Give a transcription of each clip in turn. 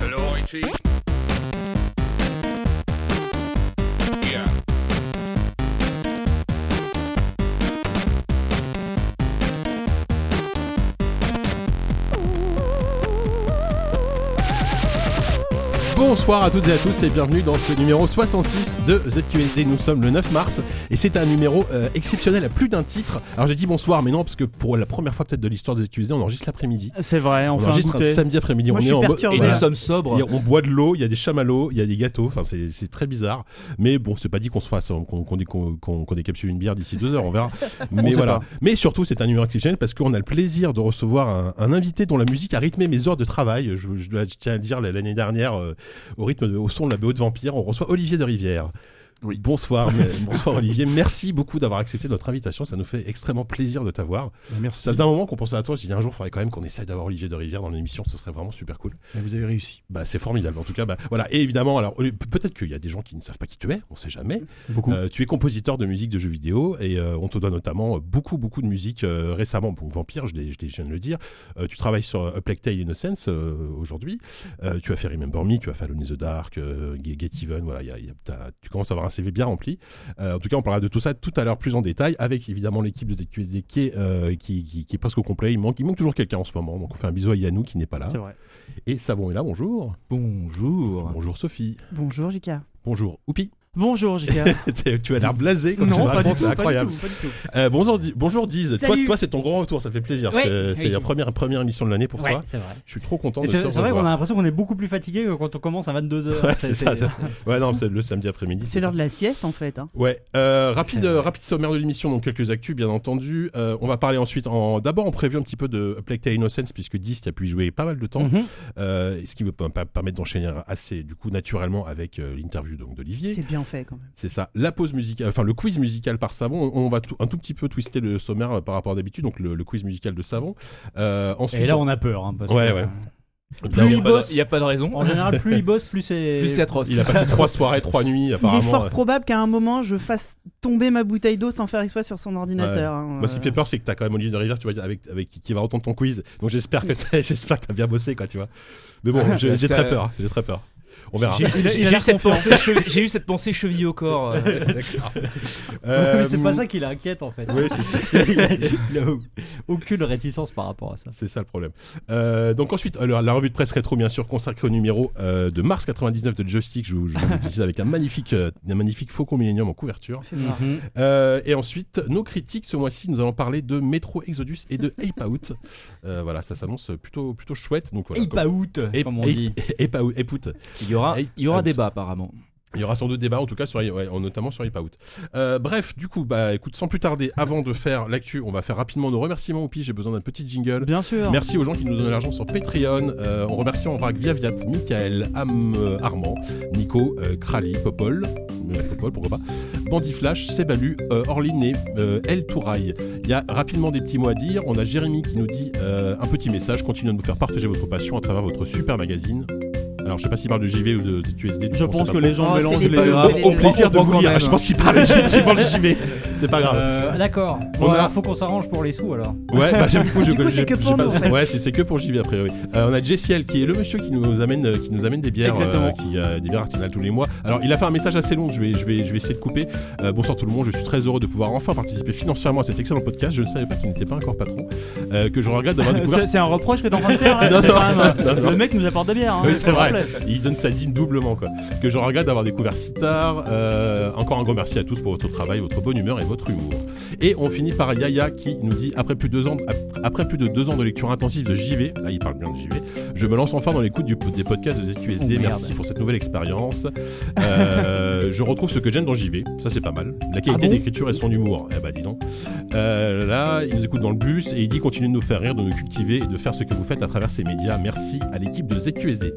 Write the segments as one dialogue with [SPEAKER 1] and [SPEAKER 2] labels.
[SPEAKER 1] Archie. Yeah.
[SPEAKER 2] Bonsoir à toutes et à tous et bienvenue dans ce numéro 66 de ZQSD. Nous sommes le 9 mars et c'est un numéro euh, exceptionnel à plus d'un titre. Alors j'ai dit bonsoir mais non parce que pour la première fois peut-être de l'histoire de ZQSD on enregistre l'après-midi.
[SPEAKER 3] C'est vrai, on,
[SPEAKER 2] On
[SPEAKER 3] fait
[SPEAKER 2] enregistre
[SPEAKER 3] un
[SPEAKER 2] un
[SPEAKER 3] goûter.
[SPEAKER 2] samedi après-midi. On
[SPEAKER 3] Moi, je
[SPEAKER 2] est
[SPEAKER 3] suis
[SPEAKER 2] en mode-
[SPEAKER 3] perturbé.
[SPEAKER 4] Et
[SPEAKER 2] voilà.
[SPEAKER 4] nous sommes sobres.
[SPEAKER 2] Il y a- on boit de l'eau, il y a des chamallows, il y a des gâteaux, enfin c'est c'est très bizarre. Mais bon, c'est pas dit qu'on se fasse, hein, qu'on qu'on qu'on- qu'on- qu'on décapsule une bière d'ici deux heures, on verra. Mais
[SPEAKER 3] sait
[SPEAKER 2] voilà.
[SPEAKER 3] pas.
[SPEAKER 2] Mais surtout, c'est un numéro exceptionnel parce qu'on a le plaisir de recevoir un, un invité dont la musique a rythmé mes heures de travail. Je, je dois- je tiens à le dire l'année dernière, euh, au rythme, de, au son de la BO de Vampire, on reçoit Olivier de Rivière.
[SPEAKER 5] Oui.
[SPEAKER 2] Bonsoir, mais- bonsoir Olivier. Merci beaucoup d'avoir accepté notre invitation. Ça nous fait extrêmement plaisir de t'avoir.
[SPEAKER 3] Ah,
[SPEAKER 5] Merci.
[SPEAKER 2] Ça faisait un moment qu'on pensait à toi. J'ai dit un jour, il faudrait quand même qu'on essaye d'avoir Olivier de Rivière dans l'émission. Ce serait vraiment super cool.
[SPEAKER 5] Mais vous avez réussi.
[SPEAKER 2] Bah, c'est formidable. En tout cas, bah, voilà. Et évidemment, alors pe- peut-être qu'il y a des gens qui ne savent pas qui tu es. On sait jamais.
[SPEAKER 5] Beaucoup.
[SPEAKER 2] Euh, tu es compositeur de musique de jeux vidéo et euh, on te doit notamment euh, beaucoup, beaucoup de musique euh, récemment. Bon, Vampire, je, l'ai- je l'ai- je viens de le dire. Euh, tu travailles sur euh, A Plague Tale Innocence euh, aujourd'hui. Euh, tu as fait Remember Me, tu as fait Alone in the Dark, euh, Get Get Even. Voilà, il y a- il y a- t'as- tu commences à avoir un CV bien rempli. Euh, en tout cas, on parlera de tout ça tout à l'heure plus en détail avec évidemment l'équipe de ZQSD qui est, euh, qui, qui- qui est presque au complet. Il manque, il manque toujours quelqu'un en ce moment. Donc on fait un bisou à Yannou qui n'est pas là.
[SPEAKER 3] C'est vrai.
[SPEAKER 2] Et Savon est là, bonjour.
[SPEAKER 4] Bonjour.
[SPEAKER 2] Bonjour Sophie.
[SPEAKER 3] Bonjour JK.
[SPEAKER 2] Bonjour Oupi.
[SPEAKER 3] Bonjour JK.
[SPEAKER 2] T'es- tu as l'air blasé quand tu
[SPEAKER 3] non, pas du,
[SPEAKER 2] racontes,
[SPEAKER 3] tout,
[SPEAKER 2] c'est
[SPEAKER 3] pas
[SPEAKER 2] incroyable.
[SPEAKER 3] du tout, pas du tout.
[SPEAKER 2] Euh, bonjour, Di- bonjour Diz. Toi,
[SPEAKER 3] Salut.
[SPEAKER 2] toi c'est ton grand retour, ça fait plaisir.
[SPEAKER 3] Ouais.
[SPEAKER 2] C'est- C'est
[SPEAKER 3] Oui.
[SPEAKER 2] la première, première émission de l'année pour
[SPEAKER 3] Ouais,
[SPEAKER 2] toi.
[SPEAKER 3] c'est vrai.
[SPEAKER 2] Je suis trop content
[SPEAKER 3] Et
[SPEAKER 2] de te
[SPEAKER 3] C'est c'est vrai qu'on a
[SPEAKER 2] revoir.
[SPEAKER 3] l'impression qu'on est beaucoup plus fatigué que quand on commence à 22h.
[SPEAKER 2] Ouais, c'est ça. Ouais, non, c'est le samedi après-midi.
[SPEAKER 6] C'est l'heure de la sieste en fait. hein.
[SPEAKER 2] Ouais, euh, rapide,
[SPEAKER 3] C'est vrai.
[SPEAKER 2] euh, rapide sommaire de l'émission, donc quelques actus bien entendu. Euh, on va parler ensuite, en, d'abord en préview un petit peu de A Plague Tale Innocence, puisque 10 a pu y jouer pas mal de temps,
[SPEAKER 3] Mhm.
[SPEAKER 2] Euh, ce qui va pa- permettre d'enchaîner assez du coup naturellement avec euh, l'interview donc d'Olivier.
[SPEAKER 6] C'est bien fait quand même.
[SPEAKER 2] C'est ça. La pause musicale, enfin le quiz musical par Savon. On, on va tout- un tout petit peu twister le sommaire euh, par rapport à d'habitude, donc le, le quiz musical de Savon. Euh, ensuite,
[SPEAKER 3] Et là, on a peur. hein, parce
[SPEAKER 2] Ouais,
[SPEAKER 3] que,
[SPEAKER 2] ouais. là,
[SPEAKER 3] euh, plus
[SPEAKER 2] on-
[SPEAKER 3] il bosse.
[SPEAKER 4] Il n'y a pas de raison.
[SPEAKER 3] En général, plus il bosse, plus c'est.
[SPEAKER 4] Plus c'est atroce.
[SPEAKER 2] il a passé trois soirées, trois nuits
[SPEAKER 6] Il est
[SPEAKER 2] apparemment.
[SPEAKER 6] fort probable qu'à un moment je fasse tomber ma bouteille d'eau sans faire exprès sur son ordinateur. hein.
[SPEAKER 2] Moi, ce qui
[SPEAKER 3] euh.
[SPEAKER 2] me fait peur, c'est que t'as quand même Olivier de Rivière, tu vois, avec, avec qui va entendre ton quiz. Donc j'espère que t'as, j'espère que t'as bien bossé, quoi, tu vois. Mais bon, je- j'ai
[SPEAKER 4] Ça-
[SPEAKER 2] très peur, j'ai très peur. On verra.
[SPEAKER 4] J'ai-
[SPEAKER 3] Il a- il
[SPEAKER 4] J'ai
[SPEAKER 3] a
[SPEAKER 4] j'ai eu,
[SPEAKER 3] l'air
[SPEAKER 4] cette
[SPEAKER 3] confiant.
[SPEAKER 4] pensée chevi- j'ai eu cette pensée chevillée au corps. euh.
[SPEAKER 2] D'accord.
[SPEAKER 3] Mais c'est
[SPEAKER 2] Euh,
[SPEAKER 3] pas ça qui l'inquiète en fait.
[SPEAKER 2] Oui, c'est ça.
[SPEAKER 3] il a au- aucune réticence par rapport à ça.
[SPEAKER 2] C'est ça le problème. Euh, donc ensuite, alors, la revue de presse rétro, bien sûr, consacrée au numéro euh, de mars 99 de Joystick, je vous, je vous le disais, avec un magnifique, euh, un magnifique Faucon Millennium en couverture.
[SPEAKER 6] Ça fait peur.
[SPEAKER 2] Euh, et ensuite, nos critiques, ce mois-ci, nous allons parler de Metro Exodus et de Ape Out. Euh, voilà, ça s'annonce plutôt, plutôt chouette. Donc, voilà,
[SPEAKER 3] Ape out,
[SPEAKER 2] Ape-
[SPEAKER 3] comme on
[SPEAKER 2] Ape-
[SPEAKER 3] dit.
[SPEAKER 2] Ape Out- Ape Out.
[SPEAKER 4] Il y aura,
[SPEAKER 2] Hey,
[SPEAKER 4] il y aura
[SPEAKER 2] out.
[SPEAKER 4] débat apparemment.
[SPEAKER 2] Il y aura sans doute débat, en tout cas, sur, ouais, notamment sur Ape Out. Euh, bref, du coup, bah, écoute, sans plus tarder, avant de faire l'actu, on va faire rapidement nos remerciements au pige. J'ai besoin d'un petit jingle.
[SPEAKER 3] Bien sûr.
[SPEAKER 2] Merci aux gens qui nous donnent de l'argent sur Patreon. Euh, on remercie en vrac Viaviat, Michael, Am, euh, Armand, Nico, euh, Krali, Popol, euh, Popol, pourquoi pas, Bandit Flash, Sebalu, euh, Orline et euh, El Touraille. Il y a rapidement des petits mots à dire. On a Jérémy qui nous dit euh, un petit message. Continuez de nous faire partager votre passion à travers votre super magazine. Alors, je sais pas s'il parle de JV ou de, de QSD. du
[SPEAKER 3] Je
[SPEAKER 2] coup, on
[SPEAKER 3] pense
[SPEAKER 2] sait
[SPEAKER 3] que
[SPEAKER 2] pas
[SPEAKER 3] les gens
[SPEAKER 6] Oh,
[SPEAKER 3] mélangent les
[SPEAKER 6] c'est des
[SPEAKER 2] trop.
[SPEAKER 6] gens-
[SPEAKER 3] deux.
[SPEAKER 6] les-
[SPEAKER 2] Au, au plaisir de
[SPEAKER 4] On prend
[SPEAKER 2] vous lire.
[SPEAKER 4] quand
[SPEAKER 2] Je
[SPEAKER 4] même.
[SPEAKER 3] hein.
[SPEAKER 2] pense qu'il parle effectivement de JV. C'est pas grave.
[SPEAKER 3] Euh, D'accord.
[SPEAKER 2] On
[SPEAKER 3] Bon,
[SPEAKER 2] a-
[SPEAKER 3] alors, faut qu'on s'arrange pour les sous alors.
[SPEAKER 2] Ouais, bah j'avoue que je
[SPEAKER 6] Du coup,
[SPEAKER 2] j'ai-
[SPEAKER 6] c'est que
[SPEAKER 2] j'ai
[SPEAKER 6] pour
[SPEAKER 2] pas-
[SPEAKER 6] nous, en fait.
[SPEAKER 2] Ouais, c'est c'est que pour JV a priori. Euh, on a Jessiel qui est le monsieur qui nous amène euh, qui nous amène des bières
[SPEAKER 3] Exactement.
[SPEAKER 2] qui euh, des bières artisanales tous les mois. Alors, il a fait un message assez long, je vais je vais je vais essayer de couper. Euh, bonsoir tout le monde, je suis très heureux de pouvoir enfin participer financièrement à cet excellent podcast. Je ne savais pas qu'il n'était pas encore patron euh, que je regrette d'avoir découvert
[SPEAKER 3] C'est c'est un reproche que t'es en train de faire là.
[SPEAKER 2] Non,
[SPEAKER 3] C'est
[SPEAKER 2] non,
[SPEAKER 3] quand même, euh,
[SPEAKER 2] non, non.
[SPEAKER 3] Le mec nous apporte des bières. hein,
[SPEAKER 2] Oui, c'est
[SPEAKER 3] faut le
[SPEAKER 2] vrai.
[SPEAKER 3] rappeler.
[SPEAKER 2] Il donne sa dîme doublement, quoi. Que je regrette d'avoir découvert si tard. Euh, encore un grand merci à tous pour votre travail, votre bonne humeur et votre humour. Et on finit par Yaya qui nous dit après plus de deux ans, ap- après plus de deux ans de lecture intensive de JV, là il parle bien de JV, je me lance enfin dans l'écoute du- des podcasts de
[SPEAKER 3] Oh,
[SPEAKER 2] ZQSD.
[SPEAKER 3] merde.
[SPEAKER 2] merci pour cette nouvelle expérience. Euh, je retrouve ce que j'aime dans JV, ça c'est pas mal. La qualité
[SPEAKER 3] Ah bon
[SPEAKER 2] d'écriture et son humour. Eh bah dis donc. Euh, là, il nous écoute dans le bus et il dit continuez de nous faire rire, de nous cultiver et de faire ce que vous faites à travers ces médias. Merci à l'équipe de ZQSD.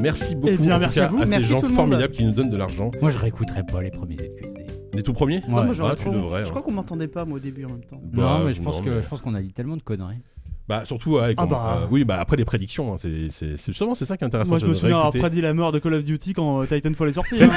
[SPEAKER 2] Merci beaucoup
[SPEAKER 3] Eh bien,
[SPEAKER 2] en tout
[SPEAKER 3] merci
[SPEAKER 2] cas,
[SPEAKER 3] à vous.
[SPEAKER 2] ces
[SPEAKER 6] Merci
[SPEAKER 2] gens
[SPEAKER 6] tout le monde.
[SPEAKER 2] formidables qui nous donnent de l'argent.
[SPEAKER 7] Moi, je réécouterai pas les premiers accusés.
[SPEAKER 2] Les tout premiers
[SPEAKER 6] Non, moi, j'aurais
[SPEAKER 2] Ah, tu
[SPEAKER 6] trop honte.
[SPEAKER 2] devrais, hein.
[SPEAKER 6] Je crois qu'on m'entendait pas moi au début en même temps.
[SPEAKER 2] Bah,
[SPEAKER 7] non, mais je pense
[SPEAKER 2] non,
[SPEAKER 7] que
[SPEAKER 2] mais-
[SPEAKER 7] je pense qu'on a dit tellement de conneries.
[SPEAKER 2] Bah, surtout, ouais, comment-
[SPEAKER 3] bah.
[SPEAKER 2] euh, oui, bah, après les prédictions, hein, c'est c'est- c'est justement c'est ça qui est intéressant.
[SPEAKER 3] Moi je
[SPEAKER 2] c'est
[SPEAKER 3] me
[SPEAKER 2] de
[SPEAKER 3] souviens avoir
[SPEAKER 2] réécouter.
[SPEAKER 3] prédit la mort de Call of Duty quand euh, Titanfall est sorti. hein.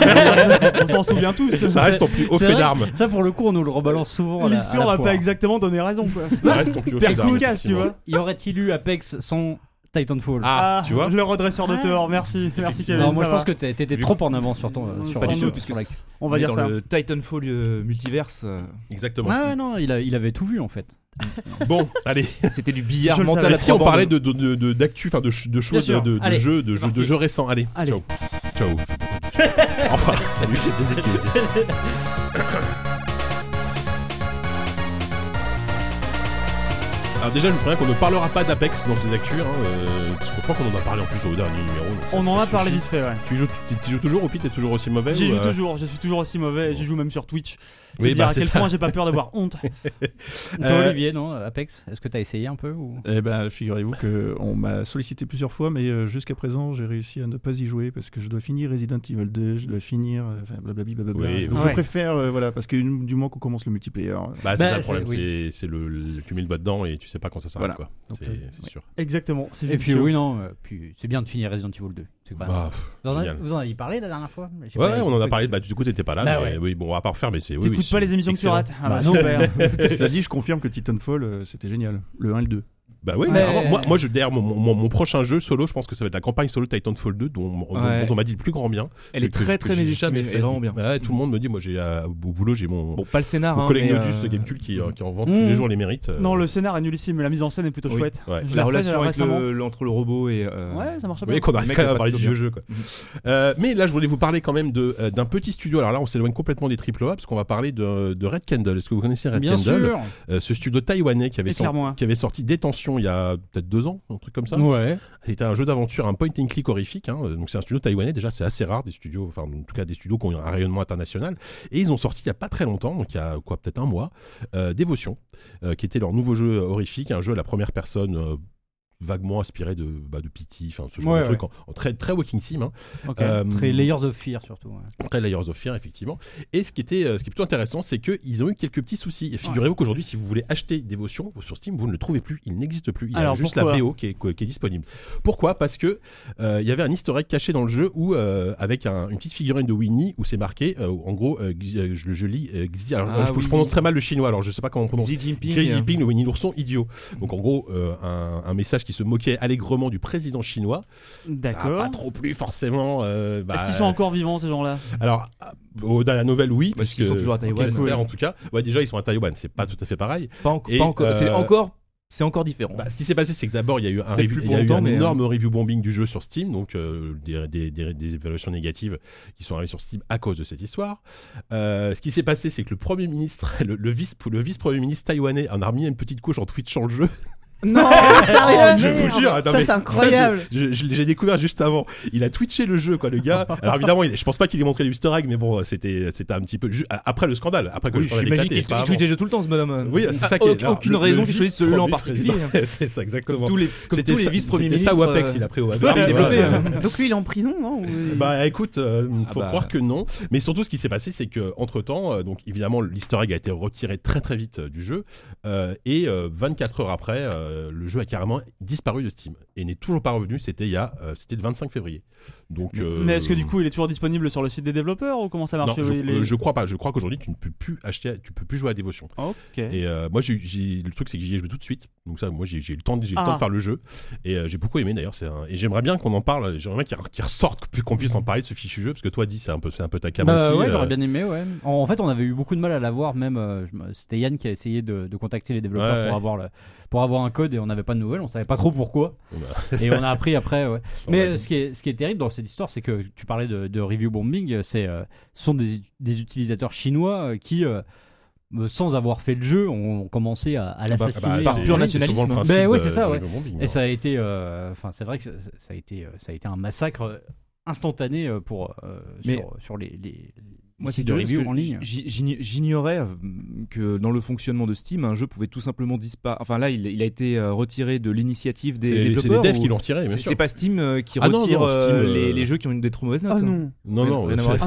[SPEAKER 3] on s'en souvient tous.
[SPEAKER 2] Ça reste ton plus haut
[SPEAKER 3] c'est
[SPEAKER 2] fait
[SPEAKER 3] vrai.
[SPEAKER 2] d'armes.
[SPEAKER 3] Ça pour le coup on nous le rebalance souvent. à la- à
[SPEAKER 7] L'histoire
[SPEAKER 3] la
[SPEAKER 7] a pas
[SPEAKER 3] poire. exactement donné raison.
[SPEAKER 2] Ça reste ton plus haut fait d'armes.
[SPEAKER 3] Perspicace, tu
[SPEAKER 2] effectivement.
[SPEAKER 3] vois.
[SPEAKER 7] Y aurait-il eu Apex sans Titanfall.
[SPEAKER 2] Ah, tu vois
[SPEAKER 3] Le redresseur de tort, merci. Merci Kevin.
[SPEAKER 7] non, moi je
[SPEAKER 3] ça
[SPEAKER 7] pense
[SPEAKER 3] va.
[SPEAKER 7] que t'as- t'étais
[SPEAKER 4] Du
[SPEAKER 7] trop en avance sur ton.
[SPEAKER 3] Pas
[SPEAKER 7] sur,
[SPEAKER 3] du
[SPEAKER 7] sur-
[SPEAKER 4] tout,
[SPEAKER 7] sur la-
[SPEAKER 3] On va
[SPEAKER 4] Mais
[SPEAKER 3] dire
[SPEAKER 4] dans
[SPEAKER 3] ça.
[SPEAKER 4] le Titanfall euh, multiverse, euh,
[SPEAKER 2] Exactement.
[SPEAKER 7] Ouais, non, il, a- il avait tout vu en fait.
[SPEAKER 2] Bon, allez.
[SPEAKER 4] c'était du billard
[SPEAKER 3] Je le
[SPEAKER 4] mental.
[SPEAKER 3] savais.
[SPEAKER 4] à
[SPEAKER 2] si on
[SPEAKER 4] trois
[SPEAKER 2] parlait
[SPEAKER 4] bandes.
[SPEAKER 2] de de- de- de- d'actu, enfin de, ch- de choses, de,
[SPEAKER 7] sûr.
[SPEAKER 2] de
[SPEAKER 7] Allez,
[SPEAKER 2] jeux, de,
[SPEAKER 7] c'est
[SPEAKER 2] jeux- de
[SPEAKER 7] parti.
[SPEAKER 2] jeux récents. Allez,
[SPEAKER 7] Allez.
[SPEAKER 2] ciao. Ciao. Au revoir. Salut, j'étais épuisé. Alors déjà, je vous préviens qu'on ne parlera pas d'Apex dans ces actus, hein, euh, parce que je crois qu'on en a parlé en plus au dernier numéro. donc ça-
[SPEAKER 3] On en
[SPEAKER 2] ça
[SPEAKER 3] a parlé
[SPEAKER 2] suffit.
[SPEAKER 3] vite fait, ouais.
[SPEAKER 2] Tu joues, tu- tu joues toujours au pit, t'es toujours aussi mauvais
[SPEAKER 3] J'y
[SPEAKER 2] ou,
[SPEAKER 3] joue
[SPEAKER 2] euh,
[SPEAKER 3] toujours, je suis toujours aussi mauvais, et j'y joue même sur Twitch.
[SPEAKER 2] Oui,
[SPEAKER 3] C'est dire
[SPEAKER 2] bah,
[SPEAKER 3] à
[SPEAKER 2] c'est
[SPEAKER 3] quel
[SPEAKER 2] ça.
[SPEAKER 3] point j'ai pas peur d'avoir honte.
[SPEAKER 7] Toi, Olivier, non Apex, est-ce que t'as essayé un peu ou...
[SPEAKER 5] Eh ben, figurez-vous que on m'a sollicité plusieurs fois, mais euh, jusqu'à présent, j'ai réussi à ne pas y jouer parce que je dois finir Resident Evil 2, je dois finir, euh, enfin, blablabla. blablabla.
[SPEAKER 2] Oui,
[SPEAKER 5] Donc
[SPEAKER 3] oui.
[SPEAKER 5] je
[SPEAKER 3] Ouais.
[SPEAKER 5] préfère, euh, voilà, parce que une- du moment qu'on commence le multiplayer, euh,
[SPEAKER 2] Bah, c'est
[SPEAKER 7] Bah,
[SPEAKER 2] ça le problème,
[SPEAKER 7] c'est-
[SPEAKER 2] c'est c'est le, le- tu mets le doigt dedans et tu sais pas quand ça s'arrête
[SPEAKER 5] Voilà.
[SPEAKER 2] quoi.
[SPEAKER 5] Donc,
[SPEAKER 2] C'est
[SPEAKER 5] euh,
[SPEAKER 2] c'est
[SPEAKER 5] ouais.
[SPEAKER 2] sûr.
[SPEAKER 3] Exactement, c'est
[SPEAKER 7] Et puis
[SPEAKER 3] vicieux.
[SPEAKER 7] oui, non, euh, puis c'est bien de finir Resident Evil 2. C'est quoi
[SPEAKER 2] Bah, pff,
[SPEAKER 7] Vous en avez-
[SPEAKER 2] génial.
[SPEAKER 7] Vous en aviez parlé la dernière fois J'ai
[SPEAKER 2] ouais,
[SPEAKER 7] pas-
[SPEAKER 2] ouais, on en a parlé. Bah, du coup, t'étais pas là.
[SPEAKER 7] Bah
[SPEAKER 2] mais
[SPEAKER 7] ouais.
[SPEAKER 2] oui, bon, on va pas refaire, mais c'est. Oui,
[SPEAKER 3] T'écoutes
[SPEAKER 2] oui, c'est
[SPEAKER 3] pas les émissions que tu
[SPEAKER 2] excellent.
[SPEAKER 3] rates. Ah bah,
[SPEAKER 7] Bah,
[SPEAKER 3] super.
[SPEAKER 5] cela dit, je confirme que Titanfall, euh, c'était génial. Le 1 et le 2.
[SPEAKER 2] Bah oui,
[SPEAKER 7] Ouais.
[SPEAKER 2] mais vraiment, moi, moi, je derrière mon, mon- mon prochain jeu solo, je pense que ça va être la campagne solo Titanfall 2 dont, dont-
[SPEAKER 4] Ouais.
[SPEAKER 2] dont on m'a dit le plus grand bien.
[SPEAKER 4] Elle est
[SPEAKER 2] Que- que-
[SPEAKER 4] très
[SPEAKER 2] que
[SPEAKER 4] très
[SPEAKER 2] j'ai
[SPEAKER 4] mésestimée,
[SPEAKER 2] jamais
[SPEAKER 4] elle
[SPEAKER 2] fait.
[SPEAKER 4] est vraiment bien.
[SPEAKER 2] Ouais, tout le monde me dit, moi, j'ai euh, au boulot, j'ai mon,
[SPEAKER 4] Bon, pas le scénar,
[SPEAKER 2] mon
[SPEAKER 5] Ah,
[SPEAKER 4] hein,
[SPEAKER 2] collègue
[SPEAKER 4] mais,
[SPEAKER 2] Nodus
[SPEAKER 4] euh,
[SPEAKER 2] de Gamecube qui, euh, qui en vend
[SPEAKER 3] Mmh.
[SPEAKER 2] tous les jours les mérites. euh,
[SPEAKER 3] Non, le scénar est nullissime, mais la mise en scène est plutôt
[SPEAKER 4] Oui.
[SPEAKER 3] chouette.
[SPEAKER 2] Ouais.
[SPEAKER 3] Je l'ai
[SPEAKER 4] La
[SPEAKER 3] refait,
[SPEAKER 4] relation
[SPEAKER 3] euh,
[SPEAKER 4] avec
[SPEAKER 3] récemment.
[SPEAKER 4] le- entre le robot et. euh,
[SPEAKER 3] Ouais, ça marche
[SPEAKER 2] Vous
[SPEAKER 3] bien.
[SPEAKER 2] voyez qu'on arrive
[SPEAKER 4] Le mec
[SPEAKER 2] quand même
[SPEAKER 4] le
[SPEAKER 2] à parler
[SPEAKER 4] passe
[SPEAKER 2] du
[SPEAKER 4] bien.
[SPEAKER 2] vieux jeu. Quoi. Euh, mais là, je voulais vous parler quand même de, euh, d'un petit studio. Alors là, on s'éloigne complètement des AAA parce qu'on va parler de, de Red Candle. Est-ce que vous connaissez Red
[SPEAKER 7] Bien
[SPEAKER 2] Candle
[SPEAKER 7] sûr
[SPEAKER 2] Euh, Ce studio taïwanais qui avait,
[SPEAKER 3] Et
[SPEAKER 2] sorti-
[SPEAKER 3] clairement, hein.
[SPEAKER 2] qui avait sorti Détention il y a peut-être deux ans, un truc comme ça.
[SPEAKER 7] Ouais.
[SPEAKER 2] C'était un jeu d'aventure, un point and click horrifique. hein. Donc c'est un studio taïwanais. Déjà, c'est assez rare des studios, enfin en tout cas des studios qui ont un rayonnement international. Et ils ont sorti il y a pas très longtemps, donc il y a quoi peut-être un mois, euh, Dévotion, euh, qui était leur nouveau jeu horrifique, un jeu à la première personne. euh, vaguement inspiré de, bah, de Pity, enfin ce genre
[SPEAKER 7] Ouais,
[SPEAKER 2] de truc, en, en très, très Walking Sim. hein.
[SPEAKER 3] Ok.
[SPEAKER 2] Euh,
[SPEAKER 7] Très Layers of Fear surtout. ouais.
[SPEAKER 2] Très Layers of Fear, effectivement. Et ce qui, était, euh, ce qui est plutôt intéressant, c'est qu'ils ont eu quelques petits soucis. Et figurez-vous qu'aujourd'hui, si vous voulez acheter Dévotion sur Steam, vous ne le trouvez plus. Il n'existe plus. Il y a
[SPEAKER 3] Alors,
[SPEAKER 2] juste
[SPEAKER 3] pourquoi
[SPEAKER 2] la BO qui est, qui est disponible. Pourquoi Parce que euh, il y avait un historique caché dans le jeu où, euh, avec un- une petite figurine de Winnie où c'est marqué, euh, en gros, euh, Xi- euh, je, je lis euh, Xi. Alors,
[SPEAKER 4] Ah,
[SPEAKER 2] je, je
[SPEAKER 4] oui.
[SPEAKER 2] prononce très mal le chinois, alors je sais pas comment on prononce.
[SPEAKER 4] Xi Jinping.
[SPEAKER 2] Xi Jinping, le Winnie l'ourson idiot. Donc en gros, euh, un, un message qui se moquait allègrement du président chinois. Ça n'a
[SPEAKER 3] D'accord.
[SPEAKER 2] pas trop plu forcément. euh, bah,
[SPEAKER 3] Est-ce qu'ils sont encore vivants ces gens-là
[SPEAKER 2] alors, euh, au, dans la nouvelle, oui.
[SPEAKER 4] Parce qu'ils
[SPEAKER 2] puisque-
[SPEAKER 4] sont toujours à Taïwan,
[SPEAKER 2] Quel
[SPEAKER 4] ouais.
[SPEAKER 2] flair, en tout cas. Ouais, déjà, ils sont à Taïwan, c'est pas tout à fait pareil.
[SPEAKER 4] Pas, en- pas
[SPEAKER 2] Et,
[SPEAKER 4] encore. C'est
[SPEAKER 2] euh,
[SPEAKER 4] encore, c'est encore différent.
[SPEAKER 2] Bah, ce qui s'est passé, c'est que d'abord, il y a eu un,
[SPEAKER 4] Peut-être
[SPEAKER 2] review-
[SPEAKER 4] plus
[SPEAKER 2] il y a eu
[SPEAKER 4] longtemps,
[SPEAKER 2] un
[SPEAKER 4] mais, euh,
[SPEAKER 2] énorme review bombing du jeu sur Steam, donc euh, des, des- des- des évaluations négatives qui sont arrivées sur Steam à cause de cette histoire. Euh, ce qui s'est passé, c'est que le premier ministre, le, le vice, le vice-premier ministre taïwanais en a remis une petite couche en twitchant le jeu.
[SPEAKER 6] Non, sérieux
[SPEAKER 2] je vous
[SPEAKER 6] merde.
[SPEAKER 2] jure, attends,
[SPEAKER 6] Ça,
[SPEAKER 2] mais
[SPEAKER 6] c'est incroyable.
[SPEAKER 2] ça, je- je- je l'ai- J'ai découvert juste avant. Il a twitché le jeu, quoi, le gars. Alors évidemment, il- je pense pas qu'il ait montré les Easter eggs, mais bon, c'était c'était un petit peu ju- après le scandale, après que
[SPEAKER 4] Oui,
[SPEAKER 2] le
[SPEAKER 4] je
[SPEAKER 2] scandale
[SPEAKER 4] suis magique.
[SPEAKER 2] éclate,
[SPEAKER 4] Il
[SPEAKER 2] pas
[SPEAKER 4] tweet
[SPEAKER 2] avant.
[SPEAKER 4] des jeux tout le temps, ce bonhomme.
[SPEAKER 2] Oui, c'est ça
[SPEAKER 4] Ah,
[SPEAKER 2] qui est.
[SPEAKER 4] aucune-
[SPEAKER 2] alors,
[SPEAKER 4] Aucune
[SPEAKER 2] le-
[SPEAKER 4] raison
[SPEAKER 2] le
[SPEAKER 4] qu'il choisisse celui-là en particulier.
[SPEAKER 2] vice-premier- c'est ça, exactement.
[SPEAKER 4] Comme tous les, comme tous les
[SPEAKER 2] ça-
[SPEAKER 4] vice-premiers
[SPEAKER 2] c'était
[SPEAKER 4] ministres.
[SPEAKER 2] ça ou Apex,
[SPEAKER 4] euh,
[SPEAKER 2] il a pris au hasard.
[SPEAKER 4] Ouais,
[SPEAKER 2] voilà.
[SPEAKER 4] développé, hein.
[SPEAKER 6] Donc lui, il est en prison, non Ou-
[SPEAKER 2] Bah écoute, euh,
[SPEAKER 4] Ah
[SPEAKER 2] faut
[SPEAKER 4] bah.
[SPEAKER 2] croire que non. Mais surtout, ce qui s'est passé, c'est que entre temps, donc évidemment, l'Easter egg a été retiré très très vite euh, du jeu. Euh, et euh, 24 heures après, euh, le jeu a carrément disparu de Steam et n'est toujours pas revenu. C'était il y a, euh, c'était le 25 février. Donc. euh,
[SPEAKER 3] Mais est-ce que du coup il est toujours disponible sur le site des développeurs ou comment ça
[SPEAKER 2] non,
[SPEAKER 3] marche
[SPEAKER 2] je,
[SPEAKER 3] les- les-
[SPEAKER 2] euh, je crois pas. Je crois qu'aujourd'hui, tu ne peux plus acheter, tu peux plus jouer à Dévotion.
[SPEAKER 3] Ah, Ok.
[SPEAKER 2] Et euh, moi, j'ai- j'ai- le truc, c'est que j'y ai joué tout de suite. Donc ça, moi, j'ai j'ai eu le temps, de- j'ai eu le
[SPEAKER 3] Ah.
[SPEAKER 2] temps de faire le jeu. Et euh, j'ai beaucoup aimé d'ailleurs. c'est un- Et j'aimerais bien qu'on en parle. J'aimerais bien qu'il qu'il ressorte, qu'on- qu'on
[SPEAKER 3] Mhm.
[SPEAKER 2] puisse en parler de ce fichu jeu, parce que toi, dis, c'est un peu, c'est un peu ta cam
[SPEAKER 7] Bah
[SPEAKER 2] aussi,
[SPEAKER 7] ouais,
[SPEAKER 2] euh,
[SPEAKER 7] j'aurais bien aimé, ouais. En, en fait, on avait eu beaucoup de mal à l'avoir, même. euh, je me- C'était Yann qui a essayé de, de contacter les développeurs
[SPEAKER 2] Ouais, ouais.
[SPEAKER 7] pour, avoir le, pour avoir un code et on n'avait pas de nouvelles, on savait pas trop pourquoi. et on a appris après, ouais. Mais euh, ce, qui est, ce qui est terrible dans cette histoire, c'est que tu parlais de, de review bombing, euh, c'est euh, ce sont des, des utilisateurs chinois euh, qui, euh, euh, sans avoir fait le jeu, ont commencé à,
[SPEAKER 2] Bah,
[SPEAKER 7] à l'assassiner.
[SPEAKER 2] bah,
[SPEAKER 4] par
[SPEAKER 2] c'est-
[SPEAKER 4] pur
[SPEAKER 2] c'est
[SPEAKER 4] nationalisme.
[SPEAKER 2] souvent le principe
[SPEAKER 7] Ben ouais,
[SPEAKER 2] de-
[SPEAKER 7] c'est ça,
[SPEAKER 2] de
[SPEAKER 7] ouais.
[SPEAKER 2] Rigo Bombing,
[SPEAKER 7] Et ça a été, euh, enfin c'est vrai que ça- ça a été, euh, ça a été un massacre euh, instantané euh, pour euh,
[SPEAKER 4] Mais-
[SPEAKER 7] sur, sur les, les
[SPEAKER 4] Moi,
[SPEAKER 7] les sites
[SPEAKER 4] c'est
[SPEAKER 7] de
[SPEAKER 4] curieux parce
[SPEAKER 7] review
[SPEAKER 4] que
[SPEAKER 7] en ligne.
[SPEAKER 4] j'i- j'ign- J'ignorais euh, que dans le fonctionnement de Steam, un jeu pouvait tout simplement disparaître. Enfin, là, il, il a été euh, retiré de l'initiative
[SPEAKER 2] C'est
[SPEAKER 4] des
[SPEAKER 2] les, c'est les
[SPEAKER 4] développeurs.
[SPEAKER 2] devs
[SPEAKER 4] ou-
[SPEAKER 2] qui l'ont retiré, bien
[SPEAKER 4] C'est
[SPEAKER 2] sûr.
[SPEAKER 4] c'est pas Steam euh, qui
[SPEAKER 2] Ah non,
[SPEAKER 4] retire
[SPEAKER 2] non, Steam,
[SPEAKER 4] euh,
[SPEAKER 2] euh, Ah
[SPEAKER 4] les, les jeux qui ont une des trop mauvaises
[SPEAKER 3] Ah,
[SPEAKER 4] notes.
[SPEAKER 6] Oh
[SPEAKER 4] hein.
[SPEAKER 6] non.
[SPEAKER 2] Non, non,
[SPEAKER 4] Rien à
[SPEAKER 2] c'est-
[SPEAKER 4] voir avec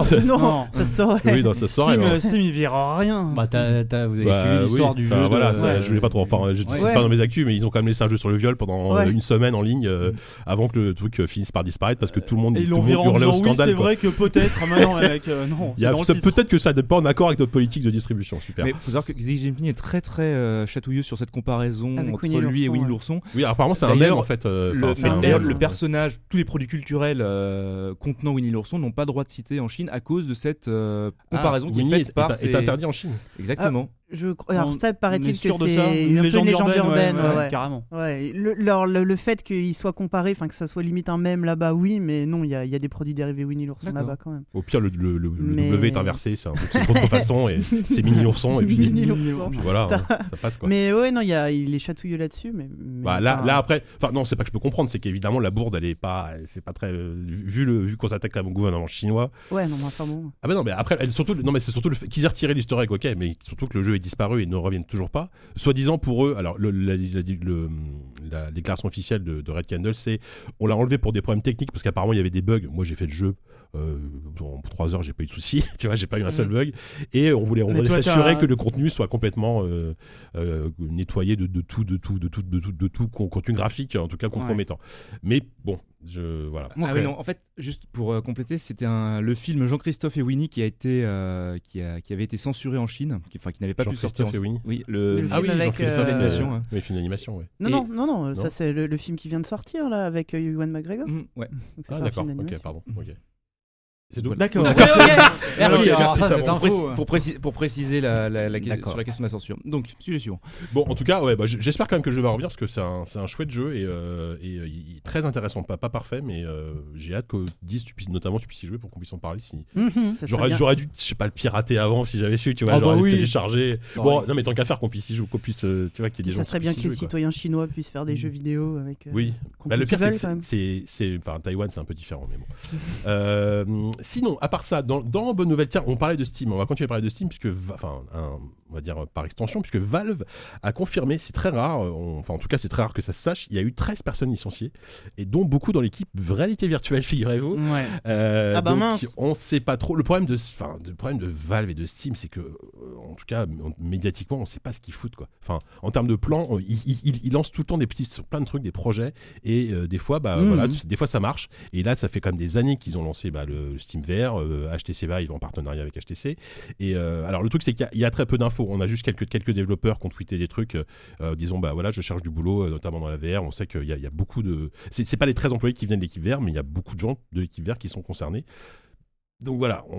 [SPEAKER 7] Ah
[SPEAKER 4] ça.
[SPEAKER 7] non, non.
[SPEAKER 6] Oh, non,
[SPEAKER 7] non.
[SPEAKER 6] ça saurait.
[SPEAKER 2] oui, non, ça sort.
[SPEAKER 3] Steam,
[SPEAKER 2] alors.
[SPEAKER 3] euh, Steam il vire rien.
[SPEAKER 7] Bah, t'as- t'as- vous avez
[SPEAKER 2] Bah,
[SPEAKER 7] suivi
[SPEAKER 2] oui,
[SPEAKER 7] l'histoire du
[SPEAKER 2] enfin,
[SPEAKER 7] jeu. de-
[SPEAKER 2] Voilà, ça,
[SPEAKER 7] ouais.
[SPEAKER 2] je voulais pas trop. Enfin, je ne
[SPEAKER 7] Ouais.
[SPEAKER 2] pas dans mes actus, mais ils ont quand même laissé un jeu sur le viol pendant euh,
[SPEAKER 6] Ouais.
[SPEAKER 2] une semaine en ligne euh, avant que le truc euh, finisse par disparaître parce que tout le monde,
[SPEAKER 3] Et ils
[SPEAKER 2] tout
[SPEAKER 3] l'ont
[SPEAKER 2] le
[SPEAKER 3] viré
[SPEAKER 2] monde
[SPEAKER 3] en
[SPEAKER 2] hurlait
[SPEAKER 3] disant
[SPEAKER 2] au
[SPEAKER 3] oui c'est
[SPEAKER 2] scandale. quoi.
[SPEAKER 3] vrai que peut-être maintenant avec non.
[SPEAKER 2] Il y a-
[SPEAKER 3] c'est dans le
[SPEAKER 2] ça-
[SPEAKER 3] titre.
[SPEAKER 2] Peut-être que ça n'est pas en accord avec notre politique de distribution. Super.
[SPEAKER 4] Mais faut savoir que Xi Jinping est très très euh, chatouilleux sur cette comparaison
[SPEAKER 6] Avec
[SPEAKER 4] entre
[SPEAKER 6] Winnie
[SPEAKER 4] lui et
[SPEAKER 6] l'ourson,
[SPEAKER 4] Winnie
[SPEAKER 6] ouais.
[SPEAKER 4] l'ourson.
[SPEAKER 2] Oui, apparemment, c'est un
[SPEAKER 4] D'ailleurs,
[SPEAKER 2] mème en fait. euh,
[SPEAKER 4] Le,
[SPEAKER 2] enfin, c'est un
[SPEAKER 4] d'ailleurs,
[SPEAKER 2] mème.
[SPEAKER 4] le personnage, tous les produits culturels euh, contenant Winnie l'ourson n'ont pas droit de citer en Chine à cause de cette euh,
[SPEAKER 2] Ah,
[SPEAKER 4] comparaison qui est Ah,
[SPEAKER 2] Winnie
[SPEAKER 4] faite
[SPEAKER 2] est,
[SPEAKER 4] par
[SPEAKER 2] est- est
[SPEAKER 4] ces-
[SPEAKER 2] interdit en Chine.
[SPEAKER 4] Exactement.
[SPEAKER 6] Je... cro- Alors
[SPEAKER 3] On-
[SPEAKER 6] ça
[SPEAKER 3] On est
[SPEAKER 6] paraît-il que
[SPEAKER 3] sûr de ça
[SPEAKER 6] c'est
[SPEAKER 3] Une
[SPEAKER 6] un peu
[SPEAKER 3] légende
[SPEAKER 6] une légende
[SPEAKER 3] urbaine, ouais,
[SPEAKER 6] urbaine.
[SPEAKER 3] ouais,
[SPEAKER 6] ouais.
[SPEAKER 3] Carrément.
[SPEAKER 6] Ouais, le, leur- le, le fait qu'il soit comparé, enfin que ça soit limite un mème là-bas, oui, mais non, il y, a- il y a des produits dérivés Winnie l'ourson
[SPEAKER 4] D'accord.
[SPEAKER 6] là-bas quand même.
[SPEAKER 2] Au pire, le, le- le- le
[SPEAKER 6] Mais-
[SPEAKER 2] W est inversé, c'est un peu- c'est une contrefaçon et c'est mini ourson et puis,
[SPEAKER 6] Mini
[SPEAKER 2] puis
[SPEAKER 6] l'ourson.
[SPEAKER 2] voilà, hein, ça passe quoi.
[SPEAKER 6] Mais ouais, non, il, y a, il est chatouilleux là-dessus, mais, mais
[SPEAKER 2] Bah, là,
[SPEAKER 6] enfin,
[SPEAKER 2] là après, enfin non, c'est pas que je peux comprendre, c'est qu'évidemment la bourde, elle est pas, c'est pas très euh, vu le vu qu'on s'attaque à mon gouvernement chinois.
[SPEAKER 6] ouais, non, mais enfin bon.
[SPEAKER 2] Ah bah non, mais après, elle- surtout, non mais c'est surtout le fait qu'ils aient retiré l'historique, ok, mais surtout que le jeu est disparu et ne reviennent toujours pas. Soi-disant pour eux, alors le, la, la- le- la déclaration officielle de, de Red Candle, c'est on l'a enlevé pour des problèmes techniques parce qu'apparemment il y avait des bugs. Moi j'ai fait le jeu. Euh, en 3 heures j'ai pas eu de soucis tu vois j'ai pas eu un seul
[SPEAKER 3] Mhm.
[SPEAKER 2] bug et on voulait on
[SPEAKER 3] Mais
[SPEAKER 2] voulait
[SPEAKER 3] toi,
[SPEAKER 2] s'assurer
[SPEAKER 3] t'as-
[SPEAKER 2] que le contenu soit complètement euh, euh, nettoyé de, de tout de tout de tout de tout de tout con- contenu graphique en tout cas compromettant mais bon je voilà
[SPEAKER 4] Ah
[SPEAKER 7] Ok.
[SPEAKER 4] oui, non, en fait, juste pour euh, compléter, c'était un- le film Jean-Christophe et Winnie qui a été euh, qui, a- qui avait été censuré en Chine, qui, enfin qui n'avait pas pu sortir. en-
[SPEAKER 2] Jean-Christophe et Winnie
[SPEAKER 4] Oui, le,
[SPEAKER 6] Le
[SPEAKER 2] ah oui
[SPEAKER 6] film avec,
[SPEAKER 2] Jean-Christophe
[SPEAKER 6] euh,
[SPEAKER 2] animation
[SPEAKER 4] euh,
[SPEAKER 2] ouais. oui film d'animation ouais.
[SPEAKER 6] Non,
[SPEAKER 4] Et-
[SPEAKER 6] non, non, non, ça
[SPEAKER 2] Non.
[SPEAKER 6] c'est le, le film qui vient de sortir là avec euh, Ewan McGregor.
[SPEAKER 4] Mm, ouais.
[SPEAKER 6] Donc,
[SPEAKER 2] ah
[SPEAKER 6] c'est pas un
[SPEAKER 2] d'accord
[SPEAKER 6] film
[SPEAKER 2] ok
[SPEAKER 6] d'animation.
[SPEAKER 7] Mhm.
[SPEAKER 2] pardon ok c'est tout
[SPEAKER 3] D'accord.
[SPEAKER 7] Merci,
[SPEAKER 2] Alors,
[SPEAKER 7] alors
[SPEAKER 2] merci,
[SPEAKER 7] ça,
[SPEAKER 2] Ah ça
[SPEAKER 7] cette
[SPEAKER 2] va.
[SPEAKER 4] Pour, préci-
[SPEAKER 7] info.
[SPEAKER 4] pour préci- pour préciser la, la- la-
[SPEAKER 7] D'accord.
[SPEAKER 4] sur la question de la censure. Donc, sujet suivant.
[SPEAKER 2] Bon, en tout cas, ouais, bah, j- j'espère quand même que le jeu va revenir parce que c'est un, c'est un chouette jeu et, euh, et, euh, il est très intéressant. Pas, pas parfait, mais euh, j'ai hâte que 10, tu puisses, notamment, tu puisses y jouer pour qu'on puisse en parler. Si...
[SPEAKER 6] Mhm, ça serait
[SPEAKER 2] J'aurais
[SPEAKER 6] bien.
[SPEAKER 2] j'aurais dû, je sais pas, le pirater avant si j'avais su, tu vois.
[SPEAKER 7] Ah bah
[SPEAKER 2] j'aurais dû
[SPEAKER 7] oui.
[SPEAKER 2] télécharger.
[SPEAKER 7] J'aurais-
[SPEAKER 2] Bon, non, mais tant qu'à faire qu'on puisse y jouer, qu'on puisse, euh, tu vois, qu'il y ait des gens
[SPEAKER 6] Ça serait
[SPEAKER 2] qui
[SPEAKER 6] bien
[SPEAKER 2] puissent
[SPEAKER 6] que
[SPEAKER 2] y
[SPEAKER 6] les
[SPEAKER 2] jouer, quoi.
[SPEAKER 6] citoyens chinois puissent faire des jeux vidéo avec. euh,
[SPEAKER 2] Mmh. Oui,
[SPEAKER 6] qu'on-
[SPEAKER 2] Bah, le
[SPEAKER 6] qu'ils
[SPEAKER 2] pire, c'est
[SPEAKER 6] veulent,
[SPEAKER 2] que
[SPEAKER 6] quand
[SPEAKER 2] c'est- c'est.
[SPEAKER 6] même.
[SPEAKER 2] c'est- Enfin, Taïwan, c'est un peu différent, mais bon. Euh, sinon, à part ça, dans, dans Bonne Nouvelle, tiens, on parlait de Steam. On va continuer à parler de Steam, puisque. va- Enfin, un- on va dire euh, par extension, puisque Valve a confirmé, c'est très rare, euh, on- enfin, en tout cas, c'est très rare que ça se sache, il y a eu 13 personnes licenciées, et dont beaucoup dans l'équipe réalité virtuelle, figurez-vous.
[SPEAKER 6] Ouais.
[SPEAKER 2] Euh,
[SPEAKER 6] Ah bah
[SPEAKER 2] donc,
[SPEAKER 6] mince.
[SPEAKER 2] On sait pas trop. Le problème de, enfin, le problème de Valve et de Steam, c'est que, euh, en tout cas, on- médiatiquement, on sait pas ce qu'ils foutent quoi. Enfin, en termes de plan, on- ils, ils- ils- ils lancent tout le temps des petits, plein de trucs, des projets, et euh, des fois, bah
[SPEAKER 7] Mhm.
[SPEAKER 2] voilà, tu- des fois ça marche. Et là, ça fait quand même des années qu'ils ont lancé bah, le, le Steam VR, euh, HTC Vive en partenariat avec HTC. Et euh, alors le truc, c'est qu'il y a- il y, a très peu d'infos. On a juste quelques quelques développeurs qui ont tweeté des trucs, euh, euh, disons bah voilà, je cherche du boulot, euh, notamment dans la VR. On sait qu'il y, a- il y a beaucoup de, c'est c'est pas les 13 employés qui viennent de l'équipe VR, mais il y a beaucoup de gens de l'équipe VR qui sont concernés. Donc voilà, on,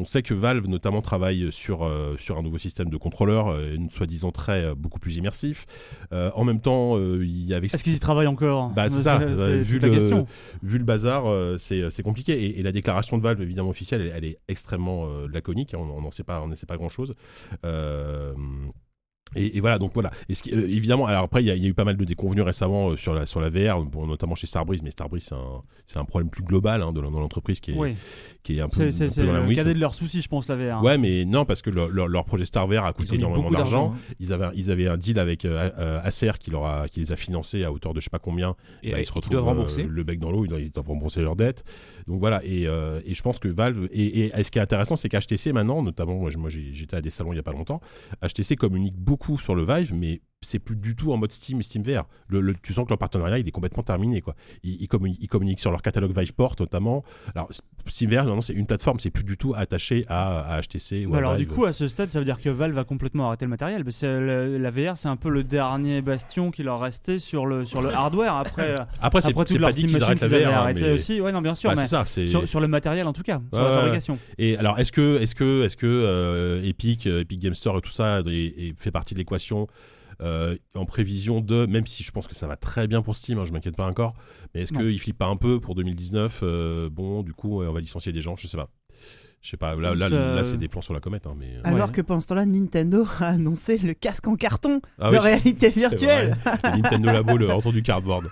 [SPEAKER 2] on sait que Valve notamment travaille sur, euh, sur un nouveau système de contrôleur, euh, une soi-disant très euh, beaucoup plus immersif. Euh, en même temps, euh, il y avait
[SPEAKER 3] Est-ce qu'ils y travaillent encore
[SPEAKER 2] Bah, c'est ça, vous avez vu
[SPEAKER 3] toute la
[SPEAKER 2] le-
[SPEAKER 3] question.
[SPEAKER 2] vu le bazar, euh, c'est c'est compliqué. Et, et la déclaration de Valve, évidemment officielle, elle, elle est extrêmement euh, laconique. On n'en sait pas, on ne sait pas grand chose. Et, et voilà, donc voilà. Et ce qui- euh, évidemment, alors après, il y, a- il y a eu pas mal de déconvenues récemment euh, sur la sur la VR, bon, notamment chez Starbreeze. Mais Starbreeze, c'est un, c'est un problème plus global hein, de l'en- dans l'entreprise qui est
[SPEAKER 3] Oui,
[SPEAKER 2] qui est un peu,
[SPEAKER 3] c'est c'est-
[SPEAKER 2] un peu
[SPEAKER 3] c'est
[SPEAKER 2] dans la
[SPEAKER 3] le
[SPEAKER 2] mouise.
[SPEAKER 3] cadet de leurs soucis, je pense, la VR.
[SPEAKER 2] Ouais, mais non, parce que leur, leur- leur projet Star VR a coûté
[SPEAKER 4] Ils ont mis
[SPEAKER 2] énormément
[SPEAKER 4] beaucoup
[SPEAKER 2] d'argent.
[SPEAKER 4] d'argent.
[SPEAKER 2] Ils avaient, ils avaient un deal avec euh, euh, ACR qui, leur a, qui les a financés à hauteur de je sais pas combien.
[SPEAKER 4] hein. Et
[SPEAKER 2] Bah,
[SPEAKER 4] et
[SPEAKER 2] ils se retrouvent
[SPEAKER 4] doivent
[SPEAKER 2] euh,
[SPEAKER 4] rembourser.
[SPEAKER 2] le bec dans l'eau, ils doivent- ils doivent rembourser leurs dettes. Donc voilà, et, euh, et je pense que Valve, et, et- et ce qui est intéressant, c'est qu'HTC maintenant, notamment, moi, je- moi, j'ai- j'étais à des salons il n'y a pas longtemps, HTC communique beaucoup sur le Vive, mais c'est plus du tout en mode Steam et Steam VR. Le, le- tu sens que leur partenariat, il est complètement terminé. Quoi. Ils, ils communi- ils communiquent sur leur catalogue Viveport notamment. Alors, S- Steam VR, non, c'est une plateforme, c'est plus du tout attaché à, à HTC. Ou à
[SPEAKER 3] Bah alors
[SPEAKER 2] Vive.
[SPEAKER 3] du coup à ce stade ça veut dire que Valve va complètement arrêter le matériel parce que le- la VR c'est un peu le dernier bastion qui leur restait sur le sur le hardware après
[SPEAKER 2] Après, c'est
[SPEAKER 3] après
[SPEAKER 2] c'est
[SPEAKER 3] toute
[SPEAKER 2] pas
[SPEAKER 3] leur
[SPEAKER 2] dit
[SPEAKER 3] Steam
[SPEAKER 2] qu'ils
[SPEAKER 3] Machine
[SPEAKER 2] arrêtent la
[SPEAKER 3] qu'ils avaient
[SPEAKER 2] VR. hein,
[SPEAKER 3] arrêté
[SPEAKER 2] mais-
[SPEAKER 3] aussi ouais non bien sûr
[SPEAKER 2] Bah,
[SPEAKER 3] mais
[SPEAKER 2] c'est ça, c'est-
[SPEAKER 3] sur, sur le matériel en tout cas sur
[SPEAKER 2] Ouais, ouais,
[SPEAKER 3] la
[SPEAKER 2] ouais.
[SPEAKER 3] fabrication
[SPEAKER 2] Et alors, est-ce que, est-ce que, est-ce que euh, Epic, euh, Epic Game Store et tout ça et- et fait partie de l'équation euh, en prévision de, même si je pense que ça va très bien pour Steam, hein, je m'inquiète pas encore, mais est-ce
[SPEAKER 3] Non.
[SPEAKER 2] qu'il flippe pas un peu pour 2019 euh, Bon, du coup, euh, on va licencier des gens, je sais pas. Je sais pas, là, là,
[SPEAKER 3] Ça-
[SPEAKER 2] là, c'est des plans sur la comète, hein, mais. euh,
[SPEAKER 6] Alors
[SPEAKER 3] Ouais.
[SPEAKER 6] que pendant ce temps-là, Nintendo a annoncé le casque en carton
[SPEAKER 2] ah
[SPEAKER 6] de
[SPEAKER 2] oui,
[SPEAKER 6] réalité
[SPEAKER 2] c'est
[SPEAKER 6] virtuelle.
[SPEAKER 2] vrai. Le Nintendo Labo, le retour du cardboard.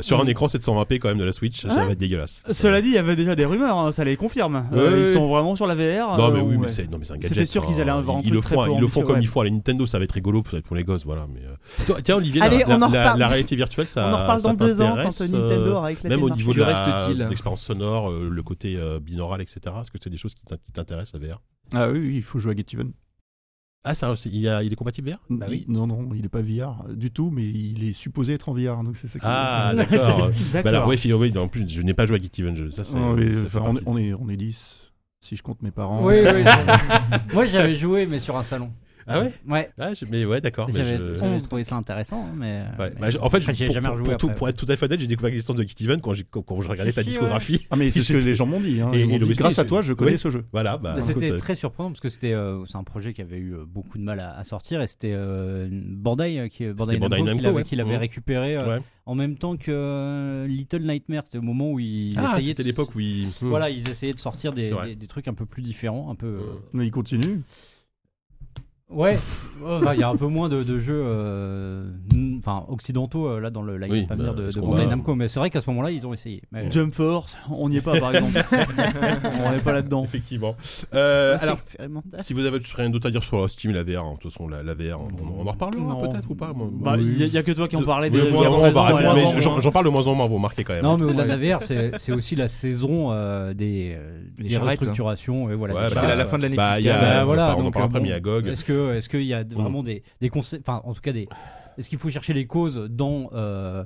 [SPEAKER 2] Sur un écran 720p quand même de la Switch, ça
[SPEAKER 3] Hein
[SPEAKER 2] va être dégueulasse.
[SPEAKER 3] cela dit il y avait déjà des rumeurs hein, ça les confirme
[SPEAKER 2] Ouais,
[SPEAKER 3] Euh,
[SPEAKER 2] ouais.
[SPEAKER 3] ils sont vraiment sur la
[SPEAKER 6] Oh
[SPEAKER 3] VR
[SPEAKER 2] Non
[SPEAKER 3] euh,
[SPEAKER 2] mais oui,
[SPEAKER 3] ouais.
[SPEAKER 2] mais c'est non mais c'est un
[SPEAKER 3] C'était
[SPEAKER 2] gadget.
[SPEAKER 3] sûr qu'ils allaient
[SPEAKER 2] hein.
[SPEAKER 3] avoir un
[SPEAKER 2] ils,
[SPEAKER 3] truc
[SPEAKER 2] le
[SPEAKER 3] très
[SPEAKER 2] font,
[SPEAKER 3] peu
[SPEAKER 2] ils le font
[SPEAKER 3] ambitieux,
[SPEAKER 2] comme
[SPEAKER 3] ouais.
[SPEAKER 2] ils font à la Nintendo, ça va être rigolo peut-être pour les gosses, voilà. Mais euh, toi, tiens Olivier, la-
[SPEAKER 6] Allez,
[SPEAKER 2] la,
[SPEAKER 6] on en
[SPEAKER 2] la-
[SPEAKER 6] reparle.
[SPEAKER 2] la réalité virtuelle, ça.
[SPEAKER 6] On en reparle dans
[SPEAKER 2] ça
[SPEAKER 6] deux ans
[SPEAKER 2] t'intéresse,
[SPEAKER 6] quand
[SPEAKER 2] euh,
[SPEAKER 6] Nintendo aura éclaté
[SPEAKER 2] Même au
[SPEAKER 6] le
[SPEAKER 2] niveau de
[SPEAKER 4] marché.
[SPEAKER 2] la-
[SPEAKER 4] Que reste-t-il
[SPEAKER 2] de l'expérience sonore, euh, le côté euh, binaural, etc. Est-ce que c'est des choses qui t'in- qui t'intéressent à VR
[SPEAKER 5] Ah oui, oui, il faut jouer à Get Even.
[SPEAKER 2] Ah, ça, c'est- il, y a- il est compatible VR
[SPEAKER 7] Bah oui.
[SPEAKER 5] Non, non, il n'est pas VR du tout, mais il est supposé être en VR, donc c'est ça qui
[SPEAKER 2] Ah, d'accord. bah
[SPEAKER 3] D'accord.
[SPEAKER 2] alors, ouais, figure- oui, en plus, je n'ai pas joué à Get Even, je- ça c'est.
[SPEAKER 5] Non, mais,
[SPEAKER 2] ça fait
[SPEAKER 5] enfin, on,
[SPEAKER 2] partie
[SPEAKER 5] est, on, est, on est 10. si je compte mes parents.
[SPEAKER 7] Oui, oui. Moi, j'avais joué, mais sur un salon.
[SPEAKER 2] Ah ouais
[SPEAKER 7] Ouais.
[SPEAKER 2] Ah, je- Mais ouais, d'accord. mais
[SPEAKER 7] J'avais
[SPEAKER 2] je-
[SPEAKER 7] j'avais trouvé ça intéressant, hein, mais.
[SPEAKER 2] Ouais,
[SPEAKER 7] mais-
[SPEAKER 2] bah, je- en fait,
[SPEAKER 7] Après,
[SPEAKER 2] je-
[SPEAKER 7] j'ai
[SPEAKER 2] pour,
[SPEAKER 7] jamais
[SPEAKER 2] pour-
[SPEAKER 7] rejoué
[SPEAKER 2] pour tout,
[SPEAKER 7] après.
[SPEAKER 2] pour être tout à fait honnête, j'ai découvert l'existence de Kit Even quand j'ai quand- quand je regardais
[SPEAKER 7] Si,
[SPEAKER 2] ta
[SPEAKER 7] si, ouais.
[SPEAKER 2] discographie.
[SPEAKER 5] Ah, mais c'est ce que les gens m'ont dit. hein.
[SPEAKER 2] Et-
[SPEAKER 5] Ils m'ont
[SPEAKER 2] et
[SPEAKER 5] dit,
[SPEAKER 2] l'OST,
[SPEAKER 5] grâce à
[SPEAKER 2] c'est-
[SPEAKER 5] toi, je connais
[SPEAKER 2] oui.
[SPEAKER 5] ce jeu.
[SPEAKER 2] Voilà, bah,
[SPEAKER 5] Bah,
[SPEAKER 7] C'était
[SPEAKER 2] écoute,
[SPEAKER 7] très surprenant parce que c'était euh, c'est un projet qui avait eu euh, beaucoup de mal à, à sortir et c'était euh, Bandai euh, qui Bandai
[SPEAKER 2] Bandai
[SPEAKER 7] Namco, qui
[SPEAKER 2] Namco,
[SPEAKER 7] l'avait
[SPEAKER 2] ouais.
[SPEAKER 7] qui l'avait
[SPEAKER 2] Mhm.
[SPEAKER 7] récupéré euh,
[SPEAKER 2] euh, ouais.
[SPEAKER 7] en même temps que euh, Little Nightmare c'était au moment où ils
[SPEAKER 2] Ah,
[SPEAKER 7] essayaient
[SPEAKER 2] c'était
[SPEAKER 7] de-
[SPEAKER 2] l'époque où il... hmm.
[SPEAKER 7] voilà ils essayaient de sortir des,
[SPEAKER 2] C'est vrai.
[SPEAKER 7] des- des trucs un peu plus différents un peu euh,
[SPEAKER 5] Mais il continue.
[SPEAKER 7] ouais oh, bah, il y a un peu moins de, de jeux euh, n- enfin occidentaux euh, là dans le line
[SPEAKER 2] Oui,
[SPEAKER 7] à venir
[SPEAKER 2] bah,
[SPEAKER 7] de,
[SPEAKER 2] parce
[SPEAKER 7] de
[SPEAKER 2] qu'on
[SPEAKER 7] Bandai
[SPEAKER 2] va-
[SPEAKER 7] Namco mais c'est vrai qu'à ce moment là ils ont essayé Mais- euh,
[SPEAKER 3] Jump Force, on n'y est pas par exemple. on n'est pas là-dedans.
[SPEAKER 2] Effectivement. Euh,
[SPEAKER 6] C'est
[SPEAKER 2] alors,
[SPEAKER 6] expérimental.
[SPEAKER 2] si vous avez rien d'autre à dire sur la Steam et la VR, hein, de toute façon, la, la VR, on, on en reparlera
[SPEAKER 3] Non.
[SPEAKER 2] peut-être ou pas moi-
[SPEAKER 3] Bah,
[SPEAKER 2] Oui.
[SPEAKER 3] il y a- il y, a que toi qui en parlais
[SPEAKER 2] De-
[SPEAKER 3] des
[SPEAKER 2] de moins
[SPEAKER 3] des
[SPEAKER 2] en moins,
[SPEAKER 3] raisons,
[SPEAKER 2] bah,
[SPEAKER 3] ouais, de
[SPEAKER 2] mais
[SPEAKER 3] moins en
[SPEAKER 2] j'en-
[SPEAKER 3] moins.
[SPEAKER 2] J'en parle de moins en moins, vous remarquez quand même.
[SPEAKER 7] Non, mais au-delà de la VR, c'est c'est aussi la saison euh, des, euh, des
[SPEAKER 4] Des arrêtes.
[SPEAKER 7] restructurations. Et voilà,
[SPEAKER 2] Ouais,
[SPEAKER 7] des
[SPEAKER 2] bah,
[SPEAKER 4] c'est
[SPEAKER 7] charrettes.
[SPEAKER 4] la, la fin de l'année
[SPEAKER 2] bah, il y
[SPEAKER 4] fiscale.
[SPEAKER 2] a-
[SPEAKER 7] Bah,
[SPEAKER 2] euh,
[SPEAKER 7] voilà,
[SPEAKER 2] enfin, on en
[SPEAKER 7] donc,
[SPEAKER 2] parlera
[SPEAKER 7] euh,
[SPEAKER 2] après,
[SPEAKER 7] bon,
[SPEAKER 2] mais il y a GOG.
[SPEAKER 7] Est-ce que, est-ce qu'il y a vraiment des, des conseils, enfin, en tout cas des, est-ce qu'il faut chercher les causes dans euh,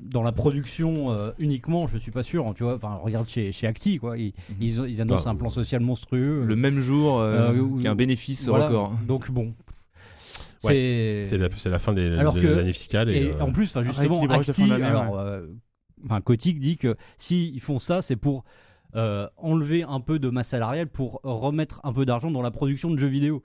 [SPEAKER 7] dans la production euh, uniquement Je suis pas sûr. hein, tu vois, enfin, regarde chez chez Acti, quoi, ils,
[SPEAKER 4] Mhm.
[SPEAKER 7] ils, ils annoncent
[SPEAKER 2] Bah,
[SPEAKER 7] un plan social monstrueux.
[SPEAKER 4] le même jour euh,
[SPEAKER 7] Euh, ou-
[SPEAKER 4] qui a un bénéfice
[SPEAKER 7] Voilà.
[SPEAKER 4] record.
[SPEAKER 7] Donc bon, c'est
[SPEAKER 2] C'est la, c'est la fin des-
[SPEAKER 7] Alors
[SPEAKER 2] de
[SPEAKER 7] que-
[SPEAKER 2] l'année fiscale. Et,
[SPEAKER 7] et
[SPEAKER 2] euh,
[SPEAKER 7] en plus, enfin, justement,
[SPEAKER 3] rééquilibrage de fin
[SPEAKER 7] Acti,
[SPEAKER 3] d'année,
[SPEAKER 7] alors, euh, enfin, Kotick dit que s'ils font ça, c'est pour euh, enlever un peu de masse salariale pour remettre un peu d'argent dans la production de jeux vidéo.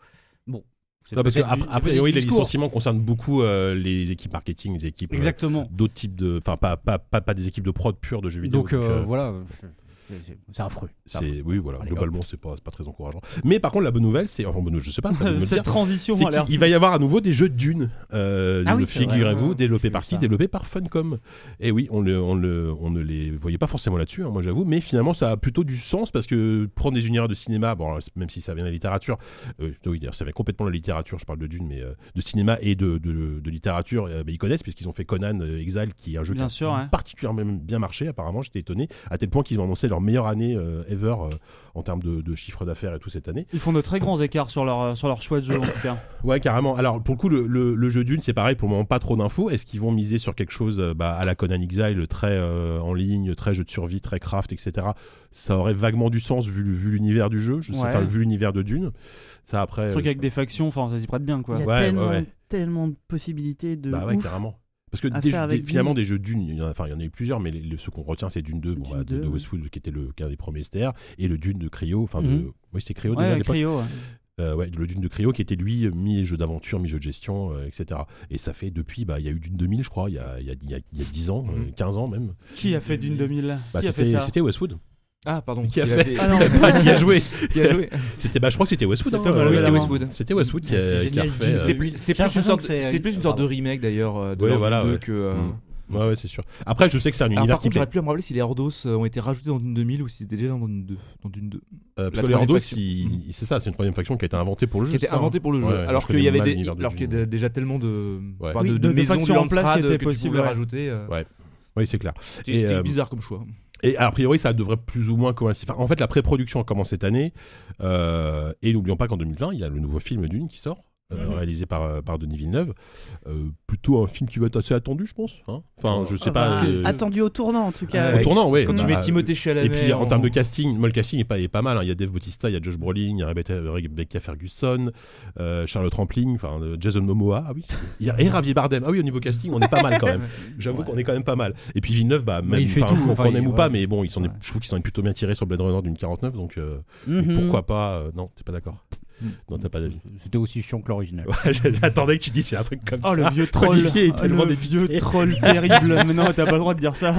[SPEAKER 7] Bon. c'est
[SPEAKER 2] non, parce que
[SPEAKER 7] peut-être du-
[SPEAKER 2] après,
[SPEAKER 7] c'est
[SPEAKER 2] après,
[SPEAKER 7] peut-être
[SPEAKER 2] oui,
[SPEAKER 7] du
[SPEAKER 2] les
[SPEAKER 7] discours.
[SPEAKER 2] licenciements concernent beaucoup euh, les équipes marketing, les équipes. euh,
[SPEAKER 7] Exactement.
[SPEAKER 2] D'autres types de. Enfin, pas, pas, pas, pas des équipes de prod pures de jeux vidéo.
[SPEAKER 7] Donc, euh,
[SPEAKER 2] euh,
[SPEAKER 7] voilà, c'est- c'est- c'est affreux. C'est affreux.
[SPEAKER 2] c'est oui voilà
[SPEAKER 7] Allez,
[SPEAKER 2] globalement c'est pas c'est pas très encourageant mais par contre la bonne nouvelle c'est enfin bonne nouvelle, je sais pas ça, vous me le
[SPEAKER 3] euh,
[SPEAKER 2] dire,
[SPEAKER 3] Cette transition
[SPEAKER 2] c'est
[SPEAKER 3] a l'air
[SPEAKER 2] qu'il va y avoir à nouveau des jeux d'une euh,
[SPEAKER 7] Ah oui,
[SPEAKER 2] le
[SPEAKER 7] c'est vrai.
[SPEAKER 2] figurez-vous développé
[SPEAKER 7] J'ai
[SPEAKER 2] par
[SPEAKER 7] vu
[SPEAKER 2] qui
[SPEAKER 7] ça.
[SPEAKER 2] développé par Funcom et oui on le, on le on ne les voyait pas forcément là-dessus hein, moi j'avoue mais finalement ça a plutôt du sens parce que prendre des univers de cinéma bon alors, même si ça vient de la littérature euh, oui d'ailleurs ça vient complètement de la littérature je parle de d'une mais euh, de cinéma et de de, de littérature euh, mais ils connaissent puisqu'ils ont fait Conan euh, Exile qui est un jeu
[SPEAKER 3] Bien
[SPEAKER 2] qui a
[SPEAKER 3] sûr, ouais.
[SPEAKER 2] particulièrement bien marché apparemment j'étais étonné à tel point qu'ils ont annoncé leur meilleure année euh, ever euh, en termes de, de chiffre d'affaires et tout cette année.
[SPEAKER 3] Ils font de très grands écarts sur leur, euh, sur leur choix de jeu en tout cas.
[SPEAKER 2] Ouais, carrément. Alors, pour le coup, le, le- le jeu d'une, c'est pareil, pour le moment, pas trop d'infos. Est-ce qu'ils vont miser sur quelque chose euh, bah, à la Conan Exile, très euh, en ligne, très jeu de survie, très craft, etc. Ça aurait vaguement du sens vu, vu l'univers du jeu, je sais,
[SPEAKER 3] Ouais.
[SPEAKER 2] enfin, vu l'univers de Dune. Ça, après.
[SPEAKER 3] Un truc
[SPEAKER 2] euh,
[SPEAKER 3] avec des factions, enfin ça s'y prête bien quoi.
[SPEAKER 6] Il y a
[SPEAKER 2] Ouais, ouais,
[SPEAKER 6] tellement,
[SPEAKER 2] ouais.
[SPEAKER 6] tellement de possibilités de.
[SPEAKER 2] Bah ouais,
[SPEAKER 6] ouf.
[SPEAKER 2] carrément. Parce que
[SPEAKER 6] à
[SPEAKER 2] des
[SPEAKER 6] faire
[SPEAKER 2] jeux-
[SPEAKER 6] avec
[SPEAKER 2] des- finalement,
[SPEAKER 6] Dune.
[SPEAKER 2] des jeux d'une, il y en a- enfin, il y en a eu plusieurs, mais les, les- ceux qu'on retient, c'est Dune 2, bon,
[SPEAKER 6] Dune
[SPEAKER 2] bah, de,
[SPEAKER 6] 2,
[SPEAKER 2] de
[SPEAKER 6] ouais. Mmh.
[SPEAKER 2] Westwood, qui était le, qui est un des premiers STR, et le Dune de Cryo, enfin, de-
[SPEAKER 7] Mhm.
[SPEAKER 2] oui, c'était Cryo déjà à
[SPEAKER 3] Ouais,
[SPEAKER 2] l'époque.
[SPEAKER 3] Cryo. ouais.
[SPEAKER 2] Euh, ouais, le Dune de Cryo qui était lui mi-jeu d'aventure, mi-jeu de gestion, euh, etc. Et ça fait depuis, bah, il y a eu Dune 2000, je crois, il y a, il y a- il y a- il y a 10 ans, euh, 15 ans même.
[SPEAKER 3] Qui a fait d'une 2000
[SPEAKER 2] Bah,
[SPEAKER 3] Qui a fait
[SPEAKER 2] c'était
[SPEAKER 3] ça
[SPEAKER 2] c'était Westwood.
[SPEAKER 4] Ah, pardon.
[SPEAKER 2] Qui a
[SPEAKER 4] l'a
[SPEAKER 2] fait-
[SPEAKER 6] Ah non,
[SPEAKER 2] qui a joué
[SPEAKER 4] qui a joué
[SPEAKER 2] C'était, bah, je crois que c'était Westwood.
[SPEAKER 3] C'est
[SPEAKER 2] hein,
[SPEAKER 3] Tom Holland.
[SPEAKER 2] euh,
[SPEAKER 3] Oui, c'était
[SPEAKER 4] Westwood.
[SPEAKER 2] C'était Westwood qui
[SPEAKER 7] C'est
[SPEAKER 2] a, qui a
[SPEAKER 7] génial,
[SPEAKER 2] refait.
[SPEAKER 7] Jim,
[SPEAKER 2] euh,
[SPEAKER 4] C'était plus, c'était
[SPEAKER 7] J'ai
[SPEAKER 4] plus une
[SPEAKER 7] l'impression
[SPEAKER 4] sorte,
[SPEAKER 7] que c'est-
[SPEAKER 4] c'était plus une sorte de remake d'ailleurs euh, de
[SPEAKER 2] Ouais,
[SPEAKER 4] Lord
[SPEAKER 2] voilà,
[SPEAKER 4] of the
[SPEAKER 2] ouais.
[SPEAKER 4] que. euh,
[SPEAKER 2] Mm. Ouais, ouais, c'est sûr. Après, je sais que c'est un
[SPEAKER 4] Alors,
[SPEAKER 2] univers
[SPEAKER 4] par
[SPEAKER 2] qui
[SPEAKER 4] contre,
[SPEAKER 2] plaît.
[SPEAKER 4] j'aurais plus à me rappeler si les Hordos euh, ont été rajoutés dans une 2000 ou si c'était déjà dans une 2. Dans une 2
[SPEAKER 2] Euh, parce
[SPEAKER 4] la
[SPEAKER 2] que les
[SPEAKER 4] troisième
[SPEAKER 2] Hordos,
[SPEAKER 4] faction.
[SPEAKER 2] ils- c'est ça, c'est une troisième faction qui a été inventée pour le jeu.
[SPEAKER 4] qui était
[SPEAKER 2] c'est ça, hein.
[SPEAKER 4] inventé pour le jeu.
[SPEAKER 2] Ouais, je
[SPEAKER 4] alors qu'il
[SPEAKER 2] connais
[SPEAKER 4] y avait
[SPEAKER 2] mal
[SPEAKER 4] des,
[SPEAKER 2] l'univers de
[SPEAKER 4] alors qu'il y
[SPEAKER 2] Dune.
[SPEAKER 4] a déjà tellement de,
[SPEAKER 2] Ouais.
[SPEAKER 4] enfin,
[SPEAKER 3] Oui,
[SPEAKER 4] de,
[SPEAKER 3] de- de
[SPEAKER 4] maisons
[SPEAKER 3] factions en place
[SPEAKER 4] Landsrad
[SPEAKER 3] qui étaient
[SPEAKER 4] que tu
[SPEAKER 3] possibles,
[SPEAKER 4] pouvais
[SPEAKER 3] ouais.
[SPEAKER 4] rajouter. euh,
[SPEAKER 2] Ouais. hein. Oui, c'est clair.
[SPEAKER 4] C'était
[SPEAKER 2] Et,
[SPEAKER 4] c'était
[SPEAKER 2] euh,
[SPEAKER 4] bizarre comme choix.
[SPEAKER 2] Et a priori, ça devrait plus ou moins commencer. Enfin, en fait, la pré-production commence cette année. Euh, et n'oublions pas qu'en 2020, il y a le nouveau film d'une qui sort, euh, réalisé par, euh, par Denis Villeneuve. Euh, plutôt un film qui va être assez attendu, je pense. hein. Enfin, je sais
[SPEAKER 6] Ah
[SPEAKER 2] pas.
[SPEAKER 6] bah,
[SPEAKER 2] euh,
[SPEAKER 6] Attendu au tournant en tout cas.
[SPEAKER 2] au tournant, ouais.
[SPEAKER 4] Quand tu
[SPEAKER 2] Bah,
[SPEAKER 4] mets Timothée Chalamet.
[SPEAKER 2] Et puis en termes de casting, moi le casting est pas, est pas mal. hein. Il y a Dave Bautista, il y a Josh Brolin, il y a Rebecca, Rebecca Ferguson, euh, Charlotte Rampling, enfin euh, Jason Momoa, ah oui. Il y a, et Javier Bardem. Ah oui, au niveau casting, on est pas mal quand même. J'avoue
[SPEAKER 7] Ouais.
[SPEAKER 2] qu'on est quand même pas mal. Et puis Villeneuve, bah,
[SPEAKER 7] Mais
[SPEAKER 2] même,
[SPEAKER 7] il fait
[SPEAKER 2] enfin,
[SPEAKER 7] tout,
[SPEAKER 2] qu'on
[SPEAKER 7] enfin,
[SPEAKER 2] qu'on aime
[SPEAKER 7] il-
[SPEAKER 2] ou pas,
[SPEAKER 7] ouais.
[SPEAKER 2] mais bon, ils sont,
[SPEAKER 7] Ouais.
[SPEAKER 2] je trouve qu'ils sont plutôt bien tirés sur Blade Runner d'une 49, donc euh,
[SPEAKER 7] Mhm.
[SPEAKER 2] pourquoi pas euh, Non, t'es pas d'accord.
[SPEAKER 7] Hmm.
[SPEAKER 2] Non, t'as pas d'avis.
[SPEAKER 7] C'était aussi chiant que l'original.
[SPEAKER 2] Ouais, J'attendais que tu dises il y a un truc comme
[SPEAKER 3] Oh
[SPEAKER 2] ça.
[SPEAKER 3] le vieux troll.
[SPEAKER 2] Olivier est
[SPEAKER 3] Ah,
[SPEAKER 2] tellement
[SPEAKER 3] le
[SPEAKER 2] dépité.
[SPEAKER 3] vieux troll terrible. Mais non, t'as pas le droit de dire ça.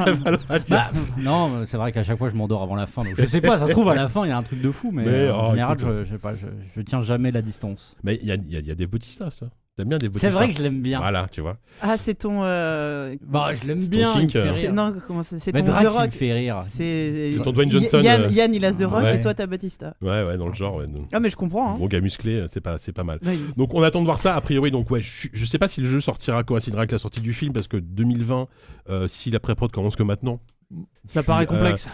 [SPEAKER 2] Ah, tiens.
[SPEAKER 7] Bah, pff, non, mais c'est vrai qu'à chaque fois je m'endors avant la fin. Donc je sais pas, ça se trouve à la fin il y a un truc de fou, mais,
[SPEAKER 2] Mais,
[SPEAKER 7] euh, en
[SPEAKER 2] oh,
[SPEAKER 7] général
[SPEAKER 2] écoute.
[SPEAKER 7] je, je sais pas, je, je tiens jamais la distance.
[SPEAKER 2] Mais il y a, il y a- il y a Dave Bautista, ça. T'aimes bien Dave Bautista
[SPEAKER 7] C'est vrai que je l'aime bien.
[SPEAKER 2] Voilà, tu vois.
[SPEAKER 6] Ah, c'est ton. euh,
[SPEAKER 7] Bah, je l'aime
[SPEAKER 2] C'est
[SPEAKER 7] bien.
[SPEAKER 2] ton
[SPEAKER 7] il me
[SPEAKER 2] kink,
[SPEAKER 7] fait
[SPEAKER 2] euh.
[SPEAKER 7] rire.
[SPEAKER 6] c'est- Non, comment ça C'est
[SPEAKER 7] Mais
[SPEAKER 6] ton
[SPEAKER 7] Drax,
[SPEAKER 6] The
[SPEAKER 7] il me
[SPEAKER 6] Rock.
[SPEAKER 7] fait rire.
[SPEAKER 6] C'est
[SPEAKER 2] Ah, C'est ton Dwayne Johnson, euh.
[SPEAKER 6] Yann, Yann, il a The Rock
[SPEAKER 2] Ouais.
[SPEAKER 6] et toi t'as Batista.
[SPEAKER 2] Ouais, ouais, dans le genre. ouais, donc.
[SPEAKER 6] Ah mais je comprends. Hein.
[SPEAKER 2] Gros gars musclé, euh, c'est pas, c'est pas mal.
[SPEAKER 6] Non, il-
[SPEAKER 2] Donc on attend de voir ça. A priori, donc ouais, je, je sais pas si le jeu sortira coïncidera avec la sortie du film parce que 2020, euh, si la pré-prod commence que maintenant.
[SPEAKER 3] Ça
[SPEAKER 2] je
[SPEAKER 3] paraît
[SPEAKER 2] suis, euh,
[SPEAKER 3] complexe.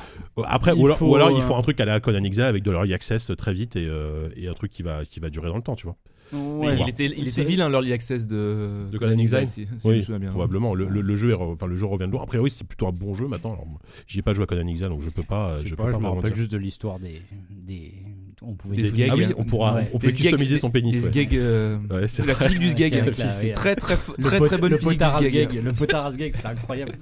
[SPEAKER 2] après,
[SPEAKER 3] Il
[SPEAKER 2] ou alors,
[SPEAKER 3] faut,
[SPEAKER 2] ou alors, il
[SPEAKER 3] euh,
[SPEAKER 2] faut un truc à la Conan Exile avec de l'early access euh, très vite et, euh, et un truc qui va, qui va durer dans le temps, tu vois.
[SPEAKER 4] Mais
[SPEAKER 3] Ouais.
[SPEAKER 4] il était, il était vilain, l'early access de,
[SPEAKER 2] De Conan
[SPEAKER 4] si,
[SPEAKER 2] Exile
[SPEAKER 4] si je me
[SPEAKER 2] Oui,
[SPEAKER 4] souviens bien.
[SPEAKER 2] probablement. Le, le- le jeu, est re- enfin, le jeu revient de loin. A priori, c'est plutôt un bon jeu maintenant. Alors, moi, j'y ai pas joué à Conan Exile, donc je peux pas. euh,
[SPEAKER 7] Je,
[SPEAKER 2] Je,
[SPEAKER 7] sais
[SPEAKER 2] peux
[SPEAKER 7] pas,
[SPEAKER 2] pas
[SPEAKER 7] je me
[SPEAKER 2] m'en
[SPEAKER 7] rappelle
[SPEAKER 2] mentir.
[SPEAKER 7] juste de l'histoire des, des. On pouvait
[SPEAKER 4] Des
[SPEAKER 7] deviner-
[SPEAKER 4] gags.
[SPEAKER 2] Ah oui, on pourra,
[SPEAKER 7] Ouais.
[SPEAKER 2] on peut
[SPEAKER 4] Des gags-
[SPEAKER 2] customiser son pénis.
[SPEAKER 4] Les
[SPEAKER 2] ouais.
[SPEAKER 4] gags, euh,
[SPEAKER 2] Ouais, c'est
[SPEAKER 4] la physique du
[SPEAKER 7] Ouais,
[SPEAKER 4] gag.
[SPEAKER 7] avec la- ouais.
[SPEAKER 4] Très très f-
[SPEAKER 7] Le
[SPEAKER 4] très
[SPEAKER 7] pot-
[SPEAKER 4] très bonne
[SPEAKER 7] le
[SPEAKER 4] physique
[SPEAKER 7] potard à
[SPEAKER 4] du
[SPEAKER 7] ce
[SPEAKER 4] gag.
[SPEAKER 7] gag. Le potard à ce gag, c'est incroyable.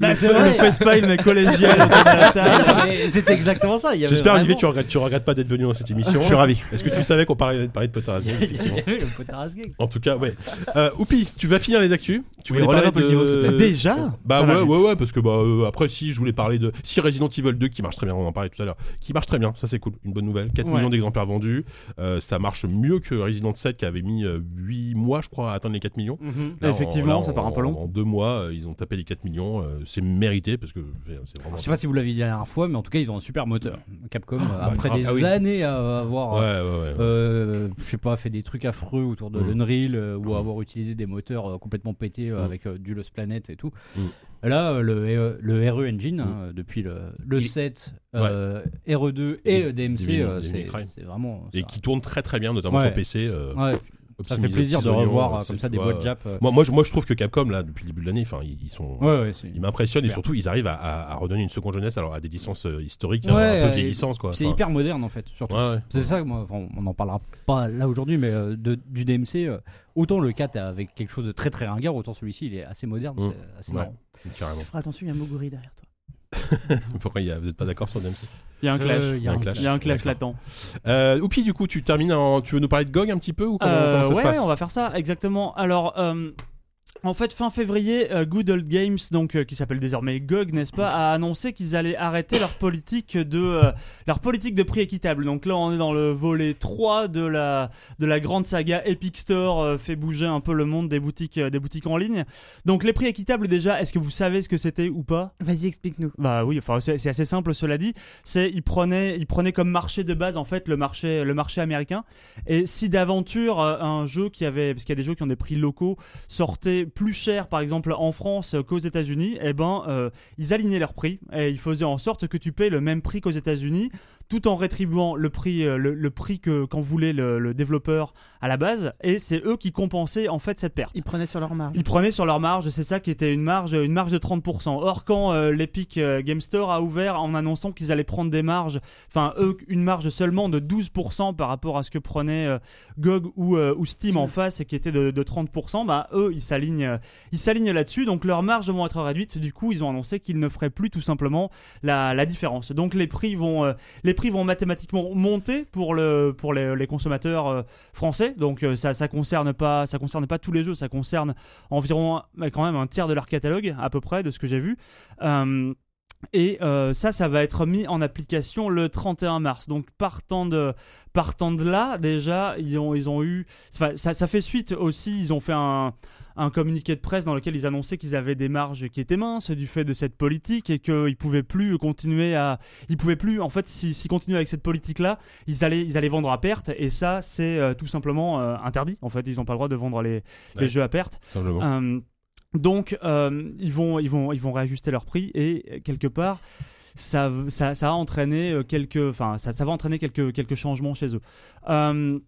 [SPEAKER 3] Bah, c'est vrai,
[SPEAKER 7] vrai.
[SPEAKER 3] le facepalm collégial autour de la table.
[SPEAKER 7] Mais C'était exactement ça. il y avait
[SPEAKER 2] J'espère, Olivier,
[SPEAKER 7] vraiment-
[SPEAKER 2] tu regrettes, tu regrettes pas d'être venu dans cette émission.
[SPEAKER 5] Je suis ravi.
[SPEAKER 2] Est-ce que tu savais qu'on parlait, parlait de Potter Asgard,
[SPEAKER 7] Il
[SPEAKER 2] effectivement
[SPEAKER 7] y avait le potard à ce gag.
[SPEAKER 2] En tout cas, ouais. Euh, Oupi, tu vas finir les actus. Tu
[SPEAKER 4] Oui,
[SPEAKER 2] voulais
[SPEAKER 4] relève
[SPEAKER 2] parler
[SPEAKER 4] un peu le
[SPEAKER 2] de-
[SPEAKER 4] niveau, s'il te plaît.
[SPEAKER 3] Déjà
[SPEAKER 2] Bah ouais,
[SPEAKER 3] Ça va vite.
[SPEAKER 2] ouais, ouais, parce que bah euh, après, si je voulais parler de. Si Resident Evil 2 qui marche très bien, on en parlait tout à l'heure, qui marche très bien, ça c'est cool, une bonne nouvelle. 4
[SPEAKER 3] Ouais.
[SPEAKER 2] millions d'exemplaires vendus, euh, ça marche mieux que Resident 7 qui avait mis 8 mois, je crois, à atteindre les 4 millions. Là, en-
[SPEAKER 3] Mhm. Effectivement,
[SPEAKER 2] là,
[SPEAKER 3] ça part un
[SPEAKER 2] en-
[SPEAKER 3] peu long.
[SPEAKER 2] En 2 mois, euh, ils ont tapé les 4 millions, euh, c'est mérité parce que euh, c'est vraiment.
[SPEAKER 7] Je sais pas si vous l'avez dit la dernière fois, mais en tout cas, ils ont un super moteur. Capcom, euh, après
[SPEAKER 2] grave.
[SPEAKER 7] des
[SPEAKER 2] Ah oui.
[SPEAKER 7] années à avoir.
[SPEAKER 2] Ouais, ouais, ouais.
[SPEAKER 7] euh, je sais pas, fait des trucs affreux autour de
[SPEAKER 2] Mm.
[SPEAKER 7] l'Unreal euh, ou
[SPEAKER 2] Mm.
[SPEAKER 7] avoir utilisé des moteurs euh, complètement pétés euh,
[SPEAKER 2] Mm.
[SPEAKER 7] avec euh, du Lost Planet et tout.
[SPEAKER 2] Mm.
[SPEAKER 7] Là, euh, le, euh, le RE Engine, hein, depuis le, le
[SPEAKER 2] Il-
[SPEAKER 7] 7, euh, RE2 et
[SPEAKER 2] Du-
[SPEAKER 7] euh, DMC,
[SPEAKER 2] du-
[SPEAKER 7] euh,
[SPEAKER 2] du
[SPEAKER 7] c'est
[SPEAKER 2] Minecraft.
[SPEAKER 7] c'est vraiment.
[SPEAKER 2] Et
[SPEAKER 7] ça-
[SPEAKER 2] qui tourne très très bien, notamment
[SPEAKER 7] Ouais.
[SPEAKER 2] sur PC. euh,
[SPEAKER 7] Ouais, ça fait
[SPEAKER 2] optimisé
[SPEAKER 7] plaisir de
[SPEAKER 2] petits oignons,
[SPEAKER 7] revoir
[SPEAKER 2] euh,
[SPEAKER 7] euh,
[SPEAKER 2] c'est-
[SPEAKER 7] comme ça
[SPEAKER 2] tu
[SPEAKER 7] des
[SPEAKER 2] vois,
[SPEAKER 7] boîtes
[SPEAKER 2] euh,
[SPEAKER 7] Jap. euh.
[SPEAKER 2] Moi, moi, je, moi, je trouve que Capcom, là, depuis le début de l'année, enfin, ils, ils sont.
[SPEAKER 7] Ouais, ouais, c'est-
[SPEAKER 2] Ils m'impressionnent et
[SPEAKER 7] Super.
[SPEAKER 2] surtout ils arrivent à, à- à redonner une seconde jeunesse alors à des licences euh, historiques,
[SPEAKER 7] Ouais,
[SPEAKER 2] hein, un peu
[SPEAKER 7] euh,
[SPEAKER 2] vieilles licences quoi.
[SPEAKER 7] c'est
[SPEAKER 2] Enfin,
[SPEAKER 7] hyper moderne en fait, surtout.
[SPEAKER 2] Ouais, ouais.
[SPEAKER 7] C'est ça, moi, enfin, on n'en parlera pas là aujourd'hui, mais euh, de- du DMC, euh, autant le 4 avec quelque chose de très très ringard, autant celui-ci il est assez moderne,
[SPEAKER 2] Mm.
[SPEAKER 7] c'est assez
[SPEAKER 2] Ouais.
[SPEAKER 7] marrant.
[SPEAKER 2] Carrément.
[SPEAKER 6] Fais attention, il y a Moguri derrière toi.
[SPEAKER 2] Pourquoi il y a- vous n'êtes pas d'accord sur DMC
[SPEAKER 3] Il y a un clash.
[SPEAKER 7] Euh, il y a un clash.
[SPEAKER 3] Il y a un clash
[SPEAKER 2] D'accord.
[SPEAKER 3] latent.
[SPEAKER 2] euh, Oupi, du coup, tu termines en. Tu veux nous parler de GOG un petit peu ou comment,
[SPEAKER 3] Euh,
[SPEAKER 2] comment ça
[SPEAKER 3] ouais,
[SPEAKER 2] se passe
[SPEAKER 3] on va faire ça, exactement. Alors, euh, en fait, fin février, euh, Good Old Games, donc euh, qui s'appelle désormais GOG, n'est-ce pas, a annoncé qu'ils allaient arrêter leur politique de euh, leur politique de prix équitable. Donc là, on est dans le volet 3 de la de la grande saga Epic Store euh, fait bouger un peu le monde des boutiques euh, des boutiques en ligne. Donc les prix équitables déjà, est-ce que vous savez ce que c'était ou pas
[SPEAKER 6] Vas-y, explique-nous.
[SPEAKER 3] bah oui, enfin c'est c'est assez simple cela dit. C'est il prenait il prenait comme marché de base en fait le marché le marché américain. Et si d'aventure euh, un jeu qui avait parce qu'il y a des jeux qui ont des prix locaux sortaient plus cher par exemple en France euh, qu'aux États-Unis, eh ben euh, ils alignaient leurs prix et ils faisaient en sorte que tu payes le même prix qu'aux États-Unis tout en rétribuant le prix euh, le, le prix que qu'en voulait le, le développeur à la base. Et c'est eux qui compensaient en fait cette perte.
[SPEAKER 6] Ils prenaient sur leur marge.
[SPEAKER 3] Ils prenaient sur leur marge, c'est ça qui était une marge, une marge de 30%. Or, quand euh, l'Epic euh, Game Store a ouvert en annonçant qu'ils allaient prendre des marges, enfin, eux, une marge seulement de 12% par rapport à ce que prenait euh, GOG ou, euh, ou Steam en face, et qui était de, de 30%, bah, eux, ils s'alignent, euh, ils s'alignent là-dessus. Donc, leurs marges vont être réduites. Du coup, ils ont annoncé qu'ils ne feraient plus tout simplement la, la différence. Donc, les prix vont, euh, les prix vont mathématiquement monter pour le, pour les, les consommateurs euh, français. Donc, euh, ça, ça concerne pas, ça concerne pas tous les jeux, ça concerne environ bah, quand même un tiers de leur catalogue à peu près de ce que j'ai vu. Euh, et euh, ça, ça va être mis en application le 31 mars. Donc partant de, partant de là, déjà, ils ont, ils ont eu... enfin, ça, ça fait suite aussi, ils ont fait un, un communiqué de presse dans lequel ils annonçaient qu'ils avaient des marges qui étaient minces du fait de cette politique et qu'ils pouvaient plus continuer à... Ils pouvaient plus, en fait, s'ils s'ils continuaient avec cette politique-là, ils allaient, ils allaient vendre à perte. Et ça, c'est euh, tout simplement euh, interdit. En fait, ils n'ont pas le droit de vendre les,
[SPEAKER 2] Ouais.
[SPEAKER 3] les jeux à perte.
[SPEAKER 2] Simplement.
[SPEAKER 3] Euh, donc, euh, ils, vont, ils, vont, ils vont réajuster leur prix et euh, quelque part, ça, ça, ça a entraîné euh, quelques, enfin, ça, ça va entraîner quelques, quelques changements chez eux. Euh,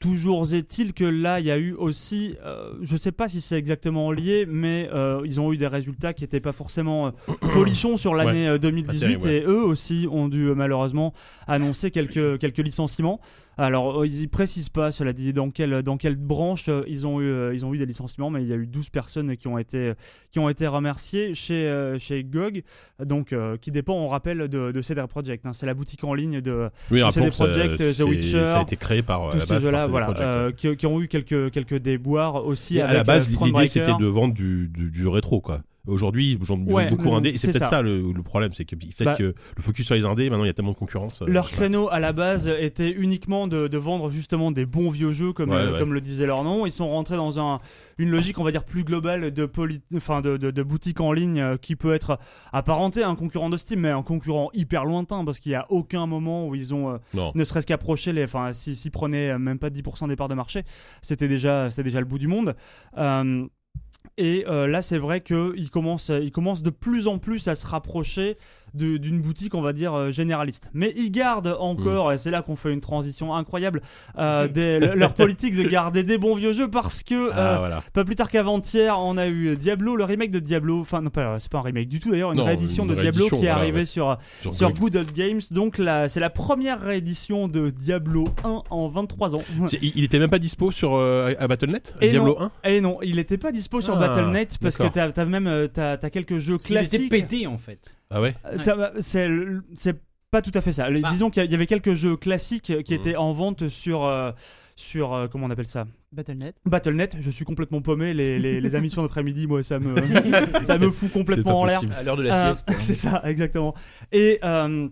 [SPEAKER 3] Toujours est-il que là, il y a eu aussi, euh, je sais pas si c'est exactement lié, mais euh, ils ont eu des résultats qui n'étaient pas forcément euh, folichons sur l'année euh, 2018
[SPEAKER 2] Pas terrible, ouais.
[SPEAKER 3] et eux aussi ont dû euh, malheureusement annoncer quelques, quelques licenciements. Alors, euh, ils y précisent pas, cela dit, dans quelle, dans quelle branche euh, ils ont, eu, euh, ils ont eu des licenciements, mais il y a eu 12 personnes qui ont été, euh, qui ont été remerciées chez, euh, chez GOG, donc, euh, qui dépend, on rappelle, de, de CD Projekt. hein. C'est la boutique en ligne de,
[SPEAKER 2] oui,
[SPEAKER 3] CD
[SPEAKER 2] rappelons que ça-
[SPEAKER 3] Projekt, euh, The
[SPEAKER 2] c'est-
[SPEAKER 3] Witcher,
[SPEAKER 2] Ça a été créé par. euh, à
[SPEAKER 3] tous
[SPEAKER 2] la base,
[SPEAKER 3] ces
[SPEAKER 2] par
[SPEAKER 3] jeux-là,
[SPEAKER 2] CD
[SPEAKER 3] voilà,
[SPEAKER 2] Projekt, ouais.
[SPEAKER 3] euh, qui, qui ont eu quelques, quelques déboires aussi.
[SPEAKER 2] Et
[SPEAKER 3] avec,
[SPEAKER 2] à la base,
[SPEAKER 3] euh, Front
[SPEAKER 2] l'idée c'était
[SPEAKER 3] Breaker.
[SPEAKER 2] de vendre du, du, du rétro quoi. Aujourd'hui, j'en
[SPEAKER 3] Ouais,
[SPEAKER 2] beaucoup
[SPEAKER 3] mm,
[SPEAKER 2] indé. Et c'est
[SPEAKER 3] c'est
[SPEAKER 2] peut-être ça,
[SPEAKER 3] ça.
[SPEAKER 2] le, le problème, c'est que peut-être
[SPEAKER 3] Bah-
[SPEAKER 2] que le focus sur les indés, maintenant il y a tellement de concurrence. euh,
[SPEAKER 3] Leur
[SPEAKER 2] je sais pas.
[SPEAKER 3] créneau à la base était uniquement de, de vendre justement des bons vieux jeux comme,
[SPEAKER 2] Ouais,
[SPEAKER 3] euh,
[SPEAKER 2] ouais.
[SPEAKER 3] comme le disait leur nom. Ils sont rentrés dans un, une logique on va dire plus globale de, poli- enfin, de, de, de boutique en ligne euh, qui peut être apparentée à un concurrent de Steam mais un concurrent hyper lointain parce qu'il n'y a aucun moment où ils ont euh,
[SPEAKER 2] Non.
[SPEAKER 3] ne serait-ce qu'approcher les... Enfin s'ils s'ils prenaient euh, même pas 10% des parts de marché c'était déjà, c'était déjà le bout du monde. Euh, et euh, là, c'est vrai qu'ils commencent, ils commencent de plus en plus à se rapprocher de- d'une boutique, on va dire, euh, généraliste. Mais ils gardent encore,
[SPEAKER 2] Mm.
[SPEAKER 3] et c'est là qu'on fait une transition incroyable, euh, des- le- leur politique de garder des bons vieux jeux parce que
[SPEAKER 2] Ah,
[SPEAKER 3] euh,
[SPEAKER 2] voilà.
[SPEAKER 3] pas plus tard qu'avant-hier, on a eu euh, Diablo, le remake de Diablo, enfin non, pas, euh, c'est pas un remake du tout d'ailleurs, une
[SPEAKER 2] Non,
[SPEAKER 3] réédition
[SPEAKER 2] une
[SPEAKER 3] de Diablo
[SPEAKER 2] réédition,
[SPEAKER 3] qui est
[SPEAKER 2] voilà,
[SPEAKER 3] arrivée
[SPEAKER 2] ouais.
[SPEAKER 3] sur,
[SPEAKER 2] Sur
[SPEAKER 3] sur
[SPEAKER 2] Gog.
[SPEAKER 3] Good Old Games. Donc là, c'est la première réédition de Diablo 1 en 23 ans.
[SPEAKER 2] Tiens, Il, il était même pas dispo sur euh, à Battle.net
[SPEAKER 3] Et
[SPEAKER 2] Diablo
[SPEAKER 3] non.
[SPEAKER 2] 1
[SPEAKER 3] Et Eh non, il n'était pas dispo sur
[SPEAKER 2] Ah,
[SPEAKER 3] Battle.net parce que
[SPEAKER 2] d'accord.
[SPEAKER 3] t'as as même euh, t'as t'as quelques jeux classiques.
[SPEAKER 7] pété en fait.
[SPEAKER 2] Ah ouais
[SPEAKER 3] Euh, ça va- C'est le- c'est pas tout à fait ça. Le-
[SPEAKER 7] Ah.
[SPEAKER 3] Disons qu'il y a- il y avait quelques jeux classiques qui
[SPEAKER 2] Mhm.
[SPEAKER 3] étaient en vente sur euh, sur euh, comment on appelle ça
[SPEAKER 6] Battle.net.
[SPEAKER 3] Battle.net. Je suis complètement paumé. Les, les, les amis sur l'après-midi, moi ça me ça me fout complètement en l'air.
[SPEAKER 2] possible.
[SPEAKER 4] À l'heure de hein.
[SPEAKER 3] Euh, c'est ça, exactement. Et euh,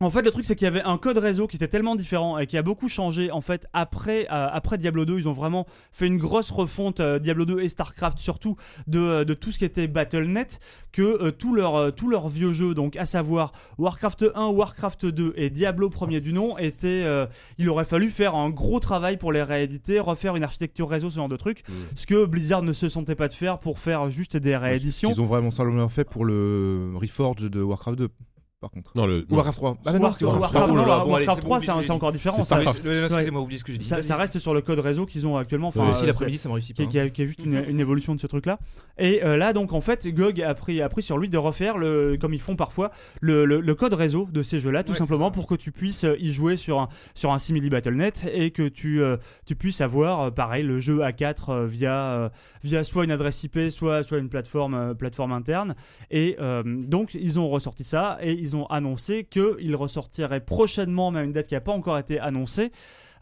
[SPEAKER 3] en fait, le truc, c'est qu'il y avait un code réseau qui était tellement différent et qui a beaucoup changé. En fait, après, euh, après Diablo 2, ils ont vraiment fait une grosse refonte, euh, Diablo 2 et StarCraft surtout, de, euh, de tout ce qui était Battle.net, que euh, tous leurs euh, tous leurs vieux jeux, donc à savoir Warcraft 1, Warcraft 2 et Diablo premier du nom, étaient. euh, il aurait fallu faire un gros travail pour les rééditer, refaire une architecture réseau, ce genre de truc.
[SPEAKER 2] Mm.
[SPEAKER 3] Ce que Blizzard ne se sentait pas de faire pour faire juste des rééditions.
[SPEAKER 4] Ils ont vraiment simplement fait pour le Reforge de Warcraft 2, par contre.
[SPEAKER 2] Non, le.
[SPEAKER 4] Ou Warcraft 3. Ah, bah non,
[SPEAKER 3] War-
[SPEAKER 4] c'est
[SPEAKER 3] Warcraft,
[SPEAKER 4] Warcraft 3.
[SPEAKER 1] Oh là là,
[SPEAKER 3] non,
[SPEAKER 1] bon, allez,
[SPEAKER 3] Warcraft
[SPEAKER 1] c'est bon,
[SPEAKER 3] 3,
[SPEAKER 1] oubliez-
[SPEAKER 3] c'est un- c'est encore différent.
[SPEAKER 2] c'est
[SPEAKER 3] Ça,
[SPEAKER 2] Starcraft.
[SPEAKER 4] Euh, Excusez-moi, oubliez ce que j'ai dit.
[SPEAKER 3] ça- ça reste sur le code réseau qu'ils ont actuellement. Enfin,
[SPEAKER 4] Aussi,
[SPEAKER 3] euh,
[SPEAKER 4] l'après-midi, ça me réussit
[SPEAKER 3] c'est-
[SPEAKER 4] pas.
[SPEAKER 3] qui,
[SPEAKER 4] hein.
[SPEAKER 3] qui a, qui a juste une, une évolution de ce truc-là. Et euh, là, donc, en fait, GOG a pris, a pris sur lui de refaire, le, comme ils font parfois, le, le- le code réseau de ces jeux-là, tout
[SPEAKER 1] Ouais,
[SPEAKER 3] simplement
[SPEAKER 1] c'est ça.
[SPEAKER 3] pour que tu puisses euh, y jouer sur un, sur un simili Battle.net et que tu, euh, tu puisses avoir, euh, pareil, le jeu A4 euh, via, euh, via soit une adresse IP, soit, soit une plateforme, euh, plateforme interne. Et euh, donc, ils ont ressorti ça et ils ont annoncé qu'ils ressortiraient prochainement, même une date qui n'a pas encore été annoncée,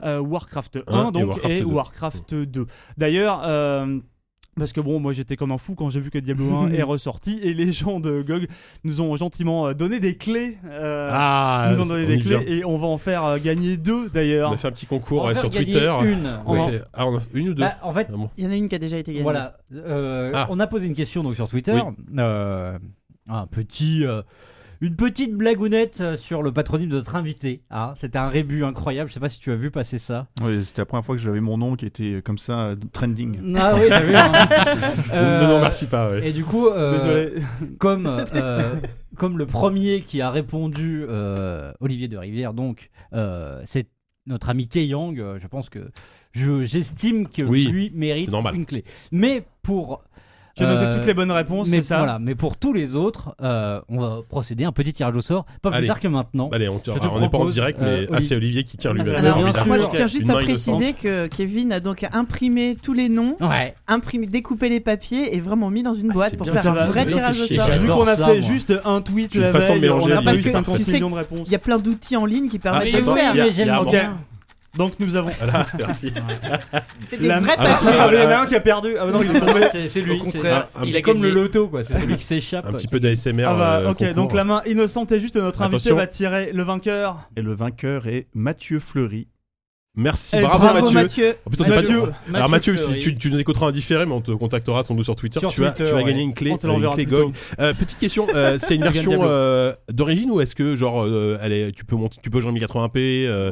[SPEAKER 3] euh, Warcraft 1
[SPEAKER 2] Un et
[SPEAKER 3] donc, et Warcraft,
[SPEAKER 2] Warcraft
[SPEAKER 3] 2.
[SPEAKER 2] deux.
[SPEAKER 3] D'ailleurs, euh, parce que bon, moi j'étais comme un fou quand j'ai vu que Diablo 1 est ressorti et les gens de GOG nous ont gentiment euh, donné des clés. euh,
[SPEAKER 2] Ah
[SPEAKER 3] nous ont donné
[SPEAKER 2] on Bah,
[SPEAKER 3] des
[SPEAKER 2] y
[SPEAKER 3] clés
[SPEAKER 2] vient.
[SPEAKER 3] et on va en faire euh, gagner deux
[SPEAKER 2] On
[SPEAKER 3] d'ailleurs.
[SPEAKER 2] a fait un petit concours
[SPEAKER 7] On va
[SPEAKER 2] ouais, sur
[SPEAKER 7] faire gagner
[SPEAKER 2] Twitter.
[SPEAKER 7] Une.
[SPEAKER 2] On
[SPEAKER 7] On
[SPEAKER 2] a
[SPEAKER 7] va-
[SPEAKER 2] fait- ah, on a fait une ou deux
[SPEAKER 7] Bah, en fait,
[SPEAKER 2] Ah bon.
[SPEAKER 6] Il y en a une qui a déjà été gagnée.
[SPEAKER 7] Voilà. Euh,
[SPEAKER 2] Ah.
[SPEAKER 7] On a posé une question donc sur Twitter. Euh, un petit. euh, une petite blagounette euh, sur le patronyme de notre invité. Ah, C'était un rébut incroyable. Je sais pas si tu as vu passer ça.
[SPEAKER 5] Oui, C'était la première fois que j'avais mon nom qui était euh, comme ça, euh, trending.
[SPEAKER 7] Ah oui, t'as vu. hein.
[SPEAKER 2] Non,
[SPEAKER 7] Euh,
[SPEAKER 2] non, merci pas. ouais.
[SPEAKER 7] Et du coup, euh,
[SPEAKER 3] Désolé.
[SPEAKER 7] comme, euh, comme le premier qui a répondu, euh, Olivier de Rivière, donc, euh, c'est notre ami Kei Yang. euh, Je pense que je- j'estime que
[SPEAKER 2] Oui,
[SPEAKER 7] lui mérite
[SPEAKER 2] c'est normal.
[SPEAKER 7] une clé. Mais pour.
[SPEAKER 3] J'ai noté
[SPEAKER 7] euh,
[SPEAKER 3] toutes les bonnes réponses,
[SPEAKER 7] mais,
[SPEAKER 3] c'est ça.
[SPEAKER 7] voilà, mais pour tous les autres, euh, on va procéder à un petit tirage au sort, pas plus
[SPEAKER 2] Allez.
[SPEAKER 7] tard que maintenant.
[SPEAKER 2] Allez, on tire.
[SPEAKER 7] je te
[SPEAKER 2] ah, on est pas en
[SPEAKER 7] propose,
[SPEAKER 2] direct,
[SPEAKER 7] euh,
[SPEAKER 2] mais ah, c'est Olivier qui tire lui.
[SPEAKER 3] Alors,
[SPEAKER 2] c'est
[SPEAKER 3] bien
[SPEAKER 6] Alors,
[SPEAKER 2] formidable.
[SPEAKER 6] moi, je
[SPEAKER 3] sûr.
[SPEAKER 6] tiens juste
[SPEAKER 2] Une
[SPEAKER 6] à
[SPEAKER 2] main
[SPEAKER 6] préciser que Kevin a donc imprimé tous les noms,
[SPEAKER 7] Ouais.
[SPEAKER 6] imprimé, découpé les papiers et vraiment mis dans une
[SPEAKER 2] Ah,
[SPEAKER 6] boîte
[SPEAKER 2] c'est
[SPEAKER 6] pour
[SPEAKER 2] bien,
[SPEAKER 6] faire
[SPEAKER 3] ça
[SPEAKER 6] un
[SPEAKER 3] va,
[SPEAKER 2] c'est
[SPEAKER 6] vrai
[SPEAKER 2] bien
[SPEAKER 6] tirage au
[SPEAKER 2] fiché,
[SPEAKER 6] sort.
[SPEAKER 7] quand même.
[SPEAKER 3] Vu qu'on a
[SPEAKER 7] J'adore
[SPEAKER 3] fait
[SPEAKER 7] ça, moi.
[SPEAKER 3] juste un tweet
[SPEAKER 2] C'est une
[SPEAKER 3] la
[SPEAKER 2] façon de
[SPEAKER 3] veille, on
[SPEAKER 2] mélanger les-
[SPEAKER 3] a pas eu
[SPEAKER 2] parce que
[SPEAKER 3] 50
[SPEAKER 6] tu sais
[SPEAKER 3] millions de réponses.
[SPEAKER 6] Il y a plein d'outils en ligne qui permettent
[SPEAKER 2] Ah,
[SPEAKER 6] de
[SPEAKER 2] attends,
[SPEAKER 6] faire.
[SPEAKER 2] il y a-
[SPEAKER 7] mais j'aime
[SPEAKER 2] il y a un
[SPEAKER 7] beaucoup.
[SPEAKER 2] moment.
[SPEAKER 3] Ah, Donc nous avons.
[SPEAKER 2] Voilà, merci.
[SPEAKER 6] C'est des
[SPEAKER 3] La-
[SPEAKER 6] vrais
[SPEAKER 2] Ah, bah,
[SPEAKER 6] papiers.
[SPEAKER 3] Ah, il y en a un qui a perdu. Ah bah non, il est tombé.
[SPEAKER 7] C'est c'est lui.
[SPEAKER 4] Au
[SPEAKER 7] c'est-
[SPEAKER 4] contraire,
[SPEAKER 2] un
[SPEAKER 7] il
[SPEAKER 2] petit
[SPEAKER 7] est comme le
[SPEAKER 2] collier.
[SPEAKER 7] loto, quoi. C'est celui qui s'échappe.
[SPEAKER 2] Un petit peu d'ASMR.
[SPEAKER 3] Ah bah,
[SPEAKER 2] euh,
[SPEAKER 3] ok,
[SPEAKER 2] concours.
[SPEAKER 3] donc la main innocente et juste de notre invité
[SPEAKER 2] Attention.
[SPEAKER 3] va tirer le vainqueur.
[SPEAKER 5] Et le vainqueur est Mathieu Fleury.
[SPEAKER 2] Merci,
[SPEAKER 3] Eh,
[SPEAKER 2] bravo,
[SPEAKER 6] Bravo
[SPEAKER 2] Mathieu.
[SPEAKER 6] Mathieu.
[SPEAKER 2] En plus, on
[SPEAKER 3] Mathieu.
[SPEAKER 2] t'a pas dit- Alors Mathieu, si
[SPEAKER 7] Fleury.
[SPEAKER 2] tu, tu nous écouteras en différé, mais on te contactera sans doute sur Twitter.
[SPEAKER 7] Sur
[SPEAKER 2] tu, as,
[SPEAKER 7] Twitter,
[SPEAKER 2] tu as gagné
[SPEAKER 7] ouais.
[SPEAKER 2] une clé,
[SPEAKER 3] On te
[SPEAKER 2] euh,
[SPEAKER 3] l'enverra
[SPEAKER 2] une clé
[SPEAKER 3] plus tôt.
[SPEAKER 2] GOG. Euh, petite question, euh, c'est une
[SPEAKER 7] Gagne
[SPEAKER 2] version
[SPEAKER 7] Diablo.
[SPEAKER 2] euh, d'origine ou est-ce que genre euh, elle est- tu peux monter, tu peux jouer en 1080p euh,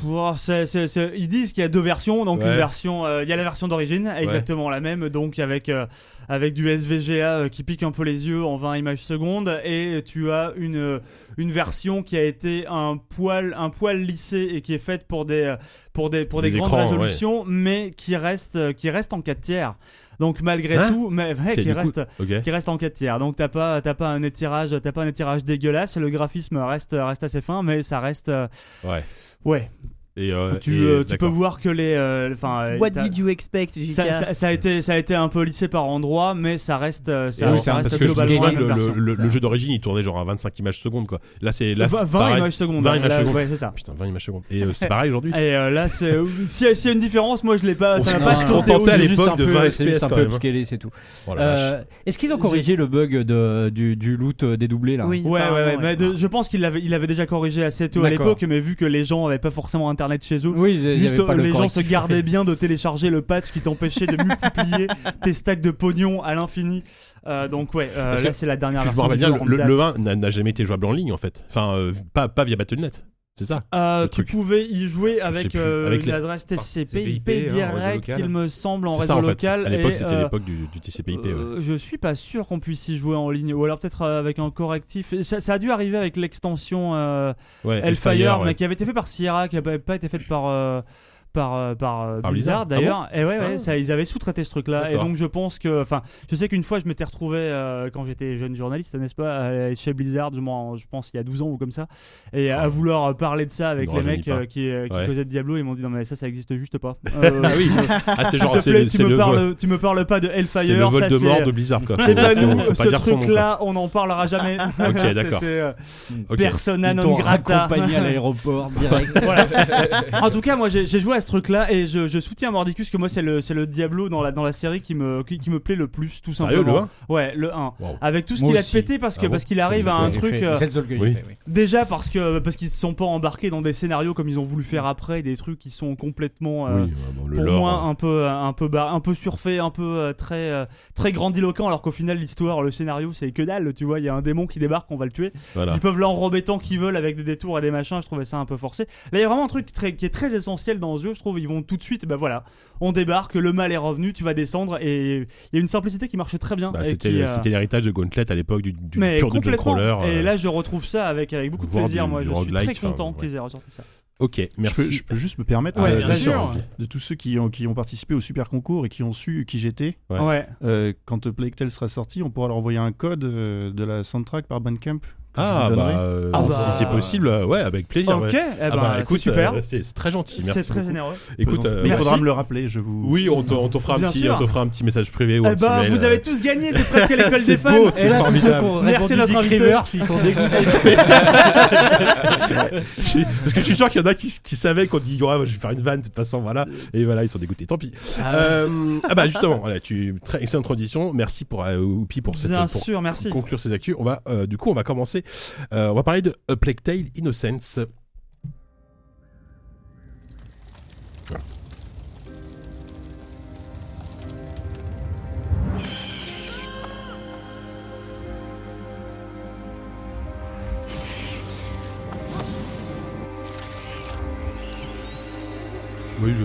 [SPEAKER 3] Pouah, Ah. Oh, c'est- c'est- c'est- Ils disent qu'il y a deux versions, donc
[SPEAKER 2] Ouais.
[SPEAKER 3] une version, euh, il y a la version d'origine, exactement la même, donc avec euh, avec du SVGA euh, qui pique un peu les yeux en 20 images secondes, et tu as une euh, une version qui a été un poil un poil lissée et qui est faite pour des euh, pour des pour des,
[SPEAKER 2] Des
[SPEAKER 3] grandes
[SPEAKER 2] écrans,
[SPEAKER 3] résolutions, mais qui reste euh, qui reste en 4 tiers. Donc malgré
[SPEAKER 2] Hein
[SPEAKER 3] tout, mais ouais,
[SPEAKER 2] C'est
[SPEAKER 3] qui
[SPEAKER 2] du coup-
[SPEAKER 3] reste
[SPEAKER 2] Ok.
[SPEAKER 3] qui reste en 4 tiers. Donc t'as pas, t'as pas un étirage, t'as pas un étirage dégueulasse. Le graphisme reste, reste assez fin, mais ça reste. euh,
[SPEAKER 2] Ouais.
[SPEAKER 3] Ouais.
[SPEAKER 2] Et, euh,
[SPEAKER 3] tu,
[SPEAKER 2] et-
[SPEAKER 3] euh, tu peux
[SPEAKER 2] d'accord.
[SPEAKER 3] voir que les. euh, Enfin. euh,
[SPEAKER 6] What
[SPEAKER 3] t'as-
[SPEAKER 6] did you expect, JK
[SPEAKER 3] ça, ça- ça a été, ça a été un peu lissé par endroits, mais ça reste, euh, ça,
[SPEAKER 2] Et oui,
[SPEAKER 3] ça reste
[SPEAKER 2] parce que je me
[SPEAKER 3] globalement
[SPEAKER 2] souviens
[SPEAKER 3] la
[SPEAKER 2] que
[SPEAKER 3] même
[SPEAKER 2] le,
[SPEAKER 3] version.
[SPEAKER 2] le- le jeu d'origine il tournait genre à 25 images secondes quoi. Là c'est là, c'est
[SPEAKER 3] 20,
[SPEAKER 2] pareil,
[SPEAKER 3] images
[SPEAKER 2] c'est
[SPEAKER 3] secondes. hein.
[SPEAKER 2] 20 images
[SPEAKER 3] là,
[SPEAKER 2] secondes.
[SPEAKER 3] Ouais, c'est ça.
[SPEAKER 2] Putain 20 images secondes. Et euh, c'est pareil aujourd'hui.
[SPEAKER 3] Et euh, là, c'est s'il si y a une différence, moi je l'ai pas, ça
[SPEAKER 2] On
[SPEAKER 3] m'a pas
[SPEAKER 2] se
[SPEAKER 3] sauté. aux
[SPEAKER 2] contentait à
[SPEAKER 3] yeux.
[SPEAKER 2] l'époque
[SPEAKER 7] Juste un
[SPEAKER 2] de
[SPEAKER 7] peu-
[SPEAKER 2] 20
[SPEAKER 7] c'est juste un
[SPEAKER 2] FPS, quand
[SPEAKER 7] peu
[SPEAKER 2] même, hein.
[SPEAKER 7] upscalé, c'est tout.
[SPEAKER 2] Oh la vache.
[SPEAKER 7] Euh, Est-ce qu'ils ont corrigé le bug de, du, du loot euh, dédoublé là
[SPEAKER 6] Oui, Ah,
[SPEAKER 3] Ouais, ouais, ouais,
[SPEAKER 6] apparemment,
[SPEAKER 3] mais de- je pense qu'il l'avait, il avait déjà corrigé assez tôt à
[SPEAKER 7] D'accord.
[SPEAKER 3] l'époque, mais vu que les gens avaient pas forcément internet chez eux,
[SPEAKER 7] Oui, ils- il y
[SPEAKER 3] Juste,
[SPEAKER 7] avait pas le
[SPEAKER 3] les gens se
[SPEAKER 7] correctif.
[SPEAKER 3] gardaient bien de télécharger le patch qui t'empêchait de multiplier tes stacks de pognon à l'infini. Euh, donc ouais, euh,
[SPEAKER 2] Parce
[SPEAKER 3] là
[SPEAKER 2] que
[SPEAKER 3] c'est la dernière
[SPEAKER 2] Puis je me
[SPEAKER 3] version
[SPEAKER 2] rappelle
[SPEAKER 3] du
[SPEAKER 2] bien,
[SPEAKER 3] jeu en
[SPEAKER 2] le,
[SPEAKER 3] date.
[SPEAKER 2] le 1 n'a n'a jamais été jouable en ligne en fait. Enfin, euh, pas, pas via Battle.net. C'est ça
[SPEAKER 3] Euh,
[SPEAKER 2] Le
[SPEAKER 3] tu
[SPEAKER 2] truc.
[SPEAKER 3] pouvais y jouer avec,
[SPEAKER 2] plus.
[SPEAKER 3] euh,
[SPEAKER 2] Avec
[SPEAKER 3] une
[SPEAKER 2] les- Ah,
[SPEAKER 3] adresse TCP
[SPEAKER 4] TCP,
[SPEAKER 3] IP
[SPEAKER 4] hein, en réseau
[SPEAKER 3] direct,
[SPEAKER 4] local.
[SPEAKER 3] il me semble, en
[SPEAKER 2] C'est
[SPEAKER 3] réseau
[SPEAKER 2] ça, en fait.
[SPEAKER 3] local.
[SPEAKER 2] À l'époque,
[SPEAKER 3] et,
[SPEAKER 2] c'était
[SPEAKER 3] euh,
[SPEAKER 2] l'époque du, du TCP/IP. ouais.
[SPEAKER 3] euh, je suis pas sûr qu'on puisse y jouer en ligne, ou alors peut-être euh, avec un correctif. Et Ça, ça a dû arriver avec l'extension euh,
[SPEAKER 2] Ouais,
[SPEAKER 3] Hellfire,
[SPEAKER 2] ouais.
[SPEAKER 3] mais qui avait été fait par Sierra, qui n'avait pas été faite par. euh, par, euh, par, euh,
[SPEAKER 2] Par Blizzard,
[SPEAKER 3] Blizzard
[SPEAKER 2] ah
[SPEAKER 3] d'ailleurs et ouais, ouais
[SPEAKER 2] Ah.
[SPEAKER 3] ça, ils avaient sous-traité ce truc là et
[SPEAKER 2] D'accord.
[SPEAKER 3] donc je pense que enfin je sais qu'une fois je m'étais retrouvé euh, quand j'étais jeune journaliste n'est-ce pas euh, chez Blizzard je, m'en- je pense il y a 12 ans ou comme ça et à vouloir euh, parler de ça avec
[SPEAKER 2] Ne
[SPEAKER 3] les
[SPEAKER 2] rajeunis
[SPEAKER 3] mecs
[SPEAKER 2] pas.
[SPEAKER 3] euh, qui, euh, qui
[SPEAKER 2] Ouais.
[SPEAKER 3] causaient de Diablo ils m'ont dit non mais ça ça existe juste pas Euh,
[SPEAKER 2] Ah oui, ah, c'est
[SPEAKER 3] s'il
[SPEAKER 2] genre,
[SPEAKER 3] te
[SPEAKER 2] c'est
[SPEAKER 3] plaît,
[SPEAKER 2] le-
[SPEAKER 3] tu
[SPEAKER 2] c'est
[SPEAKER 3] me,
[SPEAKER 2] le
[SPEAKER 3] parles,
[SPEAKER 2] vol-
[SPEAKER 3] tu me parles pas de
[SPEAKER 2] c'est
[SPEAKER 3] Hellfire.
[SPEAKER 2] le vol
[SPEAKER 3] ça,
[SPEAKER 2] de mort
[SPEAKER 3] c'est- euh,
[SPEAKER 2] de Blizzard. quoi.
[SPEAKER 3] C'est
[SPEAKER 2] Faut-
[SPEAKER 3] pas
[SPEAKER 2] faut-
[SPEAKER 3] nous,
[SPEAKER 2] faut pas
[SPEAKER 3] ce
[SPEAKER 2] dire son nom,
[SPEAKER 3] truc-là, on n'en parlera jamais.
[SPEAKER 2] Ok, d'accord.
[SPEAKER 3] C'était, euh,
[SPEAKER 2] quoi. Ok.
[SPEAKER 3] Persona
[SPEAKER 7] Ils
[SPEAKER 3] non
[SPEAKER 7] t'ont
[SPEAKER 3] grata.
[SPEAKER 7] raccompagné à l'aéroport direct.
[SPEAKER 3] en tout cas, moi, j'ai j'ai joué à ce truc-là et je, je soutiens Mordicus que moi, c'est le, c'est le Diablo dans la, dans la série qui me, qui, qui me plaît le plus, tout
[SPEAKER 2] Sérieux,
[SPEAKER 3] simplement.
[SPEAKER 2] le 1
[SPEAKER 3] Ouais, le 1.
[SPEAKER 2] Wow.
[SPEAKER 3] Avec tout ce
[SPEAKER 7] Moi
[SPEAKER 3] qu'il a
[SPEAKER 7] aussi.
[SPEAKER 3] pété parce que
[SPEAKER 2] Ah bon
[SPEAKER 3] parce qu'il arrive à un
[SPEAKER 2] J'ai
[SPEAKER 3] truc euh,
[SPEAKER 7] C'est le seul que j'ai
[SPEAKER 2] Oui.
[SPEAKER 7] fait, oui.
[SPEAKER 3] déjà parce que parce qu'ils se sont pas embarqués dans des scénarios comme ils ont voulu faire après des trucs qui sont complètement euh,
[SPEAKER 2] Oui, bah, bon, le
[SPEAKER 3] pour
[SPEAKER 2] lore,
[SPEAKER 3] moi
[SPEAKER 2] hein.
[SPEAKER 3] un peu euh, un peu bar- un peu surfait un peu euh, très euh, très grandiloquent alors qu'au final l'histoire le scénario c'est que dalle tu vois il y a un démon qui débarque on va le tuer
[SPEAKER 2] hein. Voilà.
[SPEAKER 3] ils peuvent l'enrober tant qu'ils veulent avec des détours et des machins je trouvais ça un peu forcé là il y a vraiment un truc très- qui est très essentiel dans ce jeu je trouve ils vont tout de suite bah voilà on débarque le mal est revenu tu vas descendre et il y a une simplicité qui marche très bien
[SPEAKER 2] Bah,
[SPEAKER 3] et
[SPEAKER 2] C'était
[SPEAKER 3] qui,
[SPEAKER 2] le-
[SPEAKER 3] euh,
[SPEAKER 2] c'était l'héritage de Gauntlet à l'époque du, du
[SPEAKER 3] mais
[SPEAKER 2] pur dungeon
[SPEAKER 3] complètement.
[SPEAKER 2] crawler.
[SPEAKER 3] et
[SPEAKER 2] euh,
[SPEAKER 3] là, je retrouve ça avec, avec beaucoup de
[SPEAKER 2] voire
[SPEAKER 3] plaisir.
[SPEAKER 2] du-
[SPEAKER 3] moi,
[SPEAKER 2] du
[SPEAKER 3] je suis très
[SPEAKER 2] roguelike, enfin,
[SPEAKER 3] content
[SPEAKER 2] ouais.
[SPEAKER 3] qu'ils aient ressorti ça.
[SPEAKER 2] ok,
[SPEAKER 5] Je peux,
[SPEAKER 2] merci.
[SPEAKER 5] je peux juste me permettre
[SPEAKER 3] Ouais,
[SPEAKER 5] euh,
[SPEAKER 3] bien
[SPEAKER 5] de-
[SPEAKER 3] sûr.
[SPEAKER 5] de tous ceux qui ont, qui ont participé au super concours et qui ont su qui j'étais.
[SPEAKER 2] Ouais.
[SPEAKER 3] Ouais.
[SPEAKER 5] euh, quand euh, Plague Tale sera sorti, on pourra leur envoyer un code euh, de la soundtrack par Bandcamp. que je
[SPEAKER 2] Ah,
[SPEAKER 5] vous
[SPEAKER 2] bah,
[SPEAKER 5] donnerai.
[SPEAKER 2] euh,
[SPEAKER 3] Ah bah.
[SPEAKER 2] si c'est possible, euh, ouais, avec plaisir.
[SPEAKER 3] Ok,
[SPEAKER 2] ouais.
[SPEAKER 3] eh
[SPEAKER 2] Ah
[SPEAKER 3] ben,
[SPEAKER 2] bah, écoute,
[SPEAKER 3] c'est super.
[SPEAKER 2] euh, c'est c'est très gentil, merci.
[SPEAKER 3] c'est très
[SPEAKER 2] beaucoup.
[SPEAKER 3] généreux.
[SPEAKER 2] Écoute,
[SPEAKER 5] Faisons ça.
[SPEAKER 2] euh,
[SPEAKER 5] Mais il
[SPEAKER 2] merci.
[SPEAKER 5] faudra me le rappeler, je vous.
[SPEAKER 2] Oui, on te- on t'en fera un
[SPEAKER 3] Bien
[SPEAKER 2] petit,
[SPEAKER 3] sûr.
[SPEAKER 2] on te fera un petit message privé ou un
[SPEAKER 3] Eh
[SPEAKER 2] petit
[SPEAKER 3] ben,
[SPEAKER 2] mail,
[SPEAKER 3] vous
[SPEAKER 2] euh,
[SPEAKER 3] avez tous gagné, c'est presque l'école des fans.
[SPEAKER 2] beau, c'est
[SPEAKER 7] Et là, tous ceux
[SPEAKER 2] formidable.
[SPEAKER 7] qui ont
[SPEAKER 3] Merci
[SPEAKER 7] répondu
[SPEAKER 3] notre
[SPEAKER 7] Dick
[SPEAKER 3] invité.
[SPEAKER 7] Rivers, ils sont dégoûtés.
[SPEAKER 2] Parce que je suis sûr qu'il y en a qui, qui savaient qu'on dit ouais, je vais faire une vanne de toute façon, voilà. Et voilà, ils sont dégoûtés, tant pis.
[SPEAKER 7] Ah,
[SPEAKER 2] Euh, ah bah justement, voilà, tu, très excellente transition. Merci pour euh, Oupi pour cette
[SPEAKER 3] Bien
[SPEAKER 2] pour
[SPEAKER 3] sûr, merci.
[SPEAKER 2] conclure ces actus. On va euh, du coup, on va commencer. Euh, on va parler de A Plague Tale Innocence. Oui, je, je,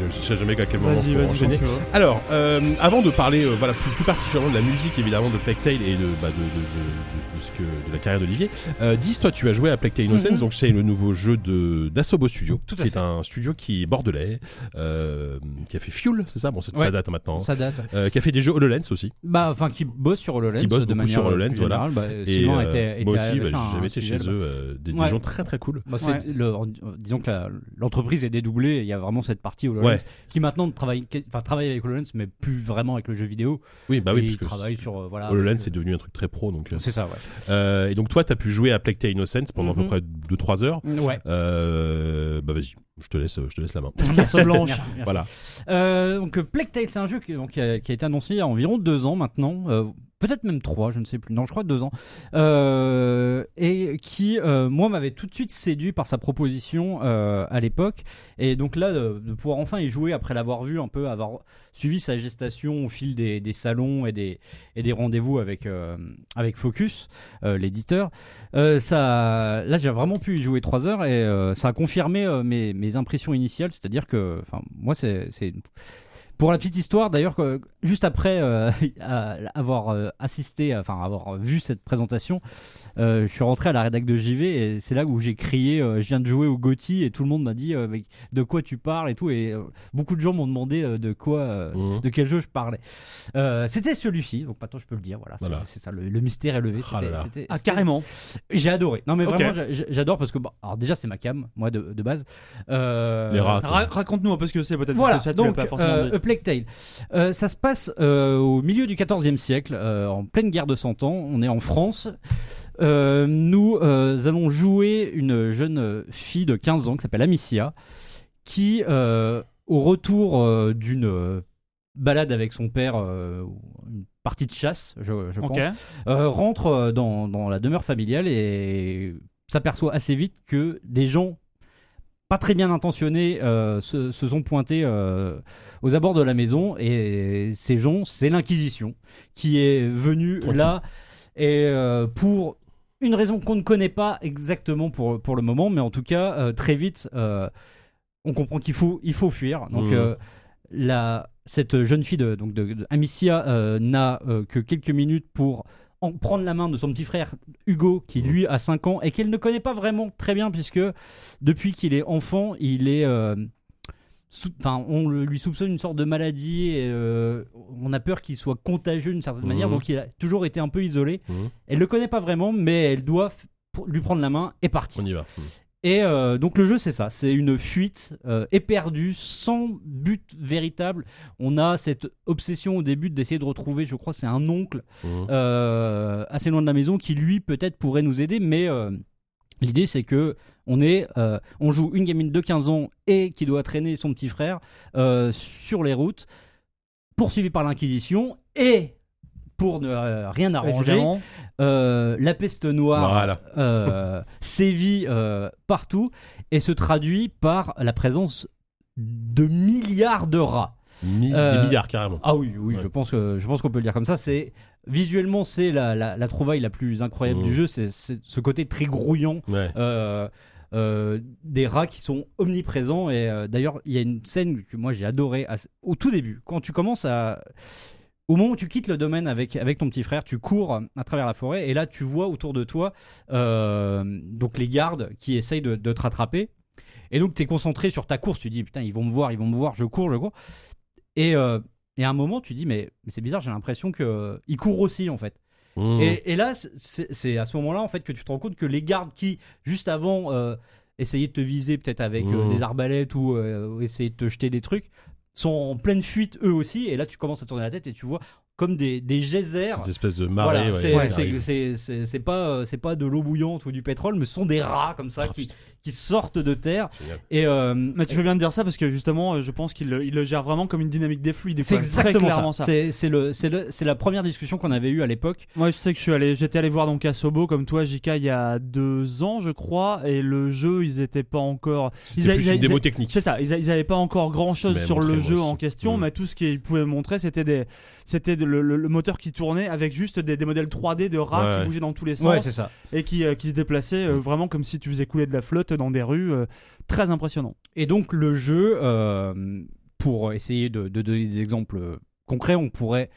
[SPEAKER 2] je- je- je sais jamais à quel moment
[SPEAKER 3] Vas-y,
[SPEAKER 2] faut
[SPEAKER 3] vas-y, quand
[SPEAKER 2] enchaîner.
[SPEAKER 3] tu veux.
[SPEAKER 2] Alors, euh, avant de parler euh, voilà, plus, plus particulièrement de la musique évidemment de Plague Tale et de, bah, de, de- de- de- de ce que, de la carrière d'Olivier, euh, Dis, toi tu as joué à Plague Tale Innocence,
[SPEAKER 7] Mhm.
[SPEAKER 2] donc c'est le nouveau jeu de d'Asobo Studio, qui est un studio qui est bordelais, euh, qui a fait Fuel, c'est ça Bon, c'est- ça
[SPEAKER 7] Ouais.
[SPEAKER 2] date maintenant.
[SPEAKER 7] Ça date.
[SPEAKER 2] Euh, qui a fait des jeux HoloLens aussi.
[SPEAKER 7] Bah, enfin, qui bosse sur HoloLens.
[SPEAKER 2] Qui bosse
[SPEAKER 7] de
[SPEAKER 2] beaucoup
[SPEAKER 7] manière
[SPEAKER 2] sur
[SPEAKER 7] euh,
[SPEAKER 2] HoloLens,
[SPEAKER 7] plus
[SPEAKER 2] voilà.
[SPEAKER 7] générale. Bah,
[SPEAKER 2] Et
[SPEAKER 7] Simon
[SPEAKER 2] euh,
[SPEAKER 7] était,
[SPEAKER 2] moi
[SPEAKER 7] était
[SPEAKER 2] aussi,
[SPEAKER 7] avec
[SPEAKER 2] bah,
[SPEAKER 7] un-
[SPEAKER 2] j'avais
[SPEAKER 7] un
[SPEAKER 2] été chez
[SPEAKER 7] sujet là-bas.
[SPEAKER 2] eux euh, des, des
[SPEAKER 7] Ouais.
[SPEAKER 2] gens très très cool.
[SPEAKER 7] Bah, c'est
[SPEAKER 3] Ouais.
[SPEAKER 7] le- disons que la- l'entreprise est dédoublée. et Il y a vraiment cette partie HoloLens
[SPEAKER 2] Ouais.
[SPEAKER 7] qui maintenant travaille, qui- enfin, travaille avec HoloLens, mais plus vraiment avec le jeu vidéo.
[SPEAKER 2] Oui, bah
[SPEAKER 7] Et
[SPEAKER 2] oui,
[SPEAKER 7] il
[SPEAKER 2] parce
[SPEAKER 7] travaille
[SPEAKER 2] que
[SPEAKER 7] sur euh, voilà.
[SPEAKER 2] HoloLens
[SPEAKER 7] avec,
[SPEAKER 2] c'est devenu un truc très pro, donc. euh,
[SPEAKER 7] euh, c'est ça, ouais.
[SPEAKER 2] euh, et donc toi, t'as pu jouer à Plague Tale Innocence pendant
[SPEAKER 7] Mhm.
[SPEAKER 2] à peu près 2-3 heures.
[SPEAKER 7] Ouais.
[SPEAKER 2] Euh, bah vas-y, je te laisse, je te laisse la main.
[SPEAKER 7] Merci,
[SPEAKER 3] blanche.
[SPEAKER 7] merci, merci.
[SPEAKER 2] Voilà.
[SPEAKER 7] Euh, donc euh, Plague Tale, c'est un jeu qui, donc, qui a, qui a été annoncé il y a environ deux ans maintenant, euh, peut-être même trois, je ne sais plus. Non, je crois deux ans. Euh, et qui, euh, moi, m'avait tout de suite séduit par sa proposition euh, à l'époque. Et donc là, de, de pouvoir enfin y jouer après l'avoir vu un peu, avoir suivi sa gestation au fil des, des salons et des, et des rendez-vous avec, euh, avec Focus, euh, l'éditeur. Euh, ça, là, j'ai vraiment pu y jouer trois heures et euh, ça a confirmé euh, mes, mes impressions initiales. C'est-à-dire que, enfin, moi, c'est c'est une pour la petite histoire, d'ailleurs, que- juste après euh, à- avoir euh, assisté, enfin avoir vu cette présentation, euh, je suis rentré à la rédac de JV et c'est là où j'ai crié euh, Je viens de jouer au Gotti et tout le monde m'a dit euh, Mais de quoi tu parles et tout. Et euh, beaucoup de gens m'ont demandé euh, de quoi. euh,
[SPEAKER 2] Mhm.
[SPEAKER 7] de quel jeu je parlais. Euh, c'était celui-ci, donc maintenant je peux le dire, voilà.
[SPEAKER 2] Voilà.
[SPEAKER 7] C'est c'est ça, le, le mystère est levé.
[SPEAKER 2] Ah là là.
[SPEAKER 7] c'était-
[SPEAKER 3] Ah,
[SPEAKER 7] c'était-
[SPEAKER 3] carrément.
[SPEAKER 7] J'ai adoré. Non mais
[SPEAKER 3] Ok.
[SPEAKER 7] vraiment, j'a- j'a- j'adore parce que, bon, alors déjà c'est ma cam, moi de, de base. Euh,
[SPEAKER 2] Les rats.
[SPEAKER 3] Ra- Raconte-nous un peu ce que c'est, peut-être.
[SPEAKER 7] Voilà,
[SPEAKER 3] parce que ça, tu l'as
[SPEAKER 7] donc
[SPEAKER 3] pas forcément
[SPEAKER 7] euh,
[SPEAKER 3] dit.
[SPEAKER 7] A Plague Tale. Euh, ça se passe euh, au milieu du XIVe siècle, euh, en pleine guerre de Cent Ans. On est en France. Euh, nous euh, allons jouer une jeune fille de 15 ans qui s'appelle Amicia, qui, euh, au retour euh, d'une euh, balade avec son père, euh, une partie de chasse, je, je pense,
[SPEAKER 3] Ok.
[SPEAKER 7] euh, rentre euh, dans, dans la demeure familiale et s'aperçoit assez vite que des gens pas très bien intentionnés euh, se, se sont pointés euh, aux abords de la maison et ces gens, c'est l'Inquisition qui est venue
[SPEAKER 2] Tranquille.
[SPEAKER 7] là et euh, pour une raison qu'on ne connaît pas exactement pour, pour le moment, mais en tout cas, euh, très vite, euh, on comprend qu'il faut, il faut fuir. Donc,
[SPEAKER 2] Mhm.
[SPEAKER 7] euh, la, cette jeune fille de, donc de, de- Amicia euh, n'a euh, que quelques minutes pour en prendre la main de son petit frère Hugo, qui lui a 5 ans et qu'elle ne connaît pas vraiment très bien, puisque depuis qu'il est enfant, il est. euh, sou- Enfin, on le- lui soupçonne une sorte de maladie. et, euh, on a peur qu'il soit contagieux d'une certaine manière,
[SPEAKER 2] Mhm.
[SPEAKER 7] donc il a toujours été un peu isolé.
[SPEAKER 2] Mhm.
[SPEAKER 7] Elle le connaît pas vraiment, mais elle doit f- pr- lui prendre la main et partir.
[SPEAKER 2] On y va. Mm.
[SPEAKER 7] Et euh, donc le jeu c'est ça, c'est une fuite euh, éperdue, sans but véritable. On a cette obsession au début d'essayer de retrouver, je crois, que c'est un oncle
[SPEAKER 2] Mm.
[SPEAKER 7] euh, assez loin de la maison qui lui peut-être pourrait nous aider mais euh, l'idée c'est que on est euh, on joue une gamine de 15 ans et qui doit traîner son petit frère euh, sur les routes poursuivi par l'inquisition et pour ne euh, rien arranger
[SPEAKER 3] Évidemment.
[SPEAKER 7] euh, la peste noire
[SPEAKER 2] Voilà.
[SPEAKER 7] euh, sévit euh, partout et se traduit par la présence de milliards de rats
[SPEAKER 2] Mi-
[SPEAKER 7] Euh,
[SPEAKER 2] Des milliards carrément.
[SPEAKER 7] ah oui, oui,
[SPEAKER 2] Ouais.
[SPEAKER 7] je pense que je pense qu'on peut le dire comme ça. C'est visuellement, c'est la, la, la trouvaille la plus incroyable
[SPEAKER 2] Mmh.
[SPEAKER 7] du jeu. C'est c'est ce côté très grouillant
[SPEAKER 2] Ouais.
[SPEAKER 7] euh, euh, des rats qui sont omniprésents. Et euh, d'ailleurs, il y a une scène que moi j'ai adorée à- au tout début. Quand tu commences à. Au moment où tu quittes le domaine avec, avec ton petit frère, tu cours à travers la forêt et là tu vois autour de toi euh, donc les gardes qui essayent de, de te rattraper. Et donc tu es concentré sur ta course, tu dis putain ils vont me voir, ils vont me voir, je cours, je cours. Et, euh, et à un moment tu dis mais, mais c'est bizarre, j'ai l'impression qu'ils courent aussi en fait.
[SPEAKER 2] Mm.
[SPEAKER 7] Et, et là, c'est c'est à ce moment-là en fait que tu te rends compte que les gardes qui, juste avant, euh, essayaient de te viser peut-être avec euh,
[SPEAKER 2] Mmh.
[SPEAKER 7] des arbalètes ou euh, essayaient de te jeter des trucs, sont en pleine fuite eux aussi. Et là, tu commences à tourner la tête et tu vois comme des, des geysers.
[SPEAKER 2] Cette espèce de marée.
[SPEAKER 7] Voilà,
[SPEAKER 2] ouais,
[SPEAKER 7] c'est-
[SPEAKER 2] qui
[SPEAKER 7] c'est-
[SPEAKER 2] arrive.
[SPEAKER 7] c'est- c'est c'est pas euh, c'est pas de l'eau bouillante ou du pétrole, mais ce sont des rats comme ça qui, qui sortent de terre.
[SPEAKER 2] Ah, Génial.
[SPEAKER 7] Et euh,
[SPEAKER 3] Mais Bah, tu fais bien de dire ça parce que justement, euh, je pense qu'il le, il le gère vraiment comme une dynamique des fluides.
[SPEAKER 7] c'est
[SPEAKER 3] quoi.
[SPEAKER 7] exactement
[SPEAKER 3] Très clairement
[SPEAKER 7] ça.
[SPEAKER 3] ça.
[SPEAKER 7] C'est- C'est le c'est le- c'est la première discussion qu'on avait eue à l'époque.
[SPEAKER 3] Moi, je sais que je suis allé, j'étais allé voir donc à Sobo comme toi, JK, il y a deux ans, je crois, et le jeu, ils étaient pas encore.
[SPEAKER 2] C'était
[SPEAKER 3] ils a-
[SPEAKER 2] plus
[SPEAKER 3] ils a-
[SPEAKER 2] une démo
[SPEAKER 3] ils a-
[SPEAKER 2] technique.
[SPEAKER 3] C'est ça, ils, a- ils avaient pas encore grand chose
[SPEAKER 2] Mais
[SPEAKER 3] sur
[SPEAKER 2] montrez-moi
[SPEAKER 3] le jeu
[SPEAKER 2] aussi.
[SPEAKER 3] en question,
[SPEAKER 2] Mm.
[SPEAKER 3] mais tout ce qu'ils pouvaient montrer, c'était des, c'était de- le, le- le moteur qui tournait avec juste des, des modèles 3D de rats
[SPEAKER 2] Ouais.
[SPEAKER 3] qui bougeaient dans tous les
[SPEAKER 7] Ouais,
[SPEAKER 3] sens
[SPEAKER 7] c'est ça.
[SPEAKER 3] et qui, euh, qui se déplaçaient euh, vraiment comme si tu faisais couler de la flotte dans des rues. euh, très impressionnant.
[SPEAKER 7] Et donc le jeu, euh, pour essayer de, de donner des exemples concrets, on pourrait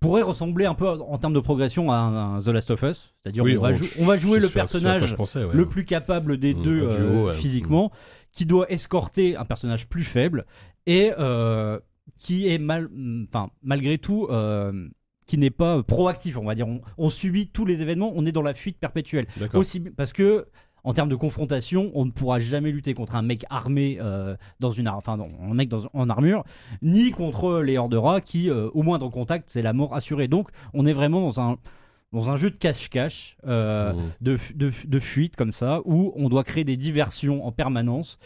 [SPEAKER 7] pourrait ressembler un peu en termes de progression à un, un The Last of Us, c'est-à-dire
[SPEAKER 2] Oui,
[SPEAKER 7] on, va jou- on va jouer
[SPEAKER 2] c'est ce à-
[SPEAKER 7] le
[SPEAKER 2] ce à quoi
[SPEAKER 7] personnage
[SPEAKER 2] je pensais, ouais.
[SPEAKER 7] le plus capable des
[SPEAKER 2] Mm,
[SPEAKER 7] deux
[SPEAKER 2] un duo,
[SPEAKER 7] euh,
[SPEAKER 2] ouais.
[SPEAKER 7] physiquement, qui doit escorter un personnage plus faible et euh, qui est mal, enfin malgré tout. euh, qui n'est pas proactif, on va dire. On, on subit tous les événements, on est dans la fuite perpétuelle.
[SPEAKER 2] D'accord.
[SPEAKER 7] Aussi, parce que, en termes de confrontation, on ne pourra jamais lutter contre un mec armé euh, dans une ar- enfin, non, un mec dans- en armure, ni contre les hordes de rats qui, euh, au moindre contact, c'est la mort assurée. Donc, on est vraiment dans un, dans un jeu de cache-cache. euh,
[SPEAKER 2] Mm.
[SPEAKER 7] de, fu- de, fu- de fuite comme ça, où on doit créer des diversions en permanence.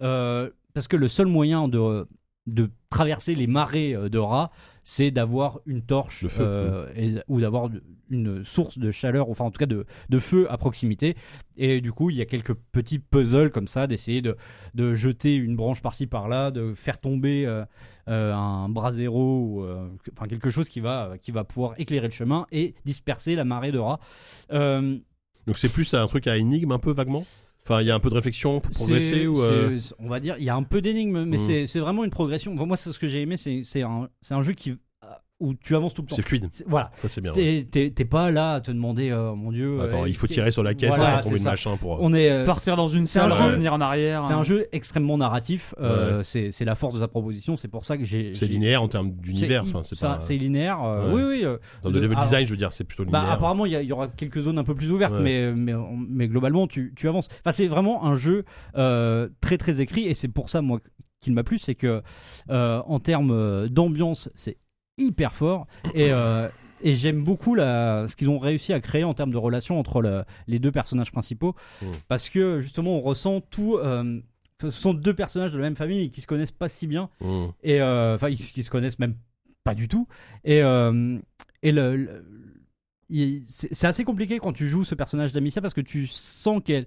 [SPEAKER 7] Euh, parce que le seul moyen de, de traverser les marées euh, de rats, c'est d'avoir une torche
[SPEAKER 2] Le feu,
[SPEAKER 7] euh, et- ou d'avoir de- une source de chaleur, enfin en tout cas de, de feu à proximité. Et du coup, il y a quelques petits puzzles comme ça, d'essayer de, de jeter une branche par-ci par-là, de faire tomber euh, euh, un brasero, ou, euh, que- enfin quelque chose qui va, qui va pouvoir éclairer le chemin et disperser la marée de rats. Euh,
[SPEAKER 2] Donc c'est plus un truc à énigme un peu vaguement. Enfin, il y a un peu de réflexion pour progresser
[SPEAKER 7] C'est-
[SPEAKER 2] ou. euh,
[SPEAKER 7] c'est- On va dire, il y a un peu d'énigmes, mais
[SPEAKER 2] Mm.
[SPEAKER 7] c'est- c'est vraiment une progression. Enfin, moi, c'est ce que j'ai aimé, c'est c'est un, c'est un jeu qui, euh, où tu avances tout le temps.
[SPEAKER 2] C'est fluide.
[SPEAKER 7] C'est- Voilà.
[SPEAKER 2] Ça c'est bien. ouais.
[SPEAKER 7] T'es- T'es t'es pas là à te demander, euh, mon dieu.
[SPEAKER 2] Attends,
[SPEAKER 7] euh,
[SPEAKER 2] il faut
[SPEAKER 7] qu'est-
[SPEAKER 2] tirer sur la caisse
[SPEAKER 7] Voilà,
[SPEAKER 2] pour faire tomber
[SPEAKER 7] c'est
[SPEAKER 2] le
[SPEAKER 7] ça.
[SPEAKER 2] machin pour.
[SPEAKER 7] On est. euh,
[SPEAKER 3] Partir dans une
[SPEAKER 7] c'est un
[SPEAKER 3] salle,
[SPEAKER 2] jeu-
[SPEAKER 3] revenir en arrière.
[SPEAKER 7] C'est
[SPEAKER 3] hein.
[SPEAKER 7] un jeu extrêmement narratif. euh, c'est c'est la force de sa proposition. C'est pour ça que j'ai.
[SPEAKER 2] C'est
[SPEAKER 7] j'ai-
[SPEAKER 2] linéaire en termes
[SPEAKER 7] c'est-
[SPEAKER 2] d'univers. Enfin, c'est
[SPEAKER 7] ça,
[SPEAKER 2] pas.
[SPEAKER 7] C'est linéaire. euh,
[SPEAKER 2] Ouais.
[SPEAKER 7] Oui, oui. euh,
[SPEAKER 2] En termes de level
[SPEAKER 7] Ah,
[SPEAKER 2] design, je veux dire, c'est plutôt
[SPEAKER 7] Bah,
[SPEAKER 2] linéaire.
[SPEAKER 7] apparemment, il y, a- il y aura quelques zones un peu plus ouvertes,
[SPEAKER 2] Ouais.
[SPEAKER 7] mais, mais, mais globalement, tu, tu avances. Enfin, c'est vraiment un jeu euh, très très écrit, et c'est pour ça, moi, qu'il m'a plu, c'est que euh, en termes euh, d'ambiance, c'est hyper fort, et, euh, et j'aime beaucoup la, ce qu'ils ont réussi à créer en termes de relation entre le- les deux personnages principaux,
[SPEAKER 2] Ouais.
[SPEAKER 7] parce que justement, on ressent tout. euh, ce sont deux personnages de la même famille mais qui se connaissent pas si bien
[SPEAKER 2] Mmh.
[SPEAKER 7] et euh, enfin ils- qui se connaissent même pas du tout et euh, et le, le- il- c'est c'est assez compliqué quand tu joues ce personnage d'Amicia parce que tu sens qu'elle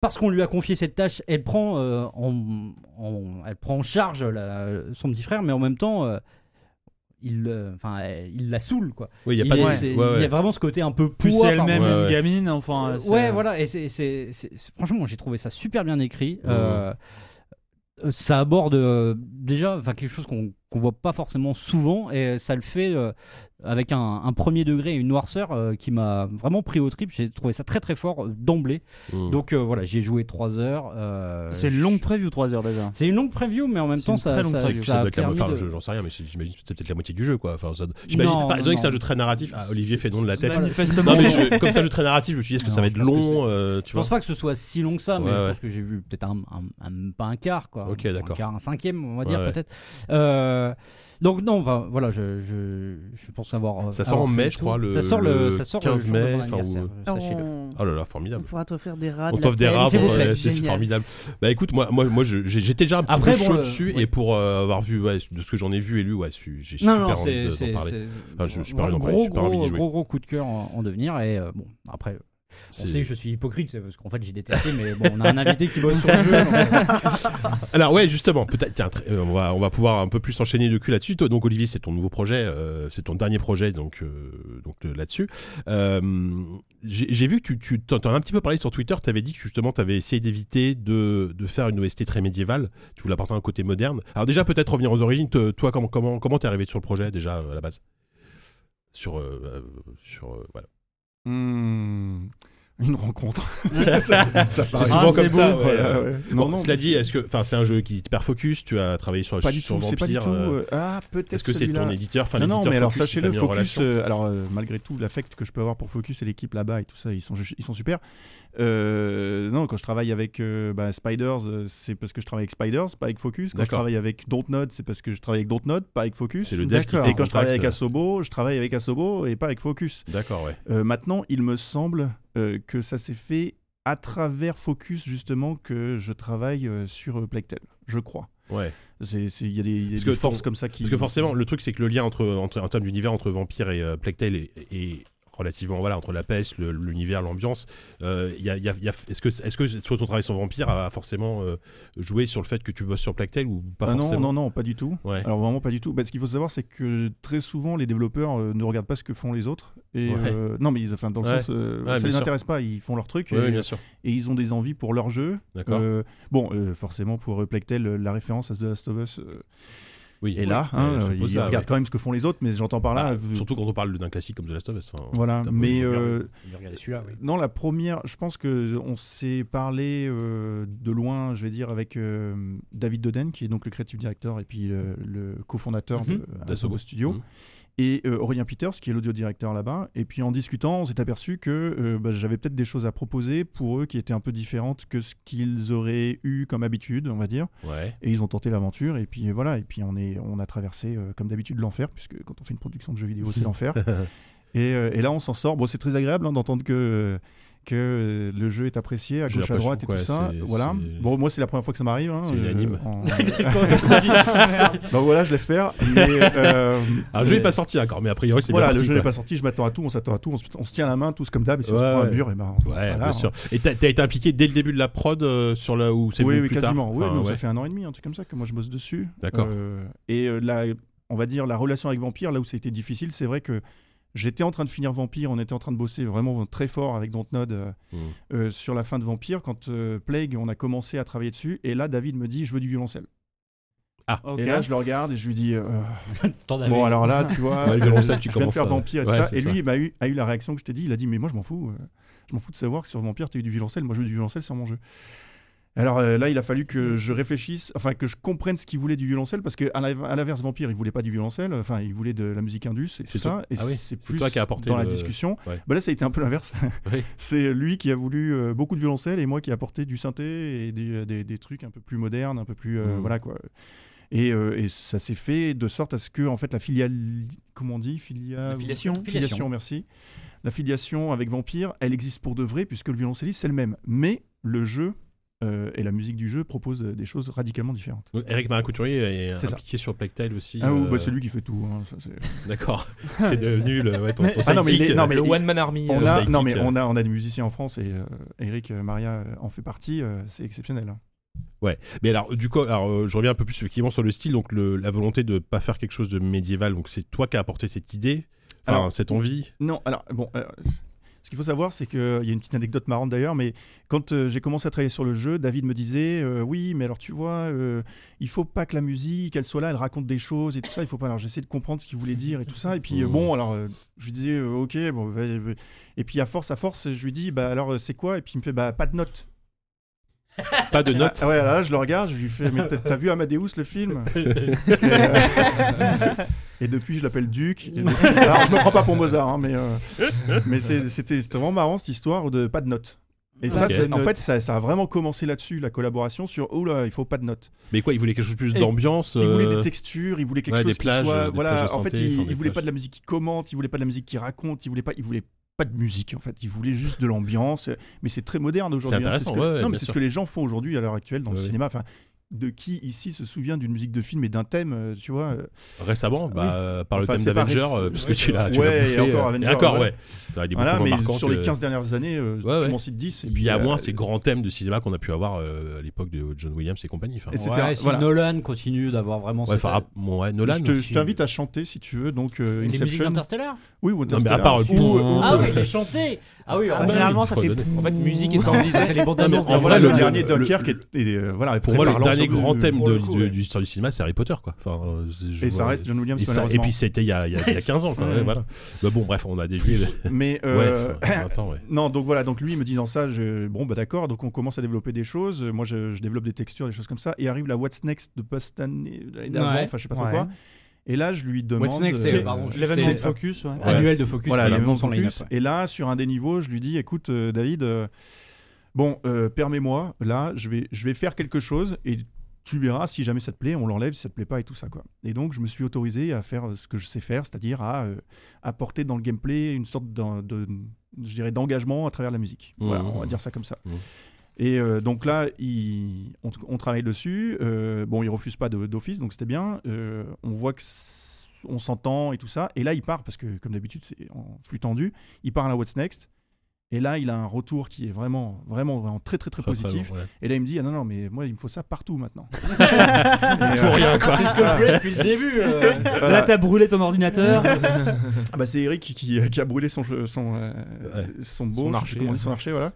[SPEAKER 7] parce qu'on lui a confié cette tâche, elle prend, euh, en, en- elle prend en charge la- son petit frère, mais en même temps, euh, il, euh, enfin, euh, il la saoule quoi.
[SPEAKER 2] Oui, il y a
[SPEAKER 7] Il
[SPEAKER 2] pas de.
[SPEAKER 7] est-
[SPEAKER 3] Ouais.
[SPEAKER 7] c'est-
[SPEAKER 2] ouais,
[SPEAKER 7] il y
[SPEAKER 2] ouais.
[SPEAKER 7] a vraiment ce côté un peu
[SPEAKER 3] Plus
[SPEAKER 7] poids
[SPEAKER 3] c'est
[SPEAKER 7] par-
[SPEAKER 3] elle-même
[SPEAKER 2] ouais, ouais.
[SPEAKER 3] une gamine, enfin. c'est-
[SPEAKER 7] Euh,
[SPEAKER 3] euh,
[SPEAKER 7] ouais, voilà. Et c'est, c'est- c'est- c'est- franchement, j'ai trouvé ça super bien écrit. Euh, euh, ça aborde euh, déjà, enfin quelque chose qu'on qu'on voit pas forcément souvent, et ça le fait euh, avec un, un premier degré et une noirceur euh, qui m'a vraiment pris au trip. J'ai trouvé ça très très fort euh, d'emblée.
[SPEAKER 2] Mm.
[SPEAKER 7] Donc euh, voilà, j'ai joué 3 heures. euh,
[SPEAKER 3] C'est une longue preview, 3 heures déjà.
[SPEAKER 7] C'est une longue preview, mais en même
[SPEAKER 3] C'est
[SPEAKER 7] temps,
[SPEAKER 3] une
[SPEAKER 7] ça,
[SPEAKER 3] très longue
[SPEAKER 7] ça,
[SPEAKER 3] preview.
[SPEAKER 7] ça
[SPEAKER 2] Ah, Ça
[SPEAKER 7] a
[SPEAKER 2] doit être la-
[SPEAKER 7] permis
[SPEAKER 2] enfin,
[SPEAKER 7] de-
[SPEAKER 2] je- j'en sais rien, mais c'est- j'imagine que c'est peut-être la moitié du jeu, quoi. Enfin, ça- j'imagine,
[SPEAKER 7] Non,
[SPEAKER 2] par- étant
[SPEAKER 7] non,
[SPEAKER 2] donné que c'est un
[SPEAKER 7] non.
[SPEAKER 2] jeu très narratif, ah, Olivier fait non de la tête.
[SPEAKER 7] Voilà,
[SPEAKER 3] Manifestement.
[SPEAKER 2] Non, mais je- comme ça, jeu très narratif, je me suis dit, est-ce que
[SPEAKER 7] Non,
[SPEAKER 2] ça va
[SPEAKER 7] je
[SPEAKER 2] être
[SPEAKER 7] pense que
[SPEAKER 2] long euh, Tu
[SPEAKER 7] Je pense
[SPEAKER 2] vois
[SPEAKER 7] pas que ce soit si long que ça, mais
[SPEAKER 2] Ouais,
[SPEAKER 7] je
[SPEAKER 2] ouais.
[SPEAKER 7] pense que j'ai vu peut-être un, un- un- pas un quart, quoi.
[SPEAKER 2] Ok,
[SPEAKER 7] Un
[SPEAKER 2] d'accord.
[SPEAKER 7] quart, Un cinquième, on va dire
[SPEAKER 2] Ouais, ouais.
[SPEAKER 7] peut-être. Euh, donc non, enfin, voilà, je, je, je pense avoir. euh,
[SPEAKER 2] Ça sort
[SPEAKER 7] avoir
[SPEAKER 2] en
[SPEAKER 7] fait
[SPEAKER 2] mai,
[SPEAKER 7] le
[SPEAKER 2] je
[SPEAKER 7] tour.
[SPEAKER 2] crois, le-
[SPEAKER 7] ça sort le,
[SPEAKER 2] le
[SPEAKER 7] ça sort euh,
[SPEAKER 2] 15
[SPEAKER 7] le jour de
[SPEAKER 2] mai,
[SPEAKER 7] mon
[SPEAKER 2] enfin,
[SPEAKER 7] anniversaire, sachez-le.
[SPEAKER 6] on...
[SPEAKER 2] Oh là là,
[SPEAKER 6] on
[SPEAKER 2] formidable.
[SPEAKER 6] pourra t'offrir des rats.
[SPEAKER 2] On
[SPEAKER 6] de
[SPEAKER 2] t'offre des
[SPEAKER 6] la
[SPEAKER 2] rares,
[SPEAKER 7] s'il
[SPEAKER 6] peste,
[SPEAKER 7] vous
[SPEAKER 2] pour-
[SPEAKER 7] plaît.
[SPEAKER 2] euh, c'est c'est
[SPEAKER 6] Génial.
[SPEAKER 2] formidable. Bah écoute, moi, moi, moi je- j'ai- j'étais déjà un petit
[SPEAKER 7] Après,
[SPEAKER 2] peu
[SPEAKER 7] bon,
[SPEAKER 2] chaud
[SPEAKER 7] le-
[SPEAKER 2] dessus,
[SPEAKER 7] oui.
[SPEAKER 2] et pour euh, avoir vu, ouais, de ce que j'en ai vu et lu, ouais, su- j'ai
[SPEAKER 7] Non,
[SPEAKER 2] super
[SPEAKER 7] non,
[SPEAKER 2] envie
[SPEAKER 7] c'est
[SPEAKER 2] de-
[SPEAKER 7] c'est-
[SPEAKER 2] d'en parler.
[SPEAKER 7] c'est-
[SPEAKER 2] Enfin, je- super
[SPEAKER 7] vraiment
[SPEAKER 2] envie d'en parler,
[SPEAKER 7] gros,
[SPEAKER 2] super envie d'y
[SPEAKER 7] gros,
[SPEAKER 2] jouer.
[SPEAKER 7] gros, gros coup de cœur en, en devenir. Et euh, bon, après, on
[SPEAKER 2] C'est-
[SPEAKER 7] sait que je suis hypocrite c'est parce qu'en fait, j'ai détesté, mais bon, on a un invité qui bosse sur le jeu. donc, euh,
[SPEAKER 2] Alors ouais, justement, peut-être tiens, très- euh, on va on va pouvoir un peu plus enchaîner le cul là-dessus. Toi, Donc Olivier, c'est ton nouveau projet, euh, c'est ton dernier projet donc euh, donc euh, là-dessus. Euh, j'ai j'ai vu que tu tu t'en t'en as un petit peu parlé sur Twitter, tu avais dit que justement tu avais essayé d'éviter de, de faire une OST très médiévale, tu voulais apporter un côté moderne. Alors déjà peut-être revenir aux origines, Te- toi comment comment comment t'es arrivé sur le projet déjà euh, à la base Sur euh, euh, sur euh, voilà.
[SPEAKER 5] Hmm, Une rencontre.
[SPEAKER 2] ça, ça
[SPEAKER 5] Ah,
[SPEAKER 2] c'est souvent
[SPEAKER 3] c'est
[SPEAKER 2] comme ça.
[SPEAKER 5] beau,
[SPEAKER 2] ouais.
[SPEAKER 5] voilà, ouais.
[SPEAKER 2] Bon,
[SPEAKER 5] Non, non,
[SPEAKER 2] cela dit, est-ce que enfin c'est un jeu qui est hyper focus, tu as travaillé sur
[SPEAKER 5] Pas du
[SPEAKER 2] sur
[SPEAKER 5] tout, c'est pas du
[SPEAKER 2] Vampire,
[SPEAKER 5] tout.
[SPEAKER 2] euh,
[SPEAKER 5] euh, Ah, peut-être
[SPEAKER 2] Est-ce que c'est
[SPEAKER 5] celui-là.
[SPEAKER 2] ton éditeur, enfin
[SPEAKER 5] Non, non,
[SPEAKER 2] l'éditeur
[SPEAKER 5] mais alors
[SPEAKER 2] Focus qui t'a
[SPEAKER 5] sachez-le,
[SPEAKER 2] mis en
[SPEAKER 5] Focus,
[SPEAKER 2] relation
[SPEAKER 5] euh, alors euh, malgré tout l'affect que je peux avoir pour Focus et l'équipe là-bas et tout ça, ils sont, ju- ils sont super. Euh, non, quand je travaille avec euh, bah, Spiders, euh, c'est parce que je travaille avec Spiders, pas avec Focus. Quand je
[SPEAKER 2] D'accord.
[SPEAKER 5] travaille avec Dontnod, c'est parce que je travaille avec Dontnod, pas avec Focus.
[SPEAKER 2] C'est le dev qui
[SPEAKER 3] D'accord.
[SPEAKER 2] prend
[SPEAKER 5] Et quand je travaille avec
[SPEAKER 2] contact,
[SPEAKER 5] Asobo, je travaille avec Asobo et pas avec Focus.
[SPEAKER 2] euh, D'accord, ouais.
[SPEAKER 5] Euh, maintenant, il me semble euh, que ça s'est fait à travers Focus justement que je travaille euh, sur euh, Plectel, je crois.
[SPEAKER 2] ouais.
[SPEAKER 5] C'est- c'est- Il y a des, il y a
[SPEAKER 2] Parce
[SPEAKER 5] des
[SPEAKER 2] que
[SPEAKER 5] forces
[SPEAKER 2] ton-
[SPEAKER 5] comme ça qui. Ah
[SPEAKER 2] Parce que forcément, le truc c'est que le lien entre, entre en termes d'univers entre Vampire et euh, Plectel est, est relativement voilà entre la peste, le- l'univers, l'ambiance. euh, il y a- il y a- il y a- Est-ce que est-ce que soit ton travail sur Vampire a forcément euh, joué sur le fait que tu bosses sur Plectel ou pas
[SPEAKER 5] Ah non,
[SPEAKER 2] forcément
[SPEAKER 5] non, non, pas du tout.
[SPEAKER 2] Ouais.
[SPEAKER 5] Alors vraiment pas du tout. Bah, ce qu'il faut savoir, c'est que très souvent, les développeurs euh, ne regardent pas ce que font les autres. Et,
[SPEAKER 2] Ouais.
[SPEAKER 5] euh, non, mais ils- enfin, dans le
[SPEAKER 2] Ouais.
[SPEAKER 5] sens, euh,
[SPEAKER 2] Ouais,
[SPEAKER 5] ça
[SPEAKER 2] bien
[SPEAKER 5] les
[SPEAKER 2] sûr.
[SPEAKER 5] intéresse pas. Ils font leur truc
[SPEAKER 2] Oui,
[SPEAKER 5] et,
[SPEAKER 2] oui, bien sûr.
[SPEAKER 5] et ils ont des envies pour leur jeu.
[SPEAKER 2] D'accord.
[SPEAKER 5] Euh, bon, euh, forcément, pour euh, Plectel, euh, la référence à The Last of Us euh,
[SPEAKER 2] oui.
[SPEAKER 5] est là.
[SPEAKER 2] Ouais,
[SPEAKER 5] hein,
[SPEAKER 2] je
[SPEAKER 5] euh, ils
[SPEAKER 2] suppose ça,
[SPEAKER 5] regardent
[SPEAKER 2] ouais.
[SPEAKER 5] quand même ce que font les autres, mais j'entends par là.
[SPEAKER 2] Bah,
[SPEAKER 5] euh,
[SPEAKER 2] Surtout quand on parle d'un classique comme The Last of Us. enfin,
[SPEAKER 5] Voilà,
[SPEAKER 2] t'as pas
[SPEAKER 5] mais
[SPEAKER 2] besoin de
[SPEAKER 5] euh,
[SPEAKER 7] Regardez celui-là, oui.
[SPEAKER 5] non, la première, je pense que on s'est parlé euh, de loin, je vais dire, avec euh, David Doden, qui est donc le creative director et puis euh, le cofondateur
[SPEAKER 7] Mhm.
[SPEAKER 5] de euh,
[SPEAKER 2] D'Asobo.
[SPEAKER 5] Asobo Studio.
[SPEAKER 2] Mhm.
[SPEAKER 5] et euh, Aurélien Peters, qui est l'audio directeur là-bas. Et puis en discutant, on s'est aperçu que euh, bah, j'avais peut-être des choses à proposer pour eux qui étaient un peu différentes que ce qu'ils auraient eu comme habitude, on va dire.
[SPEAKER 2] Ouais.
[SPEAKER 5] Et ils ont tenté l'aventure. Et puis voilà. Et puis on est, on a traversé euh, comme d'habitude l'enfer, puisque quand on fait une production de jeux vidéo, c'est l'enfer. Et, euh, et là, on s'en sort. Bon, c'est très agréable hein, d'entendre que que euh, le jeu est apprécié à
[SPEAKER 2] J'ai
[SPEAKER 5] gauche à
[SPEAKER 2] l'impression,
[SPEAKER 5] droite et
[SPEAKER 2] quoi,
[SPEAKER 5] tout ça.
[SPEAKER 2] c'est-
[SPEAKER 5] Voilà.
[SPEAKER 2] c'est-
[SPEAKER 5] Bon, moi, c'est la première fois que ça m'arrive. hein,
[SPEAKER 2] C'est unanime.
[SPEAKER 5] en- Bah, voilà, je laisse faire. Mais, euh,
[SPEAKER 2] Alors, le jeu
[SPEAKER 5] c'est-
[SPEAKER 2] n'est pas sorti encore, mais a priori c'est bien
[SPEAKER 5] voilà, le
[SPEAKER 2] parti,
[SPEAKER 5] jeu
[SPEAKER 2] quoi.
[SPEAKER 5] n'est pas sorti, je m'attends à tout, on s'attend à tout, on se, on se tient la main, tous comme d'hab, et si on se
[SPEAKER 2] Ouais,
[SPEAKER 5] prend un
[SPEAKER 2] ouais.
[SPEAKER 5] mur, et ben.
[SPEAKER 2] Ouais,
[SPEAKER 5] voilà,
[SPEAKER 2] bien
[SPEAKER 5] hein.
[SPEAKER 2] sûr. Et t'as t'as été impliqué dès le début de la prod euh, sur là où c'est
[SPEAKER 5] Oui,
[SPEAKER 2] venu
[SPEAKER 5] oui,
[SPEAKER 2] plus
[SPEAKER 5] quasiment.
[SPEAKER 2] tard.
[SPEAKER 5] Oui,
[SPEAKER 2] Enfin,
[SPEAKER 5] donc
[SPEAKER 2] ouais.
[SPEAKER 5] ça fait un an et demi, un truc comme ça, que moi je bosse dessus.
[SPEAKER 2] D'accord.
[SPEAKER 5] Euh, et euh, la, on va dire, la relation avec Vampire, là où ça a été difficile, c'est vrai que j'étais en train de finir Vampire, on était en train de bosser vraiment très fort avec Dontnod euh,
[SPEAKER 2] Mm.
[SPEAKER 5] euh, sur la fin de Vampire. Quand euh, Plague, on a commencé à travailler dessus, et là, David me dit, je veux du violoncelle.
[SPEAKER 3] Ok.
[SPEAKER 5] Et là, je le regarde et je lui dis, euh,
[SPEAKER 7] T'en avais.
[SPEAKER 5] bon, alors là, tu vois, euh,
[SPEAKER 2] Ouais, le violoncelle, tu
[SPEAKER 5] je viens de
[SPEAKER 2] commences
[SPEAKER 5] faire
[SPEAKER 2] à-
[SPEAKER 5] Vampire et tout
[SPEAKER 2] Ouais,
[SPEAKER 5] ça.
[SPEAKER 2] c'est
[SPEAKER 5] Et lui, il m'a eu, a eu la réaction que je t'ai dit. Il a dit, mais moi, je m'en fous. euh, Je m'en fous de savoir que sur Vampire, tu as eu du violoncelle. Moi, je veux du violoncelle sur mon jeu. Alors euh, là, il a fallu que je réfléchisse, enfin que je comprenne ce qu'il voulait du violoncelle, parce qu'à l'inverse, Vampire, il voulait pas du violoncelle, enfin il voulait de la musique indus et
[SPEAKER 2] C'est
[SPEAKER 5] tout ça.
[SPEAKER 2] toi-
[SPEAKER 5] Et
[SPEAKER 2] ah oui,
[SPEAKER 5] c'est
[SPEAKER 2] c'est
[SPEAKER 5] plus
[SPEAKER 2] toi qui as apporté
[SPEAKER 5] dans la
[SPEAKER 2] le-
[SPEAKER 5] discussion.
[SPEAKER 2] Ouais.
[SPEAKER 5] Bah là, ça a été un peu l'inverse.
[SPEAKER 2] Oui.
[SPEAKER 5] c'est lui qui a voulu euh, beaucoup de violoncelle et moi qui ai apporté du synthé et des, euh, des- des trucs un peu plus modernes, un peu plus euh,
[SPEAKER 2] Mm.
[SPEAKER 5] voilà quoi. Et, euh, et ça s'est fait de sorte à ce que en fait la filiale, comment on dit, filiale,
[SPEAKER 7] Filiation.
[SPEAKER 5] filiation, merci. La filiation avec Vampire, elle existe pour de vrai puisque le violoncelliste c'est le même, mais le jeu euh, et la musique du jeu proposent euh, des choses radicalement différentes.
[SPEAKER 2] Donc, Eric Marin Couturier est
[SPEAKER 5] C'est ça.
[SPEAKER 2] impliqué sur Plectel aussi.
[SPEAKER 5] Ah ou
[SPEAKER 2] euh,
[SPEAKER 5] bah, c'est lui qui fait tout. hein, ça, c'est-
[SPEAKER 2] D'accord. c'est devenu le, ouais, ton, ton
[SPEAKER 5] Ah, non, mais il
[SPEAKER 2] sidekick,
[SPEAKER 5] est- non,
[SPEAKER 2] euh,
[SPEAKER 5] mais
[SPEAKER 4] Le
[SPEAKER 5] il-
[SPEAKER 4] One Man Army.
[SPEAKER 5] on
[SPEAKER 2] Ton
[SPEAKER 4] euh,
[SPEAKER 5] a,
[SPEAKER 2] sidekick,
[SPEAKER 5] non mais
[SPEAKER 2] euh.
[SPEAKER 5] on a on a des musiciens en France et euh, Eric euh, Maria euh, en fait partie, euh, c'est exceptionnel. hein.
[SPEAKER 2] Ouais, mais alors du coup, alors, euh, je reviens un peu plus effectivement sur le style, donc le- la volonté de pas faire quelque chose de médiéval, donc c'est toi qui as apporté cette idée, enfin
[SPEAKER 5] Alors,
[SPEAKER 2] cette envie.
[SPEAKER 5] Non, alors, bon, euh, ce qu'il faut savoir, c'est que il y a une petite anecdote marrante d'ailleurs, mais quand euh, j'ai commencé à travailler sur le jeu, David me disait euh, Oui, mais alors tu vois, euh, il faut pas que la musique, elle soit là, elle raconte des choses et tout ça, il faut pas. Alors j'essaie de comprendre ce qu'il voulait dire et tout ça, et puis euh,
[SPEAKER 2] Mhm.
[SPEAKER 5] bon, alors euh, je lui disais euh, Ok, bon, bah, euh, et puis à force, à force, je lui dis Bah alors euh, c'est quoi Et puis il me fait Bah pas de notes.
[SPEAKER 2] Pas de notes.
[SPEAKER 5] Ah, ouais, là, je le regarde, je lui fais Mais t'as- t'as vu Amadeus le film et, euh, et depuis, je l'appelle Duc. et depuis- Alors, je me prends pas pour Mozart, hein, mais, euh, mais c'est- c'était c'était vraiment marrant cette histoire de pas de notes. Et ça,
[SPEAKER 2] Ok.
[SPEAKER 5] c'est- en fait, ça, ça a vraiment commencé là-dessus, la collaboration sur oh là, il faut pas de notes.
[SPEAKER 2] Mais quoi, il voulait quelque chose de plus
[SPEAKER 5] Et-
[SPEAKER 2] d'ambiance.
[SPEAKER 5] Il voulait
[SPEAKER 2] euh,
[SPEAKER 5] des textures, il voulait quelque
[SPEAKER 2] ouais,
[SPEAKER 5] chose
[SPEAKER 2] des plages,
[SPEAKER 5] qui soit.
[SPEAKER 2] euh, des plages
[SPEAKER 5] voilà,
[SPEAKER 2] de
[SPEAKER 5] en fait,
[SPEAKER 2] santé,
[SPEAKER 5] il,
[SPEAKER 2] enfin,
[SPEAKER 5] il
[SPEAKER 2] des
[SPEAKER 5] voulait
[SPEAKER 2] plages.
[SPEAKER 5] pas de la musique qui commente, il voulait pas de la musique qui raconte, il voulait pas, il voulait pas de musique en fait, il voulait juste de l'ambiance. Mais c'est très moderne aujourd'hui. hein,
[SPEAKER 2] intéressant,
[SPEAKER 5] c'est ce que,
[SPEAKER 2] ouais, ouais,
[SPEAKER 5] non, mais
[SPEAKER 2] bien
[SPEAKER 5] c'est
[SPEAKER 2] sûr.
[SPEAKER 5] ce que les gens font aujourd'hui à l'heure actuelle dans
[SPEAKER 2] Ouais,
[SPEAKER 5] le
[SPEAKER 2] ouais.
[SPEAKER 5] cinéma. Enfin, de qui ici se souvient d'une musique de film et d'un thème, euh, tu vois euh,
[SPEAKER 2] Récemment, bah,
[SPEAKER 5] Oui.
[SPEAKER 2] euh, par
[SPEAKER 5] Enfin,
[SPEAKER 2] le thème
[SPEAKER 5] c'est pas
[SPEAKER 2] d'Avenger,
[SPEAKER 5] réc-
[SPEAKER 2] euh, parce que
[SPEAKER 5] ouais,
[SPEAKER 2] tu l'as tu
[SPEAKER 5] ouais,
[SPEAKER 2] l'as
[SPEAKER 5] et
[SPEAKER 2] bouffé,
[SPEAKER 5] encore
[SPEAKER 2] euh,
[SPEAKER 5] Avenger,
[SPEAKER 2] Et encore,
[SPEAKER 5] ouais.
[SPEAKER 2] ouais. Il est
[SPEAKER 5] Voilà,
[SPEAKER 2] beaucoup moins
[SPEAKER 5] mais
[SPEAKER 2] marquant
[SPEAKER 5] sur
[SPEAKER 2] que-
[SPEAKER 5] les 15 dernières années, euh,
[SPEAKER 2] Ouais,
[SPEAKER 5] tu
[SPEAKER 2] ouais.
[SPEAKER 5] m'en cites 10. Et
[SPEAKER 2] Il y a
[SPEAKER 5] euh,
[SPEAKER 2] moins ces grands thèmes de cinéma qu'on a pu avoir euh, à l'époque de John Williams et compagnie. Enfin,
[SPEAKER 5] Et c'est-
[SPEAKER 2] ouais,
[SPEAKER 5] Etc.
[SPEAKER 7] Ouais, si
[SPEAKER 5] Voilà.
[SPEAKER 7] Nolan continue d'avoir vraiment
[SPEAKER 2] ouais,
[SPEAKER 7] cette-
[SPEAKER 2] enfin, ah, bon, ouais, Nolan.
[SPEAKER 5] je te-
[SPEAKER 2] aussi.
[SPEAKER 5] je t'invite à chanter si tu veux, donc euh,
[SPEAKER 7] les musiques
[SPEAKER 5] Inception.
[SPEAKER 7] d'Interstellar
[SPEAKER 5] Oui, ou
[SPEAKER 2] mais à
[SPEAKER 5] Interstellar.
[SPEAKER 2] part euh, le
[SPEAKER 5] Ou-
[SPEAKER 2] pont,
[SPEAKER 5] ou-
[SPEAKER 7] Ah oui, les chanter Ah oui,
[SPEAKER 6] Ah,
[SPEAKER 7] en
[SPEAKER 6] généralement,
[SPEAKER 2] il
[SPEAKER 6] ça
[SPEAKER 2] faut
[SPEAKER 6] fait.
[SPEAKER 2] donner.
[SPEAKER 6] pou-
[SPEAKER 4] En fait, musique et sound design, c'est les bandes
[SPEAKER 7] Ah,
[SPEAKER 5] Non, mais
[SPEAKER 4] annonces.
[SPEAKER 5] euh, en
[SPEAKER 4] des
[SPEAKER 5] voilà,
[SPEAKER 4] films.
[SPEAKER 5] le,
[SPEAKER 2] le-
[SPEAKER 5] dernier
[SPEAKER 2] le-
[SPEAKER 5] Dunkerque est, est, euh, voilà,
[SPEAKER 2] Pour moi, le
[SPEAKER 5] parlant
[SPEAKER 2] dernier
[SPEAKER 5] sur
[SPEAKER 2] grand thème
[SPEAKER 5] pour
[SPEAKER 2] de,
[SPEAKER 5] le coup,
[SPEAKER 2] de-
[SPEAKER 5] ouais.
[SPEAKER 2] de l'histoire du cinéma, c'est Harry Potter, quoi. Enfin, euh, c'est- je
[SPEAKER 5] Et ça
[SPEAKER 2] vois-
[SPEAKER 5] reste John Williams,
[SPEAKER 2] Et, ça- et
[SPEAKER 5] malheureusement.
[SPEAKER 2] puis c'était il y a, il y a- il y a 15 ans, quoi. ouais, voilà. Bah bon, bref, on a des
[SPEAKER 5] Mais euh,
[SPEAKER 2] Ouais, enfin, attends, ouais.
[SPEAKER 5] non, donc voilà, donc lui me disant ça, je... bon bah d'accord, donc on commence à développer des choses. Moi, je, je développe des textures, des choses comme ça, et arrive la What's Next de pas cette année, l'année d'avant,
[SPEAKER 7] Ouais.
[SPEAKER 5] enfin je sais pas trop
[SPEAKER 3] Ouais.
[SPEAKER 5] quoi. Et là, je lui demande. euh,
[SPEAKER 7] What's Next, c'est- pardon, je-
[SPEAKER 3] L'événement
[SPEAKER 5] c'est-
[SPEAKER 3] de Focus, ouais.
[SPEAKER 2] Ouais.
[SPEAKER 7] Annuel de Focus,
[SPEAKER 5] Voilà,
[SPEAKER 7] qui
[SPEAKER 5] les
[SPEAKER 7] annonce son
[SPEAKER 5] mêmes
[SPEAKER 7] line-up,
[SPEAKER 5] focus. Et là, sur un des niveaux, je lui dis écoute, euh, David, euh, bon, euh, permets-moi, là, je vais, je vais faire quelque chose et tu verras si jamais ça te plaît, on l'enlève, si ça te plaît pas et tout ça. Quoi. Et donc, je me suis autorisé à faire euh, ce que je sais faire, c'est-à-dire à euh, apporter dans le gameplay une sorte d'en- de, je dirais, d'engagement à travers la musique. Voilà,
[SPEAKER 2] Mmh.
[SPEAKER 5] on va dire ça comme ça.
[SPEAKER 2] Mmh.
[SPEAKER 5] Et euh, donc là, il- on, on travaille dessus. euh, bon, il refuse pas de- d'office, donc c'était bien. Euh, on voit que s- on s'entend et tout ça. Et là, il part parce que, comme d'habitude, c'est en flux tendu. Il part à la What's Next. Et là, il a un retour qui est vraiment, vraiment, vraiment très, très, très
[SPEAKER 2] Enfin,
[SPEAKER 5] positif.
[SPEAKER 2] vraiment, ouais.
[SPEAKER 5] Et là, il me dit Ah non, non, mais moi, il me faut ça partout maintenant. euh,
[SPEAKER 2] Pour rien, quoi.
[SPEAKER 5] C'est ce
[SPEAKER 7] ouais. Ouais, Depuis le début euh,
[SPEAKER 3] Là, t'as brûlé ton ordinateur.
[SPEAKER 5] Ah bah, c'est Eric qui, qui- qui a brûlé son jeu- son euh,
[SPEAKER 2] Ouais.
[SPEAKER 5] son beau
[SPEAKER 4] Son
[SPEAKER 5] son
[SPEAKER 4] archer,
[SPEAKER 5] archer, son archer voilà.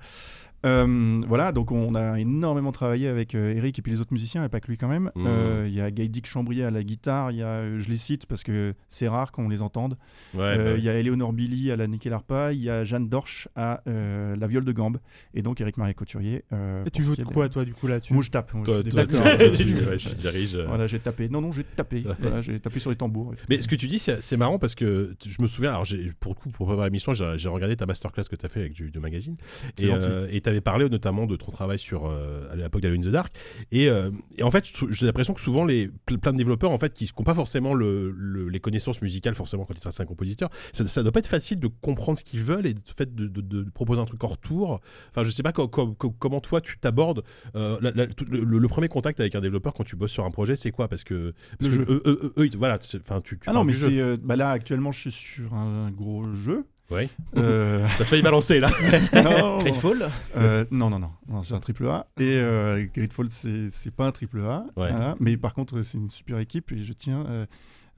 [SPEAKER 5] Euh, voilà, donc on a énormément travaillé avec euh, Eric et puis les autres musiciens, et pas que lui quand même.
[SPEAKER 2] Mhm.
[SPEAKER 5] Euh, Il y a Gaïdic Chambrier à la guitare, il y a, euh, je les cite parce que c'est rare qu'on les entende.
[SPEAKER 2] Ouais,
[SPEAKER 5] Euh,
[SPEAKER 2] bah,
[SPEAKER 5] Il y a Eleonore Billy à la nickel harpa, il y a Jeanne Dorche à euh, la viole de gambe, et donc Eric-Marie Couturier. euh,
[SPEAKER 3] Et
[SPEAKER 5] pour
[SPEAKER 3] tu
[SPEAKER 5] ce
[SPEAKER 3] joues
[SPEAKER 5] qui
[SPEAKER 3] de
[SPEAKER 5] est
[SPEAKER 3] quoi, toi, du coup, là tu...
[SPEAKER 5] Moi je tape. moi,
[SPEAKER 2] Toi,
[SPEAKER 5] je
[SPEAKER 2] toi,
[SPEAKER 5] débarque.
[SPEAKER 2] tu- tu- ouais, je dirige. euh,
[SPEAKER 5] Voilà, j'ai tapé. Non, non, j'ai tapé. Voilà, j'ai tapé sur les tambours.
[SPEAKER 2] Mais ce que tu dis, c'est c'est marrant parce que t- je me souviens, alors j'ai- pour le coup, pour préparer l'émission, j'ai j'ai regardé ta masterclass que tu as fait avec du, de magazine.
[SPEAKER 5] C'est
[SPEAKER 2] Et
[SPEAKER 5] gentil.
[SPEAKER 2] euh, et t'avais parlé notamment de ton travail sur euh, à l'époque d'Halo in the Dark. Et, euh, et en fait, sou- j'ai l'impression que souvent, les, ple- plein de développeurs, en fait, qui n'ont pas forcément le, le- les connaissances musicales, forcément, quand ils sont un compositeur, ça, ça doit pas être facile de comprendre ce qu'ils veulent et de, fait, de, de- de proposer un truc en retour. Enfin, je sais pas co- co- co- comment toi, tu t'abordes. euh, la- la- tout- le, le- le premier contact avec un développeur quand tu bosses sur un projet, c'est quoi Parce que. parce
[SPEAKER 5] Le
[SPEAKER 2] que eux- eux- eux- eux, ils te- voilà, c'est- enfin, tu, tu
[SPEAKER 5] Ah
[SPEAKER 2] parles
[SPEAKER 5] non, mais
[SPEAKER 2] du jeu.
[SPEAKER 5] c'est. euh, bah là, actuellement, je suis sur un gros jeu.
[SPEAKER 2] Ouais.
[SPEAKER 5] Euh,
[SPEAKER 2] T'as failli balancer, là.
[SPEAKER 5] non,
[SPEAKER 4] Redfall
[SPEAKER 5] euh, non, non, non, non, c'est un triple A. Et euh, Gridfall, c'est c'est pas un triple A.
[SPEAKER 2] Ouais.
[SPEAKER 5] Voilà. Mais par contre, c'est une super équipe et je tiens euh,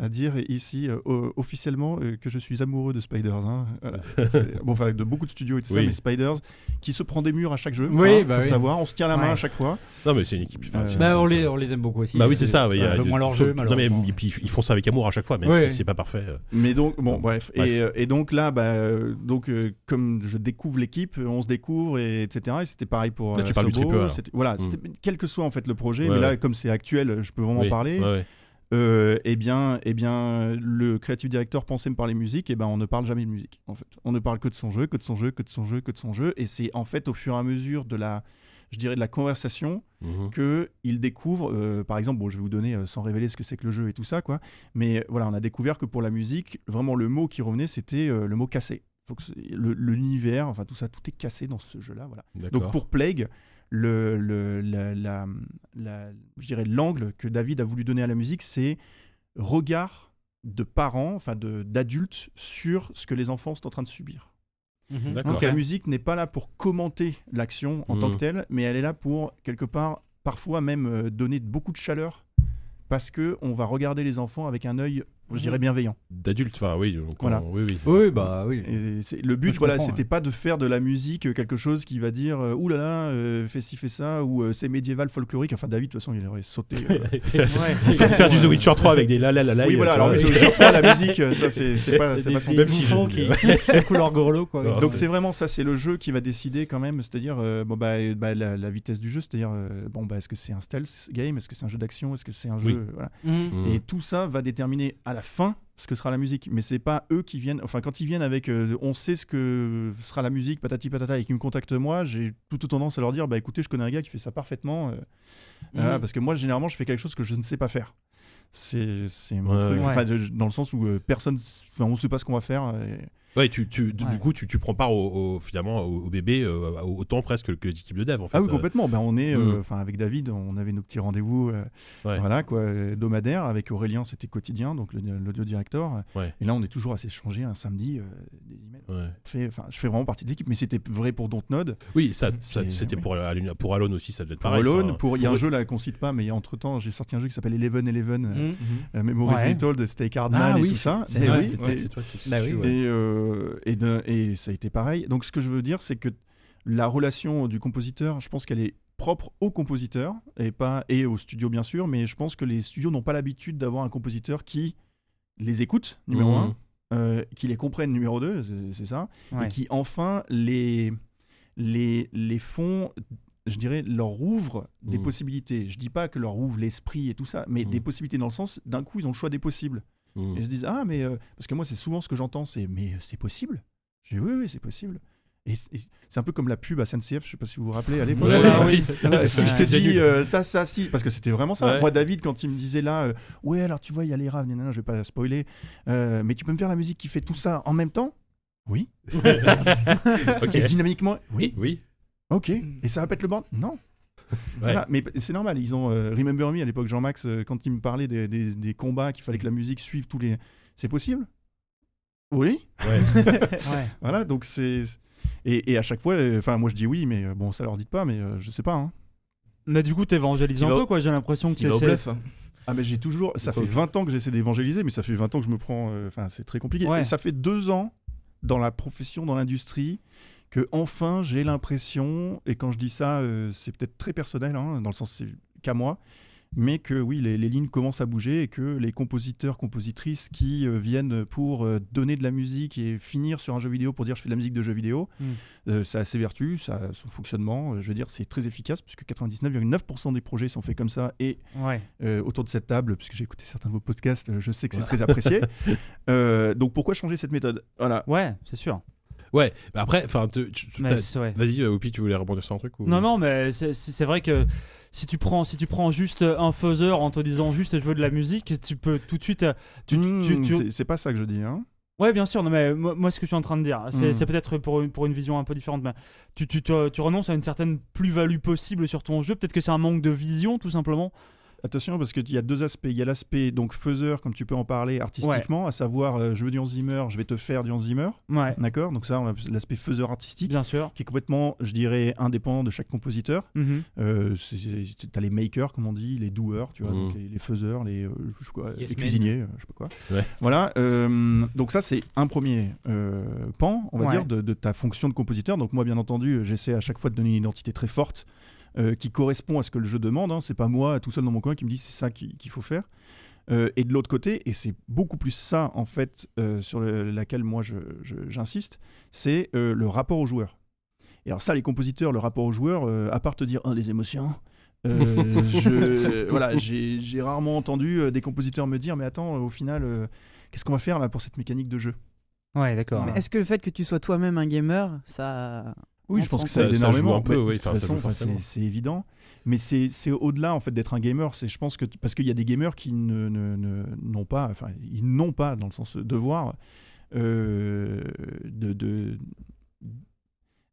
[SPEAKER 5] à dire ici euh, o- officiellement euh, que je suis amoureux de Spiders. hein. Voilà. C'est- bon, enfin, de beaucoup de studios et tout
[SPEAKER 2] Oui.
[SPEAKER 5] ça, mais Spiders qui se prend des murs à chaque jeu.
[SPEAKER 7] Oui,
[SPEAKER 5] hein,
[SPEAKER 7] bah
[SPEAKER 5] faut
[SPEAKER 7] oui.
[SPEAKER 5] savoir, on se tient la main
[SPEAKER 3] Ouais.
[SPEAKER 5] à chaque fois.
[SPEAKER 2] Non, mais c'est une équipe. enfin,
[SPEAKER 5] Euh,
[SPEAKER 2] c'est-
[SPEAKER 7] Bah, on,
[SPEAKER 2] c'est-
[SPEAKER 7] les, on les aime beaucoup aussi.
[SPEAKER 2] bah oui, c'est ça. ouais, il y a
[SPEAKER 7] un peu
[SPEAKER 2] des-
[SPEAKER 7] moins leur
[SPEAKER 2] sauf-
[SPEAKER 7] jeu,
[SPEAKER 2] non, mais
[SPEAKER 7] malheureusement.
[SPEAKER 2] et puis, ils font ça avec amour à chaque fois, même
[SPEAKER 7] Ouais.
[SPEAKER 2] si c'est pas parfait. euh.
[SPEAKER 5] Mais donc, bon, bref.
[SPEAKER 2] Bref.
[SPEAKER 5] Et, euh, et donc là, bah, euh, donc, euh, comme je découvre l'équipe, euh, on se découvre, et, etc. Et c'était pareil pour.
[SPEAKER 2] Là, tu
[SPEAKER 5] euh,
[SPEAKER 2] parles du
[SPEAKER 5] Sobo,
[SPEAKER 2] triple A, alors. Hmm.
[SPEAKER 5] c'était- Voilà, c'était- quel que soit en fait le projet,
[SPEAKER 2] Ouais,
[SPEAKER 5] mais là,
[SPEAKER 2] ouais.
[SPEAKER 5] comme c'est actuel, je peux vraiment
[SPEAKER 2] Oui,
[SPEAKER 5] parler.
[SPEAKER 2] ouais, ouais.
[SPEAKER 5] Euh, eh bien, eh bien, le creative director pensait me parler musique, et ben on ne parle jamais de musique. En fait, on ne parle que de son jeu, que de son jeu, que de son jeu, que de son jeu. Et c'est en fait au fur et à mesure de la, je dirais, de la conversation
[SPEAKER 2] Mhm.
[SPEAKER 5] que il découvre, euh, par exemple, bon, je vais vous donner euh, sans révéler ce que c'est que le jeu et tout ça, quoi. Mais euh, voilà, on a découvert que pour la musique, vraiment le mot qui revenait, c'était euh, le mot cassé. Faut que ce- le- l'univers, enfin tout ça, tout est cassé dans ce jeu-là, voilà.
[SPEAKER 2] D'accord.
[SPEAKER 5] Donc pour Plague, le, le- la, la- la- je dirais l'angle que David a voulu donner à la musique, c'est regard de parents, enfin de- d'adultes sur ce que les enfants sont en train de subir.
[SPEAKER 7] Mhm.
[SPEAKER 2] D'accord.
[SPEAKER 5] Donc la musique n'est pas là pour commenter l'action en
[SPEAKER 2] Mhm.
[SPEAKER 7] Mmh.
[SPEAKER 5] tant que telle, mais elle est là pour quelque part parfois même euh, donner beaucoup de chaleur parce que on va regarder les enfants avec un œil, je
[SPEAKER 7] Mmh.
[SPEAKER 5] dirais, bienveillant.
[SPEAKER 2] D'adultes, enfin oui, donc,
[SPEAKER 5] Voilà.
[SPEAKER 2] on- oui, oui.
[SPEAKER 7] Oui, bah oui.
[SPEAKER 5] Et c'est- le but,
[SPEAKER 7] Je
[SPEAKER 5] voilà,
[SPEAKER 7] comprends,
[SPEAKER 5] c'était pas de faire de la musique euh, quelque chose qui va dire euh, ouh là là, euh, fais ci, fais ça, ou euh, c'est médiéval, folklorique. Enfin, David, de toute façon, il aurait sauté. euh.
[SPEAKER 2] Faire, faire du The Witcher 3 avec des la la la la.
[SPEAKER 5] oui,
[SPEAKER 2] euh,
[SPEAKER 5] voilà,
[SPEAKER 2] tu
[SPEAKER 5] alors
[SPEAKER 2] vois.
[SPEAKER 5] oui, je- je reprends la musique, euh, ça, c'est c'est pas, c'est
[SPEAKER 7] Des-
[SPEAKER 5] pas son
[SPEAKER 7] des
[SPEAKER 2] Même si
[SPEAKER 7] bouffons
[SPEAKER 2] je-
[SPEAKER 7] qui, qui secouent leur gorlot, quoi.
[SPEAKER 2] Non.
[SPEAKER 5] Donc c'est vraiment ça, c'est le jeu qui va décider quand même, c'est-à-dire euh, bon, bah, euh, bah, la, la vitesse du jeu, c'est-à-dire euh, bon bah est-ce que c'est un stealth game, est-ce que c'est un jeu d'action, est-ce que c'est un jeu,
[SPEAKER 2] Oui.
[SPEAKER 5] euh, voilà.
[SPEAKER 6] Mhm.
[SPEAKER 2] Mm.
[SPEAKER 5] Et tout ça va déterminer à la fin ce que sera la musique, mais c'est pas eux qui viennent, enfin quand ils viennent avec euh, on sait ce que sera la musique, patati patata, et qu'ils me contactent moi, j'ai plutôt tendance à leur dire bah écoutez je connais un gars qui fait ça parfaitement, euh,
[SPEAKER 2] Mm.
[SPEAKER 5] voilà, parce que moi généralement je fais quelque chose que je ne sais pas faire. C'est c'est mon
[SPEAKER 2] Ouais.
[SPEAKER 5] truc,
[SPEAKER 3] Ouais.
[SPEAKER 5] enfin, je- dans le sens où euh, personne, enfin on sait pas ce qu'on va faire. et-
[SPEAKER 2] Ouais, tu, tu, du-
[SPEAKER 3] Ouais.
[SPEAKER 2] Du coup, tu, tu prends part au, au- finalement au, au bébé euh, au- autant presque que l'équipe de dev en fait.
[SPEAKER 5] Ah oui,
[SPEAKER 2] Euh,
[SPEAKER 5] complètement. Ben, on est,
[SPEAKER 2] Mm.
[SPEAKER 5] euh, enfin, avec David, on avait nos petits rendez-vous, euh,
[SPEAKER 2] Ouais.
[SPEAKER 5] voilà, quoi, euh, hebdomadaires. Avec Aurélien, c'était quotidien, donc le- l'audio director.
[SPEAKER 2] Ouais.
[SPEAKER 5] Et là, on est toujours à s'échanger un samedi euh, des emails.
[SPEAKER 2] ouais.
[SPEAKER 5] On fait- enfin, je fais vraiment partie de l'équipe, mais c'était vrai pour Dontnod,
[SPEAKER 2] Oui, ça, ça-
[SPEAKER 5] C'est-
[SPEAKER 2] c'était
[SPEAKER 5] oui.
[SPEAKER 2] pour Alone, pour Alone aussi, ça devait être
[SPEAKER 5] pour
[SPEAKER 2] pareil.
[SPEAKER 5] Alone,
[SPEAKER 2] enfin,
[SPEAKER 5] pour il y a un jeu là qu'on cite pas, mais entre temps, j'ai sorti un jeu qui s'appelle Eleven Eleven,
[SPEAKER 2] Mm.
[SPEAKER 5] euh,
[SPEAKER 7] Mhm.
[SPEAKER 5] euh, Memories
[SPEAKER 3] Ouais.
[SPEAKER 5] Retold, Stake Hardman
[SPEAKER 2] Ah
[SPEAKER 5] et
[SPEAKER 2] oui,
[SPEAKER 5] tout
[SPEAKER 2] c'est-
[SPEAKER 5] ça.
[SPEAKER 2] c'est
[SPEAKER 5] Eh
[SPEAKER 2] vrai,
[SPEAKER 5] oui,
[SPEAKER 2] c'est toi-
[SPEAKER 5] et-
[SPEAKER 2] c'est toi qui-
[SPEAKER 7] Bah oui, ouais.
[SPEAKER 5] Et, euh, et, d'un- et ça a été pareil. Donc ce que je veux dire, c'est que la relation du compositeur, je pense qu'elle est propre au compositeur et pas et au studio bien sûr, mais je pense que les studios n'ont pas l'habitude d'avoir un compositeur qui les écoute numéro
[SPEAKER 2] Mhm.
[SPEAKER 5] un, euh, qui les comprenne numéro deux, c'est- c'est ça, et
[SPEAKER 3] Ouais.
[SPEAKER 5] qui enfin les les les font je dirais, leur ouvre des
[SPEAKER 2] Mhm.
[SPEAKER 5] possibilités. Je dis pas que leur ouvre l'esprit et tout ça, mais
[SPEAKER 2] Mhm.
[SPEAKER 5] des possibilités dans le sens, d'un coup, ils ont le choix des possibles.
[SPEAKER 2] Mm.
[SPEAKER 5] Et ils se disent ah mais euh, parce que moi c'est souvent ce que j'entends c'est mais euh, c'est possible. Je dis oui oui c'est possible. Et c- et c'est un peu comme la pub à SNCF, je sais pas si vous vous rappelez à l'époque.
[SPEAKER 2] Ouais,
[SPEAKER 5] Voilà,
[SPEAKER 2] ouais, oui.
[SPEAKER 5] voilà, si je te
[SPEAKER 2] Ouais.
[SPEAKER 5] dis euh, ça, ça, si, parce que c'était vraiment ça.
[SPEAKER 2] Ouais.
[SPEAKER 5] Moi, David, quand il me disait là, euh, ouais, alors tu vois, il y a les raves, nanana, je vais pas spoiler, euh, mais tu peux me faire la musique qui fait tout ça en même temps Oui.
[SPEAKER 2] Ok.
[SPEAKER 5] Et dynamiquement Oui.
[SPEAKER 2] Oui.
[SPEAKER 5] Ok. Et ça va pète le bord Non. Voilà, mais p- c'est normal, ils ont euh, Remember Me à l'époque, Jean-Max, euh, quand il me parlait des, des- des combats, qu'il fallait que la musique suive tous les. C'est possible Oui
[SPEAKER 2] Ouais.
[SPEAKER 5] Voilà, donc c'est. Et, et à chaque fois, euh, enfin, moi je dis oui, mais euh, bon, ça leur dit pas, mais euh, je sais pas. hein.
[SPEAKER 3] Mais du coup, t'évangélises
[SPEAKER 4] Tu
[SPEAKER 3] un
[SPEAKER 4] vas au-
[SPEAKER 3] peu, quoi. J'ai l'impression que
[SPEAKER 4] Tu vas au
[SPEAKER 3] t'essaies-
[SPEAKER 4] bluff.
[SPEAKER 5] Ah, mais j'ai toujours. Ça fait 20 ans que j'essaie d'évangéliser, mais ça fait 20 ans que je me prends. euh, Enfin, c'est très compliqué.
[SPEAKER 3] Ouais.
[SPEAKER 5] Et ça fait deux ans dans la profession, dans l'industrie, que enfin j'ai l'impression, et quand je dis ça, euh, c'est peut-être très personnel, hein, dans le sens c'est qu'à moi, mais que oui, les, les lignes commencent à bouger et que les compositeurs, compositrices qui euh, viennent pour euh, donner de la musique et finir sur un jeu vidéo pour dire je fais de la musique de jeu vidéo,
[SPEAKER 3] Mm.
[SPEAKER 5] euh, ça a ses vertus, ça a son fonctionnement. euh, je veux dire, c'est très efficace puisque 99,9% des projets sont faits comme ça et
[SPEAKER 3] Ouais.
[SPEAKER 5] euh, autour de cette table, puisque j'ai écouté certains de vos podcasts, euh, je sais que c'est très apprécié. Euh, donc pourquoi changer cette méthode Voilà.
[SPEAKER 3] Ouais, c'est sûr.
[SPEAKER 2] Ouais. Bah Après, enfin, tu- tu-
[SPEAKER 3] Mais
[SPEAKER 2] t'as-
[SPEAKER 3] c'est- ouais.
[SPEAKER 2] vas-y, euh, Oupi, tu voulais rebondir sur un truc ou...
[SPEAKER 3] Non, non, mais c'est- c'est c'est vrai que si tu prends, si tu prends juste un faiseur en te disant juste je veux de la musique, tu peux tout de suite. euh, Tu, tu-
[SPEAKER 5] Mmh,
[SPEAKER 3] tu- tu-
[SPEAKER 5] c'est- C'est pas ça que je dis. Hein.
[SPEAKER 3] Ouais, bien sûr. Non, mais moi, moi, ce que je suis en train de dire, c'est
[SPEAKER 5] Mm.
[SPEAKER 3] c'est peut-être pour une, pour une vision un peu différente. Mais tu, tu, tu- tu renonces à une certaine plus-value possible sur ton jeu. Peut-être que c'est un manque de vision, tout simplement.
[SPEAKER 5] Attention, parce qu'il y a deux aspects. Il y a l'aspect donc faiseur, comme tu peux en parler artistiquement, à savoir euh, je veux du Hans Zimmer, je vais te faire du Hans Zimmer.
[SPEAKER 3] Ouais,
[SPEAKER 5] D'accord Donc ça, on a l'aspect faiseur artistique,
[SPEAKER 3] bien sûr.
[SPEAKER 5] qui est complètement, je dirais, indépendant de chaque compositeur.
[SPEAKER 3] Mhm.
[SPEAKER 5] Euh, c'est- c'est- T'as les makers, comme on dit, les doueurs, tu vois,
[SPEAKER 2] Mhm.
[SPEAKER 5] donc
[SPEAKER 3] Mmh.
[SPEAKER 5] les, les faiseurs, les, euh, je sais quoi,
[SPEAKER 7] Yes
[SPEAKER 5] les
[SPEAKER 7] men.
[SPEAKER 5] cuisiniers, euh, je sais pas quoi.
[SPEAKER 2] Ouais.
[SPEAKER 5] Voilà. euh, donc ça, c'est un premier euh, pan, on va
[SPEAKER 3] Ouais.
[SPEAKER 5] dire, de, de ta fonction de compositeur. Donc moi, bien entendu, j'essaie à chaque fois de donner une identité très forte. euh, qui correspond à ce que le jeu demande. hein. C'est pas moi tout seul dans mon coin qui me dit c'est ça qui- qu'il faut faire. Euh, et de l'autre côté, et c'est beaucoup plus ça en fait euh, sur le- laquelle moi je- je- j'insiste, c'est euh, le rapport au joueur. Et alors ça, les compositeurs, le rapport au joueur, euh, à part te dire Ah, les émotions. euh, je- voilà, j'ai j'ai rarement entendu euh, des compositeurs me dire mais attends, euh, au final, euh, qu'est-ce qu'on va faire là pour cette mécanique de jeu
[SPEAKER 3] Ouais, d'accord.
[SPEAKER 6] Mais Est-ce que le fait que tu sois toi-même un gamer, ça.
[SPEAKER 5] Oui, je
[SPEAKER 6] Entre
[SPEAKER 5] pense que
[SPEAKER 6] autres.
[SPEAKER 5] ça, aide
[SPEAKER 2] Ça- ça joue
[SPEAKER 5] énormément.
[SPEAKER 2] un peu,
[SPEAKER 5] Mais
[SPEAKER 2] oui,
[SPEAKER 5] de toute
[SPEAKER 2] enfin, ça
[SPEAKER 5] façon,
[SPEAKER 2] joue
[SPEAKER 5] enfin, c'est
[SPEAKER 2] forcément.
[SPEAKER 5] c'est évident. Mais c'est c'est au-delà en fait d'être un gamer. C'est, je pense que parce qu'il y a des gamers qui ne ne- ne- n'ont pas, enfin, ils n'ont pas dans le sens devoir euh, de, de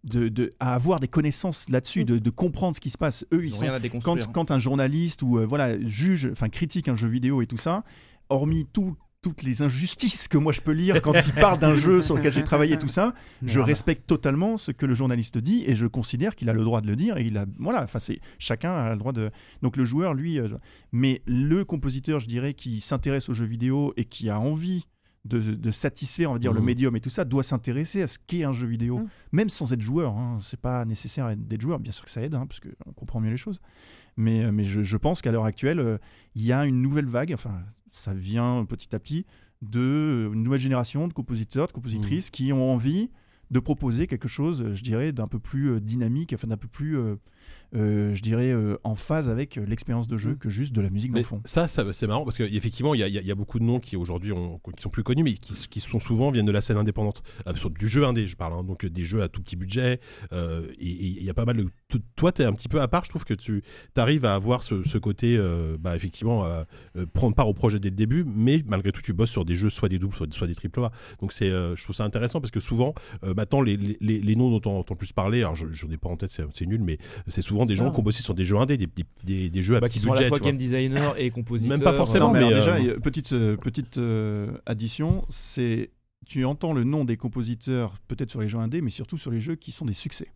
[SPEAKER 5] de, de- à avoir des connaissances là-dessus, de, de comprendre ce qui se passe. Eux, ils,
[SPEAKER 4] Mm. Ils ont
[SPEAKER 5] sont
[SPEAKER 4] rien à
[SPEAKER 5] quand,
[SPEAKER 4] déconstruire.
[SPEAKER 5] quand un journaliste ou euh, voilà juge, enfin critique un jeu vidéo et tout ça, hormis tout- toutes les injustices que moi je peux lire quand il parle d'un jeu sur lequel j'ai travaillé, tout ça, je
[SPEAKER 7] Merde.
[SPEAKER 5] respecte totalement ce que le journaliste dit et je considère qu'il a le droit de le dire. Et il a, voilà, enfin, c'est chacun a le droit de. Donc le joueur, lui, euh, mais le compositeur, je dirais, qui s'intéresse aux jeux vidéo et qui a envie. De, de satisfaire, on va dire, le
[SPEAKER 2] Mhm.
[SPEAKER 5] médium et tout ça, doit s'intéresser à ce qu'est un jeu vidéo,
[SPEAKER 6] Mhm.
[SPEAKER 5] même sans être joueur. hein. C'est pas nécessaire d'être joueur, bien sûr que ça aide, hein, parce qu'on comprend mieux les choses. Mais, euh, mais je, je pense qu'à l'heure actuelle, euh, il y a une nouvelle vague, enfin, ça vient petit à petit, de euh, une nouvelle génération de compositeurs, de
[SPEAKER 2] Mm.
[SPEAKER 5] compositrices qui ont envie de proposer quelque chose, euh, je dirais, d'un peu plus euh, dynamique, enfin d'un peu plus, euh, euh, je dirais, euh, en phase avec euh, l'expérience de jeu que juste de la musique
[SPEAKER 2] Mm.
[SPEAKER 5] dans
[SPEAKER 2] Mais
[SPEAKER 5] le fond.
[SPEAKER 2] ça, ça c'est marrant parce qu'effectivement, il y a, il y a- il y a beaucoup de noms qui aujourd'hui ont- qui sont plus connus, mais qui, qui sont souvent viennent de la scène indépendante, Euh, sur du jeu indé, je parle, hein, donc euh, des jeux à tout petit budget. euh, et- et il y a pas mal de. tout- toi, t'es un petit peu à part. Je trouve que tu arrives à avoir ce, ce côté, euh, bah, effectivement, euh, euh, prendre part au projet dès le début, mais malgré tout, tu bosses sur des jeux soit des doubles, soit, soit des triple A. Donc c'est, euh, je trouve ça intéressant parce que souvent, euh, maintenant, les, les- les- les noms dont on entend le plus parler, alors je, j'en ai pas en tête, c'est, c'est nul, mais c'est souvent des gens
[SPEAKER 4] Ah.
[SPEAKER 2] qui ont bossé sur des jeux indés, des, des- des- des jeux à
[SPEAKER 4] Bah,
[SPEAKER 2] petit
[SPEAKER 4] qui sont à
[SPEAKER 2] budget.
[SPEAKER 4] la fois
[SPEAKER 2] tu vois.
[SPEAKER 4] game designer et compositeur.
[SPEAKER 2] Même pas forcément,
[SPEAKER 5] Non, mais,
[SPEAKER 2] mais,
[SPEAKER 5] alors, déjà,
[SPEAKER 2] euh,
[SPEAKER 5] il y a- petite, euh, petite euh, addition, c'est tu entends le nom des compositeurs peut-être sur les jeux indés, mais surtout sur les jeux qui sont des succès.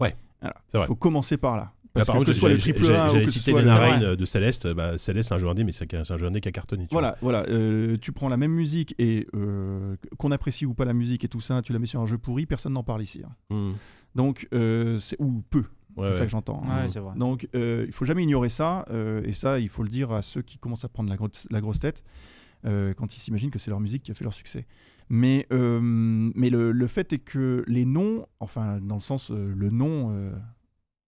[SPEAKER 2] Ouais,
[SPEAKER 5] Voilà.
[SPEAKER 2] c'est vrai.
[SPEAKER 5] faut commencer par là.
[SPEAKER 2] Bah,
[SPEAKER 5] Parce
[SPEAKER 2] par
[SPEAKER 5] que,
[SPEAKER 2] contre,
[SPEAKER 5] que ce soit le
[SPEAKER 2] j'ai-
[SPEAKER 5] triple
[SPEAKER 2] j'ai-
[SPEAKER 5] A ou
[SPEAKER 2] j'avais
[SPEAKER 5] que ce
[SPEAKER 2] cité
[SPEAKER 5] soit
[SPEAKER 2] Lena
[SPEAKER 5] le-
[SPEAKER 2] Rain, euh, de Céleste. Bah, Céleste, c'est un jeu indé, mais c'est qu'un- c'est un jeu indé qui a cartonné. tu vois.
[SPEAKER 5] Voilà, voilà. euh, tu prends la même musique et euh, qu'on apprécie ou pas la musique et tout ça, tu la mets sur un jeu pourri, personne n'en parle ici. hein.
[SPEAKER 2] Mm.
[SPEAKER 5] Donc, euh, c'est ou peu,
[SPEAKER 2] Ouais,
[SPEAKER 5] c'est
[SPEAKER 2] ouais.
[SPEAKER 5] ça que j'entends. hein.
[SPEAKER 2] Ouais,
[SPEAKER 7] c'est vrai.
[SPEAKER 5] Donc, euh, il faut jamais ignorer ça, euh, et ça, il faut le dire à ceux qui commencent à prendre la, grosse- la grosse tête euh, quand ils s'imaginent que c'est leur musique qui a fait leur succès. Mais, euh, mais le, le fait est que les noms, enfin, dans le sens, euh, le nom, euh,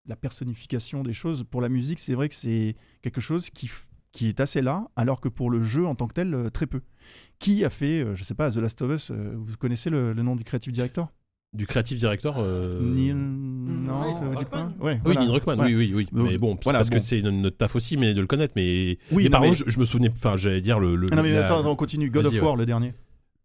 [SPEAKER 5] la personnification des choses, pour la musique, c'est vrai que c'est quelque chose qui, f- qui est assez là, alors que pour le jeu en tant que tel, euh, très peu. Qui a fait, euh, je sais pas, The Last of Us, euh, vous connaissez le, le nom du creative director
[SPEAKER 2] Du Creative Director. euh,
[SPEAKER 5] Neil... Non,
[SPEAKER 6] Neil
[SPEAKER 5] ça vous dit pas
[SPEAKER 6] Druckmann.
[SPEAKER 5] ouais,
[SPEAKER 2] Oui,
[SPEAKER 5] voilà.
[SPEAKER 2] Neil Druckmann,
[SPEAKER 5] Voilà.
[SPEAKER 2] oui, oui, oui.
[SPEAKER 5] Donc,
[SPEAKER 2] mais bon, c'est
[SPEAKER 5] voilà,
[SPEAKER 2] parce
[SPEAKER 5] bon.
[SPEAKER 2] que c'est no- notre taf aussi, mais de le connaître. Mais, mais
[SPEAKER 5] Oui, non,
[SPEAKER 2] par
[SPEAKER 5] mais-
[SPEAKER 2] contre, je, je me souvenais, enfin, j'allais dire le. le-
[SPEAKER 5] Ah non, mais
[SPEAKER 2] la-
[SPEAKER 5] attends, attends, on continue. God
[SPEAKER 2] Vas-y,
[SPEAKER 5] of War, le dernier.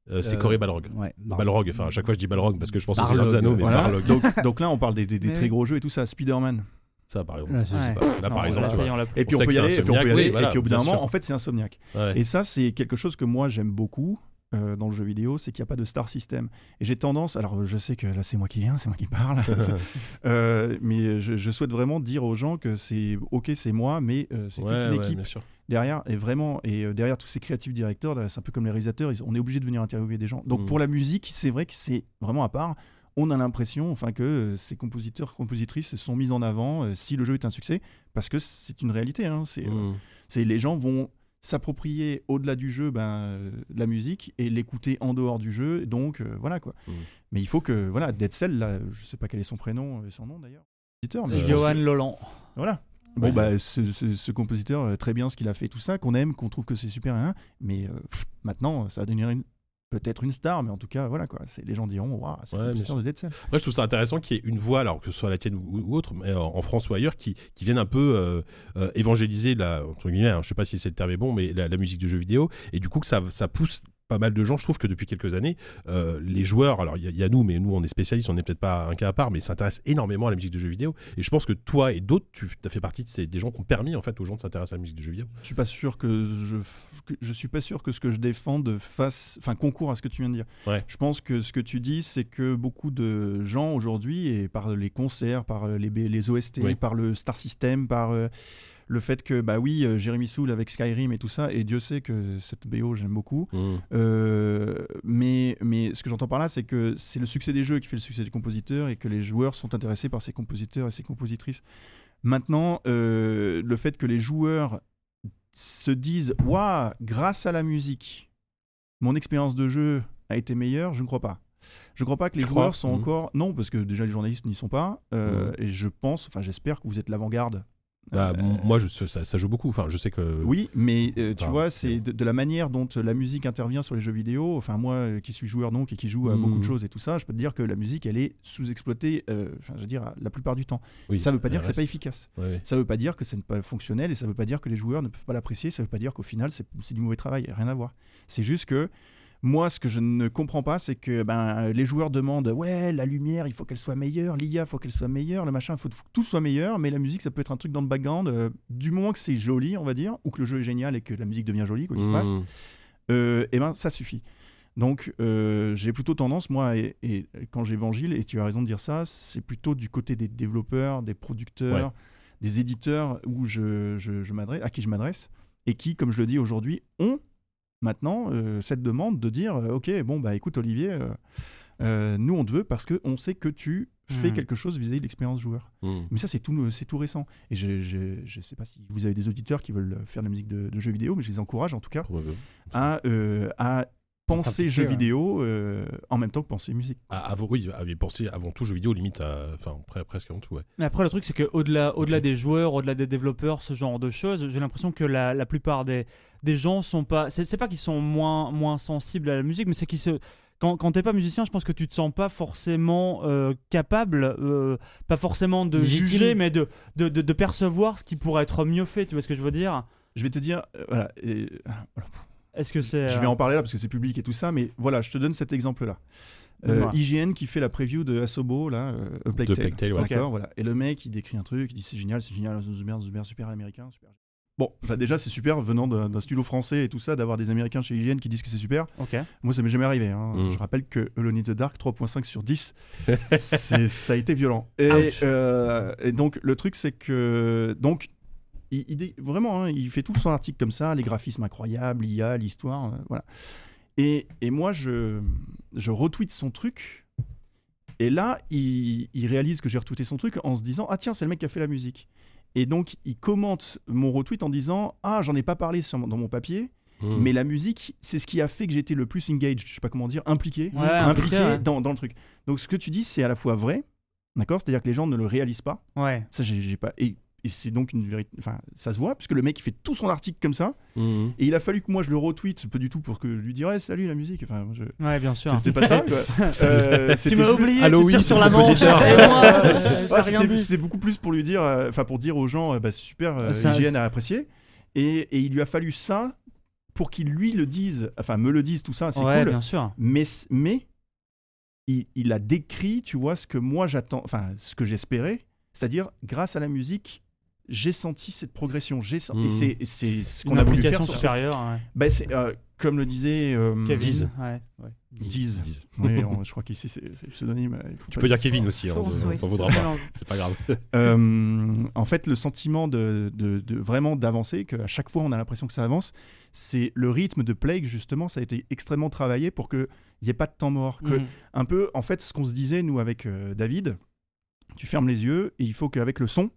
[SPEAKER 2] euh, c'est
[SPEAKER 7] Euh,
[SPEAKER 2] Corey Balrog.
[SPEAKER 7] Ouais.
[SPEAKER 2] Balrog, enfin, à chaque fois je dis Balrog parce que je pense aux
[SPEAKER 7] Barlog,
[SPEAKER 2] Anneaux, mais
[SPEAKER 5] Voilà.
[SPEAKER 2] Barlog.
[SPEAKER 5] donc, donc là, on parle des, des- des
[SPEAKER 6] Mais
[SPEAKER 5] très
[SPEAKER 6] oui.
[SPEAKER 5] gros jeux et tout ça. Spider-Man.
[SPEAKER 2] Ça, par exemple.
[SPEAKER 7] Là, je sais pas.
[SPEAKER 6] Ouais.
[SPEAKER 2] Là, par
[SPEAKER 5] Non,
[SPEAKER 2] exemple.
[SPEAKER 3] Voilà,
[SPEAKER 2] tu
[SPEAKER 3] ça
[SPEAKER 2] vois.
[SPEAKER 3] y est, on l'a plus.
[SPEAKER 5] Et puis
[SPEAKER 2] On
[SPEAKER 5] on,
[SPEAKER 2] sait
[SPEAKER 5] peut
[SPEAKER 2] que
[SPEAKER 5] y
[SPEAKER 2] c'est
[SPEAKER 5] aller, et puis on peut y
[SPEAKER 2] insomniaque, oui,
[SPEAKER 5] aller,
[SPEAKER 2] voilà,
[SPEAKER 5] et puis au bout d'un
[SPEAKER 2] bien
[SPEAKER 5] moment,
[SPEAKER 2] sûr.
[SPEAKER 5] en fait, c'est insomniaque.
[SPEAKER 2] Ouais.
[SPEAKER 5] Et ça, c'est quelque chose que moi j'aime beaucoup euh, dans le jeu vidéo, c'est qu'il n'y a pas de star system. Et j'ai tendance, alors je sais que là c'est moi qui viens, c'est moi qui parle, c'est- euh, mais je, je souhaite vraiment dire aux gens que c'est ok, c'est moi, mais euh, c'est toute
[SPEAKER 2] Ouais,
[SPEAKER 5] une
[SPEAKER 2] ouais,
[SPEAKER 5] équipe
[SPEAKER 2] bien sûr.
[SPEAKER 5] derrière et vraiment et euh, derrière tous ces créatifs directeurs là, c'est un peu comme les réalisateurs ils- on est obligé de venir interviewer des gens donc
[SPEAKER 2] Mm.
[SPEAKER 5] pour la musique c'est vrai que c'est vraiment à part on a l'impression enfin que euh, ces compositeurs compositrices sont mis en avant euh, si le jeu est un succès parce que c'est une réalité hein, c'est euh,
[SPEAKER 2] Mm.
[SPEAKER 5] c'est les gens vont s'approprier au-delà du jeu ben, euh, la musique et l'écouter en dehors du jeu donc euh, voilà quoi
[SPEAKER 2] Mm.
[SPEAKER 5] mais il faut que voilà Dead Cell là je sais pas quel est son prénom et son nom d'ailleurs compositeur,
[SPEAKER 7] Euh,
[SPEAKER 5] mais je pense
[SPEAKER 3] Johan Lolan.
[SPEAKER 5] voilà. Bon,
[SPEAKER 2] Ouais.
[SPEAKER 5] bah, ce, ce- ce compositeur, euh, très bien ce qu'il a fait, tout ça, qu'on aime, qu'on trouve que c'est super, hein, mais euh, pff, maintenant, ça va devenir une- peut-être une star, mais en tout cas, voilà quoi. C'est- Les gens diront, waouh, c'est
[SPEAKER 2] Ouais,
[SPEAKER 5] le compositeur de Dead Cell.
[SPEAKER 2] Moi, je trouve ça intéressant qu'il y ait une voix, alors que ce soit la tienne ou, ou autre, mais euh, en en France ou ailleurs, qui, qui vienne un peu euh, euh, évangéliser, la, entre guillemets, hein, je sais pas si c'est le terme est bon, mais la, la musique de jeux vidéo, et du coup que ça, ça pousse pas mal de gens, je trouve que depuis quelques années, euh, les joueurs, alors il y, a- il y a nous, mais nous on est spécialistes, on n'est peut-être pas un cas à part, mais s'intéressent énormément à la musique de jeux vidéo, et je pense que toi et d'autres, tu as fait partie de ces, des gens qui ont permis en fait aux gens de s'intéresser à la musique de jeux vidéo.
[SPEAKER 5] Je suis pas sûr que je, f- que- je suis pas sûr que ce que je défends de fasse, enfin, concours à ce que tu viens de dire.
[SPEAKER 2] Ouais.
[SPEAKER 5] Je pense que ce que tu dis, c'est que beaucoup de gens aujourd'hui, et par les concerts, par euh, les, B- les OST,
[SPEAKER 2] Oui.
[SPEAKER 5] par le Star System, par euh, le fait que, bah oui, euh, Jérémy Soul avec Skyrim et tout ça, et Dieu sait que cette BO, j'aime beaucoup. Euh, mais, mais ce que j'entends par là, c'est que c'est le succès des jeux qui fait le succès des compositeurs et que les joueurs sont intéressés par ces compositeurs et ces compositrices. Maintenant, euh, le fait que les joueurs se disent Waouh, grâce à la musique, mon expérience de jeu a été meilleure, je ne crois pas. Je ne crois pas que les
[SPEAKER 2] Tu
[SPEAKER 5] joueurs
[SPEAKER 2] crois Mmh.
[SPEAKER 5] sont
[SPEAKER 2] Mhm.
[SPEAKER 5] encore. Non, parce que déjà les journalistes n'y sont pas. euh, Et je pense, enfin j'espère que vous êtes l'avant-garde.
[SPEAKER 2] Bah,
[SPEAKER 5] Euh,
[SPEAKER 2] Moi, je, ça, ça joue beaucoup, enfin je sais que...
[SPEAKER 5] oui, mais euh, tu
[SPEAKER 2] Enfin,
[SPEAKER 5] vois,
[SPEAKER 2] c'est
[SPEAKER 5] c'est de, de la manière dont euh, la musique intervient sur les jeux vidéo. Enfin, moi, euh, qui suis joueur donc et qui joue à
[SPEAKER 2] Mm.
[SPEAKER 5] beaucoup de choses et tout ça, je peux te dire que la musique, elle est sous-exploitée. euh, Enfin, je veux dire, la plupart du temps.
[SPEAKER 2] Oui,
[SPEAKER 5] ça ne veut pas
[SPEAKER 2] le
[SPEAKER 5] dire que c'est pas
[SPEAKER 2] reste.
[SPEAKER 5] efficace.
[SPEAKER 2] Ouais, ouais.
[SPEAKER 5] Ça ne veut pas dire que c'est pas fonctionnel et ça ne veut pas dire que les joueurs ne peuvent pas l'apprécier. Ça ne veut pas dire qu'au final, c'est c'est du mauvais travail. Rien à voir. C'est juste que moi, ce que je ne comprends pas, c'est que ben, les joueurs demandent Ouais, la lumière, il faut qu'elle soit meilleure, l'IA, il faut qu'elle soit meilleure, le machin, il faut faut que tout soit meilleur, mais la musique, ça peut être un truc dans le
[SPEAKER 2] Mmh.
[SPEAKER 5] background, euh, du moment que c'est joli, on va dire, ou que le jeu est génial et que la musique devient jolie, quoi qu'il se passe. euh, eh ben ça suffit. Donc euh, j'ai plutôt tendance, moi, et, et quand j'évangile, et tu as raison de dire ça, c'est plutôt du côté des développeurs, des producteurs,
[SPEAKER 2] Ouais.
[SPEAKER 5] des éditeurs où je, je- je m'adresse, à qui je m'adresse, et qui, comme je le dis aujourd'hui, ont maintenant euh, cette demande de dire, euh, ok, bon bah écoute Olivier, euh, euh, nous on te veut parce que on sait que tu fais
[SPEAKER 3] Mhm.
[SPEAKER 5] quelque chose vis-à-vis de l'expérience joueur.
[SPEAKER 2] Mm.
[SPEAKER 5] Mais ça, c'est tout, euh, c'est tout récent. Et je ne sais pas si vous avez des auditeurs qui veulent faire de la musique de, de jeux vidéo, mais je les encourage en tout cas
[SPEAKER 2] Probablement.
[SPEAKER 5] à, euh, à penser
[SPEAKER 8] S'impliquer,
[SPEAKER 5] jeux
[SPEAKER 8] ouais.
[SPEAKER 5] vidéo euh, en même temps que penser musique.
[SPEAKER 2] Ah, avant, oui, ah, mais penser avant tout jeux vidéo, limite, à- enfin, pre- presque avant tout, ouais.
[SPEAKER 3] Mais après, le truc, c'est qu'au-delà au -delà des joueurs, au-delà des développeurs, ce genre de choses, j'ai l'impression que la, la plupart des, des gens sont pas. C'est c'est pas qu'ils sont moins, moins sensibles à la musique, mais c'est qu'ils se. Quand, quand t'es pas musicien, je pense que tu te sens pas forcément euh, capable, euh, pas forcément de
[SPEAKER 8] Légitime.
[SPEAKER 3] juger, mais de, de, de, de percevoir ce qui pourrait être mieux fait. Tu vois ce que je veux dire
[SPEAKER 5] Je vais te dire, euh, voilà, et-
[SPEAKER 3] Est-ce que c'est. euh,
[SPEAKER 5] je vais en parler là parce que c'est public et tout ça, mais voilà, je te donne cet exemple-là. Euh,
[SPEAKER 3] Donne-moi.
[SPEAKER 5] IGN qui fait la preview de Asobo, là, euh, A Plague
[SPEAKER 2] De
[SPEAKER 5] Tale.
[SPEAKER 2] Plague Tale, ouais.
[SPEAKER 5] D'accord, voilà. Et le mec, il décrit un truc, il dit c'est génial, c'est génial, super, super, super américain, super. Bon, bah déjà, c'est super venant d'un d'un studio français et tout ça, d'avoir des américains chez IGN qui disent que c'est super.
[SPEAKER 3] Ok.
[SPEAKER 5] Moi, ça m'est jamais arrivé. hein.
[SPEAKER 2] Mm.
[SPEAKER 5] Je rappelle que Alone in the Dark, 3.5 sur 10, c'est- ça a été violent. Et,
[SPEAKER 3] Ouch.
[SPEAKER 5] euh, et donc, le truc, c'est que. Donc, il, il dé- vraiment, hein, il fait tout son article comme ça, les graphismes incroyables, l'IA, l'histoire, euh, voilà. Et, et moi, je, je retweete son truc. Et là, il, il réalise que j'ai retweeté son truc en se disant Ah, tiens, c'est le mec qui a fait la musique. Et donc, il commente mon retweet en disant Ah, j'en ai pas parlé sur mon- dans mon papier.
[SPEAKER 2] Mm.
[SPEAKER 5] Mais la musique, c'est ce qui a fait que j'ai été le plus engaged, je sais pas comment dire, impliqué,
[SPEAKER 3] Ouais,
[SPEAKER 5] impliqué
[SPEAKER 3] impliqué, ouais.
[SPEAKER 5] dans, dans le truc. Donc ce que tu dis, c'est à la fois vrai, d'accord C'est-à-dire que les gens ne le réalisent pas.
[SPEAKER 3] Ouais.
[SPEAKER 5] Ça, j'ai j'ai pas. Et, et c'est donc une vérité. Enfin, ça se voit, puisque le mec, il fait tout son article comme ça.
[SPEAKER 2] Mm.
[SPEAKER 5] Et il a fallu que moi, je le retweete, pas du tout, pour que je lui dise, ouais, salut la musique. Enfin, moi, je-
[SPEAKER 3] Ouais, bien sûr.
[SPEAKER 5] c'était pas ça. quoi. Euh,
[SPEAKER 3] Ah Tu
[SPEAKER 5] c'était
[SPEAKER 3] m'as
[SPEAKER 5] juste-
[SPEAKER 3] oublié,
[SPEAKER 4] Allô,
[SPEAKER 3] tu tires
[SPEAKER 4] oui,
[SPEAKER 3] sur la manche. Et
[SPEAKER 4] compositeur.
[SPEAKER 3] moi, euh,
[SPEAKER 5] Ouais,
[SPEAKER 3] t'as rien
[SPEAKER 5] c'était-
[SPEAKER 3] dit.
[SPEAKER 5] C'était beaucoup plus pour lui dire, euh, enfin pour dire aux gens, euh, bah, c'est super, euh,
[SPEAKER 3] Ça-
[SPEAKER 5] IGN a apprécié. Et, et il lui a fallu ça pour qu'il lui le dise, enfin me le dise, tout ça, c'est
[SPEAKER 3] Ouais,
[SPEAKER 5] cool.
[SPEAKER 3] bien sûr.
[SPEAKER 5] Mais, c- mais il, il a décrit, tu vois, ce que moi j'attends, enfin ce que j'espérais, c'est-à-dire grâce à la musique, j'ai senti cette progression. J'ai sen-
[SPEAKER 2] Mhm.
[SPEAKER 5] Et c'est- et c'est ce qu'on
[SPEAKER 3] Une
[SPEAKER 5] a voulu faire.
[SPEAKER 3] application
[SPEAKER 5] sur-
[SPEAKER 3] supérieure. ouais.
[SPEAKER 5] Bah, c'est, euh, comme le disait euh,
[SPEAKER 3] Kevin. Ouais. ouais.
[SPEAKER 5] Diz.
[SPEAKER 2] Diz.
[SPEAKER 5] Oui, on- je crois qu'ici c'est c'est le pseudonyme. euh, il faut
[SPEAKER 2] Tu
[SPEAKER 5] pas
[SPEAKER 2] peux dire Kevin aussi, hein, on
[SPEAKER 6] Ouais,
[SPEAKER 2] s'en
[SPEAKER 6] c'est
[SPEAKER 2] voudra
[SPEAKER 6] ça.
[SPEAKER 2] pas. C'est pas grave.
[SPEAKER 5] Euh, en fait, le sentiment de, de- de vraiment d'avancer, qu'à chaque fois on a l'impression que ça avance, c'est le rythme de Plague, justement, ça a été extrêmement travaillé pour qu'il n'y ait pas de temps mort. Que,
[SPEAKER 6] Mm.
[SPEAKER 3] Mhm.
[SPEAKER 5] Un peu, en fait, ce qu'on se disait, nous, avec euh, David, tu fermes les yeux et il faut qu'avec le son,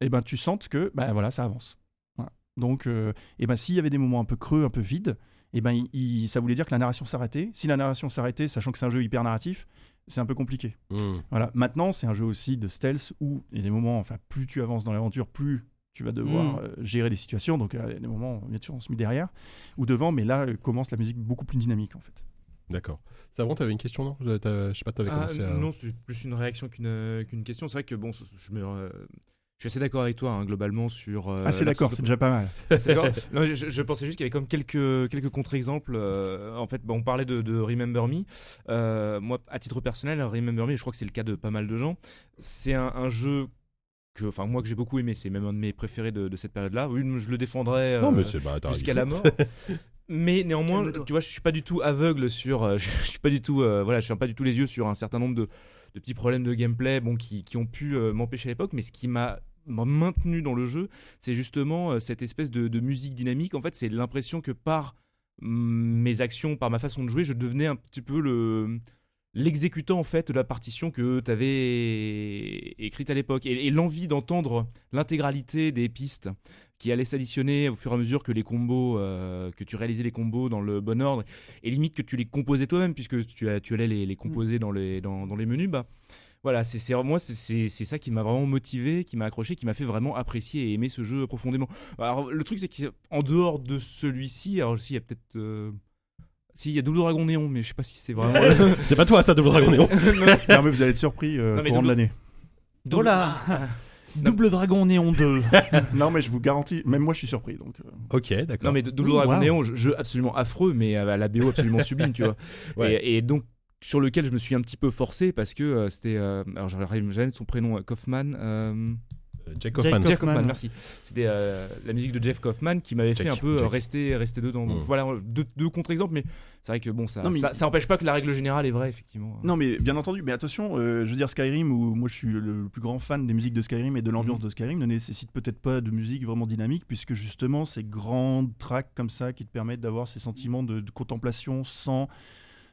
[SPEAKER 5] eh ben, tu sentes que ben, voilà, ça avance. Voilà. Donc, euh, eh ben, s'il y avait des moments un peu creux, un peu vides, eh ben, il- il- ça voulait dire que la narration s'arrêtait. Si la narration s'arrêtait, sachant que c'est un jeu hyper narratif, c'est un peu compliqué.
[SPEAKER 2] Mm.
[SPEAKER 5] Voilà. Maintenant, c'est un jeu aussi de stealth où il y a des moments, enfin, plus tu avances dans l'aventure, plus tu vas devoir
[SPEAKER 3] Mm.
[SPEAKER 5] euh, gérer des situations. Donc, euh, il y a des moments, bien sûr, on se met derrière ou devant, mais là euh, commence la musique beaucoup plus dynamique, en fait.
[SPEAKER 2] D'accord. Savon, t'avais une question, non T'as- Je sais pas, t'avais
[SPEAKER 4] Ah,
[SPEAKER 2] commencé à.
[SPEAKER 4] Non, c'est plus une réaction qu'une euh, qu'une question. C'est vrai que bon, c- je, me, euh, je suis assez d'accord avec toi hein, globalement sur. euh,
[SPEAKER 5] ah,
[SPEAKER 4] l'absence
[SPEAKER 5] c'est d'accord,
[SPEAKER 4] de-
[SPEAKER 5] c'est déjà pas mal.
[SPEAKER 4] C'est d'accord. Non, je, je pensais juste qu'il y avait comme quelques, quelques contre-exemples. euh, en fait, bah, on parlait de, de Remember Me. Euh, moi, à titre personnel, Remember Me, je crois que c'est le cas de pas mal de gens. C'est un, un jeu que, enfin, moi que j'ai beaucoup aimé. C'est même un de mes préférés de, de cette période-là. Oui, je le défendrais.
[SPEAKER 2] Non, mais
[SPEAKER 4] euh,
[SPEAKER 2] c'est bah, t'as-
[SPEAKER 4] jusqu'à
[SPEAKER 2] il
[SPEAKER 4] la
[SPEAKER 2] faut-
[SPEAKER 4] mort. Mais néanmoins,
[SPEAKER 8] Calme-toi.
[SPEAKER 4] tu vois, je suis pas du tout aveugle sur, euh, je suis pas du tout, euh, voilà, je ferme pas du tout les yeux sur un certain nombre de, de petits problèmes de gameplay, bon, qui, qui ont pu euh, m'empêcher à l'époque, mais ce qui m'a m'a maintenu dans le jeu, c'est justement euh, cette espèce de, de musique dynamique. En fait, c'est l'impression que par mm, mes actions, par ma façon de jouer, je devenais un petit peu le l'exécutant en fait de la partition que tu avais écrite à l'époque et, et l'envie d'entendre l'intégralité des pistes qui allaient s'additionner au fur et à mesure que les combos euh, que tu réalisais les combos dans le bon ordre et limite que tu les composais toi-même puisque tu, as- tu allais les, les composer dans les, dans, dans les menus bah voilà c'est c'est- moi c'est- c'est c'est ça qui m'a vraiment motivé qui m'a accroché qui m'a fait vraiment apprécier et aimer ce jeu profondément alors le truc c'est qu'en dehors de celui-ci alors si il y a peut-être euh, si il y a Double Dragon Néon mais je sais pas si c'est vraiment
[SPEAKER 2] C'est pas toi, ça, Double Dragon Néon
[SPEAKER 5] non, mais vous allez être surpris euh,
[SPEAKER 4] Non, mais
[SPEAKER 5] courant de
[SPEAKER 4] double-
[SPEAKER 5] l'année.
[SPEAKER 4] Double-
[SPEAKER 3] Voilà.
[SPEAKER 5] Ah.
[SPEAKER 3] Double Dragon Néon 2.
[SPEAKER 5] non, mais je vous garantis, même moi, je suis surpris. Donc, euh,
[SPEAKER 2] Ok, d'accord.
[SPEAKER 4] Non mais Double
[SPEAKER 3] Mmh,
[SPEAKER 4] Dragon
[SPEAKER 3] waouh.
[SPEAKER 4] Néon, jeu- jeu absolument affreux, mais à la BO absolument sublime, tu vois.
[SPEAKER 2] Ouais.
[SPEAKER 4] Et, et donc sur lequel je me suis un petit peu forcé parce que euh, c'était, euh, alors j'arrive jamais de son prénom, euh, Kaufman. euh,
[SPEAKER 2] Euh, Jack Hoffman.
[SPEAKER 3] Jack
[SPEAKER 4] Jeff Kaufman,
[SPEAKER 3] Kaufman.
[SPEAKER 4] merci. C'était euh, la musique de Jeff Kaufman qui m'avait
[SPEAKER 2] Jack,
[SPEAKER 4] fait un peu euh,
[SPEAKER 2] Jack.
[SPEAKER 4] rester, rester dedans. Bon,
[SPEAKER 2] Mm.
[SPEAKER 4] Voilà, deux, deux contre-exemples, mais c'est vrai que bon, ça,
[SPEAKER 5] Non, mais-
[SPEAKER 4] ça, ça empêche pas que la règle générale est vraie, effectivement.
[SPEAKER 5] Non, mais bien entendu, mais attention, euh, je veux dire, Skyrim, où moi je suis le plus grand fan des musiques de Skyrim et de l'ambiance
[SPEAKER 4] Mhm.
[SPEAKER 5] de Skyrim, ne nécessite peut-être pas de musique vraiment dynamique, puisque justement, ces grandes tracks comme ça qui te permettent d'avoir ces sentiments de, de contemplation sans,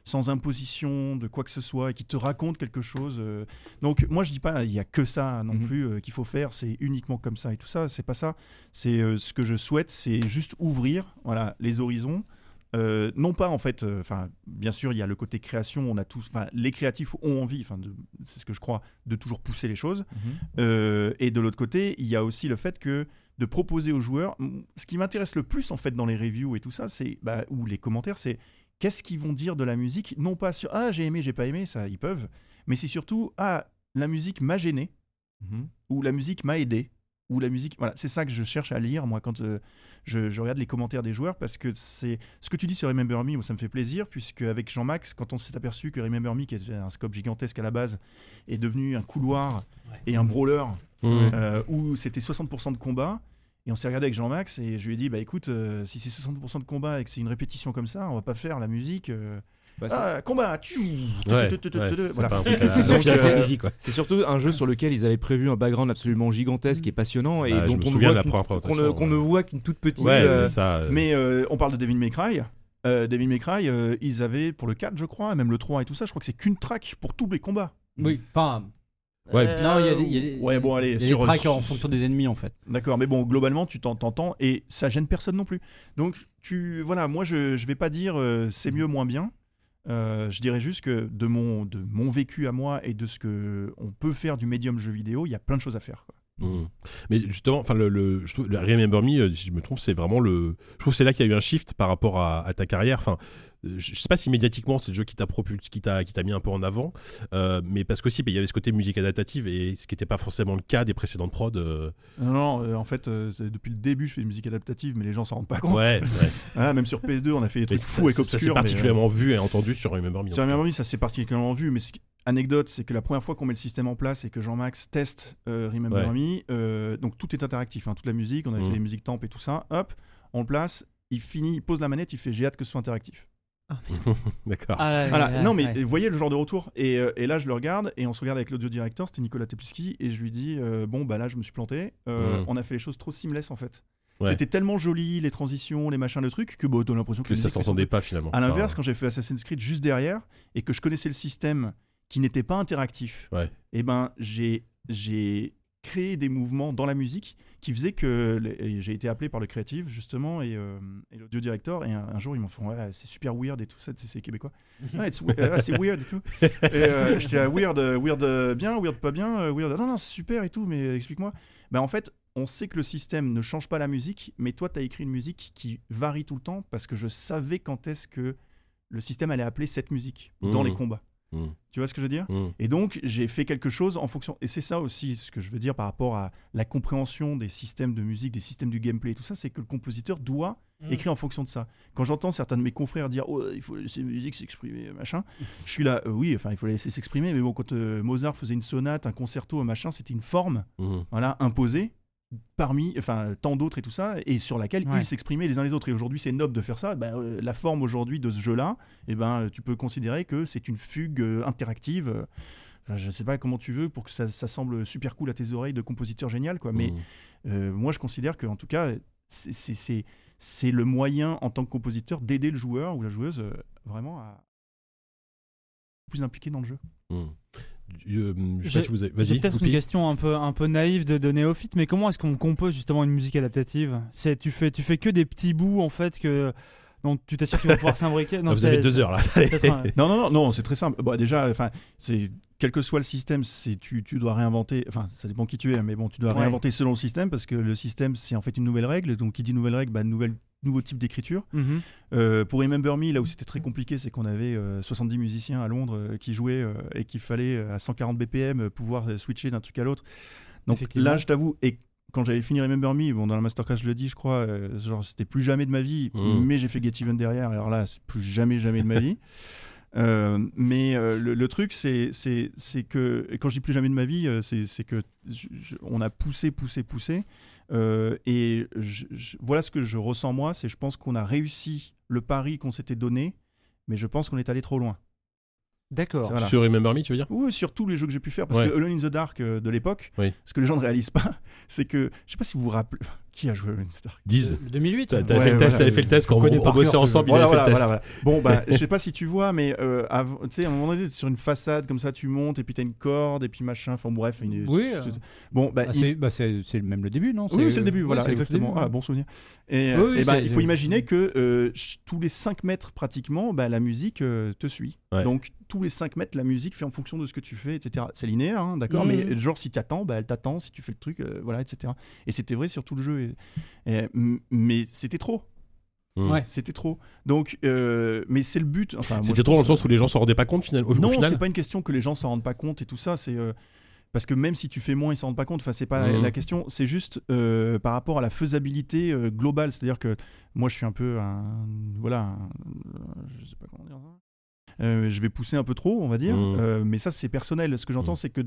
[SPEAKER 5] sans imposition de quoi que ce soit et qui te racontent quelque chose. euh. Donc, moi je dis pas, il y a que ça non
[SPEAKER 4] Mhm.
[SPEAKER 5] plus euh, qu'il faut faire, c'est uniquement comme ça et tout ça, c'est pas ça. C'est euh, ce que je souhaite, c'est juste ouvrir voilà, les horizons. Euh, non pas en fait, euh, enfin bien sûr il y a le côté création, on a tous, enfin les créatifs ont envie, enfin de- c'est ce que je crois, de toujours pousser les choses.
[SPEAKER 4] Mhm.
[SPEAKER 5] Euh, et de l'autre côté il y a aussi le fait que de proposer aux joueurs, m- ce qui m'intéresse le plus en fait dans les reviews et tout ça, c'est bah, ou les commentaires, c'est qu'est-ce qu'ils vont dire de la musique, non pas sur ah j'ai aimé, j'ai pas aimé, ça ils peuvent, mais c'est surtout ah la musique m'a gêné
[SPEAKER 4] Mhm.
[SPEAKER 5] ou la musique m'a aidé ou la musique voilà c'est ça que je cherche à lire moi quand euh, je, je regarde les commentaires des joueurs parce que c'est ce que tu dis sur Remember Me moi, ça me fait plaisir puisque avec Jean-Max quand on s'est aperçu que Remember Me qui était un scope gigantesque à la base est devenu un couloir et un brawler
[SPEAKER 2] Mmh.
[SPEAKER 5] euh, où c'était 60% de combat et on s'est regardé avec Jean-Max et je lui ai dit bah écoute euh, si c'est 60% de combat et que c'est une répétition comme ça on va pas faire la musique euh,
[SPEAKER 4] Bah, c'est-
[SPEAKER 5] ah, combat tchou,
[SPEAKER 2] Ouais,
[SPEAKER 5] tu, tu, tu, tu,
[SPEAKER 2] ouais,
[SPEAKER 5] tu,
[SPEAKER 2] c'est
[SPEAKER 5] voilà.
[SPEAKER 2] pas un truc à la-
[SPEAKER 4] C'est sûr
[SPEAKER 2] Donc,
[SPEAKER 4] que c'est-
[SPEAKER 2] euh, easy, quoi.
[SPEAKER 4] C'est surtout un jeu sur lequel ils avaient prévu un background absolument
[SPEAKER 5] Mm.
[SPEAKER 4] gigantesque et passionnant et
[SPEAKER 2] Ah, je
[SPEAKER 4] dont on
[SPEAKER 2] me
[SPEAKER 4] ne
[SPEAKER 2] souviens de
[SPEAKER 4] voit
[SPEAKER 2] la
[SPEAKER 4] qu'une-
[SPEAKER 2] première
[SPEAKER 4] qu'on
[SPEAKER 2] présentation.
[SPEAKER 4] ne, qu'on ne voit qu'une toute petite.
[SPEAKER 2] Ouais,
[SPEAKER 4] euh,
[SPEAKER 2] mais ça. euh,
[SPEAKER 5] Mais euh, on parle de Devil May Cry. Euh, Devil May Cry, euh, ils avaient pour le 4, je crois, même le 3 et tout ça, je crois que c'est qu'une track pour tous les combats.
[SPEAKER 7] Oui, pas.
[SPEAKER 2] Ouais.
[SPEAKER 7] Non, il y a des- il y a des-
[SPEAKER 5] Ouais, bon, allez,
[SPEAKER 7] Il y a des
[SPEAKER 5] sur-
[SPEAKER 7] tracks en fonction des ennemis en fait.
[SPEAKER 5] D'accord, mais bon, globalement, tu t'en- t'entends et ça gêne personne non plus. Donc, tu, voilà, moi, je, je vais pas dire euh, c'est mieux, moins bien. Euh, je dirais juste que de mon, de mon vécu à moi et de ce que on peut faire du médium jeu vidéo, il y a plein de choses à faire. quoi.
[SPEAKER 2] Mm. Mais justement, enfin, le, le, je trouve- le Remember Me, euh, si je me trompe, c'est vraiment le. Je trouve que c'est là qu'il y a eu un shift par rapport à, à ta carrière. Enfin, euh, je, je sais pas si médiatiquement c'est le jeu qui t'a propulsé, qui t'a, qui t'a mis un peu en avant, euh, mais parce qu'aussi, ben, il y avait ce côté musique adaptative et ce qui n'était pas forcément le cas des précédentes prods. euh,
[SPEAKER 5] Non, non, euh, en fait, euh, c'est- depuis le début, je fais des musiques adaptatives, mais les gens s'en rendent pas compte.
[SPEAKER 2] Ouais, ouais.
[SPEAKER 5] Voilà, même sur PS2, on a fait
[SPEAKER 2] Mais
[SPEAKER 5] des trucs
[SPEAKER 2] ça,
[SPEAKER 5] fous et
[SPEAKER 2] ça- ça s'est
[SPEAKER 5] obscurs. mais, euh,
[SPEAKER 2] particulièrement vu et entendu sur Remember Me.
[SPEAKER 5] Sur Remember Me, ça s'est particulièrement vu, mais ce qui- anecdote, c'est que la première fois qu'on met le système en place et que Jean-Max teste euh, Remember Me, euh, donc tout est interactif, hein, toute la musique, on a
[SPEAKER 2] Mhm.
[SPEAKER 5] fait les musiques temp et tout ça, hop, on le place, il finit, il pose la manette, il fait j'ai hâte que ce soit interactif.
[SPEAKER 2] hein. D'accord.
[SPEAKER 3] Ah, là, là,
[SPEAKER 5] voilà,
[SPEAKER 3] là,
[SPEAKER 5] non mais
[SPEAKER 3] ouais.
[SPEAKER 5] vous voyez le genre de retour. Et, euh, et là, je le regarde et on se regarde avec l'audio directeur, c'était Nicolas Tepliski, et je lui dis euh, bon, bah là, je me suis planté, Euh,
[SPEAKER 2] Mhm.
[SPEAKER 5] on a fait les choses trop seamless en fait.
[SPEAKER 2] Ouais.
[SPEAKER 5] C'était tellement joli, les transitions, les machins, le truc, que bah, t'as l'impression que,
[SPEAKER 2] que
[SPEAKER 5] la
[SPEAKER 2] ça
[SPEAKER 5] musique fait son
[SPEAKER 2] s'entendait pas finalement.
[SPEAKER 5] à l'inverse,
[SPEAKER 2] Enfin,
[SPEAKER 5] quand j'ai fait Assassin's Creed juste derrière et que je connaissais le système qui n'était pas interactif,
[SPEAKER 2] Ouais.
[SPEAKER 5] et ben j'ai j'ai créé des mouvements dans la musique qui faisaient que les- et j'ai été appelé par le créatif justement et, euh, et l'audio director et un, un jour ils m'ont fait ouais c'est super weird et tout ça c'est- c'est québécois Ouais, it's we- euh, c'est weird et tout et euh, j'étais là, weird euh, weird euh, bien weird pas bien euh, weird non non c'est super et tout mais euh, explique-moi ben en fait on sait que le système ne change pas la musique mais toi t'as écrit une musique qui varie tout le temps parce que je savais quand est-ce que le système allait appeler cette musique dans
[SPEAKER 2] Mhm.
[SPEAKER 5] les combats
[SPEAKER 2] Mhm.
[SPEAKER 5] tu vois ce que je veux dire
[SPEAKER 2] mm.
[SPEAKER 5] et donc, j'ai fait quelque chose en fonction. Et c'est ça aussi ce que je veux dire par rapport à la compréhension des systèmes de musique, des systèmes du gameplay et tout ça, c'est que le compositeur doit écrire en fonction de ça. Quand j'entends certains de mes confrères dire Oh, il faut laisser la musique s'exprimer, machin, je suis là, Euh, oui, enfin, il faut la laisser s'exprimer, mais bon, quand euh, Mozart faisait une sonate, un concerto, un machin, c'était une forme
[SPEAKER 2] Mm.
[SPEAKER 5] voilà, imposée parmi enfin tant d'autres et tout ça et sur laquelle
[SPEAKER 3] Ouais.
[SPEAKER 5] ils s'exprimaient les uns les autres et aujourd'hui c'est noble de faire ça Bah, euh, la forme aujourd'hui de ce jeu là et ben tu peux considérer que c'est une fugue euh, interactive Euh, enfin, je sais pas comment tu veux pour que ça, ça semble super cool à tes oreilles de compositeur génial quoi mais
[SPEAKER 2] Mm.
[SPEAKER 5] euh, moi je considère que en tout cas c'est- c'est- c'est c'est le moyen en tant que compositeur d'aider le joueur ou la joueuse euh, vraiment à plus impliqué dans le jeu
[SPEAKER 2] Mm. Euh, je sais
[SPEAKER 3] J'ai-
[SPEAKER 2] pas si vous avez-
[SPEAKER 3] C'est
[SPEAKER 2] Vas-y.
[SPEAKER 3] peut-être une
[SPEAKER 2] Whoopi.
[SPEAKER 3] question un peu, un peu naïve de, de néophyte, mais comment est-ce qu'on compose justement une musique adaptative C'est tu fais, tu fais que des petits bouts en fait que donc tu t'assures qu'ils vont pouvoir s'imbriquer.
[SPEAKER 2] Ah, vous avez deux heures là.
[SPEAKER 3] heures.
[SPEAKER 5] Non, non, non, non c'est très simple. Bah, déjà, enfin, c'est quel que soit le système, c'est tu, tu dois réinventer. Enfin, ça dépend qui tu es, hein, mais bon, tu dois
[SPEAKER 3] Ouais.
[SPEAKER 5] réinventer selon le système parce que le système, c'est en fait une nouvelle règle. Donc, qui dit nouvelle règle, bah, nouvelle, nouveau type d'écriture.
[SPEAKER 3] Mhm.
[SPEAKER 5] Euh, pour Remember Me, là où c'était très compliqué, c'est qu'on avait euh, 70 musiciens à Londres euh, qui jouaient euh, et qu'il fallait euh, à 140 BPM euh, pouvoir euh, switcher d'un truc à l'autre. Donc
[SPEAKER 3] Effectivement.
[SPEAKER 5] là, je t'avoue, et quand j'avais fini Remember Me, bon, dans la masterclass, je le dis, je crois, euh, genre c'était plus jamais de ma vie,
[SPEAKER 2] Mm.
[SPEAKER 5] mais j'ai fait Get Even derrière, alors là, c'est plus jamais, jamais de ma vie. Euh, mais euh, le, le truc, c'est c'est- c'est que, et quand je dis plus jamais de ma vie, euh, c'est c'est que je- je- on a poussé, poussé, poussé. Euh, et je- je- voilà ce que je ressens moi, c'est je pense qu'on a réussi le pari qu'on s'était donné, mais je pense qu'on est allé trop loin.
[SPEAKER 3] D'accord.
[SPEAKER 5] Voilà.
[SPEAKER 2] Sur Remember Me, tu veux dire
[SPEAKER 5] Oui, sur tous les jeux que j'ai pu faire. Parce
[SPEAKER 2] Ouais.
[SPEAKER 5] que Alone in the Dark euh, de l'époque,
[SPEAKER 2] Oui.
[SPEAKER 5] ce que les gens ne réalisent pas, c'est que, je sais pas si vous vous rappelez, qui a joué à Alone in the Dark
[SPEAKER 2] 10.
[SPEAKER 7] Le 2008.
[SPEAKER 2] T'as
[SPEAKER 7] hein.
[SPEAKER 2] t'avais
[SPEAKER 5] Ouais,
[SPEAKER 2] fait le test,
[SPEAKER 5] voilà.
[SPEAKER 2] t'avais fait le test quand on,
[SPEAKER 7] connais
[SPEAKER 2] on
[SPEAKER 7] par
[SPEAKER 2] bossait
[SPEAKER 7] cœur, ce
[SPEAKER 2] ensemble, il
[SPEAKER 5] Voilà,
[SPEAKER 2] avait fait
[SPEAKER 5] voilà,
[SPEAKER 2] le test.
[SPEAKER 5] voilà, voilà. Bon, bah, je sais pas si tu vois, mais euh, avant- tu sais, à un moment donné, t'es sur une façade comme ça, tu montes et puis t'as une corde et puis machin. Enfin bref, une.
[SPEAKER 7] Oui,
[SPEAKER 5] tu- tu- Bon, bah,
[SPEAKER 7] Ah,
[SPEAKER 5] il-
[SPEAKER 7] c'est bah, c'est- c'est même le début, non
[SPEAKER 5] oui, oui, c'est le début,
[SPEAKER 7] ouais,
[SPEAKER 5] voilà,
[SPEAKER 7] c'est-
[SPEAKER 5] exactement.
[SPEAKER 7] c'est le
[SPEAKER 5] Ah,
[SPEAKER 7] début.
[SPEAKER 5] bon souvenir. Et,
[SPEAKER 7] Oui, oui,
[SPEAKER 5] et ben,
[SPEAKER 7] c'est-
[SPEAKER 5] il faut
[SPEAKER 7] c'est-
[SPEAKER 5] imaginer que euh, ch- tous les 5 mètres, pratiquement, bah, la musique euh, te suit.
[SPEAKER 2] Ouais.
[SPEAKER 5] Donc, tous les 5 mètres, la musique fait en fonction de ce que tu fais, etc. C'est linéaire, hein, d'accord
[SPEAKER 6] Mhm.
[SPEAKER 5] Mais euh, genre, si t'attends, bah, elle t'attend. Si tu fais le truc, euh, voilà, etc. Et c'était vrai sur tout le jeu. Et- et- m- mais c'était trop.
[SPEAKER 2] Mmh.
[SPEAKER 7] Ouais.
[SPEAKER 5] C'était trop. Donc, euh, mais c'est le but. Enfin, moi, je
[SPEAKER 2] C'était trop dans le
[SPEAKER 5] pense-
[SPEAKER 2] sens où les gens s'en rendaient pas compte finalement. Au, au
[SPEAKER 5] non,
[SPEAKER 2] final,
[SPEAKER 5] c'est pas une question que les gens s'en rendent pas compte et tout ça. C'est euh, parce que même si tu fais moins, ils s'en rendent pas compte. Enfin, c'est pas la-
[SPEAKER 2] Mhm.
[SPEAKER 5] la question. C'est juste euh, par rapport à la faisabilité euh, globale. C'est-à-dire que moi, je suis un peu un, voilà, un- je sais pas comment dire ça. Euh, je vais pousser un peu trop, on va dire.
[SPEAKER 2] Mhm.
[SPEAKER 5] Euh, mais ça, c'est personnel. Ce que j'entends,
[SPEAKER 2] Mhm.
[SPEAKER 5] c'est que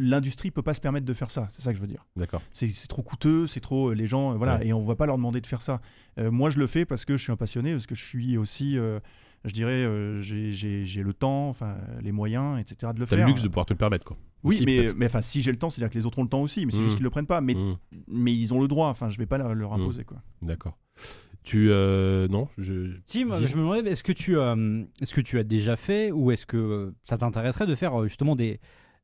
[SPEAKER 5] l'industrie peut pas se permettre de faire ça. C'est ça que je veux dire
[SPEAKER 2] d'accord.
[SPEAKER 5] c'est c'est trop coûteux, c'est trop euh, les gens, euh, voilà,
[SPEAKER 2] Ouais.
[SPEAKER 5] et on va pas leur demander de faire ça. Euh, moi, je le fais parce que je suis un passionné, parce que je suis aussi, euh, je dirais, euh, j'ai- j'ai j'ai le temps, enfin les moyens, etc. de le
[SPEAKER 2] T'as
[SPEAKER 5] faire.
[SPEAKER 2] le luxe de pouvoir te le permettre, quoi.
[SPEAKER 5] Oui,
[SPEAKER 2] aussi,
[SPEAKER 5] mais
[SPEAKER 2] peut-être.
[SPEAKER 5] mais enfin si j'ai le temps, c'est-à-dire que les autres ont le temps aussi, mais c'est
[SPEAKER 2] Mhm.
[SPEAKER 5] juste qu'ils le prennent pas, mais
[SPEAKER 2] Mmh.
[SPEAKER 5] mais ils ont le droit. Enfin, je vais pas leur, leur
[SPEAKER 2] Mhm.
[SPEAKER 5] imposer quoi.
[SPEAKER 2] D'accord. Tu euh, non, je
[SPEAKER 7] Tim,
[SPEAKER 2] Dis-
[SPEAKER 7] je me demandais, est-ce que, tu, euh, est-ce que tu as déjà fait ou est-ce que euh, ça t'intéresserait de faire euh, justement des.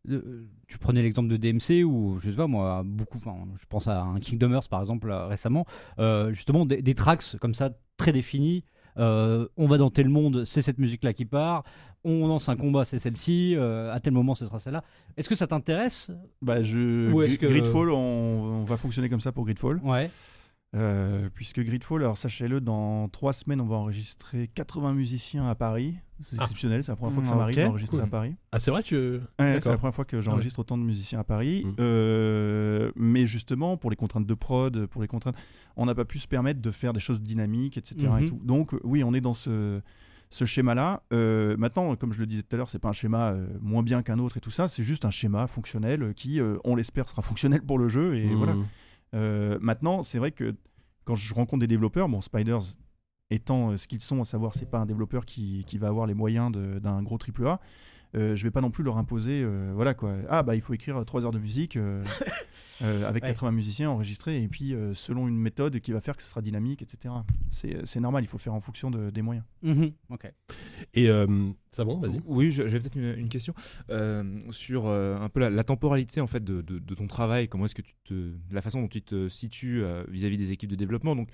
[SPEAKER 7] de- tu prenais l'exemple de DMC ou je sais pas moi, beaucoup. enfin, Je pense à un Kingdom Hearts par exemple là, récemment. euh, justement des, des tracks comme ça très définis. euh, on va dans tel monde, c'est cette musique là qui part. On lance un combat, c'est celle-ci. euh, à tel moment, ce sera celle-là. Est-ce que ça t'intéresse
[SPEAKER 5] Bah, je
[SPEAKER 7] Ou est-ce
[SPEAKER 5] Gri-
[SPEAKER 7] que-
[SPEAKER 5] Gridfall, on, on va fonctionner comme ça pour Gridfall,
[SPEAKER 7] Ouais.
[SPEAKER 5] Euh, puisque Gridfall, alors sachez-le, dans trois semaines, on va enregistrer 80 musiciens à Paris. C'est exceptionnel, c'est la première fois que ça
[SPEAKER 3] Mhm,
[SPEAKER 5] m'arrive
[SPEAKER 3] ok,
[SPEAKER 5] d'enregistrer
[SPEAKER 2] cool.
[SPEAKER 5] à Paris.
[SPEAKER 2] ah c'est vrai tu
[SPEAKER 5] Ouais, c'est
[SPEAKER 2] D'accord. Ah
[SPEAKER 5] la première fois que j'enregistre autant de musiciens à Paris.
[SPEAKER 2] Mm.
[SPEAKER 5] Euh, mais justement, pour les contraintes de prod, pour les contraintes, on n'a pas pu se permettre de faire des choses dynamiques, etc. et
[SPEAKER 7] Mhm.
[SPEAKER 5] tout. Donc, oui, on est dans ce, ce schéma-là. Euh, maintenant, comme je le disais tout à l'heure, c'est pas un schéma euh, moins bien qu'un autre et tout ça. C'est juste un schéma fonctionnel euh, qui, euh, on l'espère, sera fonctionnel pour le jeu. Et
[SPEAKER 2] Mmh.
[SPEAKER 5] voilà. Euh, maintenant, c'est vrai que quand je rencontre des développeurs, bon, Spiders étant euh, ce qu'ils sont, à savoir, c'est pas un développeur qui, qui va avoir les moyens de- d'un gros AAA. Euh, je vais pas non plus leur imposer, euh, voilà quoi. Ah bah il faut écrire 3 heures de musique euh, euh, avec
[SPEAKER 7] Ouais.
[SPEAKER 5] 80 musiciens enregistrés et puis euh, selon une méthode qui va faire que ce sera dynamique, etc. C'est c'est normal, il faut faire en fonction de- des moyens.
[SPEAKER 7] Mhm. Ok.
[SPEAKER 2] Et euh, ça bon, vas-y.
[SPEAKER 4] Oui, je- j'avais peut-être une, une question euh, sur euh, un peu la, la temporalité en fait de, de- de ton travail. Comment est-ce que tu te, la façon dont tu te situes euh, vis-à-vis des équipes de développement. Donc,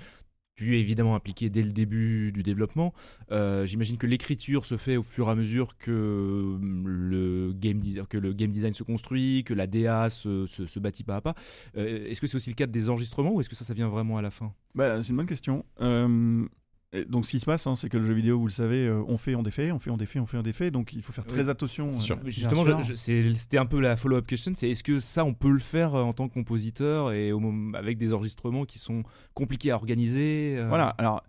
[SPEAKER 4] tu es évidemment impliqué dès le début du développement. Euh, J'imagine que l'écriture se fait au fur et à mesure que euh, le game, desi- que le game design se construit, que la DA se, se- se bâtit pas à pas. Euh, est-ce que c'est aussi le cas des enregistrements ou est-ce que ça, ça vient vraiment à la fin
[SPEAKER 5] Bah, c'est une bonne question. Euh, et donc, ce qui se passe, hein, c'est que le jeu vidéo, vous le savez, euh, on fait, on défait, on fait, on défait, on fait, on défait. Donc, il faut faire très attention.
[SPEAKER 2] C'est
[SPEAKER 5] euh,
[SPEAKER 2] sûr.
[SPEAKER 5] bien
[SPEAKER 4] Justement,
[SPEAKER 5] sûr.
[SPEAKER 4] je- je- c'est- c'était un peu la follow-up question, c'est est-ce que ça, on peut le faire euh, en tant que compositeur et au mom- avec des enregistrements qui sont compliqués à organiser euh,
[SPEAKER 5] Voilà, alors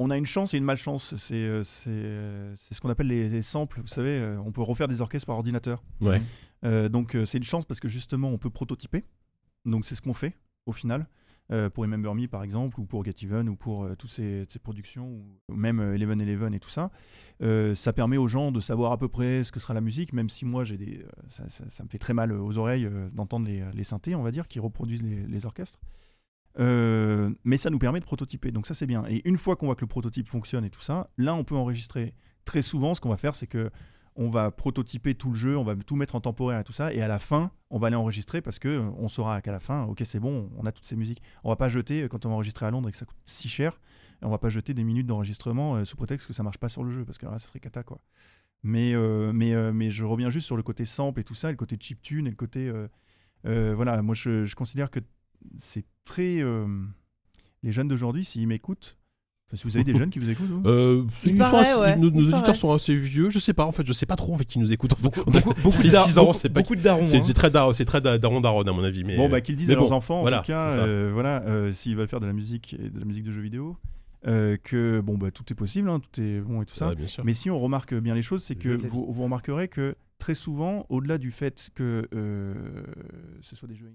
[SPEAKER 5] on a une chance et une malchance. C'est euh, c'est, euh, c'est ce qu'on appelle les, les samples. Vous savez, euh, on peut refaire des orchestres par ordinateur.
[SPEAKER 2] Ouais.
[SPEAKER 5] Euh, donc euh, c'est une chance parce que justement on peut prototyper. Donc c'est ce qu'on fait au final. Euh, pour Remember Me par exemple, ou pour Get Even, ou pour euh, toutes ces, ces productions, ou même euh, Eleven Eleven et tout ça, Euh, ça permet aux gens de savoir à peu près ce que sera la musique, même si moi j'ai des, euh, ça, ça- ça me fait très mal aux oreilles euh, d'entendre les, les synthés, on va dire, qui reproduisent les, les orchestres. Euh, mais ça nous permet de prototyper, donc ça c'est bien. Et une fois qu'on voit que le prototype fonctionne et tout ça, là on peut enregistrer. Très souvent, ce qu'on va faire, c'est que on va prototyper tout le jeu, on va tout mettre en temporaire et tout ça, et à la fin, on va aller enregistrer parce que euh, on saura qu'à la fin, ok, c'est bon, on a toutes ces musiques. On va pas jeter euh, quand on va enregistrer à Londres et que ça coûte si cher, on va pas jeter des minutes d'enregistrement euh, sous prétexte que ça marche pas sur le jeu parce que alors là, ça serait cata quoi. Mais euh, mais euh, mais je reviens juste sur le côté sample et tout ça, et le côté chiptune et le côté euh, euh, voilà, moi je, je considère que c'est très euh, les jeunes d'aujourd'hui s'ils m'écoutent, enfin, si vous avez des jeunes qui vous écoutent, vous
[SPEAKER 2] Euh,
[SPEAKER 6] Il
[SPEAKER 2] ils
[SPEAKER 6] paraît,
[SPEAKER 2] sont assez-
[SPEAKER 6] ouais,
[SPEAKER 2] nos,
[SPEAKER 6] il
[SPEAKER 2] nos auditeurs
[SPEAKER 6] paraît.
[SPEAKER 2] sont assez vieux. Je sais pas en fait, je sais pas trop en fait qui nous écoutent. Beaucoup,
[SPEAKER 4] Beaucoup, de, dar- beaucoup-
[SPEAKER 2] c'est pas.
[SPEAKER 4] beaucoup de darons.
[SPEAKER 2] C'est
[SPEAKER 4] hein.
[SPEAKER 2] c'est très daron, c'est très da- daron daron à mon avis. Mais
[SPEAKER 5] Bon, bah, qu'ils disent
[SPEAKER 2] euh, mais
[SPEAKER 5] à
[SPEAKER 2] bon,
[SPEAKER 5] leurs enfants,
[SPEAKER 2] voilà,
[SPEAKER 5] en tout cas,
[SPEAKER 2] c'est ça.
[SPEAKER 5] euh, voilà, euh, s'ils veulent faire de la musique, et de la musique de jeux vidéo, euh, que bon, bah, tout est possible, hein, tout est bon et tout ça.
[SPEAKER 2] Ouais, bien sûr.
[SPEAKER 5] Mais si on remarque bien les choses, c'est que
[SPEAKER 4] Jeu de la
[SPEAKER 5] vous, vous remarquerez que très souvent, au-delà du fait que euh, ce soit des jeux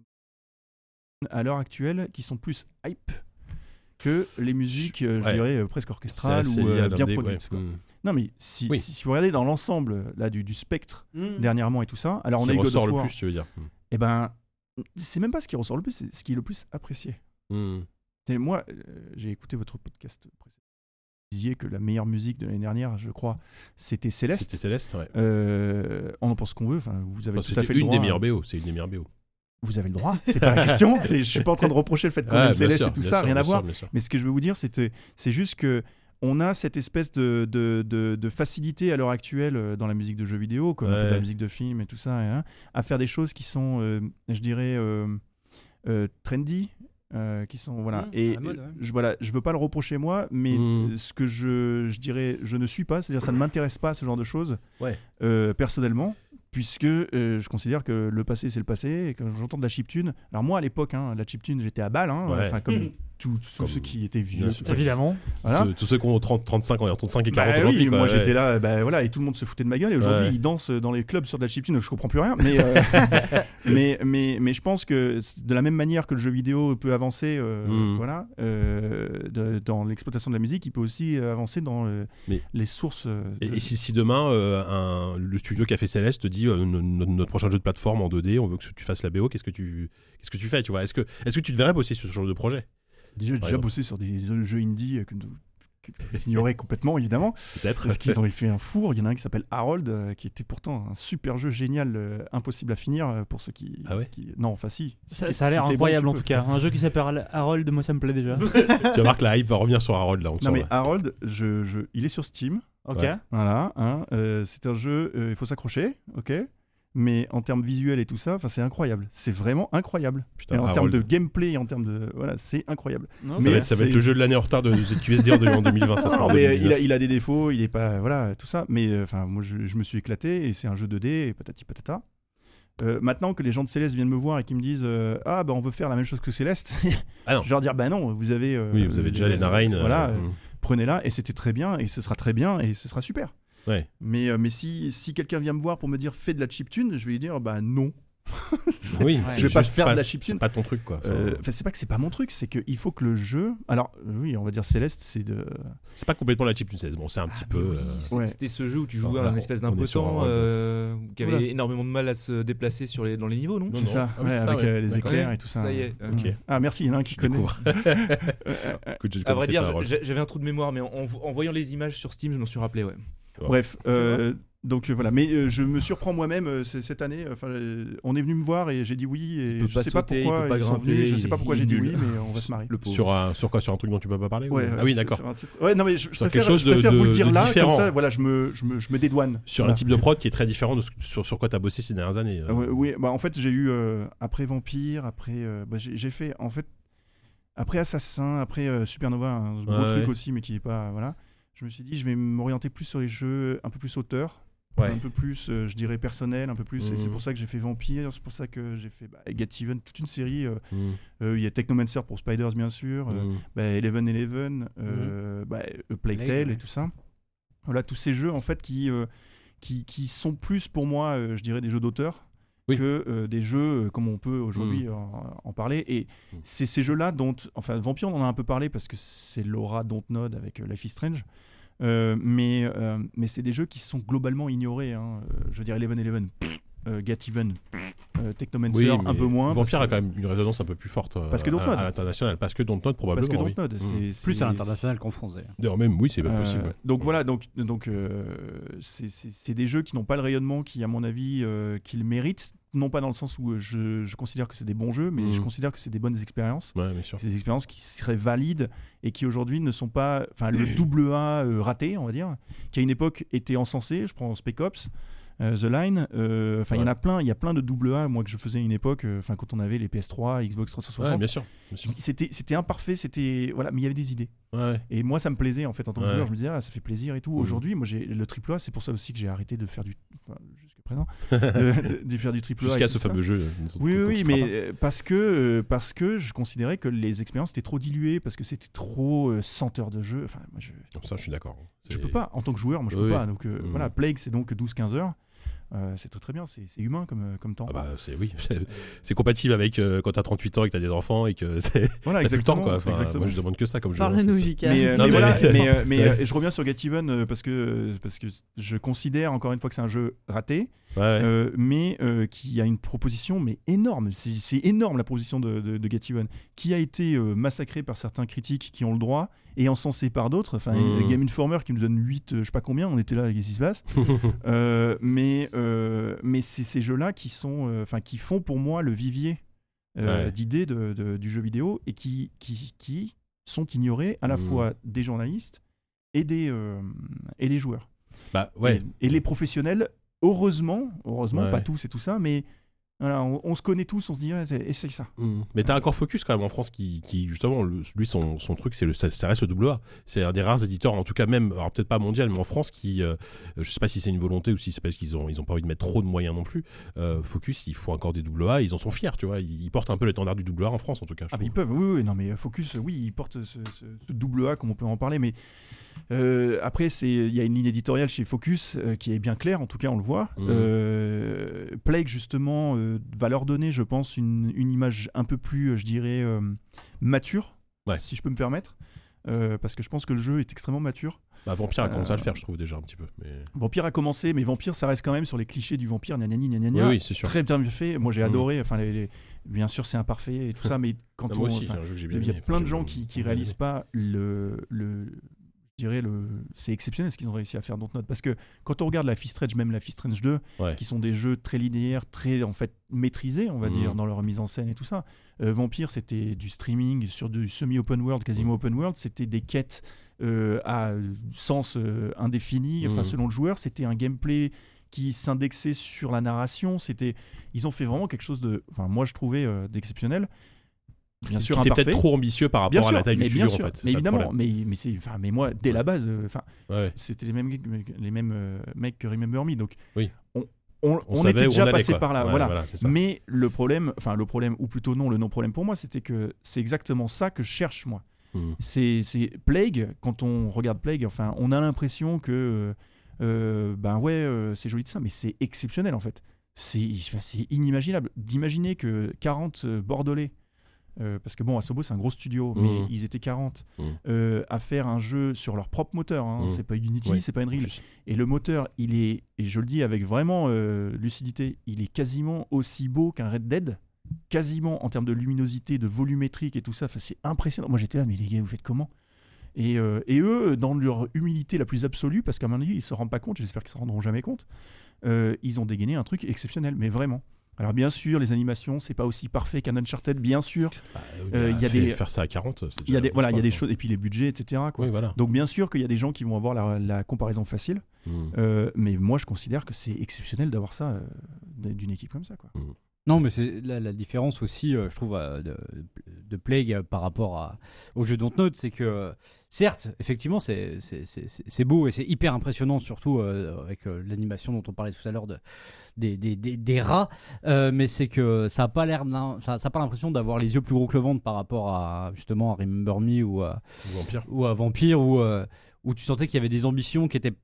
[SPEAKER 5] à l'heure actuelle qui sont plus hype que les musiques, euh, je
[SPEAKER 2] Ouais.
[SPEAKER 5] dirais, euh, presque
[SPEAKER 2] C'est
[SPEAKER 5] orchestrales
[SPEAKER 2] assez
[SPEAKER 5] ou euh,
[SPEAKER 2] lié à
[SPEAKER 5] bien
[SPEAKER 2] l'indé, ouais.
[SPEAKER 5] produites. quoi.
[SPEAKER 2] Mm.
[SPEAKER 5] Non, mais si,
[SPEAKER 2] Oui.
[SPEAKER 5] si, si vous regardez dans l'ensemble là du, du spectre dernièrement et tout ça, alors on
[SPEAKER 2] Qui
[SPEAKER 5] a eu God
[SPEAKER 2] ressort
[SPEAKER 5] of
[SPEAKER 2] le
[SPEAKER 5] War,
[SPEAKER 2] plus, tu veux dire.
[SPEAKER 5] et ben, c'est même pas ce qui ressort le plus, c'est ce qui est le plus apprécié.
[SPEAKER 2] Mm.
[SPEAKER 5] Et moi, euh, j'ai écouté votre podcast précédent. Vous disiez que la meilleure musique de l'année dernière, je crois, c'était Céleste.
[SPEAKER 2] C'était Céleste, ouais.
[SPEAKER 5] Euh, on en pense qu'on veut. Enfin, vous avez
[SPEAKER 2] Enfin,
[SPEAKER 5] tout à fait
[SPEAKER 2] C'était
[SPEAKER 5] le
[SPEAKER 2] une
[SPEAKER 5] droit. hein.
[SPEAKER 2] des meilleures BO. C'est une des meilleures BO.
[SPEAKER 5] Vous avez le droit. C'est pas la question. C'est- Je suis pas en train de reprocher le fait qu'on
[SPEAKER 2] Ah,
[SPEAKER 5] aime
[SPEAKER 2] bien
[SPEAKER 5] Céleste
[SPEAKER 2] sûr,
[SPEAKER 5] et tout
[SPEAKER 2] bien
[SPEAKER 5] ça,
[SPEAKER 2] sûr,
[SPEAKER 5] rien à
[SPEAKER 2] bien
[SPEAKER 5] voir.
[SPEAKER 2] sûr, bien sûr.
[SPEAKER 5] Mais ce que je veux vous dire, c'est c'est juste que on a cette espèce de, de, de- de facilité à l'heure actuelle euh, dans la musique de jeux vidéo, comme un peu
[SPEAKER 2] Ouais.
[SPEAKER 5] dans la musique de film et tout ça, et, hein, à faire des choses qui sont, euh, je dirais, euh, euh, trendy. euh, qui sont voilà
[SPEAKER 7] Mmh, à
[SPEAKER 5] et
[SPEAKER 7] la mode, ouais.
[SPEAKER 5] je voilà je veux pas le reprocher moi mais
[SPEAKER 2] Mmh.
[SPEAKER 5] ce que je, je dirais je ne suis pas c'est à dire ça ne m'intéresse pas ce genre de choses
[SPEAKER 2] Ouais.
[SPEAKER 5] euh, personnellement puisque euh, je considère que le passé c'est le passé et quand j'entends de la chiptune alors moi à l'époque hein, la chiptune j'étais à balle hein,
[SPEAKER 2] Ouais.
[SPEAKER 5] enfin
[SPEAKER 3] Hmm.
[SPEAKER 5] comme tous tous
[SPEAKER 2] Comme-
[SPEAKER 5] ceux qui étaient
[SPEAKER 2] Bien
[SPEAKER 5] vieux
[SPEAKER 2] sûr.
[SPEAKER 3] Évidemment.
[SPEAKER 5] voilà.
[SPEAKER 2] Ceux- Tous ceux qui ont 30, 35 ans, 35 et 40
[SPEAKER 5] Bah oui,
[SPEAKER 2] aujourd'hui. quoi,
[SPEAKER 5] moi
[SPEAKER 2] ouais.
[SPEAKER 5] j'étais là, euh, bah, voilà, et tout le monde se foutait de ma gueule. Et aujourd'hui,
[SPEAKER 2] Ouais.
[SPEAKER 5] ils dansent dans les clubs sur de la chiptune. Je comprends plus rien, mais, euh, mais, mais, mais je pense que c'est de la même manière que le jeu vidéo peut avancer, euh,
[SPEAKER 2] Mm.
[SPEAKER 5] voilà, euh, de- dans l'exploitation de la musique, il peut aussi euh, avancer dans euh,
[SPEAKER 2] Mais-
[SPEAKER 5] les sources. euh,
[SPEAKER 2] Et,
[SPEAKER 5] de-
[SPEAKER 2] et si, si demain, euh, un- le studio qui a fait Céleste dit euh, no- no- notre prochain jeu de plateforme en 2D, on veut que tu fasses la BO, qu'est-ce que tu, qu'est-ce que tu fais tu vois Est-ce que, est-ce que tu devrais bosser sur ce genre de projet
[SPEAKER 5] Déjà, j'ai
[SPEAKER 2] par
[SPEAKER 5] déjà
[SPEAKER 2] exemple.
[SPEAKER 5] bossé sur des euh, jeux indie euh, que nous que vous ignorez complètement évidemment
[SPEAKER 2] Peut-être.
[SPEAKER 5] parce qu'ils ont fait un four il y en a un qui s'appelle Harold euh, qui était pourtant un super jeu génial euh, impossible à finir euh, pour ceux qui,
[SPEAKER 2] Ah ouais
[SPEAKER 5] qui- non enfin si
[SPEAKER 3] Ça,
[SPEAKER 5] Si-
[SPEAKER 3] ça a
[SPEAKER 5] si
[SPEAKER 3] l'air
[SPEAKER 5] t'es bon,
[SPEAKER 3] incroyable
[SPEAKER 5] tu
[SPEAKER 3] en
[SPEAKER 5] peux.
[SPEAKER 3] tout cas. Un jeu qui s'appelle Harold, moi ça me plaît déjà.
[SPEAKER 2] tu remarques la hype va revenir sur Harold là. On te
[SPEAKER 5] non
[SPEAKER 2] sent,
[SPEAKER 5] mais
[SPEAKER 2] là.
[SPEAKER 5] Harold je, je- il est sur Steam
[SPEAKER 3] Ok.
[SPEAKER 2] Ouais.
[SPEAKER 5] Voilà, hein, euh, c'est un jeu, euh, il faut s'accrocher, ok mais en termes visuels et tout ça, enfin, c'est incroyable. C'est vraiment incroyable.
[SPEAKER 2] Putain,
[SPEAKER 5] Et en
[SPEAKER 2] Harold.
[SPEAKER 5] termes de gameplay, en termes de. Voilà, c'est incroyable.
[SPEAKER 2] Ça,
[SPEAKER 5] mais
[SPEAKER 2] va être, ça va être
[SPEAKER 5] c'est-
[SPEAKER 2] le jeu de l'année en retard de de QSD en 2020. Ça sera en
[SPEAKER 5] Non, mais euh,
[SPEAKER 2] 2019.
[SPEAKER 5] il, a, il a des défauts, il est pas. Voilà, tout ça. Mais euh, enfin, moi, je, je me suis éclaté et c'est un jeu 2D et patati patata. Euh, maintenant que les gens de Céleste viennent me voir et qu'ils me disent euh, Ah, bah on veut faire la même chose que Céleste,
[SPEAKER 2] Ah non.
[SPEAKER 5] je vais leur dire Bah non, vous avez. euh,
[SPEAKER 2] Oui, vous avez déjà les narines. euh,
[SPEAKER 5] Voilà,
[SPEAKER 2] mm.
[SPEAKER 5] prenez-la et c'était très bien et ce sera très bien et ce sera super.
[SPEAKER 2] Ouais.
[SPEAKER 5] Mais, euh, mais si, si quelqu'un vient me voir pour me dire fais de la chiptune, je vais lui dire bah non. c'est-
[SPEAKER 2] Oui,
[SPEAKER 5] je vais pas
[SPEAKER 2] juste
[SPEAKER 5] faire de la chiptune.
[SPEAKER 2] C'est pas ton truc quoi. Enfin,
[SPEAKER 5] Euh, enfin, c'est pas que c'est pas mon truc, c'est qu'il faut que le jeu. Alors euh, oui, on va dire Céleste, c'est de.
[SPEAKER 2] C'est pas complètement la chiptune 16. Bon, c'est un petit
[SPEAKER 5] ah,
[SPEAKER 2] peu.
[SPEAKER 4] oui,
[SPEAKER 2] euh,
[SPEAKER 4] c'est-
[SPEAKER 5] ouais.
[SPEAKER 4] C'était ce jeu où tu
[SPEAKER 2] Enfin,
[SPEAKER 4] jouais à
[SPEAKER 2] voilà,
[SPEAKER 4] un espèce
[SPEAKER 2] on- on est sur
[SPEAKER 4] d'impotent
[SPEAKER 2] un-
[SPEAKER 4] euh, qui avait
[SPEAKER 5] Voilà.
[SPEAKER 4] énormément de mal à se déplacer sur les, dans les niveaux, non
[SPEAKER 2] Non,
[SPEAKER 5] C'est ça,
[SPEAKER 2] Ah oui,
[SPEAKER 5] ouais,
[SPEAKER 2] c'est ça,
[SPEAKER 5] avec
[SPEAKER 2] ouais.
[SPEAKER 5] euh, les
[SPEAKER 4] D'accord.
[SPEAKER 5] éclairs et tout ça.
[SPEAKER 4] Ça y est. euh,
[SPEAKER 5] Ouais.
[SPEAKER 2] Ok.
[SPEAKER 5] Ah merci, il y en a un qui
[SPEAKER 2] Je
[SPEAKER 5] connaît.
[SPEAKER 2] découvre. Écoute, je
[SPEAKER 4] À vrai
[SPEAKER 2] connaissais pas
[SPEAKER 4] dire,
[SPEAKER 2] Harold.
[SPEAKER 4] j'ai- j'avais un trou de mémoire, mais en, en voyant les images sur Steam, je m'en suis rappelé, ouais.
[SPEAKER 5] Bref, euh, donc euh, voilà. Mais euh, je me surprends moi-même euh, c'est- cette année. Enfin, euh, on est venu me voir et j'ai dit oui.
[SPEAKER 4] Il
[SPEAKER 5] Et
[SPEAKER 4] peut
[SPEAKER 5] je
[SPEAKER 4] pas
[SPEAKER 5] sais
[SPEAKER 4] sauter, il
[SPEAKER 5] pas pourquoi
[SPEAKER 4] peut pas
[SPEAKER 5] ils sont
[SPEAKER 4] grimper,
[SPEAKER 5] venus. Je sais
[SPEAKER 4] il-
[SPEAKER 5] pas pourquoi
[SPEAKER 4] il
[SPEAKER 5] j'ai dit
[SPEAKER 4] nul.
[SPEAKER 5] oui, mais on va se marier.
[SPEAKER 4] Le pauvre.
[SPEAKER 2] Sur, un, sur quoi Sur un truc dont tu peux pas parler ou-
[SPEAKER 5] Ouais, euh,
[SPEAKER 2] Ah oui,
[SPEAKER 5] c'est-
[SPEAKER 2] d'accord.
[SPEAKER 5] c'est un titre. Ouais, non, mais je, je
[SPEAKER 2] Sur
[SPEAKER 5] préfère,
[SPEAKER 2] quelque chose
[SPEAKER 5] je
[SPEAKER 2] de-
[SPEAKER 5] préfère
[SPEAKER 2] de-
[SPEAKER 5] vous le dire
[SPEAKER 2] de
[SPEAKER 5] là,
[SPEAKER 2] différent.
[SPEAKER 5] comme ça, voilà, je me, je me, je me dédouane.
[SPEAKER 2] Sur un
[SPEAKER 5] Voilà.
[SPEAKER 2] type de prod qui est très différent de ce- sur, sur quoi tu as bossé ces dernières années. euh.
[SPEAKER 5] Ah ouais, oui, bah en fait, j'ai eu euh, après Vampire, après. euh, bah, j'ai j'ai fait, en fait, après Assassin, après euh, Supernova, un gros
[SPEAKER 2] Ouais,
[SPEAKER 5] truc
[SPEAKER 2] ouais.
[SPEAKER 5] aussi, mais qui est pas. Voilà. Je me suis dit, je vais m'orienter plus sur les jeux un peu plus auteur,
[SPEAKER 2] Ouais.
[SPEAKER 5] un peu plus, euh, je dirais, personnel, un peu plus. Et c'est
[SPEAKER 2] Mhm.
[SPEAKER 5] pour ça que j'ai fait Vampire, c'est pour ça que j'ai fait bah, Get Even, toute une série. euh, euh,
[SPEAKER 2] Mm.
[SPEAKER 5] Il y a Technomancer pour Spiders, bien sûr. euh,
[SPEAKER 2] Mm.
[SPEAKER 5] bah, Eleven Eleven, euh,
[SPEAKER 2] Mhm.
[SPEAKER 5] bah, euh, Plague
[SPEAKER 7] Plague,
[SPEAKER 5] Tale
[SPEAKER 7] ouais.
[SPEAKER 5] et tout ça. Voilà, tous ces jeux en fait qui, euh, qui, qui sont plus pour moi, euh, je dirais, des jeux d'auteur
[SPEAKER 2] Oui. Mhm.
[SPEAKER 5] que euh, des jeux euh, comme on peut aujourd'hui en, en parler. Et
[SPEAKER 2] Mm.
[SPEAKER 5] c'est ces jeux-là dont, enfin, Vampire, on en a un peu parlé parce que c'est Laura Dontnod avec euh, Life is Strange. Euh, mais euh, mais c'est des jeux qui sont globalement ignorés. hein. Euh, Je veux dire, Eleven Eleven, pff, euh, Get Even, pff, euh, Technomancer,
[SPEAKER 2] Oui,
[SPEAKER 5] un
[SPEAKER 2] mais
[SPEAKER 5] peu moins.
[SPEAKER 2] Vampire a
[SPEAKER 5] parce que-
[SPEAKER 2] quand même une résonance un peu plus forte euh,
[SPEAKER 5] Parce que
[SPEAKER 2] à,
[SPEAKER 5] Dontnod.
[SPEAKER 2] à l'international. Parce que Dontnod,
[SPEAKER 5] parce que
[SPEAKER 2] probablement. oui.
[SPEAKER 5] Dontnod,
[SPEAKER 2] Mm.
[SPEAKER 5] c'est c'est-
[SPEAKER 7] Plus à l'international qu'en français.
[SPEAKER 2] D'ailleurs, même, oui, c'est pas
[SPEAKER 5] Euh,
[SPEAKER 2] possible. ouais.
[SPEAKER 5] Donc voilà, donc donc euh, c'est- c'est c'est des jeux qui n'ont pas le rayonnement qui, à mon avis, euh, qu'ils méritent. Non pas dans le sens où euh, je, je considère que c'est des bons jeux, mais
[SPEAKER 2] Mhm.
[SPEAKER 5] je considère que c'est des bonnes expériences.
[SPEAKER 2] Ouais, bien sûr.
[SPEAKER 5] C'est des expériences qui seraient valides et qui aujourd'hui ne sont pas, enfin le double A euh, raté, on va dire, qui à une époque était encensé. Je prends Spec Ops. euh, The Line, euh, enfin il y en a plein, il y a plein de double A moi que je faisais à une époque, euh, enfin quand on avait les PS3, Xbox
[SPEAKER 2] Ouais,
[SPEAKER 5] 360,
[SPEAKER 2] bien sûr. bien sûr.
[SPEAKER 5] c'était c'était imparfait, c'était voilà, mais il y avait des idées.
[SPEAKER 2] Ouais.
[SPEAKER 5] Et moi, ça me plaisait en fait en tant que
[SPEAKER 2] Ouais.
[SPEAKER 5] joueur. Je me disais, ah, ça fait plaisir et tout.
[SPEAKER 2] Mhm.
[SPEAKER 5] Aujourd'hui, moi, j'ai le triple A. C'est pour ça aussi que j'ai arrêté de faire du. Enfin, jusqu'à présent. de, de faire du triple A. et
[SPEAKER 2] Jusqu'à
[SPEAKER 5] tout
[SPEAKER 2] ce
[SPEAKER 5] ça.
[SPEAKER 2] fameux jeu. euh, nous autres,
[SPEAKER 5] Oui,
[SPEAKER 2] qu'on-
[SPEAKER 5] oui,
[SPEAKER 2] qu'on
[SPEAKER 5] oui,
[SPEAKER 2] se
[SPEAKER 5] mais
[SPEAKER 2] fera
[SPEAKER 5] euh, parce que, euh, parce que je considérais que les expériences étaient trop diluées, parce que c'était trop euh, senteur de jeu. Enfin, moi, je,
[SPEAKER 2] pas. Ça, je suis d'accord.
[SPEAKER 5] je
[SPEAKER 2] C'est-
[SPEAKER 5] peux pas. En tant que joueur, moi, je peux
[SPEAKER 2] Oui.
[SPEAKER 5] pas. Donc, euh,
[SPEAKER 2] Mhm.
[SPEAKER 5] voilà, Plague, c'est donc 12-15 heures. Euh, c'est très très bien, c'est c'est humain comme, euh, comme temps.
[SPEAKER 2] Ah bah, c'est oui, c'est compatible avec euh, quand t'as 38 ans et que t'as des enfants et que c'est
[SPEAKER 5] voilà,
[SPEAKER 2] t'as plus le temps quoi. Enfin,
[SPEAKER 5] exactement.
[SPEAKER 2] moi je demande que ça comme jeu. hein,
[SPEAKER 6] Parle-nous,
[SPEAKER 2] c'est ça.
[SPEAKER 6] Jika.
[SPEAKER 5] Mais, euh,
[SPEAKER 2] Non,
[SPEAKER 5] mais
[SPEAKER 2] mais-
[SPEAKER 5] voilà, mais, euh, mais, euh,
[SPEAKER 2] Ouais.
[SPEAKER 5] je reviens sur Gativen euh, parce que euh, parce que je considère encore une fois que c'est un jeu raté,
[SPEAKER 2] Ouais, ouais.
[SPEAKER 5] euh, mais euh, qui a une proposition mais énorme. C'est- C'est énorme la proposition de, de, de Get Even, qui a été euh, massacrée par certains critiques qui ont le droit et encensée par d'autres. Enfin,
[SPEAKER 2] Mm.
[SPEAKER 5] Game Informer qui nous donne 8 euh, je sais pas combien, on était là, qu'est-ce qui se passe Euh, Mais euh, mais c'est ces jeux-là qui sont euh, enfin qui font pour moi le vivier euh,
[SPEAKER 2] Ouais.
[SPEAKER 5] d'idées de- de- du jeu vidéo et qui qui, qui sont ignorés à la
[SPEAKER 2] Mm.
[SPEAKER 5] fois des journalistes et des, euh, et des joueurs.
[SPEAKER 2] Bah ouais.
[SPEAKER 5] Et, et les professionnels, heureusement, heureusement,
[SPEAKER 2] Ouais.
[SPEAKER 5] pas tous et tout ça, mais voilà, on, on se connaît tous, on se dit, ah, c'est- essaye ça.
[SPEAKER 2] Mm. Mais t'as encore Focus quand même en France qui, qui justement, le- lui, son, son truc, c'est le, ça, ça reste le double A. C'est un des rares éditeurs, en tout cas même, alors peut-être pas mondial, mais en France qui, euh, je sais pas si c'est une volonté ou si c'est parce qu'ils ont, ils ont pas envie de mettre trop de moyens non plus. Euh, Focus, ils font encore des double A, ils en sont fiers, tu vois. Ils, ils portent un peu l'étendard du double A en France, en tout cas. je
[SPEAKER 5] Ah, mais ils
[SPEAKER 2] trouve.
[SPEAKER 5] peuvent, oui, oui, non, mais Focus, euh, oui, ils portent ce, ce- ce double A, comme on peut en parler, mais euh, après, c'est- il y a une ligne éditoriale chez Focus euh, qui est bien claire, en tout cas, on le voit.
[SPEAKER 2] Mhm.
[SPEAKER 5] Euh, Plague, justement, euh, va leur donner, je pense, une, une image un peu plus, euh, je dirais, euh, mature,
[SPEAKER 2] Ouais.
[SPEAKER 5] si je peux me permettre, euh, parce que je pense que le jeu est extrêmement mature.
[SPEAKER 2] Bah, Vampire a commencé à le
[SPEAKER 5] Euh,
[SPEAKER 2] faire, je trouve déjà un petit peu. Mais...
[SPEAKER 5] Vampire a commencé, mais Vampire, ça reste quand même sur les clichés du vampire, nanani,
[SPEAKER 2] Oui,
[SPEAKER 5] nanani.
[SPEAKER 2] oui, c'est sûr.
[SPEAKER 5] Très bien fait. Moi, j'ai
[SPEAKER 2] Mm.
[SPEAKER 5] adoré. Enfin, les- les- bien sûr, c'est imparfait et tout ça, mais quand
[SPEAKER 2] Non,
[SPEAKER 5] on,
[SPEAKER 2] Ah, moi aussi, c'est
[SPEAKER 5] enfin,
[SPEAKER 2] un jeu que j'ai bien
[SPEAKER 5] il y a
[SPEAKER 2] aimé.
[SPEAKER 5] plein
[SPEAKER 2] Enfin,
[SPEAKER 5] de
[SPEAKER 2] j'ai-
[SPEAKER 5] gens qui, qui
[SPEAKER 2] j'ai bien
[SPEAKER 5] réalisent
[SPEAKER 2] aimé.
[SPEAKER 5] pas le, le, je dirais le, c'est exceptionnel ce qu'ils ont réussi à faire dans Note, parce que quand on regarde la Fist Range, même la Fist Range 2,
[SPEAKER 2] Ouais.
[SPEAKER 5] qui sont des jeux très linéaires, très en fait maîtrisés, on va
[SPEAKER 2] Mm.
[SPEAKER 5] dire, dans leur mise en scène et tout ça. Euh, Vampire, c'était du streaming sur du semi-open world, quasiment
[SPEAKER 2] Mm.
[SPEAKER 5] open world. C'était des quêtes euh, à sens euh, indéfini, enfin
[SPEAKER 2] Mm.
[SPEAKER 5] selon le joueur. C'était un gameplay qui s'indexait sur la narration. C'était, ils ont fait vraiment quelque chose de, enfin moi je trouvais euh, d'exceptionnel. Bien sûr,
[SPEAKER 2] Qui était
[SPEAKER 5] imparfait.
[SPEAKER 2] peut-être trop ambitieux par
[SPEAKER 5] Bien
[SPEAKER 2] rapport à
[SPEAKER 5] sûr,
[SPEAKER 2] la taille du
[SPEAKER 5] mais bien
[SPEAKER 2] studio, en
[SPEAKER 5] sûr,
[SPEAKER 2] fait. c'est
[SPEAKER 5] mais
[SPEAKER 2] ça le
[SPEAKER 5] évidemment,
[SPEAKER 2] problème.
[SPEAKER 5] mais, mais c'est, enfin, mais moi, dès la base, euh, enfin,
[SPEAKER 2] Ouais.
[SPEAKER 5] c'était les mêmes, les mêmes euh, mecs que Remember Me. Donc,
[SPEAKER 2] Oui.
[SPEAKER 5] on, on, on
[SPEAKER 2] savait
[SPEAKER 5] était
[SPEAKER 2] où
[SPEAKER 5] déjà
[SPEAKER 2] allait,
[SPEAKER 5] passé
[SPEAKER 2] quoi.
[SPEAKER 5] par là.
[SPEAKER 2] Ouais,
[SPEAKER 5] voilà.
[SPEAKER 2] c'est ça.
[SPEAKER 5] Mais le problème, enfin, le problème, ou plutôt non, le non-problème pour moi, c'était que c'est exactement ça que je cherche, moi.
[SPEAKER 2] Mm.
[SPEAKER 5] C'est c'est Plague, quand on regarde Plague, enfin, on a l'impression que, euh, ben ouais, euh, c'est joli de ça, mais c'est exceptionnel, en fait. C'est enfin, c'est inimaginable d'imaginer que 40 euh, Bordelais. euh, parce que bon, Asobo c'est un gros studio, mais
[SPEAKER 2] Mm.
[SPEAKER 5] ils étaient 40
[SPEAKER 2] Mm.
[SPEAKER 5] euh, à faire un jeu sur leur propre moteur. hein.
[SPEAKER 2] Mm.
[SPEAKER 5] C'est pas Unity,
[SPEAKER 2] Ouais,
[SPEAKER 5] c'est pas
[SPEAKER 2] En
[SPEAKER 5] Unreal,
[SPEAKER 2] plus.
[SPEAKER 5] et le moteur, il est, et je le dis avec vraiment euh, lucidité, il est quasiment aussi beau qu'un Red Dead. Quasiment en termes de luminosité, de volumétrique et tout ça. Enfin, c'est impressionnant. Moi, j'étais là, mais les gars, vous faites comment et, euh, et eux, dans leur humilité la plus absolue, parce qu'à mon avis, ils se rendent pas compte, j'espère qu'ils se rendront jamais compte, euh, ils ont dégainé un truc exceptionnel, mais vraiment. Alors, bien sûr, les animations, c'est pas aussi parfait qu'un Uncharted, bien sûr.
[SPEAKER 2] Bah, oui,
[SPEAKER 5] Euh,
[SPEAKER 2] bah,
[SPEAKER 5] il y a
[SPEAKER 2] fait-
[SPEAKER 5] des-
[SPEAKER 2] Faire ça à 40, c'est déjà
[SPEAKER 5] Il y a des,
[SPEAKER 2] une
[SPEAKER 5] voilà, il y a des
[SPEAKER 2] chose,
[SPEAKER 5] choses, et puis les budgets, etc.
[SPEAKER 2] quoi.
[SPEAKER 5] Quoi.
[SPEAKER 2] Oui, voilà.
[SPEAKER 5] Donc, bien sûr qu'il y a des gens qui vont avoir la- la comparaison facile.
[SPEAKER 2] Mm.
[SPEAKER 5] Euh, mais moi, je considère que c'est exceptionnel d'avoir ça euh, d'une équipe comme ça. Quoi.
[SPEAKER 7] Non, mais c'est la, la différence aussi, euh, je trouve, euh, de, de Plague euh, par rapport à, au jeu Dontnod, c'est que, euh, certes, effectivement, c'est c'est- c'est- c'est- c'est beau et c'est hyper impressionnant, surtout euh, avec euh, l'animation dont on parlait tout à l'heure de, des, des, des, des rats, euh, mais c'est que ça n'a pas l'air, d'un- ça, ça a pas l'impression d'avoir les yeux plus gros que le ventre par rapport à, justement, à Remember Me ou à,
[SPEAKER 2] Vampire.
[SPEAKER 7] ou à Vampire où, euh, où tu sentais qu'il y avait des ambitions qui étaient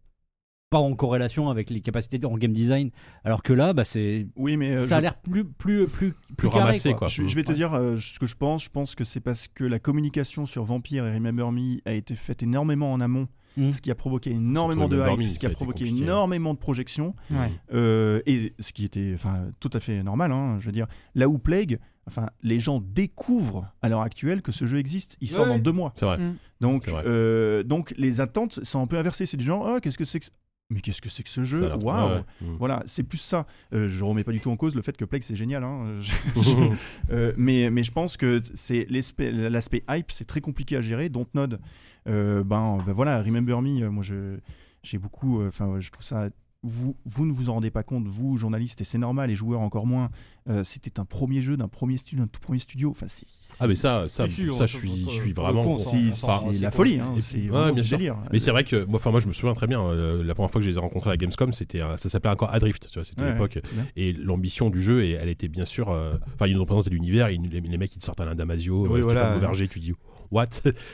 [SPEAKER 7] pas en corrélation avec les capacités en game design alors que là bah c'est
[SPEAKER 5] Oui, mais euh,
[SPEAKER 7] ça a
[SPEAKER 5] je,
[SPEAKER 7] l'air plus plus plus
[SPEAKER 2] Plus
[SPEAKER 7] carré,
[SPEAKER 2] ramassé, quoi.
[SPEAKER 5] je- je vais te
[SPEAKER 7] Ouais.
[SPEAKER 5] dire euh, ce que je pense. Je pense que c'est parce que la communication sur Vampire et Remember Me a été faite énormément en amont,
[SPEAKER 7] Mm.
[SPEAKER 5] ce qui a provoqué énormément de
[SPEAKER 2] Remember
[SPEAKER 5] hype,
[SPEAKER 2] Me,
[SPEAKER 5] ce qui
[SPEAKER 2] ça
[SPEAKER 5] a,
[SPEAKER 2] a été
[SPEAKER 5] provoqué
[SPEAKER 2] compliqué.
[SPEAKER 5] énormément de projections,
[SPEAKER 2] Ouais.
[SPEAKER 5] euh, et ce qui était enfin tout à fait normal. hein, je veux dire, là où Plague, enfin les gens découvrent à l'heure actuelle que ce jeu existe. Il sort
[SPEAKER 7] Ouais.
[SPEAKER 5] dans deux mois. Mm.
[SPEAKER 2] C'est vrai.
[SPEAKER 5] Donc,
[SPEAKER 2] C'est vrai.
[SPEAKER 5] euh, donc les attentes sont un peu inversées. C'est du genre, oh, qu'est-ce que c'est que mais qu'est-ce que c'est que ce
[SPEAKER 2] Ça a
[SPEAKER 5] jeu
[SPEAKER 2] l'air-
[SPEAKER 5] Waouh
[SPEAKER 2] ouais, ouais. Mm.
[SPEAKER 5] Voilà, c'est plus ça. Euh, je remets pas du tout en cause le fait que Plague c'est génial, hein. Je- je- euh, mais mais je pense que c'est l'aspect l'aspect hype, c'est très compliqué à gérer. Dontnod, euh, ben, ben voilà, Remember Me, euh, moi je j'ai beaucoup, euh, enfin je trouve ça vous, vous ne vous en rendez pas compte, vous, journalistes, et c'est normal, et joueurs encore moins. euh, C'était un premier jeu d'un premier studio, d'un tout premier studio. Enfin, c'est
[SPEAKER 2] Ah, mais ça, ça,
[SPEAKER 8] C'est sûr,
[SPEAKER 2] ça
[SPEAKER 8] on
[SPEAKER 2] je
[SPEAKER 8] s'en-
[SPEAKER 2] suis,
[SPEAKER 8] on
[SPEAKER 2] je
[SPEAKER 8] s'en-
[SPEAKER 2] suis
[SPEAKER 8] on
[SPEAKER 2] vraiment.
[SPEAKER 8] s'en- on
[SPEAKER 2] con-
[SPEAKER 8] s'en-
[SPEAKER 5] c'est-
[SPEAKER 8] on s'en-
[SPEAKER 5] c'est
[SPEAKER 8] on
[SPEAKER 5] la
[SPEAKER 8] s'en-
[SPEAKER 5] folie. Hein,
[SPEAKER 2] Et
[SPEAKER 5] c'est
[SPEAKER 2] puis-
[SPEAKER 5] vraiment
[SPEAKER 2] ouais, bien
[SPEAKER 5] du
[SPEAKER 2] sûr.
[SPEAKER 5] délire.
[SPEAKER 2] Mais c'est vrai que moi, enfin moi, je me souviens très bien. euh, la première fois que je les ai rencontrés à Gamescom, c'était un- ça s'appelait encore Adrift, tu vois, c'était
[SPEAKER 5] Ouais,
[SPEAKER 2] l'époque.
[SPEAKER 5] c'est bien.
[SPEAKER 2] Et l'ambition du jeu, et elle était bien sûr. euh, Enfin, ils nous ont présenté l'univers. et ils- les, les mecs, ils te sortent Alain Damasio,
[SPEAKER 4] Oui,
[SPEAKER 2] euh, Stéphane
[SPEAKER 4] voilà.
[SPEAKER 2] Beauverger, tu dis what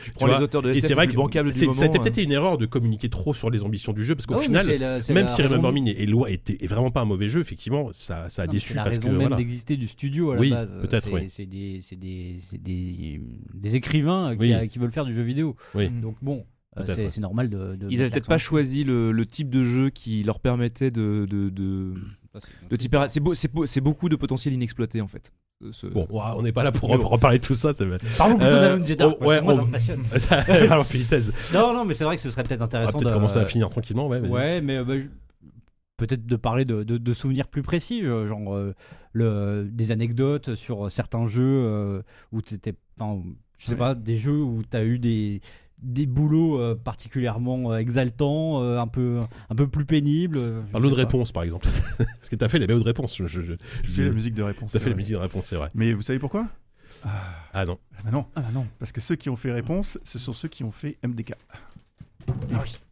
[SPEAKER 4] Tu prends
[SPEAKER 2] vois,
[SPEAKER 4] les auteurs de
[SPEAKER 2] Et
[SPEAKER 4] SF
[SPEAKER 2] c'est vrai
[SPEAKER 4] les
[SPEAKER 2] que
[SPEAKER 4] plus bancables du
[SPEAKER 2] c'est-
[SPEAKER 4] moment. euh,
[SPEAKER 2] ça a peut-être été une erreur de communiquer trop sur les ambitions du jeu, parce qu'au
[SPEAKER 8] Ah oui, mais
[SPEAKER 2] final,
[SPEAKER 8] c'est la- c'est
[SPEAKER 2] même
[SPEAKER 8] la
[SPEAKER 2] si
[SPEAKER 8] raison-
[SPEAKER 2] Remember Me est, est loin, est, est vraiment pas un mauvais jeu, effectivement, ça, ça a
[SPEAKER 8] Non, mais
[SPEAKER 2] déçu
[SPEAKER 8] c'est la
[SPEAKER 2] parce
[SPEAKER 8] raison
[SPEAKER 2] que
[SPEAKER 8] même
[SPEAKER 2] voilà.
[SPEAKER 8] d'exister du studio à la
[SPEAKER 2] Oui,
[SPEAKER 8] base.
[SPEAKER 2] peut-être,
[SPEAKER 8] C'est-
[SPEAKER 2] oui.
[SPEAKER 8] C'est des, c'est des, c'est des, des écrivains qui,
[SPEAKER 2] Oui.
[SPEAKER 8] a- qui veulent faire du jeu vidéo.
[SPEAKER 2] Oui.
[SPEAKER 8] Donc bon, euh,
[SPEAKER 2] Peut-être,
[SPEAKER 8] c'est
[SPEAKER 2] ouais.
[SPEAKER 8] c'est normal de.
[SPEAKER 7] Mm.
[SPEAKER 8] de
[SPEAKER 4] Ils
[SPEAKER 8] de
[SPEAKER 4] avaient peut-être
[SPEAKER 8] faire
[SPEAKER 4] pas
[SPEAKER 8] ça.
[SPEAKER 4] choisi le, le type de jeu qui leur permettait de. de, de,
[SPEAKER 8] hein.
[SPEAKER 4] de t'y perdre. c'est, beau- c'est, beau- c'est beaucoup de potentiel inexploité en fait. Euh, ce-
[SPEAKER 2] Bon, ouah, on n'est pas là pour
[SPEAKER 4] Mais
[SPEAKER 2] en
[SPEAKER 4] bon.
[SPEAKER 2] pour en parler de tout ça. c'est-
[SPEAKER 7] Parlons plutôt
[SPEAKER 2] Euh,
[SPEAKER 7] d'Alan Jeddah,
[SPEAKER 2] oh,
[SPEAKER 7] parce que
[SPEAKER 2] ouais,
[SPEAKER 7] moi,
[SPEAKER 2] on-
[SPEAKER 7] ça me passionne.
[SPEAKER 2] Alors, Philithèse,
[SPEAKER 7] Non, non, mais c'est vrai que ce serait peut-être
[SPEAKER 2] on va
[SPEAKER 7] intéressant
[SPEAKER 2] Ah, peut-être
[SPEAKER 7] de-
[SPEAKER 2] commencer à finir tranquillement. Ouais, vas-y.
[SPEAKER 7] Ouais, mais euh, bah, je- peut-être de parler de, de- de souvenirs plus précis, euh, genre euh, le, des anecdotes sur euh, certains jeux euh, où t'étais, enfin, je sais
[SPEAKER 5] Ouais.
[SPEAKER 7] pas, des jeux où t'as eu des des boulots euh, particulièrement euh, exaltants, euh, un peu un peu plus pénibles. euh, je
[SPEAKER 2] Parlons
[SPEAKER 7] sais
[SPEAKER 2] de
[SPEAKER 7] pas.
[SPEAKER 2] réponse, par exemple. Parce que t'as fait les BO de réponse. Je, je, je-
[SPEAKER 5] Je fais la musique de réponse.
[SPEAKER 2] T'as fait
[SPEAKER 5] c'est
[SPEAKER 2] la
[SPEAKER 5] vrai.
[SPEAKER 2] musique de réponse, c'est vrai.
[SPEAKER 5] Mais vous savez pourquoi
[SPEAKER 2] Ah non.
[SPEAKER 5] Ah bah non,
[SPEAKER 3] Ah bah non.
[SPEAKER 5] parce que ceux qui ont fait réponse, ce sont ceux qui ont fait MDK.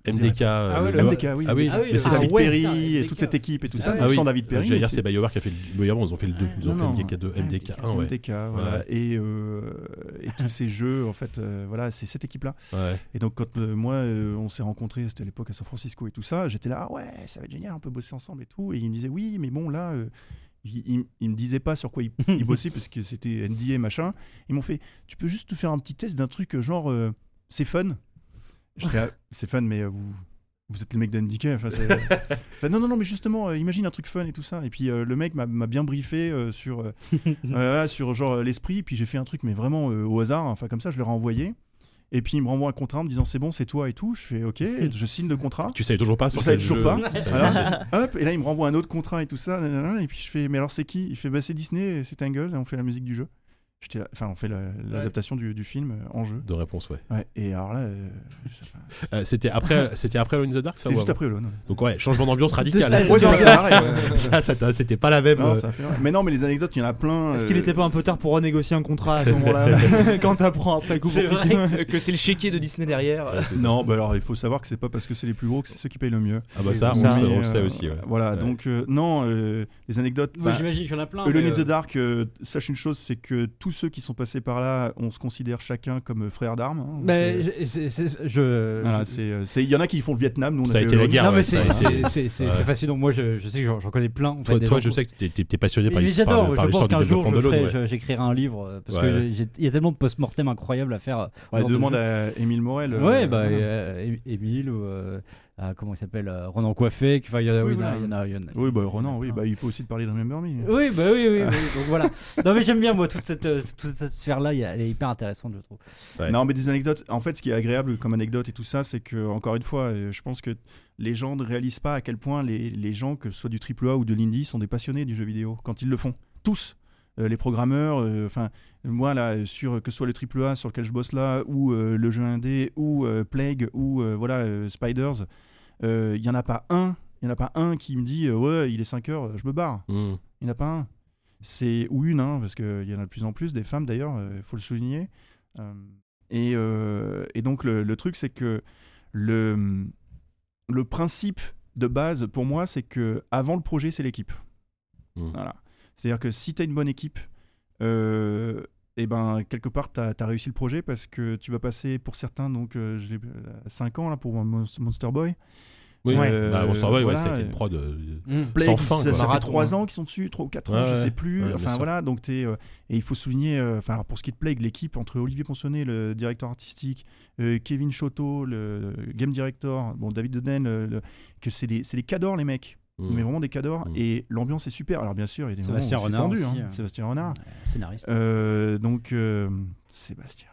[SPEAKER 2] MDK. euh,
[SPEAKER 7] Ah ouais,
[SPEAKER 2] le-
[SPEAKER 7] le-
[SPEAKER 5] MDK, oui.
[SPEAKER 2] Ah oui,
[SPEAKER 7] Ah oui,
[SPEAKER 2] mais
[SPEAKER 7] le-
[SPEAKER 2] c'est
[SPEAKER 7] ah
[SPEAKER 2] ça.
[SPEAKER 5] David
[SPEAKER 7] ouais,
[SPEAKER 5] Perry
[SPEAKER 7] putain,
[SPEAKER 5] et
[SPEAKER 7] MDK.
[SPEAKER 5] toute cette équipe et tout
[SPEAKER 7] Ah
[SPEAKER 5] ça.
[SPEAKER 7] ouais.
[SPEAKER 5] non,
[SPEAKER 2] oui.
[SPEAKER 5] sans David Perry.
[SPEAKER 2] J'allais
[SPEAKER 5] mais
[SPEAKER 2] dire,
[SPEAKER 5] c'est-
[SPEAKER 2] c'est BioWare qui a fait le BioWare, ils ont fait le 2. Ils ont
[SPEAKER 5] Non,
[SPEAKER 2] fait
[SPEAKER 5] non.
[SPEAKER 2] MDK 2, MDK 1, ouais.
[SPEAKER 5] MDK, voilà. Et, euh, et tous ces jeux, en fait, euh, voilà, c'est cette équipe-là.
[SPEAKER 2] Ouais.
[SPEAKER 5] Et donc, quand euh, moi, euh, on s'est rencontrés, c'était à l'époque à San Francisco et tout ça, j'étais là, ah ouais, ça va être génial, on peut bosser ensemble et tout. Et il me disait, oui, mais bon, là, euh, il, il- il me disait pas sur quoi il, il bossait, parce que c'était NDA, machin. Ils m'ont fait, tu peux juste nous faire un petit test d'un truc euh, genre, euh, c'est fun. J'étais, ah, c'est fun, mais euh, vous. Vous êtes les mecs d'MDK, enfin, c'est- Enfin, non, non, non, mais justement, euh, imagine un truc fun et tout ça. Et puis euh, le mec m'a- m'a bien briefé euh, sur, euh, voilà, sur genre euh, l'esprit. Puis j'ai fait un truc, mais vraiment euh, au hasard. Enfin, comme ça, je l'ai renvoyé. Et puis il me renvoie un contrat en me disant c'est bon, c'est toi et tout. Je fais ok, je signe le contrat.
[SPEAKER 2] Tu savais toujours pas sur
[SPEAKER 5] Je savais
[SPEAKER 2] quel
[SPEAKER 5] toujours
[SPEAKER 2] jeu-
[SPEAKER 7] Hein
[SPEAKER 5] pas.
[SPEAKER 2] Putain,
[SPEAKER 5] Alors,
[SPEAKER 2] c'est-
[SPEAKER 5] Hop, et là il me renvoie un autre contrat et tout ça. nanana, et puis je fais mais alors c'est qui Il fait bah c'est Disney, c'est Tangled, et on fait la musique du jeu. J'étais là- Enfin, on fait la- l'adaptation du, du film euh, en jeu.
[SPEAKER 2] De réponse, ouais.
[SPEAKER 5] Ouais, et alors là, euh, ça- enfin,
[SPEAKER 2] Euh, c'était après, c'était après Alone in the Dark, ça
[SPEAKER 5] c'est
[SPEAKER 2] ou
[SPEAKER 5] juste
[SPEAKER 2] avant
[SPEAKER 5] après Alone.
[SPEAKER 2] Donc ouais, changement d'ambiance radical.
[SPEAKER 3] salles
[SPEAKER 5] Ouais, ça a fait pareil, ouais.
[SPEAKER 2] ça, ça t'a- c'était pas la même.
[SPEAKER 5] Non,
[SPEAKER 2] euh,
[SPEAKER 5] ça a fait- Mais non, mais les anecdotes, il y en a plein.
[SPEAKER 3] Est-ce
[SPEAKER 5] euh,
[SPEAKER 3] qu'il était pas un peu tard pour renégocier un contrat à ce moment-là Quand t'apprends après coup.
[SPEAKER 4] C'est
[SPEAKER 3] pour-
[SPEAKER 4] vrai que- que c'est le chéquier de Disney derrière.
[SPEAKER 5] Non, bah alors il faut savoir que c'est pas parce que c'est les plus gros que c'est ceux qui payent le mieux.
[SPEAKER 2] Ah bah ça, on,
[SPEAKER 3] Ça,
[SPEAKER 2] le, sait,
[SPEAKER 5] Mais,
[SPEAKER 2] on le sait
[SPEAKER 5] euh,
[SPEAKER 2] aussi. ouais.
[SPEAKER 5] Voilà,
[SPEAKER 2] Ouais.
[SPEAKER 5] donc euh, non, euh, les anecdotes.
[SPEAKER 7] Ouais,
[SPEAKER 5] bah,
[SPEAKER 7] J'imagine qu'il y en a plein.
[SPEAKER 5] Alone
[SPEAKER 7] mais,
[SPEAKER 5] in the
[SPEAKER 7] euh,
[SPEAKER 5] Dark, euh, sache une chose, c'est que tous ceux qui sont passés par là, on se considère chacun comme frères d'armes. hein.
[SPEAKER 7] mais
[SPEAKER 5] C'est-
[SPEAKER 7] Bah, je- c'est- c'est- je-
[SPEAKER 5] voilà,
[SPEAKER 7] je-
[SPEAKER 5] c'est, euh, c'est- il y en a qui font le Vietnam, nous on
[SPEAKER 2] Ça a
[SPEAKER 5] a fait
[SPEAKER 2] été la
[SPEAKER 5] Alone.
[SPEAKER 2] guerre.
[SPEAKER 7] non,
[SPEAKER 2] Ah, ouais,
[SPEAKER 7] mais
[SPEAKER 2] ça,
[SPEAKER 7] c'est-
[SPEAKER 2] c'est-
[SPEAKER 7] c'est- c'est c'est
[SPEAKER 2] ouais.
[SPEAKER 7] fascinant. Moi, je, je sais que j'en j'en connais plein. en fait,
[SPEAKER 2] Toi,
[SPEAKER 7] des
[SPEAKER 2] toi,
[SPEAKER 7] gens
[SPEAKER 2] je sais que t'es- t'es t'es passionné par
[SPEAKER 7] Mais
[SPEAKER 2] l'histoire par
[SPEAKER 7] j'adore, je pense
[SPEAKER 2] l'histoire du
[SPEAKER 7] qu'un jour je
[SPEAKER 2] développement de
[SPEAKER 7] ferai,
[SPEAKER 2] l'autre, ouais.
[SPEAKER 7] je- j'écrirai un livre euh, parce
[SPEAKER 2] Ouais,
[SPEAKER 7] que
[SPEAKER 2] ouais.
[SPEAKER 7] j'ai- il y a tellement de post-mortem incroyables à faire. euh,
[SPEAKER 5] Ouais,
[SPEAKER 7] dans
[SPEAKER 5] demande
[SPEAKER 7] des jeux.
[SPEAKER 5] à Émile Morel. euh,
[SPEAKER 7] Ouais, bah,
[SPEAKER 5] voilà.
[SPEAKER 7] euh, É- Émile ou euh, ah, comment il s'appelle euh, Ronan Coiffé. qui- enfin, Il y en a-
[SPEAKER 5] Oui,
[SPEAKER 7] il y en a-
[SPEAKER 5] voilà.
[SPEAKER 7] il y en a- il y en a.
[SPEAKER 5] Oui, bah Ronan,
[SPEAKER 7] Ah.
[SPEAKER 5] oui, bah, il peut aussi te parler de Remember Me.
[SPEAKER 7] Oui, bah oui, oui, oui, donc voilà. Non, mais j'aime bien, moi, toute cette, euh, toute cette sphère-là, il y a- elle est hyper intéressante, je trouve.
[SPEAKER 2] Ouais.
[SPEAKER 5] Non, mais des anecdotes. En fait, ce qui est agréable comme anecdote et tout ça, c'est que, encore une fois, euh, je pense que les gens ne réalisent pas à quel point les, les gens, que ce soit du AAA ou de l'indie, sont des passionnés du jeu vidéo quand ils le font. Tous. Euh, les programmeurs, euh, enfin, moi, là, euh, sur, que ce soit le AAA sur lequel je bosse là, ou euh, le jeu indé, ou euh, Plague, ou euh, voilà, euh, Spiders, euh, il y n'y en a pas un. Il n'y en a pas un qui me dit euh, Ouais, il est 5 heures, je me barre.
[SPEAKER 2] Mm.
[SPEAKER 5] Il n'y en a pas un. C'est ou une, hein, parce qu'il y en a de plus en plus, des femmes d'ailleurs, il faut le souligner. Euh, et, euh, et donc le, le truc, c'est que le, le principe de base pour moi, c'est que avant le projet, c'est l'équipe.
[SPEAKER 2] Mm.
[SPEAKER 5] Voilà. C'est-à-dire que si tu as une bonne équipe, euh, et ben quelque part, tu as, réussi le projet parce que tu vas passer pour certains, donc euh, j'ai 5 ans là pour Mon- Monster Boy.
[SPEAKER 2] Oui,
[SPEAKER 5] Ouais.
[SPEAKER 2] bah, on s'en va, ouais,
[SPEAKER 5] Voilà,
[SPEAKER 2] ça a été
[SPEAKER 5] et-
[SPEAKER 2] une prod. euh, fin, quoi.
[SPEAKER 5] Plague, Mmh. ça, ça fait
[SPEAKER 7] Marathon,
[SPEAKER 5] 3
[SPEAKER 7] hein.
[SPEAKER 5] ans qu'ils sont dessus, 3 ou 4
[SPEAKER 2] Ouais,
[SPEAKER 5] ans, je
[SPEAKER 2] ouais.
[SPEAKER 5] sais plus.
[SPEAKER 2] Ouais, bien
[SPEAKER 5] enfin
[SPEAKER 2] sûr.
[SPEAKER 5] voilà, donc t'es, euh, et il faut souligner, euh, enfin alors, pour ce qui te plaît, l'équipe entre Olivier Ponsonnet, le directeur artistique, euh, Kevin Choteau, le game director, bon David Deden, le- le- que c'est des, c'est des cadors les mecs,
[SPEAKER 2] mm.
[SPEAKER 5] mais vraiment des cadors.
[SPEAKER 2] Mm.
[SPEAKER 5] Et l'ambiance est super. Alors bien sûr, il y a des
[SPEAKER 7] Sébastien
[SPEAKER 5] moments où c'est
[SPEAKER 7] Renard
[SPEAKER 5] tendu,
[SPEAKER 7] aussi,
[SPEAKER 5] hein,
[SPEAKER 7] euh.
[SPEAKER 5] Sébastien Renard.
[SPEAKER 7] Scénariste.
[SPEAKER 5] Euh, donc euh, Sébastien.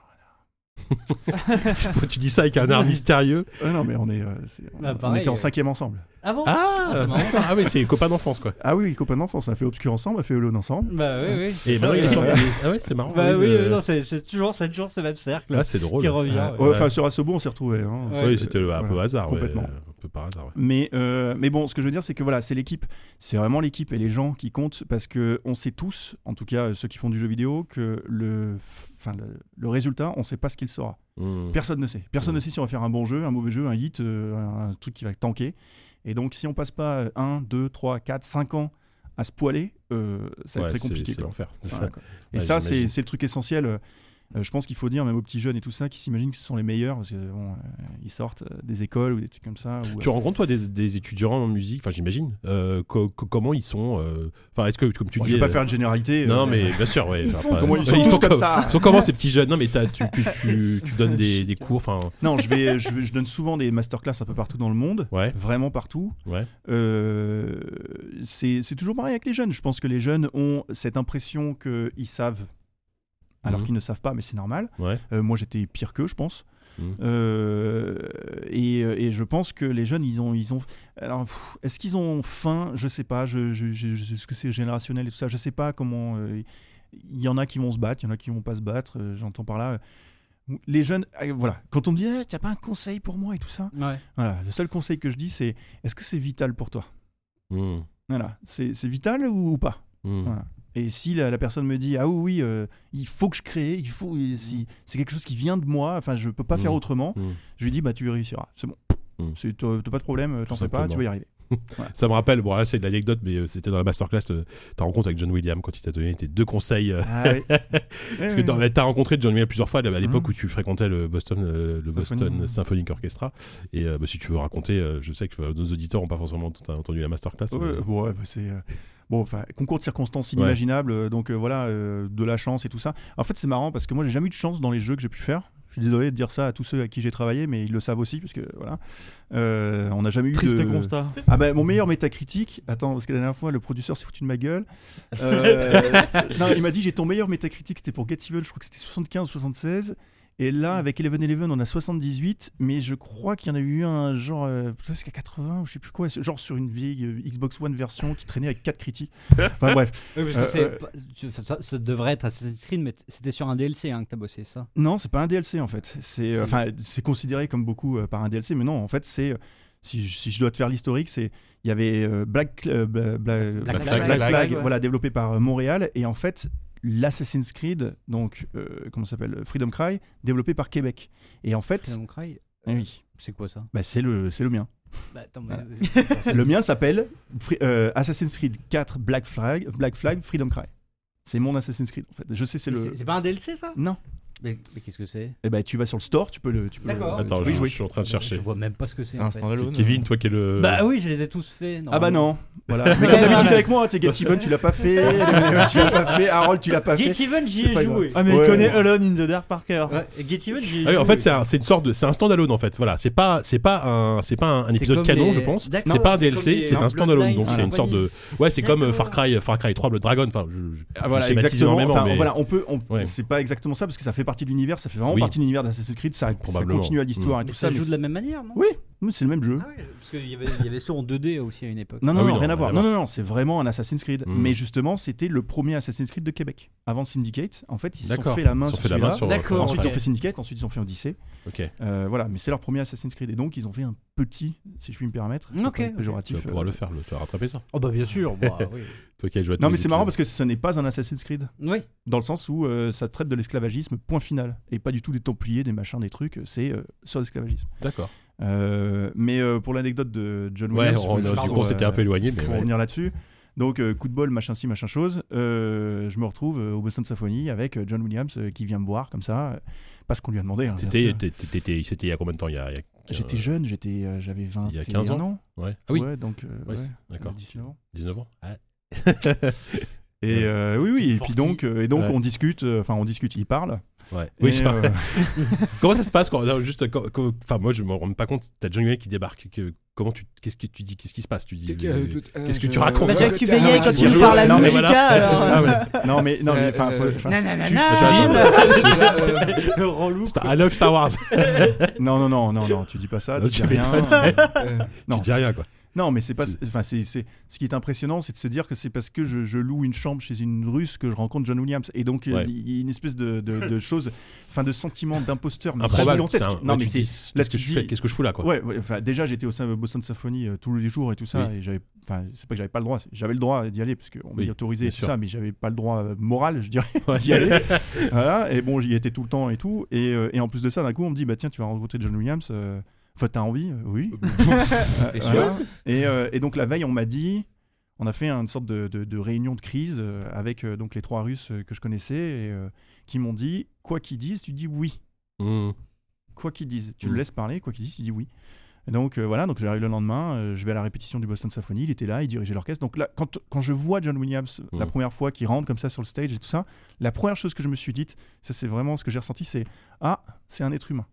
[SPEAKER 2] tu dis ça avec un air mystérieux.
[SPEAKER 5] Ah non mais on est, euh, c'est- on-
[SPEAKER 7] Bah,
[SPEAKER 5] on
[SPEAKER 7] pareil,
[SPEAKER 5] était en
[SPEAKER 7] euh.
[SPEAKER 5] cinquième ensemble.
[SPEAKER 7] Avant
[SPEAKER 2] Ah,
[SPEAKER 7] c'est marrant.
[SPEAKER 2] ah oui, c'est les copains d'enfance quoi.
[SPEAKER 5] Ah oui, copains d'enfance, on a fait Obscur ensemble, on a fait Elon ensemble.
[SPEAKER 7] Bah oui, oui.
[SPEAKER 2] Et maintenant il est sur.
[SPEAKER 7] Ouais.
[SPEAKER 2] Ah ouais, c'est marrant.
[SPEAKER 7] Bah oui,
[SPEAKER 2] euh,
[SPEAKER 7] euh, non, c'est c'est toujours, c'est toujours ce même cercle
[SPEAKER 2] Ah, c'est drôle.
[SPEAKER 7] qui revient.
[SPEAKER 5] Euh,
[SPEAKER 7] ouais.
[SPEAKER 5] ouais, Enfin sur Assobo, on s'est retrouvés. hein.
[SPEAKER 2] Oui, c'était bah, un peu
[SPEAKER 5] Voilà,
[SPEAKER 2] hasard. ouais.
[SPEAKER 5] complètement.
[SPEAKER 2] peu par hasard. ouais.
[SPEAKER 5] Mais, euh, mais bon, ce que je veux dire, c'est que voilà, c'est l'équipe, c'est vraiment l'équipe et les gens qui comptent parce que on sait tous, en tout cas euh, ceux qui font du jeu vidéo, que le, enfin, le, le résultat, on sait pas ce qu'il sera.
[SPEAKER 2] Mmh.
[SPEAKER 5] Personne ne sait. Personne
[SPEAKER 2] Mm.
[SPEAKER 5] ne sait si on va faire un bon jeu, un mauvais jeu, un hit, euh, un truc qui va tanker. Et donc, si on passe pas euh, 1, 2, 3, 4, 5 ans à se poiler, euh, ça va
[SPEAKER 2] Mmh. Ouais,
[SPEAKER 5] être
[SPEAKER 2] c'est-
[SPEAKER 5] très compliqué.
[SPEAKER 2] C'est
[SPEAKER 5] quoi.
[SPEAKER 2] l'enfer.
[SPEAKER 5] Ouais,
[SPEAKER 2] Ça-
[SPEAKER 5] quoi. Et
[SPEAKER 2] Ouais,
[SPEAKER 5] ça, c'est
[SPEAKER 2] j'imagine.
[SPEAKER 5] c'est le truc essentiel. euh, euh, je pense qu'il faut dire, même aux petits jeunes et tout ça, qui s'imaginent que ce sont les meilleurs, parce que bon, euh, ils sortent euh, des écoles ou des trucs comme ça. ou,
[SPEAKER 2] Tu
[SPEAKER 5] euh,
[SPEAKER 2] rencontres toi des, des étudiants en musique, enfin j'imagine. euh, co- co- comment ils sont euh, Enfin, est-ce que comme tu
[SPEAKER 5] bon,
[SPEAKER 2] dis,
[SPEAKER 5] je vais
[SPEAKER 2] euh,
[SPEAKER 5] pas faire de généralité. euh,
[SPEAKER 2] non mais bien sûr, ouais.
[SPEAKER 6] Ils
[SPEAKER 2] enfin,
[SPEAKER 6] sont
[SPEAKER 2] pas-
[SPEAKER 5] comment ils sont tous comme
[SPEAKER 2] comme-
[SPEAKER 5] ça
[SPEAKER 2] Ils sont comment ces petits jeunes Non mais t'as- tu, tu, tu, tu donnes des, des cours, enfin
[SPEAKER 5] Non, je, vais, je, vais- je donne souvent des masterclass un peu partout dans le monde.
[SPEAKER 2] ouais,
[SPEAKER 5] Vraiment partout.
[SPEAKER 2] ouais.
[SPEAKER 5] Euh, c'est c'est toujours pareil avec les jeunes. Je pense que les jeunes ont cette impression qu'ils savent, alors
[SPEAKER 2] Mhm.
[SPEAKER 5] qu'ils ne savent pas, mais c'est normal.
[SPEAKER 2] Ouais.
[SPEAKER 5] Euh, moi, j'étais pire qu'eux, je pense.
[SPEAKER 2] Mhm.
[SPEAKER 5] Euh, et, et je pense que les jeunes, ils ont. Ils ont alors, pff, est-ce qu'ils ont faim Je sais pas. Je, je, je- je sais ce que c'est générationnel et tout ça. Je sais pas comment. euh, Il y en a qui vont se battre, il y en a qui vont pas se battre. euh, J'entends par là. euh, Les jeunes, euh, voilà. Quand on me dit, Eh, t'as pas un conseil pour moi et tout ça,
[SPEAKER 7] Ouais.
[SPEAKER 5] voilà, le seul conseil que je dis, c'est est-ce que c'est vital pour toi
[SPEAKER 2] Mmh,
[SPEAKER 5] Voilà, c'est c'est vital ou, ou pas
[SPEAKER 2] mmh.
[SPEAKER 5] Voilà. Et si la, la personne me dit ah oui oui, euh, il faut que je crée, il faut si c'est quelque chose qui vient de moi, enfin je peux pas faire
[SPEAKER 2] Mm.
[SPEAKER 5] autrement,
[SPEAKER 2] Mm.
[SPEAKER 5] je lui dis bah tu réussiras, c'est bon,
[SPEAKER 2] Mm.
[SPEAKER 5] c'est t'as t'as pas de problème, euh, t'en
[SPEAKER 2] Tout
[SPEAKER 5] fais pas, tu
[SPEAKER 2] simplement.
[SPEAKER 5] vas y arriver.
[SPEAKER 2] Ça me rappelle, bon là c'est de l'anecdote, mais euh, c'était dans la masterclass, euh, ta rencontre avec John William quand il t'a donné tes deux conseils. euh,
[SPEAKER 5] Ah, oui.
[SPEAKER 2] Parce que dans- t'as rencontré John Williams plusieurs fois à l'époque
[SPEAKER 5] Mhm.
[SPEAKER 2] où tu fréquentais le Boston, euh, le
[SPEAKER 5] Symphony.
[SPEAKER 2] Boston Symphonic Orchestra. Et euh, bah, si tu veux raconter, euh, je sais que euh, nos auditeurs n'ont pas forcément ent- entendu la masterclass.
[SPEAKER 5] Ouais,
[SPEAKER 2] mais-
[SPEAKER 5] bon, ouais, bah, c'est euh, bon, enfin concours de circonstances inimaginables, euh, donc euh, voilà euh, de la chance et tout ça. En fait c'est marrant parce que moi j'ai jamais eu de chance dans les jeux que j'ai pu faire. Je suis désolé de dire ça à tous ceux à qui j'ai travaillé, mais ils le savent aussi parce que voilà, Euh, on n'a jamais eu
[SPEAKER 3] Triste
[SPEAKER 5] de
[SPEAKER 3] constat.
[SPEAKER 5] Ah bah mon meilleur métacritique, attends, parce que la dernière fois le producteur s'est foutu de ma gueule. Euh, non, il m'a dit j'ai ton meilleur métacritique, c'était pour Get Evil, je crois que c'était 75 76. Et là, avec Eleven Eleven, on a 78, mais je crois qu'il y en a eu un genre, euh, ça c'est qu'à 80 ou je sais plus quoi, genre sur une vieille euh, Xbox One version qui traînait avec 4 critiques. Enfin bref,
[SPEAKER 7] parce
[SPEAKER 5] Euh,
[SPEAKER 7] que c'est
[SPEAKER 5] euh,
[SPEAKER 7] pas- tu- enfin, ça, ça devrait être Assassin's Creed, mais t- c'était sur un DLC hein, que t'as bossé ça.
[SPEAKER 5] non, c'est pas un DLC en fait. C'est euh, enfin c'est considéré comme beaucoup euh, par un DLC, mais non, en fait c'est euh, si je, si je dois te faire l'historique, c'est il y avait euh, Black, Cl- euh, Bla- Bla-
[SPEAKER 7] Black
[SPEAKER 5] Black
[SPEAKER 7] Flag.
[SPEAKER 5] Flag,
[SPEAKER 7] Black
[SPEAKER 3] Flag, ouais.
[SPEAKER 5] voilà, développé par euh, Montréal et en fait l'Assassin's Creed, donc euh, comment ça s'appelle, Freedom Cry, développé par Québec. Et en fait,
[SPEAKER 7] Freedom Cry, Euh,
[SPEAKER 5] eh oui,
[SPEAKER 7] c'est quoi ça
[SPEAKER 5] bah, c'est le c'est le mien.
[SPEAKER 7] bah, attends, euh,
[SPEAKER 5] mais- Le mien s'appelle Free- euh, Assassin's Creed 4 Black Flag, Black Flag Freedom Cry. C'est mon Assassin's Creed en fait. Je sais c'est le
[SPEAKER 7] pas un DLC ça
[SPEAKER 5] non.
[SPEAKER 7] Mais, mais qu'est-ce que c'est
[SPEAKER 5] Eh ben tu vas sur le store, tu peux le tu peux le-
[SPEAKER 7] D'accord.
[SPEAKER 5] tu
[SPEAKER 2] Attends,
[SPEAKER 5] peux
[SPEAKER 2] je,
[SPEAKER 5] y jouer.
[SPEAKER 2] je suis en train de chercher.
[SPEAKER 7] Je vois même pas ce que c'est.
[SPEAKER 4] C'est
[SPEAKER 7] en
[SPEAKER 4] un
[SPEAKER 7] fait.
[SPEAKER 4] standalone.
[SPEAKER 6] hein.
[SPEAKER 2] Kevin, toi qui es le.
[SPEAKER 7] Bah oui, je les ai tous faits.
[SPEAKER 5] euh, Ah bah
[SPEAKER 7] normalement.
[SPEAKER 5] non, voilà. Mais
[SPEAKER 7] quand
[SPEAKER 5] comme
[SPEAKER 7] même,
[SPEAKER 5] d'habitude
[SPEAKER 7] hein.
[SPEAKER 5] avec moi, hein, tu sais, Get Even, tu l'as pas fait, Eleven Eleven, tu l'as pas fait, Harold, tu l'as pas fait.
[SPEAKER 7] Get Even, j'y
[SPEAKER 5] C'est
[SPEAKER 7] ai
[SPEAKER 5] pas
[SPEAKER 7] joué.
[SPEAKER 5] grave.
[SPEAKER 3] Ah, mais
[SPEAKER 5] Ouais.
[SPEAKER 3] il connaît Alone in the Dark par cœur.
[SPEAKER 7] Ouais, et Get Even, j'y ai
[SPEAKER 2] Ah oui, en
[SPEAKER 7] joué.
[SPEAKER 2] fait, c'est un- c'est une sorte de, c'est un standalone en fait. Voilà, c'est pas, c'est pas un, c'est pas un, un
[SPEAKER 7] C'est
[SPEAKER 2] épisode
[SPEAKER 7] comme
[SPEAKER 2] canon,
[SPEAKER 7] les-
[SPEAKER 2] je pense.
[SPEAKER 7] D'accord.
[SPEAKER 2] C'est pas un
[SPEAKER 7] C'est comme
[SPEAKER 2] DLC,
[SPEAKER 7] les-
[SPEAKER 2] c'est un
[SPEAKER 7] Bloodlines,
[SPEAKER 2] standalone. Donc
[SPEAKER 7] voilà.
[SPEAKER 2] c'est une sorte de, ouais, c'est comme euh, Far Cry, Far Cry 3 Blood Dragon. Enfin, je, je-
[SPEAKER 5] Ah, voilà,
[SPEAKER 2] je schématise
[SPEAKER 5] exactement.
[SPEAKER 2] énormément,
[SPEAKER 5] Enfin,
[SPEAKER 2] mais-
[SPEAKER 5] voilà, on peut, on-
[SPEAKER 2] Ouais.
[SPEAKER 5] c'est pas exactement ça parce que ça fait partie de l'univers, ça fait vraiment
[SPEAKER 2] Oui.
[SPEAKER 5] partie de l'univers d'Assassin's Creed, ça, ça
[SPEAKER 2] Probablement.
[SPEAKER 5] continue à l'histoire et
[SPEAKER 7] Mais
[SPEAKER 5] tout
[SPEAKER 7] ça
[SPEAKER 5] ça.
[SPEAKER 7] joue
[SPEAKER 5] mais
[SPEAKER 7] de la même manière, non
[SPEAKER 5] Oui. mais c'est le même jeu.
[SPEAKER 7] Ah ouais, parce qu'il y avait, il y avait ceux en 2D aussi à une époque.
[SPEAKER 5] Non, non,
[SPEAKER 2] Ah oui,
[SPEAKER 5] non,
[SPEAKER 2] non,
[SPEAKER 5] rien
[SPEAKER 2] rien
[SPEAKER 5] à voir.
[SPEAKER 2] à
[SPEAKER 5] Non,
[SPEAKER 2] voir.
[SPEAKER 5] non, non, c'est vraiment un Assassin's Creed.
[SPEAKER 2] Mm.
[SPEAKER 5] Mais justement, c'était le premier Assassin's Creed de Québec. Avant Syndicate, en fait, ils se sont
[SPEAKER 2] D'accord.
[SPEAKER 5] fait la main
[SPEAKER 2] Ils se
[SPEAKER 5] sur
[SPEAKER 2] sont fait la main
[SPEAKER 5] celui-là.
[SPEAKER 2] sur.
[SPEAKER 7] D'accord.
[SPEAKER 2] Far
[SPEAKER 5] Ensuite,
[SPEAKER 2] Cry.
[SPEAKER 5] ils ont fait Syndicate, ensuite, ils ont fait Odyssey.
[SPEAKER 2] Ok.
[SPEAKER 5] Euh, voilà, mais c'est leur premier Assassin's Creed. Et donc, ils ont fait un petit, si je puis me permettre,
[SPEAKER 7] Ok,
[SPEAKER 5] pour pas être
[SPEAKER 7] ok.
[SPEAKER 2] Tu
[SPEAKER 5] péjoratif.
[SPEAKER 2] vas
[SPEAKER 5] euh,
[SPEAKER 2] pouvoir le faire, le- tu vas rattraper ça.
[SPEAKER 7] Oh bah bien sûr. bah, oui.
[SPEAKER 2] Toi qui as joué à tous
[SPEAKER 5] Non, mais
[SPEAKER 2] les
[SPEAKER 5] c'est marrant
[SPEAKER 2] épisodes.
[SPEAKER 5] parce que ce n'est pas un Assassin's Creed.
[SPEAKER 7] oui.
[SPEAKER 5] Dans le sens où euh, ça traite de l'esclavagisme, point final. Et pas du tout des Templiers, des machins, des trucs. C'est euh, sur l'esclavagisme.
[SPEAKER 2] D'accord.
[SPEAKER 5] Euh, mais euh, pour l'anecdote de John
[SPEAKER 2] Ouais,
[SPEAKER 5] Williams,
[SPEAKER 2] on,
[SPEAKER 5] je-
[SPEAKER 2] du
[SPEAKER 5] je-
[SPEAKER 2] coup,
[SPEAKER 5] pour,
[SPEAKER 2] on s'était
[SPEAKER 5] euh,
[SPEAKER 2] un peu éloigné, mais.
[SPEAKER 5] pour
[SPEAKER 2] ouais.
[SPEAKER 5] revenir là-dessus. Donc euh, coup de bol, machin ci, machin chose. euh, je me retrouve euh, au Boston Symphony avec euh, John Williams euh, qui vient me voir comme ça, euh, parce qu'on lui a demandé. hein, bien
[SPEAKER 2] C'était
[SPEAKER 5] sûr.
[SPEAKER 2] t'é- t'é- t'étais- c'était il y a combien de temps il y a, il y a-
[SPEAKER 5] J'étais jeune, j'étais, euh, j'avais 20
[SPEAKER 2] il y a 15 ans. Ouais. Ah oui,
[SPEAKER 5] Ouais, donc euh,
[SPEAKER 2] Ouais,
[SPEAKER 5] ouais,
[SPEAKER 2] c'est- d'accord.
[SPEAKER 5] 19 ans.
[SPEAKER 2] 19 ans. Ah.
[SPEAKER 5] Et euh, oui, oui. Et puis
[SPEAKER 7] 40.
[SPEAKER 5] donc, euh, et donc
[SPEAKER 2] Ouais.
[SPEAKER 5] on discute. euh, Enfin, on discute. Il parle.
[SPEAKER 2] Ouais.
[SPEAKER 5] Et,
[SPEAKER 2] Oui, c'est pas-
[SPEAKER 5] euh,
[SPEAKER 2] Comment ça se passe quand, non, juste, quand- quand- enfin, moi, je me rends pas compte. T'as John Wayne qui débarque. Que, comment tu, qu'est-ce que tu dis, qu'est-ce qui se passe Tu dis.
[SPEAKER 4] euh,
[SPEAKER 2] euh, Qu'est-ce que tu racontes
[SPEAKER 6] Bah, Jack
[SPEAKER 1] Hubert,
[SPEAKER 6] Hubeyer, quand il
[SPEAKER 2] Bonjour.
[SPEAKER 6] me parle à
[SPEAKER 5] Non, mais
[SPEAKER 6] Mujica,
[SPEAKER 2] voilà, c'est
[SPEAKER 6] alors,
[SPEAKER 2] ça, ouais.
[SPEAKER 5] non, mais non, mais
[SPEAKER 4] Euh,
[SPEAKER 5] enfin, faut-
[SPEAKER 4] euh,
[SPEAKER 5] enfin, euh,
[SPEAKER 2] Star- I love Star Wars.
[SPEAKER 5] non, non, non, non, non, tu dis pas ça.
[SPEAKER 2] Non,
[SPEAKER 5] tu dis
[SPEAKER 2] tu
[SPEAKER 5] rien.
[SPEAKER 2] m'étonnes.
[SPEAKER 4] Euh,
[SPEAKER 5] Non.
[SPEAKER 2] Tu dis rien quoi.
[SPEAKER 5] Non, mais c'est pas.
[SPEAKER 2] C'est-
[SPEAKER 5] Enfin, c'est c'est- ce qui est impressionnant, c'est de se dire que c'est parce que je, je loue une chambre chez une Russe que je rencontre John Williams, et donc euh,
[SPEAKER 2] Ouais.
[SPEAKER 5] il y a une espèce de, de- de chose, enfin, de sentiment d'imposteur mais
[SPEAKER 2] Improbable.
[SPEAKER 5] gigantesque.
[SPEAKER 2] c'est un-
[SPEAKER 5] Non,
[SPEAKER 2] ouais,
[SPEAKER 5] mais
[SPEAKER 2] tu
[SPEAKER 5] c'est.
[SPEAKER 2] dis,
[SPEAKER 5] là,
[SPEAKER 2] Qu'est-ce que
[SPEAKER 5] tu
[SPEAKER 2] je
[SPEAKER 5] dis-
[SPEAKER 2] fais Qu'est-ce que je fous là quoi
[SPEAKER 5] Ouais, ouais, enfin, déjà j'étais au sein de Boston Symphony euh, tous les jours et tout ça,
[SPEAKER 2] Oui.
[SPEAKER 5] et j'avais, enfin, c'est pas que j'avais pas le droit, c'est- j'avais le droit d'y aller parce qu'on m'y
[SPEAKER 2] Oui,
[SPEAKER 5] autorisait et
[SPEAKER 2] bien
[SPEAKER 5] tout
[SPEAKER 2] sûr.
[SPEAKER 5] ça, mais j'avais pas le droit euh, moral, je dirais,
[SPEAKER 2] Ouais.
[SPEAKER 5] d'y aller. voilà, et bon, j'y étais tout le temps et tout, et, euh, et en plus de ça, d'un coup, on me dit, bah tiens, tu vas rencontrer John Williams, euh, enfin, t'as envie Euh, Oui.
[SPEAKER 2] Bah,
[SPEAKER 4] T'es
[SPEAKER 5] Euh,
[SPEAKER 4] sûr
[SPEAKER 5] voilà. et, euh, et donc la veille, on m'a dit, on a fait une sorte de, de- de réunion de crise euh, avec euh, donc les trois Russes euh, que je connaissais, et, euh, qui m'ont dit, quoi qu'ils disent, tu dis oui
[SPEAKER 2] Mmh.
[SPEAKER 5] quoi qu'ils disent. Tu
[SPEAKER 2] Mm.
[SPEAKER 5] le laisses parler, quoi qu'ils disent, tu dis oui. Et donc euh, voilà, donc j'arrive le lendemain, euh, je vais à la répétition du Boston Symphony, il était là, il dirigeait l'orchestre. Donc là, quand, quand je vois John Williams
[SPEAKER 2] Mm.
[SPEAKER 5] la première fois qu'il rentre comme ça sur le stage et tout ça, la première chose que je me suis dite, ça c'est vraiment ce que j'ai ressenti, c'est ah, c'est un être humain.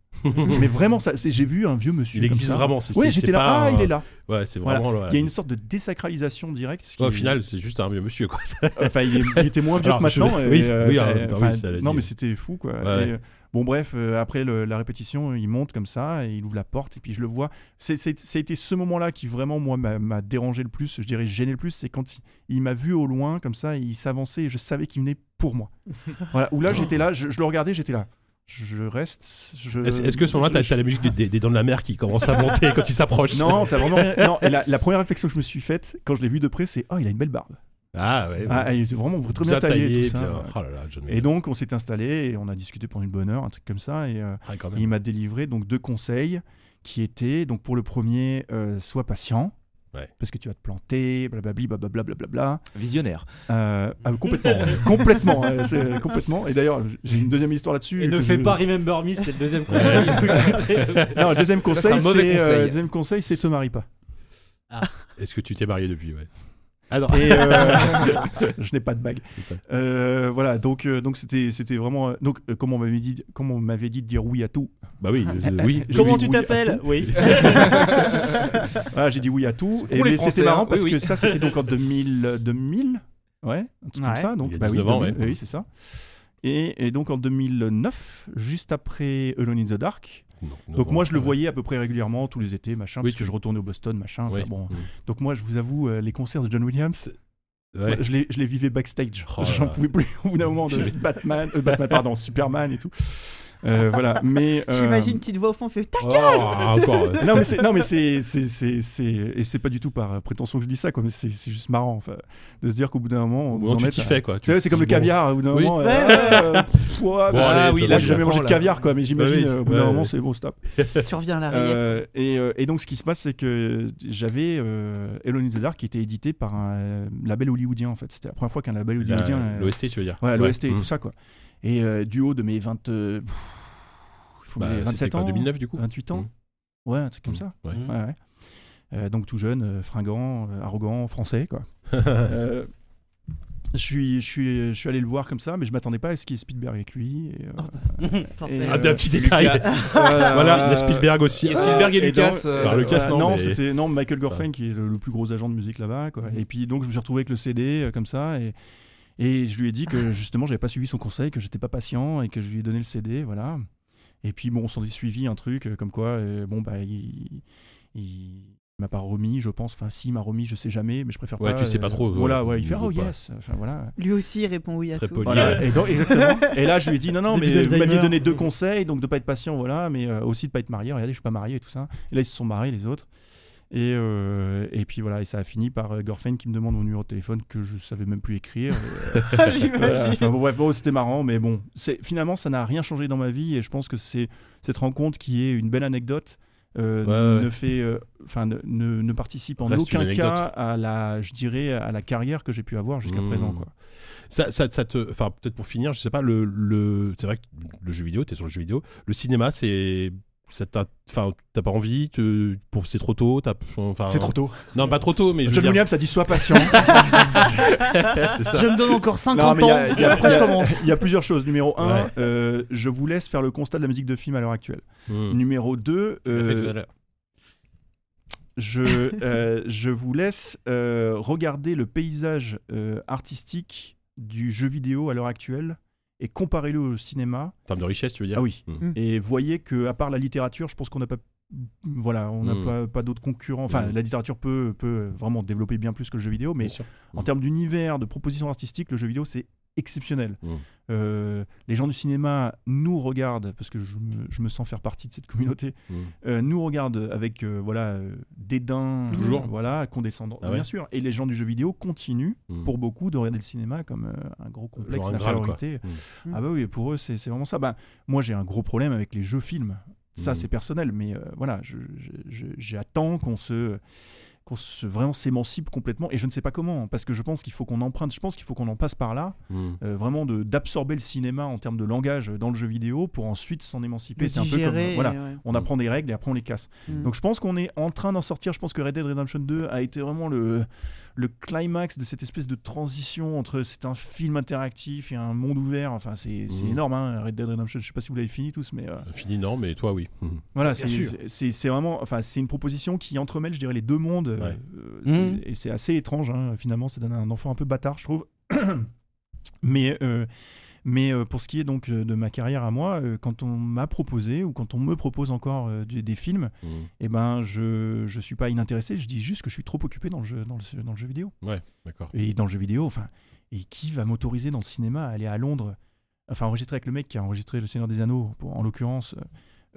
[SPEAKER 5] Mais vraiment, ça, c'est- j'ai vu un vieux monsieur.
[SPEAKER 2] Il
[SPEAKER 5] comme
[SPEAKER 2] existe
[SPEAKER 5] ça.
[SPEAKER 2] vraiment. c'est-
[SPEAKER 5] Oui,
[SPEAKER 2] c'est-
[SPEAKER 5] j'étais
[SPEAKER 2] c'est
[SPEAKER 5] là,
[SPEAKER 2] pas
[SPEAKER 5] ah,
[SPEAKER 2] un-
[SPEAKER 5] il est là.
[SPEAKER 2] Ouais, c'est
[SPEAKER 5] Voilà.
[SPEAKER 2] vraiment.
[SPEAKER 5] Il y a une sorte de désacralisation directe. ce qui
[SPEAKER 2] Ouais, au
[SPEAKER 5] est-
[SPEAKER 2] final, c'est juste un vieux monsieur quoi.
[SPEAKER 5] Enfin, il, est- il était moins vieux
[SPEAKER 2] Alors,
[SPEAKER 5] que maintenant.
[SPEAKER 2] je-
[SPEAKER 5] et,
[SPEAKER 2] oui,
[SPEAKER 5] euh,
[SPEAKER 2] oui,
[SPEAKER 5] enfin,
[SPEAKER 2] en même temps, oui,
[SPEAKER 5] enfin,
[SPEAKER 2] ça l'a
[SPEAKER 5] non,
[SPEAKER 2] dit, oui.
[SPEAKER 5] mais c'était fou, quoi.
[SPEAKER 2] Ouais.
[SPEAKER 5] Et, euh, bon, bref, euh, après le- la répétition, il monte comme ça, et il ouvre la porte, et puis je le vois. C'est- c'est- C'était ce moment-là qui vraiment, moi, m'a m'a dérangé le plus, je dirais gêné le plus, c'est quand il, il m'a vu au loin, comme ça, et il s'avançait, et je savais qu'il venait pour moi. voilà, où là, j'étais là, je, je le regardais, j'étais là. Je, je reste. je-
[SPEAKER 2] Est-ce est-ce que sur moment-là,
[SPEAKER 5] Euh, je-
[SPEAKER 2] t'as- t'as la musique des, des- des dents de la mer qui commence à monter quand il s'approche
[SPEAKER 5] Non, t'as vraiment rien- Non, et la, la première réflexion que je me suis faite quand je l'ai vu de près, c'est Oh, il a une belle barbe.
[SPEAKER 2] Ah ouais.
[SPEAKER 5] Ah, il est vraiment très
[SPEAKER 2] Bien
[SPEAKER 5] bien taillé. et tout
[SPEAKER 2] puis,
[SPEAKER 5] ça.
[SPEAKER 2] euh, oh là là, John
[SPEAKER 5] Et donc, on s'est installé et on a discuté pendant une bonne heure, un truc comme ça. Et euh,
[SPEAKER 2] Ah, quand
[SPEAKER 5] il
[SPEAKER 2] même.
[SPEAKER 5] m'a délivré donc deux conseils qui étaient donc pour le premier, euh, sois patient.
[SPEAKER 2] Ouais.
[SPEAKER 5] Parce que tu vas te planter, blablabli, blablabla, blablabla.
[SPEAKER 4] Visionnaire.
[SPEAKER 5] Euh, ah, complètement, ouais, complètement, ouais, c'est, euh, complètement. Et d'ailleurs, j'ai une deuxième histoire là-dessus.
[SPEAKER 7] Et ne
[SPEAKER 5] que
[SPEAKER 7] fais
[SPEAKER 5] je-
[SPEAKER 7] pas Remember Me, c'était le deuxième conseil.
[SPEAKER 5] Non, le deuxième
[SPEAKER 4] Ça, c'est un
[SPEAKER 5] conseil,
[SPEAKER 4] mauvais
[SPEAKER 5] c'est
[SPEAKER 4] conseil.
[SPEAKER 5] euh, le deuxième conseil, c'est te marie pas.
[SPEAKER 2] Est-ce que tu t'es marié depuis ouais. Ah non.
[SPEAKER 5] Et euh, je n'ai pas de bague.
[SPEAKER 2] Putain.
[SPEAKER 5] Euh, voilà, donc euh, donc c'était c'était vraiment euh, donc euh, comme on m'avait dit comme on m'avait dit de dire oui à tout.
[SPEAKER 2] Bah oui. euh, oui.
[SPEAKER 5] Je
[SPEAKER 3] Comment
[SPEAKER 5] dis
[SPEAKER 3] tu
[SPEAKER 5] oui à
[SPEAKER 3] t'appelles Oui.
[SPEAKER 4] Euh,
[SPEAKER 5] Ah, j'ai dit oui à tout.
[SPEAKER 4] C'est
[SPEAKER 5] Et
[SPEAKER 4] pour les
[SPEAKER 5] mais
[SPEAKER 4] Français,
[SPEAKER 5] c'était marrant
[SPEAKER 4] hein. Oui,
[SPEAKER 5] parce
[SPEAKER 4] oui.
[SPEAKER 5] que ça, c'était donc en 2000, euh, 2000 ouais, un truc
[SPEAKER 3] Ouais.
[SPEAKER 5] comme ça. Donc,
[SPEAKER 2] Il y a
[SPEAKER 5] bah oui,
[SPEAKER 2] 19 ans,
[SPEAKER 5] 2000,
[SPEAKER 2] ouais.
[SPEAKER 5] oui, c'est ça. Et, et donc en 2009, juste après Alone in the Dark.
[SPEAKER 2] Non, non,
[SPEAKER 5] donc
[SPEAKER 2] non, euh,
[SPEAKER 5] moi, je le
[SPEAKER 2] ouais.
[SPEAKER 5] voyais à peu près régulièrement tous les étés, machin,
[SPEAKER 2] Oui,
[SPEAKER 5] parce que je retournais au Boston, machin. enfin,
[SPEAKER 2] Oui.
[SPEAKER 5] bon.
[SPEAKER 2] Mm.
[SPEAKER 5] Donc moi, je vous avoue, euh, les concerts de John Williams,
[SPEAKER 2] Ouais.
[SPEAKER 5] moi, je, les, je les vivais backstage.
[SPEAKER 2] Oh là
[SPEAKER 5] J'en
[SPEAKER 2] là.
[SPEAKER 5] pouvais plus au bout d'un moment de Batman, euh, Batman, pardon, Superman et tout. Euh, voilà, mais euh,
[SPEAKER 6] J'imagine une petite voix au fond fait tac
[SPEAKER 2] Oh, encore. ouais.
[SPEAKER 5] non mais c'est non mais c'est c'est c'est c'est- et c'est pas du tout par euh, prétention que je dis ça quoi mais c'est c'est juste marrant enfin de se dire qu'au bout d'un moment on
[SPEAKER 2] Ou
[SPEAKER 5] vous
[SPEAKER 2] non,
[SPEAKER 5] en
[SPEAKER 2] tu
[SPEAKER 5] met
[SPEAKER 2] t'y
[SPEAKER 5] à-
[SPEAKER 2] fais quoi.
[SPEAKER 5] tu sais c'est comme le caviar au bout d'un
[SPEAKER 2] Oui.
[SPEAKER 5] moment euh,
[SPEAKER 6] Ouais,
[SPEAKER 5] ah,
[SPEAKER 6] ouais.
[SPEAKER 5] euh, pff, ouais,
[SPEAKER 2] Bon,
[SPEAKER 5] bah,
[SPEAKER 4] Ah
[SPEAKER 2] allez,
[SPEAKER 4] oui,
[SPEAKER 2] je-
[SPEAKER 5] là
[SPEAKER 4] là,
[SPEAKER 5] j'ai jamais
[SPEAKER 4] comprends,
[SPEAKER 5] mangé de
[SPEAKER 4] là.
[SPEAKER 5] caviar quoi mais j'imagine
[SPEAKER 2] Bah oui,
[SPEAKER 5] euh, au bout
[SPEAKER 2] ouais,
[SPEAKER 5] d'un
[SPEAKER 2] ouais.
[SPEAKER 5] moment c'est bon stop
[SPEAKER 6] Tu reviens à la rillette.
[SPEAKER 5] Euh, et, euh, et donc ce qui se passe c'est que j'avais euh, Elon is the Dark qui était édité par un euh, label hollywoodien en fait c'était la première fois qu'un label
[SPEAKER 2] La-
[SPEAKER 5] hollywoodien euh,
[SPEAKER 2] L'OST, tu veux dire
[SPEAKER 5] Ouais, l'OST et
[SPEAKER 2] Mm.
[SPEAKER 5] tout ça, quoi. Et euh, du haut de mes 20. euh, pff, il faut
[SPEAKER 2] Bah,
[SPEAKER 5] mes
[SPEAKER 2] c'était
[SPEAKER 5] 27
[SPEAKER 2] quoi,
[SPEAKER 5] ans.
[SPEAKER 2] 2009, du coup Mmh.
[SPEAKER 5] 28 ans. Ouais, un truc comme ça.
[SPEAKER 2] Ouais.
[SPEAKER 5] Ouais, ouais. Euh, donc tout jeune, euh, fringant, euh, arrogant, français, quoi. Euh, Je suis, je, suis, je suis allé le voir comme ça, mais je m'attendais pas à ce qu'il y ait Spielberg avec lui. et, euh,
[SPEAKER 6] Bordel.
[SPEAKER 5] et,
[SPEAKER 2] Ah, d'un
[SPEAKER 5] euh,
[SPEAKER 2] petit détail. Ah. Voilà, il y a Spielberg aussi. Ah,
[SPEAKER 4] Il y a Spielberg et
[SPEAKER 5] et dans-
[SPEAKER 4] Lucas.
[SPEAKER 2] Par le-
[SPEAKER 4] euh,
[SPEAKER 2] Lucas, non, mais-
[SPEAKER 5] c'était non Michael Gorfain qui est le, le plus gros agent de musique là-bas. quoi. Et puis donc je me suis retrouvé avec le CD euh, comme ça et, et je lui ai dit que justement j'avais pas suivi son conseil, que j'étais pas patient et que je lui ai donné le CD, voilà. Et puis bon, on s'en est suivi un truc euh, comme quoi euh, bon bah il, il m'a pas remis, je pense. Enfin si, il m'a remis, je sais jamais, mais je préfère
[SPEAKER 2] Ouais,
[SPEAKER 5] pas. euh,
[SPEAKER 2] tu sais pas trop,
[SPEAKER 5] Voilà,
[SPEAKER 2] ouais,
[SPEAKER 5] ouais, il fait
[SPEAKER 2] ou
[SPEAKER 5] oh
[SPEAKER 2] pas.
[SPEAKER 5] yes, enfin voilà.
[SPEAKER 6] Lui aussi il répond oui à
[SPEAKER 2] Très
[SPEAKER 6] tout.
[SPEAKER 2] poli.
[SPEAKER 5] Voilà,
[SPEAKER 2] Ouais.
[SPEAKER 5] et donc- exactement. Et là, je lui ai dit non, non,
[SPEAKER 3] Début
[SPEAKER 5] mais vous
[SPEAKER 3] d'Alzheimer.
[SPEAKER 5] m'aviez donné deux conseils, donc de pas être patient, voilà, mais euh, aussi de pas être marié. Regardez, je suis pas marié et tout ça. Et là, ils se sont mariés les autres. Et, euh, et puis voilà, et ça a fini par euh, Gorfain qui me demande mon numéro de téléphone que je savais même plus écrire. Euh,
[SPEAKER 6] Ah,
[SPEAKER 5] Voilà, enfin, bon, bref, bon, c'était marrant, mais bon, c'est finalement ça n'a rien changé dans ma vie et je pense que c'est cette rencontre qui est une belle anecdote. euh,
[SPEAKER 2] Ouais, ouais.
[SPEAKER 5] ne fait euh, enfin ne, ne- ne participe en
[SPEAKER 2] Reste une
[SPEAKER 5] aucun
[SPEAKER 2] anecdote.
[SPEAKER 5] cas à la je dirais à la carrière que j'ai pu avoir jusqu'à
[SPEAKER 2] Mmh.
[SPEAKER 5] présent quoi
[SPEAKER 2] Ça, ça, ça te. Enfin, peut-être pour finir, je sais pas, le, le... c'est vrai que le jeu vidéo, t'es sur le jeu vidéo. Le cinéma, c'est. ça t'a- Enfin, t'as pas envie, te- pour c'est trop tôt, t'as. Enfin,
[SPEAKER 5] c'est trop tôt
[SPEAKER 2] Non, pas trop tôt, mais je veux
[SPEAKER 5] John
[SPEAKER 2] dire-
[SPEAKER 5] Williams a dit sois patient
[SPEAKER 2] c'est ça.
[SPEAKER 3] Je me donne encore
[SPEAKER 5] Non,
[SPEAKER 3] 50
[SPEAKER 5] mais il y
[SPEAKER 3] ans.
[SPEAKER 5] a- il y a-
[SPEAKER 3] Après,
[SPEAKER 5] il y
[SPEAKER 3] je
[SPEAKER 5] a-
[SPEAKER 3] commence.
[SPEAKER 5] Il y a plusieurs choses. Numéro 1,
[SPEAKER 2] Ouais.
[SPEAKER 5] je vous laisse faire le constat de la musique de film à l'heure actuelle.
[SPEAKER 2] Mm.
[SPEAKER 5] Numéro 2,
[SPEAKER 4] Tu l'as fait tout à l'heure.
[SPEAKER 5] je, euh, je vous laisse euh, regarder le paysage euh, artistique du jeu vidéo à l'heure actuelle et comparez-le au cinéma.
[SPEAKER 2] En termes de richesse, tu veux dire
[SPEAKER 5] Ah oui.
[SPEAKER 2] Mm.
[SPEAKER 5] Et voyez que à part la littérature, je pense qu'on n'a pas voilà, on n'a
[SPEAKER 2] Mm.
[SPEAKER 5] pas, pas d'autres concurrents. Enfin,
[SPEAKER 2] Mm.
[SPEAKER 5] la littérature peut, peut vraiment développer bien plus que le jeu vidéo, mais
[SPEAKER 2] Bien sûr.
[SPEAKER 5] en
[SPEAKER 2] Mm.
[SPEAKER 5] termes d'univers, de propositions artistiques, le jeu vidéo, c'est exceptionnel.
[SPEAKER 2] Mm.
[SPEAKER 5] Euh, les gens du cinéma nous regardent, parce que je me, je me sens faire partie de cette communauté,
[SPEAKER 2] Mm.
[SPEAKER 5] euh, nous regardent avec euh, voilà, euh, dédain,
[SPEAKER 2] Toujours.
[SPEAKER 5] voilà, condescendant,
[SPEAKER 2] Ah ouais.
[SPEAKER 5] bien sûr. Et les gens du jeu vidéo continuent,
[SPEAKER 2] Mm.
[SPEAKER 5] pour beaucoup, de regarder le cinéma comme euh, un gros complexe
[SPEAKER 2] Genre un Graal, quoi. Mmh.
[SPEAKER 5] d'infériorité.
[SPEAKER 6] Mm.
[SPEAKER 5] Ah bah oui, pour eux, c'est c'est vraiment ça. Bah, moi, j'ai un gros problème avec les jeux-films. Ça,
[SPEAKER 2] Mm.
[SPEAKER 5] c'est personnel, mais euh, voilà, je- je- je- j'attends qu'on se qu'on se vraiment s'émancipe complètement et je ne sais pas comment parce que je pense qu'il faut qu'on emprunte je pense qu'il faut qu'on en passe par là
[SPEAKER 2] Mm.
[SPEAKER 5] euh, vraiment de d'absorber le cinéma en termes de langage dans le jeu vidéo pour ensuite s'en émanciper c'est un peu comme
[SPEAKER 6] digérer, euh.
[SPEAKER 5] voilà
[SPEAKER 6] et ouais.
[SPEAKER 5] on apprend des règles et après on les casse
[SPEAKER 6] Mm.
[SPEAKER 5] donc je pense qu'on est en train d'en sortir je pense que Red Dead Redemption 2 a été vraiment le le climax de cette espèce de transition entre c'est un film interactif et un monde ouvert enfin c'est c'est
[SPEAKER 2] Mm.
[SPEAKER 5] énorme hein, Red Dead Redemption je sais pas si vous l'avez fini tous mais euh,
[SPEAKER 2] Fini, non, mais toi, oui. Mm.
[SPEAKER 5] voilà,
[SPEAKER 2] Bien
[SPEAKER 5] c'est-
[SPEAKER 2] sûr.
[SPEAKER 5] c'est c'est- c'est vraiment, enfin, c'est une proposition qui entremêle, je dirais, les deux mondes. euh,
[SPEAKER 2] Ouais.
[SPEAKER 5] euh,
[SPEAKER 7] Mhm.
[SPEAKER 5] c'est- Et c'est assez étrange, hein, finalement, ça donne un enfant un peu bâtard, je trouve. mais euh, mais euh, pour ce qui est donc euh, de ma carrière à moi, euh, quand on m'a proposé ou quand on me propose encore euh, des, des films,
[SPEAKER 2] Mm.
[SPEAKER 5] eh ben, je je suis pas inintéressé. Je dis juste que je suis trop occupé dans le jeu, dans le, jeu- dans le jeu vidéo.
[SPEAKER 2] D'accord.
[SPEAKER 5] Et dans le jeu vidéo, enfin, et qui va m'autoriser dans le cinéma à aller à Londres, enfin, enregistrer avec le mec qui a enregistré Le Seigneur des Anneaux, pour- en l'occurrence.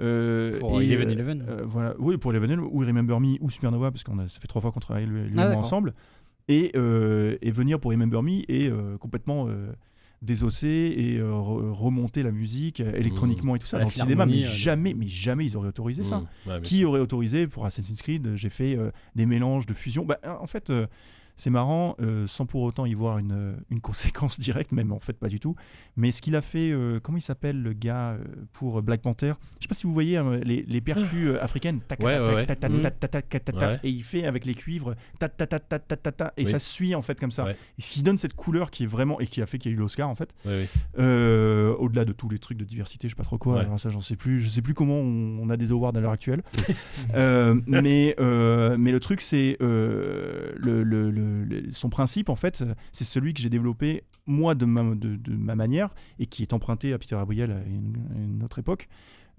[SPEAKER 5] euh,
[SPEAKER 7] Pour
[SPEAKER 5] et,
[SPEAKER 7] Oh, Eleven
[SPEAKER 5] euh,
[SPEAKER 7] Eleven.
[SPEAKER 5] euh, voilà, oui, pour Eleven Eleven, ou Remember Me, ou Supernova, parce qu'on a, ça fait trois fois qu'on travaille lui, lui et
[SPEAKER 7] Ah,
[SPEAKER 5] moi
[SPEAKER 7] d'accord.
[SPEAKER 5] ensemble, et, euh, et venir pour Remember Me et euh, complètement euh, désosser et euh, re- remonter la musique euh, électroniquement et tout ça
[SPEAKER 7] Mmh. La
[SPEAKER 5] dans le cinéma, mais
[SPEAKER 7] Philharmonie, euh, Mmh.
[SPEAKER 5] jamais, mais jamais ils auraient autorisé ça.
[SPEAKER 2] Mm. Ouais, bien
[SPEAKER 5] Qui
[SPEAKER 2] sûr.
[SPEAKER 5] aurait autorisé pour Assassin's Creed euh, J'ai fait euh, des mélanges de fusion. Bah, en fait, euh, c'est marrant, euh, sans pour autant y voir une, euh, une conséquence directe, même en fait pas du tout. Mais ce qu'il a fait, euh, comment il s'appelle le gars euh, pour Black Panther Je sais pas si vous voyez euh, les, les percus euh, africaines. Tac,
[SPEAKER 2] Ouais,
[SPEAKER 5] tac,
[SPEAKER 2] ouais,
[SPEAKER 5] tac, tac,
[SPEAKER 7] ouais.
[SPEAKER 5] tac, tac, tac, tac, tac, tac.
[SPEAKER 2] Ouais.
[SPEAKER 5] Et il fait avec les cuivres, tac, tac, tac, tac, tac, tac, tac, et
[SPEAKER 2] Oui.
[SPEAKER 5] ça suit en fait comme ça.
[SPEAKER 2] Ouais.
[SPEAKER 5] Et ce qui donne cette couleur qui est vraiment, et qui a fait qu'il y a eu l'Oscar en fait.
[SPEAKER 2] Ouais,
[SPEAKER 5] Euh, au-delà de tous les trucs de diversité, je sais pas trop quoi,
[SPEAKER 2] Ouais.
[SPEAKER 5] alors ça j'en sais plus, je sais plus comment on, on a des awards à l'heure actuelle. Euh, mais, euh, mais le truc c'est euh, le, le- le- le- son principe en fait, c'est celui que j'ai développé moi de ma, de, de ma manière et qui est emprunté à Peter Abriel à une, à une autre époque.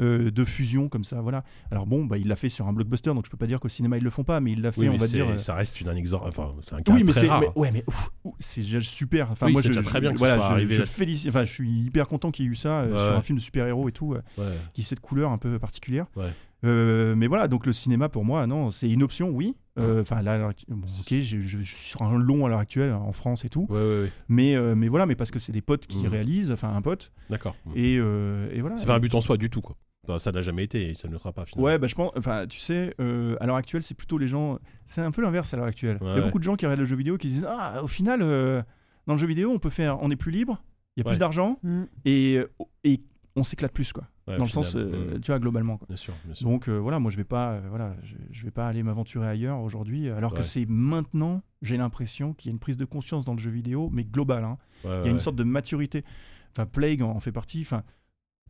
[SPEAKER 5] euh, de fusion comme ça voilà alors bon bah il l'a fait sur un blockbuster donc je peux pas dire qu'au cinéma ils le font pas mais il l'a fait
[SPEAKER 2] Oui,
[SPEAKER 5] on
[SPEAKER 2] mais
[SPEAKER 5] va
[SPEAKER 2] c'est-
[SPEAKER 5] dire euh,
[SPEAKER 2] ça reste une, un exemple. Enfin, c'est un cas
[SPEAKER 5] Ah oui, mais
[SPEAKER 2] très
[SPEAKER 5] c'est
[SPEAKER 2] rare.
[SPEAKER 5] mais- ouais, mais ouf, ouf, c'est déjà super. Enfin,
[SPEAKER 2] Oui,
[SPEAKER 5] moi,
[SPEAKER 2] c'est
[SPEAKER 5] je
[SPEAKER 2] déjà très bien que ce
[SPEAKER 5] voilà,
[SPEAKER 2] soit
[SPEAKER 5] je,
[SPEAKER 2] arrivé
[SPEAKER 5] je
[SPEAKER 2] là-
[SPEAKER 5] félici- Enfin, je suis hyper content qu'il y ait eu ça euh,
[SPEAKER 2] Ouais,
[SPEAKER 5] sur
[SPEAKER 2] ouais.
[SPEAKER 5] un film de super-héros et tout, euh,
[SPEAKER 2] Ouais.
[SPEAKER 5] qui ait cette couleur un peu particulière.
[SPEAKER 2] Ouais.
[SPEAKER 5] Euh, mais voilà, donc le cinéma pour moi, non, c'est une option, oui. Euh, Enfin, là, à l'heure actu- bon, ok, je, je- je suis sur un long à l'heure actuelle en France et tout,
[SPEAKER 2] Ouais, ouais, ouais.
[SPEAKER 5] mais euh, mais voilà, mais parce que c'est des potes qui
[SPEAKER 2] Mm.
[SPEAKER 5] réalisent, enfin un pote,
[SPEAKER 2] D'accord. Mm.
[SPEAKER 5] et, euh, et voilà.
[SPEAKER 2] C'est pas un but en soi du tout, quoi. Enfin, ça n'a jamais été et ça ne le sera pas finalement.
[SPEAKER 5] Ouais, bah je pense, enfin, tu sais, euh, à l'heure actuelle, c'est plutôt les gens. C'est un peu l'inverse à l'heure actuelle. Il y
[SPEAKER 2] Ouais.
[SPEAKER 5] a beaucoup de gens qui regardent le jeu vidéo qui disent Ah, au final, euh, dans le jeu vidéo, on peut faire. On est plus libre, il y a
[SPEAKER 2] Ouais.
[SPEAKER 5] plus d'argent
[SPEAKER 6] Mm.
[SPEAKER 5] et, et on s'éclate plus, quoi.
[SPEAKER 2] Ouais,
[SPEAKER 5] dans
[SPEAKER 2] au
[SPEAKER 5] le sens,
[SPEAKER 2] final.
[SPEAKER 5] euh,
[SPEAKER 2] Mm.
[SPEAKER 5] tu vois, globalement. Quoi.
[SPEAKER 2] Bien sûr, bien sûr.
[SPEAKER 5] Donc euh, voilà, moi je vais pas, euh, voilà, je, je vais pas aller m'aventurer ailleurs aujourd'hui, euh, alors
[SPEAKER 2] Ouais.
[SPEAKER 5] que c'est maintenant, j'ai l'impression qu'il y a une prise de conscience dans le jeu vidéo, mais globale. hein.
[SPEAKER 2] Ouais,
[SPEAKER 5] Il y
[SPEAKER 2] ouais,
[SPEAKER 5] a une
[SPEAKER 2] ouais.
[SPEAKER 5] sorte de maturité. Enfin, Plague en fait partie. Enfin,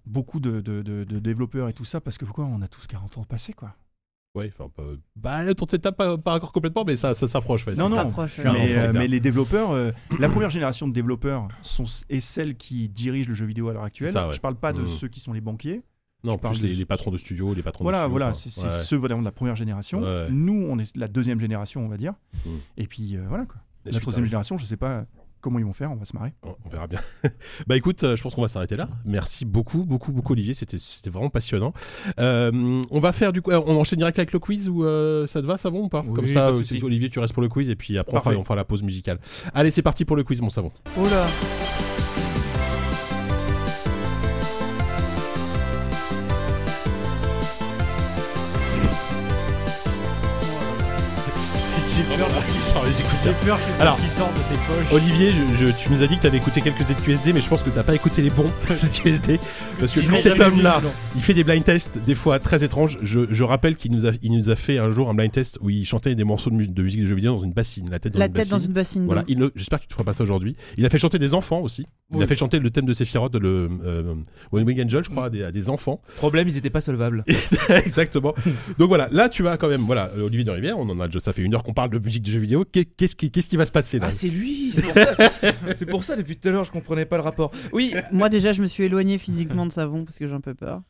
[SPEAKER 5] beaucoup de, de- de- de développeurs et tout ça, parce que pourquoi on a tous 40 ans passés, quoi.
[SPEAKER 2] Ouais, enfin, pas- bah, ton de étape, pas, pas encore complètement, mais ça, ça s'approche. ouais,
[SPEAKER 5] Non,
[SPEAKER 2] c'est
[SPEAKER 5] non,
[SPEAKER 2] ça.
[SPEAKER 6] T'approches,
[SPEAKER 2] suis un
[SPEAKER 6] ouais.
[SPEAKER 5] mais,
[SPEAKER 2] enfant, c'est
[SPEAKER 5] euh,
[SPEAKER 2] clair.
[SPEAKER 5] mais les développeurs, euh, la première génération de développeurs sont, est celle qui dirige le jeu vidéo à l'heure actuelle.
[SPEAKER 2] C'est ça, ouais.
[SPEAKER 5] Je parle pas de
[SPEAKER 2] Mhm.
[SPEAKER 5] ceux qui sont les banquiers.
[SPEAKER 2] Non,
[SPEAKER 5] je parle
[SPEAKER 2] plus les,
[SPEAKER 5] de-
[SPEAKER 2] les patrons de studio, les patrons
[SPEAKER 5] voilà,
[SPEAKER 2] de studio,
[SPEAKER 5] voilà,
[SPEAKER 2] enfin,
[SPEAKER 5] c'est c'est
[SPEAKER 2] ouais.
[SPEAKER 5] ceux vraiment de la première génération.
[SPEAKER 2] Ouais.
[SPEAKER 5] Nous, on est la deuxième génération, on va dire.
[SPEAKER 2] Mhm.
[SPEAKER 5] Et puis euh, voilà quoi.
[SPEAKER 2] Et
[SPEAKER 5] la
[SPEAKER 2] suite,
[SPEAKER 5] troisième
[SPEAKER 2] hein.
[SPEAKER 5] génération, je sais pas comment ils vont faire, on va se marrer.
[SPEAKER 2] Oh, On on verra bien. bah écoute, euh, je pense qu'on va s'arrêter là. Merci beaucoup, beaucoup, beaucoup Olivier. C'était, c'était vraiment passionnant. Euh, on va faire du coup, euh, on enchaîne direct avec le quiz ou euh, ça te va, ça va ou pas
[SPEAKER 4] Oui,
[SPEAKER 2] Comme ça,
[SPEAKER 4] pas de
[SPEAKER 2] euh,
[SPEAKER 4] souci.
[SPEAKER 2] c'est- Olivier, tu restes pour le quiz et puis après on fera,
[SPEAKER 5] Parfait.
[SPEAKER 2] on fera la pause musicale. Allez, c'est parti pour le quiz, mon savon.
[SPEAKER 6] Oh là
[SPEAKER 3] J'ai peur que
[SPEAKER 2] Alors,
[SPEAKER 3] ce qui sort de ses poches.
[SPEAKER 2] Olivier, je- je- tu nous as dit que tu avais écouté quelques ZQSD, mais je pense que t'as pas écouté les bons ZQSD. Parce que
[SPEAKER 3] Sinon,
[SPEAKER 2] cet
[SPEAKER 3] jamais
[SPEAKER 2] homme-là,
[SPEAKER 3] sinon.
[SPEAKER 2] il fait des blind tests, des fois très étranges. Je, je rappelle qu'il nous, a- il nous a fait un jour un blind test où il chantait des morceaux de, mu- de musique de jeux vidéo dans une bassine, la tête dans
[SPEAKER 6] La
[SPEAKER 2] une
[SPEAKER 6] tête
[SPEAKER 2] bassine.
[SPEAKER 6] dans une bassine
[SPEAKER 2] Voilà,
[SPEAKER 6] d'eau.
[SPEAKER 2] il ne- j'espère qu'il ne fera pas ça aujourd'hui. Il a fait chanter des enfants aussi. Il
[SPEAKER 4] Oui.
[SPEAKER 2] a fait chanter le thème de Sephiroth, le euh, One Wing Angel, je crois, à des, à des enfants.
[SPEAKER 4] Problème, ils étaient pas solvables.
[SPEAKER 2] Exactement. Donc voilà, là tu vas quand même, voilà, Olivier de Rivière, on en a déjà, ça fait une heure qu'on parle de musique de jeux vidéo. Qu'est- Qu'est-ce qui, qu'est-ce qui va se passer là
[SPEAKER 4] Ah, c'est lui, c'est pour ça. c'est pour ça, depuis tout à l'heure, je comprenais pas le rapport. Oui,
[SPEAKER 6] Moi déjà je me suis éloigné physiquement de savon parce que j'ai un peu peur.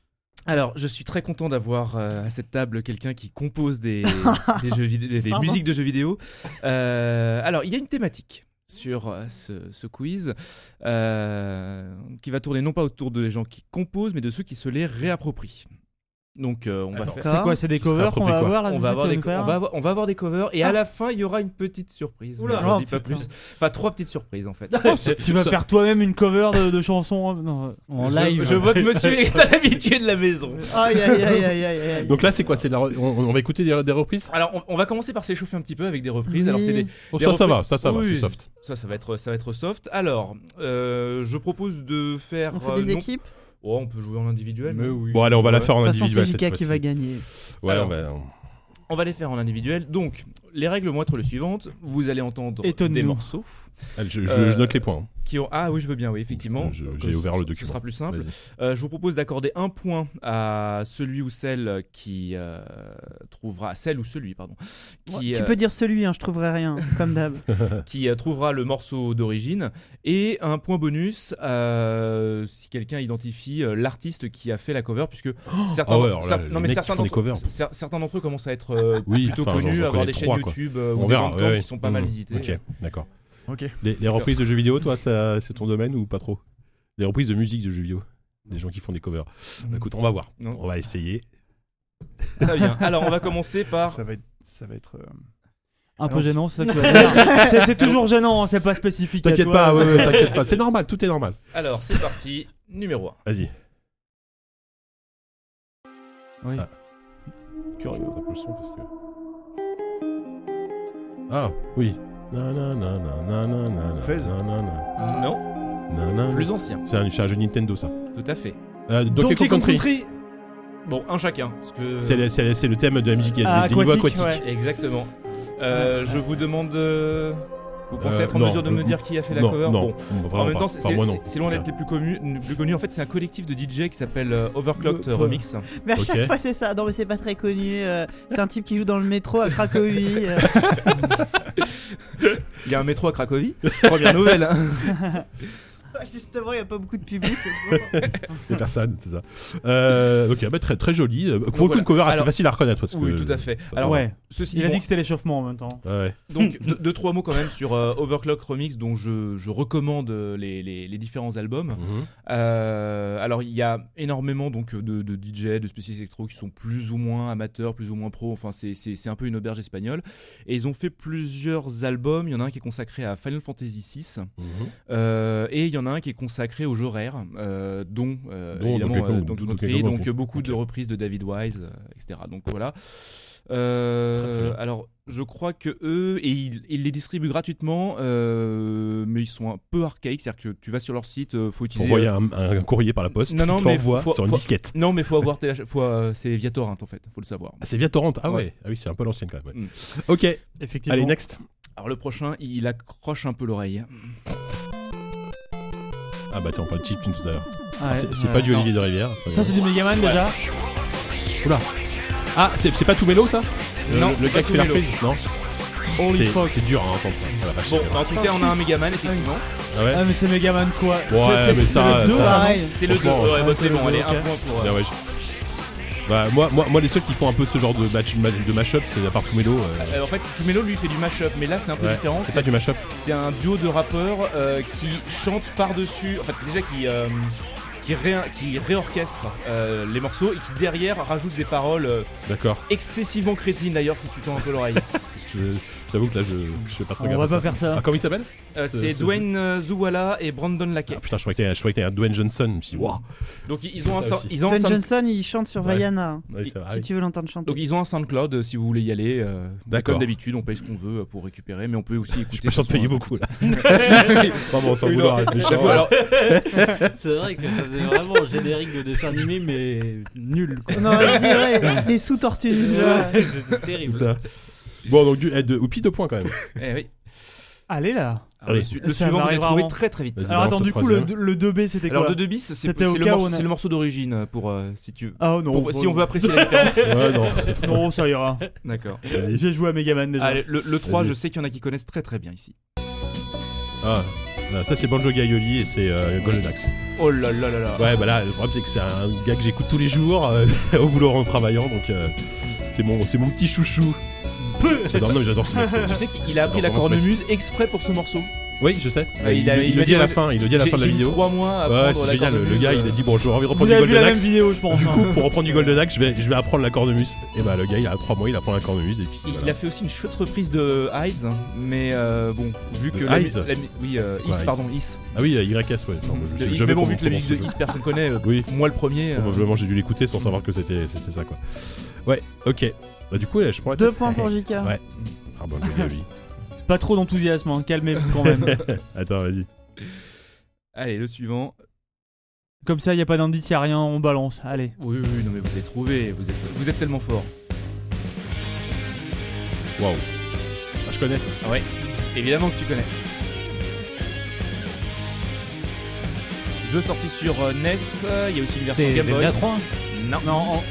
[SPEAKER 4] Alors, je suis très content d'avoir euh, à cette table quelqu'un qui compose des, des jeux vidéo- des- des
[SPEAKER 6] Pardon.
[SPEAKER 4] musiques de jeux vidéo. Euh, alors, il y a une thématique sur euh, ce, ce quiz euh, qui va tourner non pas autour des gens qui composent, mais de ceux qui se les réapproprient. Donc, euh, on va
[SPEAKER 2] D'accord.
[SPEAKER 4] faire.
[SPEAKER 3] C'est quoi C'est des
[SPEAKER 2] Qui se
[SPEAKER 3] covers qu'on va
[SPEAKER 2] réapproprie
[SPEAKER 3] avoir là
[SPEAKER 4] on
[SPEAKER 3] Ah, c'est
[SPEAKER 4] va,
[SPEAKER 3] ça
[SPEAKER 4] avoir
[SPEAKER 3] que
[SPEAKER 4] des
[SPEAKER 3] tu
[SPEAKER 4] co-
[SPEAKER 3] vas
[SPEAKER 4] on, va
[SPEAKER 3] nous faire Ah.
[SPEAKER 4] avoir, on va avoir des covers et à la fin il y aura une petite surprise. mais
[SPEAKER 3] Oula.
[SPEAKER 4] je ne
[SPEAKER 6] Oh,
[SPEAKER 4] dis pas
[SPEAKER 6] putain.
[SPEAKER 4] plus. Enfin trois petites surprises en fait.
[SPEAKER 3] Tu vas faire toi-même une cover de, de chanson hein Non, euh,
[SPEAKER 7] En
[SPEAKER 4] Je-
[SPEAKER 7] live.
[SPEAKER 4] Je, vois que Monsieur est un habitué de la maison.
[SPEAKER 6] Aïe, aïe, aïe, aïe, aïe, aïe.
[SPEAKER 2] Donc là, c'est quoi C'est de la re- on, on va écouter des, des reprises
[SPEAKER 4] Alors on, on va commencer par s'échauffer un petit peu avec des reprises. Alors c'est des,
[SPEAKER 2] Oh,
[SPEAKER 4] Des
[SPEAKER 2] Ça, ça
[SPEAKER 4] reprises.
[SPEAKER 2] va, ça, ça va,
[SPEAKER 4] Oui.
[SPEAKER 2] c'est soft.
[SPEAKER 4] Ça, ça va être, ça va être soft. Alors, euh, je propose de faire.
[SPEAKER 6] On
[SPEAKER 4] euh,
[SPEAKER 6] fait des
[SPEAKER 4] non-
[SPEAKER 6] équipes.
[SPEAKER 4] Oh, on peut jouer en individuel.
[SPEAKER 7] Mais oui.
[SPEAKER 2] Bon, allez, on va la
[SPEAKER 4] Ouais.
[SPEAKER 2] faire en
[SPEAKER 6] De toute façon, c'est
[SPEAKER 2] individuel.
[SPEAKER 6] Jika
[SPEAKER 2] cette
[SPEAKER 6] qui va
[SPEAKER 2] fois-ci.
[SPEAKER 6] gagner.
[SPEAKER 2] Ouais,
[SPEAKER 4] Alors.
[SPEAKER 2] on va.
[SPEAKER 4] On va les faire en individuel. Donc, les règles vont être les suivantes. Vous allez entendre
[SPEAKER 3] Étonne-nous.
[SPEAKER 4] des morceaux
[SPEAKER 2] Allez, Je, je-
[SPEAKER 4] Euh,
[SPEAKER 2] je note les points. hein.
[SPEAKER 4] qui ont. Ah oui, je veux bien. Oui, effectivement.
[SPEAKER 2] Je-
[SPEAKER 4] Donc,
[SPEAKER 2] j'ai
[SPEAKER 4] ce-
[SPEAKER 2] ouvert le
[SPEAKER 4] ce-
[SPEAKER 2] document.
[SPEAKER 4] Ce sera plus simple.
[SPEAKER 2] Vas-y.
[SPEAKER 4] Euh, je vous propose d'accorder un point à celui ou celle qui euh, trouvera celle ou celui, pardon, qui,
[SPEAKER 6] Tu
[SPEAKER 4] euh,
[SPEAKER 6] peux dire celui, hein, je trouverai rien, comme d'hab.
[SPEAKER 4] qui euh, trouvera le morceau d'origine et un point bonus euh, si quelqu'un identifie euh, l'artiste qui a fait la cover puisque certains
[SPEAKER 2] Ah ouais,
[SPEAKER 4] d'en-
[SPEAKER 2] alors là,
[SPEAKER 4] cer-
[SPEAKER 2] les
[SPEAKER 4] non, mais
[SPEAKER 2] mecs qui
[SPEAKER 4] certains
[SPEAKER 2] font des
[SPEAKER 4] d'entre-
[SPEAKER 2] covers.
[SPEAKER 4] cer- certains d'entre eux commencent à être euh,
[SPEAKER 2] Oui,
[SPEAKER 4] plutôt
[SPEAKER 2] enfin, j'en-
[SPEAKER 4] connus
[SPEAKER 2] j'en
[SPEAKER 4] avoir des
[SPEAKER 2] connais
[SPEAKER 4] chaînes
[SPEAKER 2] trois, quoi.
[SPEAKER 4] YouTube euh, ou
[SPEAKER 2] On
[SPEAKER 4] des
[SPEAKER 2] verra.
[SPEAKER 4] bandcamps
[SPEAKER 2] ouais, ouais.
[SPEAKER 4] qui sont pas mal
[SPEAKER 2] Mhm.
[SPEAKER 4] visités
[SPEAKER 2] Ok, d'accord.
[SPEAKER 5] Ok.
[SPEAKER 2] Les, les reprises de jeux vidéo, toi, ça, c'est ton domaine ou pas trop Les reprises de musique de jeux vidéo les gens qui font des covers. Bah, écoute, on va voir.
[SPEAKER 4] Mmh. Non.
[SPEAKER 2] On va essayer.
[SPEAKER 4] très bien alors on va commencer par
[SPEAKER 5] Ça va être. Ça va être euh,
[SPEAKER 3] Un peu
[SPEAKER 5] Alors,
[SPEAKER 3] gênant, c'est ça que tu vas dire. C'est- C'est toujours gênant, hein, c'est pas spécifique. à
[SPEAKER 2] T'inquiète
[SPEAKER 3] toi.
[SPEAKER 2] pas, ouais,
[SPEAKER 4] euh,
[SPEAKER 2] ouais, t'inquiète pas. C'est normal, tout est normal.
[SPEAKER 4] alors c'est parti numéro 1
[SPEAKER 2] Vas-y.
[SPEAKER 3] Oui.
[SPEAKER 2] Ah. Je tape le son parce que- Ah, oui. Nanana, nanana, nanana,
[SPEAKER 5] Fez.
[SPEAKER 2] nanana,
[SPEAKER 4] non
[SPEAKER 2] nanana.
[SPEAKER 4] plus ancien
[SPEAKER 2] C'est un, c'est un jeu Nintendo, ça.
[SPEAKER 4] tout à fait
[SPEAKER 2] Euh, Donkey Kong Country.
[SPEAKER 4] bon un chacun parce que
[SPEAKER 2] C'est le, c'est le- c'est le thème de la musique des-
[SPEAKER 3] Ah,
[SPEAKER 2] des niveaux
[SPEAKER 3] aquatique,
[SPEAKER 2] aquatiques.
[SPEAKER 3] ouais.
[SPEAKER 4] exactement Euh, je vous demande euh, vous pensez
[SPEAKER 2] Euh,
[SPEAKER 4] être en
[SPEAKER 2] non,
[SPEAKER 4] mesure de
[SPEAKER 2] le-
[SPEAKER 4] me dire qui a fait la
[SPEAKER 2] Non,
[SPEAKER 4] cover
[SPEAKER 2] non,
[SPEAKER 4] Bon,
[SPEAKER 2] vraiment
[SPEAKER 4] en même
[SPEAKER 2] pas.
[SPEAKER 4] temps, c'est
[SPEAKER 2] Enfin, moi, non.
[SPEAKER 4] c'est- c'est loin d'être les plus, communs- les plus connus. En fait, c'est un collectif de DJ qui s'appelle euh, Overclocked
[SPEAKER 3] Le-
[SPEAKER 4] Remix.
[SPEAKER 6] Mais à
[SPEAKER 2] Ok.
[SPEAKER 6] chaque fois, c'est ça. Non, mais c'est pas très connu. euh, c'est un type qui joue dans le métro à Cracovie. euh.
[SPEAKER 4] Il y a un métro à Cracovie. Première nouvelle. hein.
[SPEAKER 6] Justement, il n'y a pas beaucoup de public.
[SPEAKER 2] C'est personne, c'est ça. Euh, ok, bah, très, très joli. Euh, Pour le coup,
[SPEAKER 4] voilà.
[SPEAKER 2] une cover assez
[SPEAKER 4] Alors-
[SPEAKER 2] facile à reconnaître. Parce
[SPEAKER 4] oui,
[SPEAKER 2] que-
[SPEAKER 4] tout à fait.
[SPEAKER 2] ça
[SPEAKER 4] Alors,
[SPEAKER 2] va.
[SPEAKER 3] Ouais.
[SPEAKER 4] Ceci
[SPEAKER 3] Il a
[SPEAKER 4] bon,
[SPEAKER 3] dit que c'était l'échauffement en même temps.
[SPEAKER 2] Ouais, ouais.
[SPEAKER 4] donc deux, deux, trois mots quand même sur euh, Overclock Remix, dont je, je recommande euh, les, les- les différents albums.
[SPEAKER 2] Mhm.
[SPEAKER 4] Euh, alors, il y a énormément donc de, de DJ, de spécialistes électro qui sont plus ou moins amateurs, plus ou moins pros. Enfin, c'est- c'est c'est un peu une auberge espagnole. Et ils ont fait plusieurs albums. Il y en a un qui est consacré à Final Fantasy VI.
[SPEAKER 2] Mhm.
[SPEAKER 4] Euh, et il y en a un qui est consacré aux jeux rares, euh, dont, euh,
[SPEAKER 2] Dont
[SPEAKER 4] évidemment,
[SPEAKER 2] Donkey Kong,
[SPEAKER 4] euh, Donkey
[SPEAKER 2] Donkey
[SPEAKER 4] Kong
[SPEAKER 2] Kong,
[SPEAKER 4] Country, donc
[SPEAKER 2] ok.
[SPEAKER 4] euh, beaucoup de
[SPEAKER 2] Ok.
[SPEAKER 4] reprises de David Wise, euh, etc. Donc voilà. Euh,
[SPEAKER 2] Très, très bien.
[SPEAKER 4] alors, je crois que eux, et ils, ils les distribuent gratuitement, euh, mais ils sont un peu archaïques, c'est-à-dire que tu vas sur leur site, euh, faut
[SPEAKER 2] Pour
[SPEAKER 4] utiliser.
[SPEAKER 2] envoyer un, un courrier par la poste,
[SPEAKER 4] Non, non,
[SPEAKER 2] tu
[SPEAKER 4] mais
[SPEAKER 2] l'envoies
[SPEAKER 4] faut-
[SPEAKER 2] sur une
[SPEAKER 4] faut-
[SPEAKER 2] disquette.
[SPEAKER 4] Non, mais faut avoir télé- faut, euh, c'est via torrent en fait, faut le savoir.
[SPEAKER 2] Ah, c'est via Torrent. Ah ouais.
[SPEAKER 4] Ouais.
[SPEAKER 2] Ah oui, c'est un peu l'ancienne quand même. ouais.
[SPEAKER 4] Mm.
[SPEAKER 2] Ok,
[SPEAKER 3] Effectivement.
[SPEAKER 2] allez, next.
[SPEAKER 4] Alors le prochain, il accroche un peu l'oreille.
[SPEAKER 2] Ah bah attends, on parle de Chiptune tout à l'heure.
[SPEAKER 3] Ouais.
[SPEAKER 2] Ah, C'est c'est pas du
[SPEAKER 3] Non.
[SPEAKER 2] Olivier de Rivière.
[SPEAKER 3] Ça, c'est du Megaman déjà.
[SPEAKER 2] Ah, c'est c'est pas tout mélo ça Le-
[SPEAKER 4] Non,
[SPEAKER 2] le
[SPEAKER 4] c'est
[SPEAKER 2] gars
[SPEAKER 4] pas
[SPEAKER 2] qui fait la
[SPEAKER 4] Toumélo.
[SPEAKER 2] reprise Non,
[SPEAKER 3] Holy
[SPEAKER 2] c'est
[SPEAKER 3] fuck.
[SPEAKER 2] c'est dur à entendre ça. Ah la vache,
[SPEAKER 4] Bon, hein.
[SPEAKER 2] c'est-
[SPEAKER 4] en tout cas, on a un Megaman effectivement.
[SPEAKER 2] Ah ouais
[SPEAKER 3] Ah, mais c'est Megaman quoi
[SPEAKER 2] Ouais, mais ça,
[SPEAKER 3] le deux,
[SPEAKER 2] ça-
[SPEAKER 3] ça, non
[SPEAKER 4] C'est le 2.
[SPEAKER 2] Franchement,
[SPEAKER 4] Ouais,
[SPEAKER 3] ouais.
[SPEAKER 4] bah, c'est bon, allez, un
[SPEAKER 3] Ok.
[SPEAKER 4] point pour. euh,
[SPEAKER 2] Bien, ouais, je- Bah, moi, moi, moi, les seuls qui font un peu ce genre de match de mashup, c'est à part tout mélo. euh,
[SPEAKER 4] Euh, en fait, Tumelo lui fait du mashup, mais là c'est un peu
[SPEAKER 2] ouais.
[SPEAKER 4] différent.
[SPEAKER 2] C'est
[SPEAKER 4] C'est-
[SPEAKER 2] pas du mashup.
[SPEAKER 4] C'est un duo de rappeurs euh, qui chantent par-dessus, en fait déjà qui, euh, qui, ré- qui réorchestrent euh, les morceaux et qui derrière rajoutent des paroles euh,
[SPEAKER 2] D'accord.
[SPEAKER 4] excessivement crétines d'ailleurs si tu tends un peu l'oreille.
[SPEAKER 2] Je- J'avoue que là, je, je fais pas trop
[SPEAKER 3] On
[SPEAKER 2] gaffe
[SPEAKER 3] va
[SPEAKER 2] à
[SPEAKER 3] pas
[SPEAKER 2] ça.
[SPEAKER 3] faire
[SPEAKER 2] Ah,
[SPEAKER 3] ça.
[SPEAKER 2] comment il s'appelle
[SPEAKER 4] Euh,
[SPEAKER 2] C'est-
[SPEAKER 4] c'est
[SPEAKER 2] c'est-
[SPEAKER 4] Dwayne euh, Zuwala et Brandon Lackey.
[SPEAKER 2] Ah, Putain, je croyais que t'allais- je croyais que t'allais dire Dwayne Johnson. Je me suis dit, waouh.
[SPEAKER 4] Donc ils ont un
[SPEAKER 2] Ça
[SPEAKER 4] sor-
[SPEAKER 2] aussi.
[SPEAKER 4] ils ont un
[SPEAKER 6] John
[SPEAKER 4] sound-
[SPEAKER 6] Johnson, il chante sur
[SPEAKER 2] Ouais.
[SPEAKER 6] Rihanna.
[SPEAKER 2] Ouais, c'est vrai.
[SPEAKER 6] Si tu veux l'entendre chanter.
[SPEAKER 4] donc ils ont un SoundCloud euh, si vous voulez y aller. euh,
[SPEAKER 2] D'accord.
[SPEAKER 4] comme d'habitude, on paye ce qu'on veut euh, pour récupérer, mais on peut aussi écouter.
[SPEAKER 2] Je suis pas sûr de payer beaucoup là. Ah Vraiment, sans
[SPEAKER 4] Oui, non.
[SPEAKER 2] vouloir être méchant.
[SPEAKER 4] J'avoue, alors,
[SPEAKER 7] C'est vrai que ça faisait vraiment un générique de dessin animé, mais nul. quoi.
[SPEAKER 6] Non, vas-y, ouais, les sous-tortues ninja.
[SPEAKER 7] Ouais, C'était
[SPEAKER 2] C'est
[SPEAKER 7] terrible.
[SPEAKER 2] ça. Bon, donc, du, eh, de, Oupi, deux points quand même.
[SPEAKER 4] eh oui.
[SPEAKER 3] Allez là
[SPEAKER 4] Alors,
[SPEAKER 2] Allez.
[SPEAKER 4] le, su- le
[SPEAKER 3] Ça
[SPEAKER 4] suivant, vous allez
[SPEAKER 3] m'arrive
[SPEAKER 4] trouver
[SPEAKER 3] rarement.
[SPEAKER 4] très très vite.
[SPEAKER 2] Ah Vas-y,
[SPEAKER 3] Alors
[SPEAKER 2] balance
[SPEAKER 3] attends,
[SPEAKER 2] le
[SPEAKER 3] du coup, le,
[SPEAKER 2] troisième.
[SPEAKER 3] le 2B c'était quoi
[SPEAKER 4] Alors de 2 bis, c'est
[SPEAKER 3] C'était
[SPEAKER 4] c'est
[SPEAKER 3] au
[SPEAKER 4] le,
[SPEAKER 3] cas
[SPEAKER 4] morceau-
[SPEAKER 3] où on a-
[SPEAKER 4] c'est le morceau d'origine euh, pour euh, si tu
[SPEAKER 3] Ah oh, non.
[SPEAKER 4] pour-
[SPEAKER 3] bon,
[SPEAKER 4] si on
[SPEAKER 3] bon.
[SPEAKER 4] veut apprécier la différence.
[SPEAKER 2] Ouais, non.
[SPEAKER 3] Non, ça ira.
[SPEAKER 4] D'accord.
[SPEAKER 2] Vas-y.
[SPEAKER 3] J'ai joué à Megaman déjà.
[SPEAKER 4] Allez, le, le 3,
[SPEAKER 2] Vas-y.
[SPEAKER 4] je sais qu'il y en a qui connaissent très très bien ici.
[SPEAKER 2] Ah, là, ça c'est Banjo Gaioli et c'est euh, Golden Axe.
[SPEAKER 4] Oh là là là là.
[SPEAKER 2] Ouais, bah là, le problème c'est que c'est un gars que j'écoute tous les jours euh, au boulot en travaillant, donc euh, c'est mon, c'est mon petit chouchou. J'adore, non, mais j'adore ce mec, c'est-
[SPEAKER 4] Tu sais qu'il a appris
[SPEAKER 2] Non,
[SPEAKER 4] la
[SPEAKER 2] vraiment, je
[SPEAKER 4] cornemuse exprès pour ce morceau.
[SPEAKER 2] Oui, je sais.
[SPEAKER 4] Ouais, il
[SPEAKER 2] il,
[SPEAKER 4] a-
[SPEAKER 2] le-
[SPEAKER 4] il
[SPEAKER 2] il le
[SPEAKER 4] m'a
[SPEAKER 2] dit à
[SPEAKER 4] dit,
[SPEAKER 2] la
[SPEAKER 4] ouais,
[SPEAKER 2] fin, il le dit à la
[SPEAKER 4] J'ai-
[SPEAKER 2] fin de la
[SPEAKER 4] j'ai mis
[SPEAKER 2] vidéo.
[SPEAKER 4] trois mois à
[SPEAKER 2] Ouais,
[SPEAKER 4] prendre
[SPEAKER 2] c'est
[SPEAKER 4] la
[SPEAKER 2] génial. Le, le
[SPEAKER 4] cornemuse,
[SPEAKER 2] gars,
[SPEAKER 4] euh,
[SPEAKER 2] il a dit bon, je vais envie de
[SPEAKER 3] Vous
[SPEAKER 2] reprendre du
[SPEAKER 3] avez vu
[SPEAKER 2] Golden
[SPEAKER 3] la même
[SPEAKER 2] Axe.
[SPEAKER 3] vidéo, je pense.
[SPEAKER 2] Du
[SPEAKER 3] hein.
[SPEAKER 2] coup, pour reprendre du Golden Axe, je vais, je vais apprendre la cornemuse. Et bah, le gars, il a 3 mois, il apprend la cornemuse. Et puis,
[SPEAKER 4] Il
[SPEAKER 2] voilà.
[SPEAKER 4] a fait aussi une chouette reprise de Eyes, mais euh, bon, vu
[SPEAKER 2] De
[SPEAKER 4] que. la mu-
[SPEAKER 2] Eyes
[SPEAKER 4] la mu- Oui, euh,
[SPEAKER 2] C'est quoi,
[SPEAKER 4] Is,
[SPEAKER 2] Eyes
[SPEAKER 4] pardon, Is.
[SPEAKER 2] Ah oui, euh, YS, ouais. Non, moi, je
[SPEAKER 4] De
[SPEAKER 2] sais
[SPEAKER 4] Is,
[SPEAKER 2] jamais
[SPEAKER 4] mais bon,
[SPEAKER 2] comment
[SPEAKER 4] vu que la
[SPEAKER 2] on
[SPEAKER 4] musique de
[SPEAKER 2] prononce le
[SPEAKER 4] Is,
[SPEAKER 2] jeu.
[SPEAKER 4] personne connaît, euh,
[SPEAKER 2] Oui,
[SPEAKER 4] moi le premier. euh,
[SPEAKER 2] probablement, j'ai dû l'écouter sans savoir que c'était c'était ça, quoi. Ouais, ok. Bah, du coup, là, je pourrais.
[SPEAKER 6] Deux points pour JK.
[SPEAKER 2] Ouais. Ah, bon, le gars, lui.
[SPEAKER 3] Pas trop d'enthousiasme, hein, calmez-vous quand même.
[SPEAKER 2] Attends, vas-y.
[SPEAKER 4] Allez, le suivant.
[SPEAKER 3] Comme ça, il n'y a pas d'indice, il a rien, on balance. Allez.
[SPEAKER 4] Oui, oui, oui, non, mais vous avez trouvé, vous êtes, vous êtes tellement fort.
[SPEAKER 2] Waouh. Ah, je connais ça.
[SPEAKER 4] Ouais, évidemment que tu connais. Jeu sorti sur euh, NES, euh, il y a aussi une version
[SPEAKER 8] C'est
[SPEAKER 4] Game Boy.
[SPEAKER 8] Zelda 3
[SPEAKER 4] Non.
[SPEAKER 3] Non,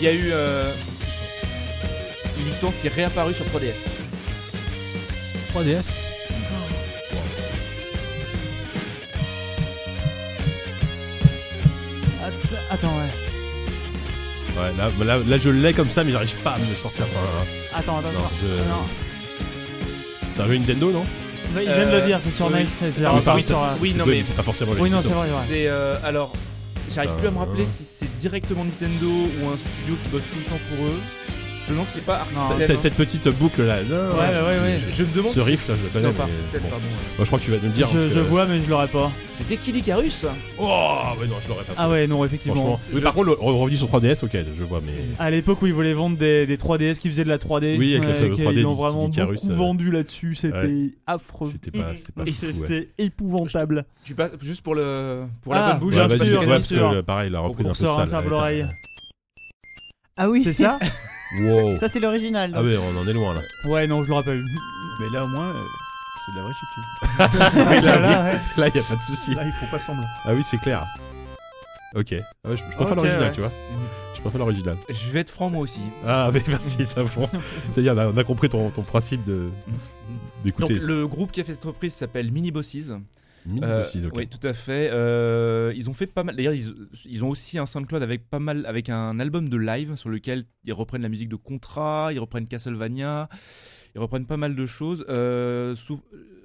[SPEAKER 4] Il y a eu euh, une licence qui est réapparue sur 3DS.
[SPEAKER 8] 3DS
[SPEAKER 3] attends, ouais.
[SPEAKER 2] Ouais, là, bah, là, là, je l'ai comme ça, mais j'arrive pas à me le sortir. Enfin,
[SPEAKER 3] Attends, attends.
[SPEAKER 2] non, je-
[SPEAKER 3] attends. Non.
[SPEAKER 2] C'est un jeu Nintendo, non
[SPEAKER 3] Il vient de
[SPEAKER 4] Euh,
[SPEAKER 3] le dire, c'est sur
[SPEAKER 4] oui.
[SPEAKER 3] Nice. c'est- c'est
[SPEAKER 4] Ah,
[SPEAKER 2] oui,
[SPEAKER 3] apparu
[SPEAKER 2] pardon,
[SPEAKER 3] sur, euh,
[SPEAKER 2] c'est-
[SPEAKER 4] oui,
[SPEAKER 2] c'est-
[SPEAKER 4] non, mais-
[SPEAKER 2] C'est pas forcément le
[SPEAKER 3] Oui, non,
[SPEAKER 2] Nintendo.
[SPEAKER 3] c'est vrai, c'est vrai.
[SPEAKER 4] C'est euh, alors, j'arrive plus à me rappeler
[SPEAKER 2] Euh.
[SPEAKER 4] si c'est directement Nintendo ou un studio qui bosse tout le temps pour eux. Je me demande si c'est pas Arc
[SPEAKER 3] Non.
[SPEAKER 4] System.
[SPEAKER 2] C'est- c'est- Cette petite boucle là. non,
[SPEAKER 3] Ouais,
[SPEAKER 2] je-
[SPEAKER 3] ouais, ouais,
[SPEAKER 2] je-
[SPEAKER 4] Je me demande
[SPEAKER 2] Ce
[SPEAKER 4] si
[SPEAKER 2] riff là, je le connais.
[SPEAKER 4] Non,
[SPEAKER 2] mais
[SPEAKER 4] pas-
[SPEAKER 2] bon.
[SPEAKER 4] peut-être, pardon.
[SPEAKER 2] Moi, je crois que tu vas nous le dire.
[SPEAKER 3] euh, Je,
[SPEAKER 2] parce
[SPEAKER 3] je
[SPEAKER 2] que-
[SPEAKER 3] vois, mais je l'aurais pas.
[SPEAKER 4] C'était Kid Icarus
[SPEAKER 2] Oh, mais non, je l'aurais pas.
[SPEAKER 3] Ah ouais, non, effectivement.
[SPEAKER 2] Franchement. Oui, par contre, le- re- revenu sur 3DS, ok, je vois, mais.
[SPEAKER 3] À l'époque où ils voulaient vendre des, des 3DS qui faisaient de la 3D,
[SPEAKER 2] Oui, avec
[SPEAKER 3] ouais,
[SPEAKER 2] la fameuse
[SPEAKER 3] qu'ils
[SPEAKER 2] 3D
[SPEAKER 3] l'ont
[SPEAKER 2] d'I-
[SPEAKER 3] vraiment
[SPEAKER 2] d'Icarus,
[SPEAKER 3] beaucoup
[SPEAKER 2] euh,
[SPEAKER 3] vendu là-dessus, c'était affreux.
[SPEAKER 2] C'était pas, c'était pas
[SPEAKER 3] Et
[SPEAKER 2] fou, ouais.
[SPEAKER 3] c'était épouvantable.
[SPEAKER 4] Tu passes juste pour le pour
[SPEAKER 3] Ah,
[SPEAKER 4] la bonne
[SPEAKER 2] Ouais,
[SPEAKER 4] bouche.
[SPEAKER 3] bien
[SPEAKER 4] hein,
[SPEAKER 2] Bah, vas-y,
[SPEAKER 4] parce
[SPEAKER 3] sûr,
[SPEAKER 4] que-
[SPEAKER 2] ouais,
[SPEAKER 3] bien
[SPEAKER 2] parce que
[SPEAKER 3] sûr.
[SPEAKER 2] le- pareil, la reprise
[SPEAKER 4] On
[SPEAKER 2] un peu
[SPEAKER 3] sort un
[SPEAKER 2] sale.
[SPEAKER 3] sable
[SPEAKER 2] ouais,
[SPEAKER 3] oreille.
[SPEAKER 6] Ah oui,
[SPEAKER 3] C'est ça
[SPEAKER 2] t'as- Wow.
[SPEAKER 6] Ça, c'est l'original.
[SPEAKER 2] Ah ouais, on en est loin là.
[SPEAKER 3] Ouais, non, je l'aurais pas eu.
[SPEAKER 5] Mais là, au moins, euh, c'est de la vraie
[SPEAKER 2] là,
[SPEAKER 5] chiptune.
[SPEAKER 3] Voilà, ouais.
[SPEAKER 2] Là, y a pas de souci.
[SPEAKER 5] Là, ils font pas semblant.
[SPEAKER 2] Ah oui, c'est clair. Ok. Ah ouais, je, je préfère
[SPEAKER 3] Ok,
[SPEAKER 2] l'original,
[SPEAKER 3] ouais.
[SPEAKER 2] tu vois. Je préfère l'original.
[SPEAKER 4] Je vais être franc moi aussi.
[SPEAKER 2] Ah, mais merci, ça fond. C'est bien, on a, on a compris ton, ton principe de
[SPEAKER 3] Mm.
[SPEAKER 4] Donc
[SPEAKER 2] d'écouter.
[SPEAKER 4] le groupe qui a fait cette reprise s'appelle Mini Bosses.
[SPEAKER 2] Mini
[SPEAKER 4] Euh,
[SPEAKER 2] Bosses, ok.
[SPEAKER 4] Oui, tout à fait. Euh, ils ont fait pas mal. D'ailleurs, ils, ils ont aussi un SoundCloud avec pas mal, avec un album de live sur lequel ils reprennent la musique de Contra, ils reprennent Castlevania, ils reprennent pas mal de choses. Euh, sou-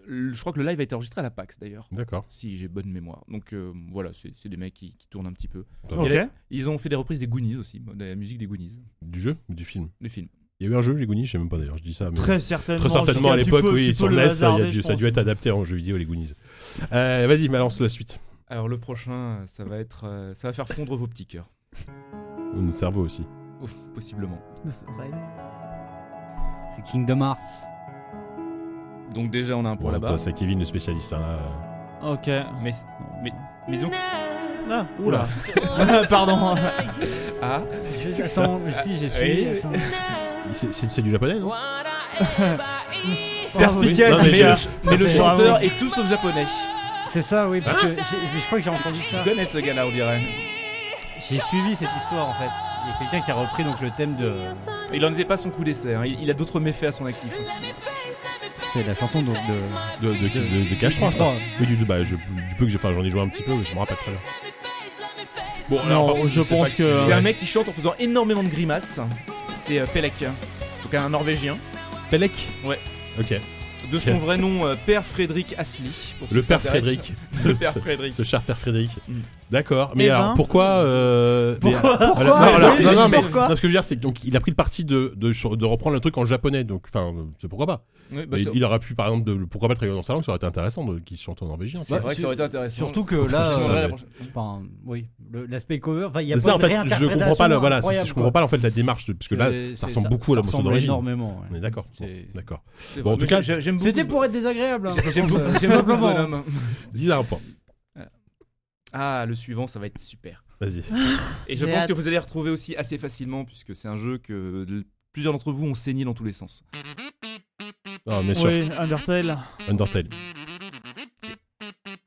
[SPEAKER 4] le- je crois que le live a été enregistré à la PAX d'ailleurs,
[SPEAKER 2] D'accord.
[SPEAKER 4] si j'ai bonne mémoire. Donc euh, voilà, c'est c'est des mecs qui, qui tournent un petit peu.
[SPEAKER 2] Ok.
[SPEAKER 4] Et là, ils ont fait des reprises des Goonies aussi, de la musique des Goonies,
[SPEAKER 2] Du jeu ou du film
[SPEAKER 4] des films.
[SPEAKER 2] Il y a eu un jeu, les Goonies, je sais même pas d'ailleurs, je dis ça. Mais...
[SPEAKER 3] Très certainement.
[SPEAKER 2] Très certainement à
[SPEAKER 3] Jika, tu
[SPEAKER 2] l'époque,
[SPEAKER 3] peux- tu
[SPEAKER 2] oui,
[SPEAKER 3] peux
[SPEAKER 2] sur
[SPEAKER 3] le
[SPEAKER 2] NES, ça, il y a
[SPEAKER 3] hasarder,
[SPEAKER 2] dû-
[SPEAKER 3] je
[SPEAKER 2] ça a dû
[SPEAKER 3] pense.
[SPEAKER 2] être adapté en jeu vidéo, les Goonies. Euh, Vas-y, balance la suite.
[SPEAKER 4] Alors le prochain, ça va être, euh, ça va faire fondre vos petits cœurs,
[SPEAKER 2] Ou notre cerveau aussi.
[SPEAKER 4] Ouf, possiblement.
[SPEAKER 6] C'est vrai.
[SPEAKER 8] C'est Kingdom Hearts.
[SPEAKER 4] Donc déjà, on a un point
[SPEAKER 2] Bon,
[SPEAKER 4] là-bas.
[SPEAKER 2] là, bah. c'est Kevin, le spécialiste. hein, là.
[SPEAKER 3] Ok.
[SPEAKER 4] Mais, mais, mais donc,
[SPEAKER 6] Ah,
[SPEAKER 3] Oula. Pardon.
[SPEAKER 4] ah.
[SPEAKER 8] C'est Attends, mais si, j'ai suivi.
[SPEAKER 4] oui.
[SPEAKER 8] attends.
[SPEAKER 2] C'est- C'est c'est du japonais, non
[SPEAKER 3] C'est perspicace,
[SPEAKER 2] Non, mais
[SPEAKER 3] mais, euh,
[SPEAKER 2] je- Ah,
[SPEAKER 3] mais le
[SPEAKER 4] Le
[SPEAKER 8] C'est-
[SPEAKER 4] chanteur est tout sauf japonais.
[SPEAKER 8] C'est ça, oui, parce que j'ai- mais je crois que j'ai entendu ça.
[SPEAKER 4] Je connais ce gars-là, on dirait.
[SPEAKER 8] J'ai suivi cette histoire en fait. Il y a quelqu'un qui a repris donc le thème de.
[SPEAKER 4] Il en était pas son coup d'essai, hein. il, il a d'autres méfaits à son actif.
[SPEAKER 8] C'est la chanson donc de.
[SPEAKER 2] De, de, de, de Cash 3, ça. Oui, du, bah, je- du peu que j'ai- enfin, j'en ai joué un petit peu, mais je me rappelle très bien. Bon,
[SPEAKER 3] Non,
[SPEAKER 2] par contre,
[SPEAKER 3] je
[SPEAKER 2] sais
[SPEAKER 3] pense
[SPEAKER 2] pas qui
[SPEAKER 3] que- euh,
[SPEAKER 4] C'est
[SPEAKER 2] C'est
[SPEAKER 4] un mec qui chante en faisant énormément de grimaces. C'est euh, Pelek, donc un Norvégien.
[SPEAKER 2] Pelec
[SPEAKER 4] Ouais.
[SPEAKER 2] Ok.
[SPEAKER 4] De son
[SPEAKER 2] Ok.
[SPEAKER 4] vrai nom, euh, Père Frédéric Asli. pour ceux
[SPEAKER 2] Le
[SPEAKER 4] qui
[SPEAKER 2] père
[SPEAKER 4] s'intéressent.
[SPEAKER 2] Frédéric.
[SPEAKER 4] Le Père Frédéric.
[SPEAKER 2] Ce cher père Frédéric.
[SPEAKER 4] Mm.
[SPEAKER 2] D'accord. Mais
[SPEAKER 6] Eh
[SPEAKER 2] alors,
[SPEAKER 6] ben.
[SPEAKER 2] pourquoi. euh, mais- Voilà.
[SPEAKER 6] Pourquoi
[SPEAKER 2] Non, alors,
[SPEAKER 6] Oui,
[SPEAKER 2] non, non,
[SPEAKER 6] oui,
[SPEAKER 2] mais
[SPEAKER 6] pourquoi
[SPEAKER 2] non, ce que je veux dire, c'est qu'il a pris le parti de, de, de reprendre le truc en japonais. Donc, enfin, c'est pourquoi pas.
[SPEAKER 4] Ouais, bah,
[SPEAKER 2] Mais
[SPEAKER 4] c'est-
[SPEAKER 2] il aurait pu, par exemple, de, pourquoi pas le travailler dans sa langue, ça aurait été intéressant de- qu'il chante en norvégien.
[SPEAKER 4] C'est
[SPEAKER 8] Bah,
[SPEAKER 4] vrai que ça aurait été intéressant.
[SPEAKER 8] Surtout que là.
[SPEAKER 2] Ça,
[SPEAKER 8] euh,
[SPEAKER 2] mais-
[SPEAKER 8] enfin, oui, le- l'aspect cover. enfin, il y a
[SPEAKER 2] C'est
[SPEAKER 8] pas
[SPEAKER 2] ça, en
[SPEAKER 8] de
[SPEAKER 2] fait, je comprends pas, le-
[SPEAKER 8] réinterprétation
[SPEAKER 2] voilà, c'est-
[SPEAKER 8] incroyable,
[SPEAKER 2] je comprends
[SPEAKER 8] quoi.
[SPEAKER 2] pas en fait la démarche, de- parce que là,
[SPEAKER 8] C'est-
[SPEAKER 2] ça
[SPEAKER 8] c'est-
[SPEAKER 2] ressemble beaucoup à la
[SPEAKER 8] ressemble
[SPEAKER 2] morceau d'origine.
[SPEAKER 8] énormément. ouais.
[SPEAKER 2] On est d'accord. Bon,
[SPEAKER 8] C'est-
[SPEAKER 2] D'accord.
[SPEAKER 4] C'est
[SPEAKER 2] Bon, en
[SPEAKER 4] vrai.
[SPEAKER 2] tout cas,
[SPEAKER 4] J'ai- j'aime beaucoup
[SPEAKER 8] C'était
[SPEAKER 4] ce-
[SPEAKER 8] pour être désagréable. hein.
[SPEAKER 4] J'aime beaucoup
[SPEAKER 8] Euh,
[SPEAKER 4] j'aime beaucoup ce
[SPEAKER 8] simplement.
[SPEAKER 4] bonhomme.
[SPEAKER 2] 10 à un point.
[SPEAKER 4] Ah, le suivant, ça va être super.
[SPEAKER 2] Vas-y.
[SPEAKER 4] Et je
[SPEAKER 6] J'ai
[SPEAKER 4] pense
[SPEAKER 6] hâte.
[SPEAKER 4] que vous allez retrouver aussi assez facilement, puisque c'est un jeu que l- plusieurs d'entre vous ont saigné dans tous les sens.
[SPEAKER 2] Non, bien sûr.
[SPEAKER 3] Oui, Undertale.
[SPEAKER 2] Undertale.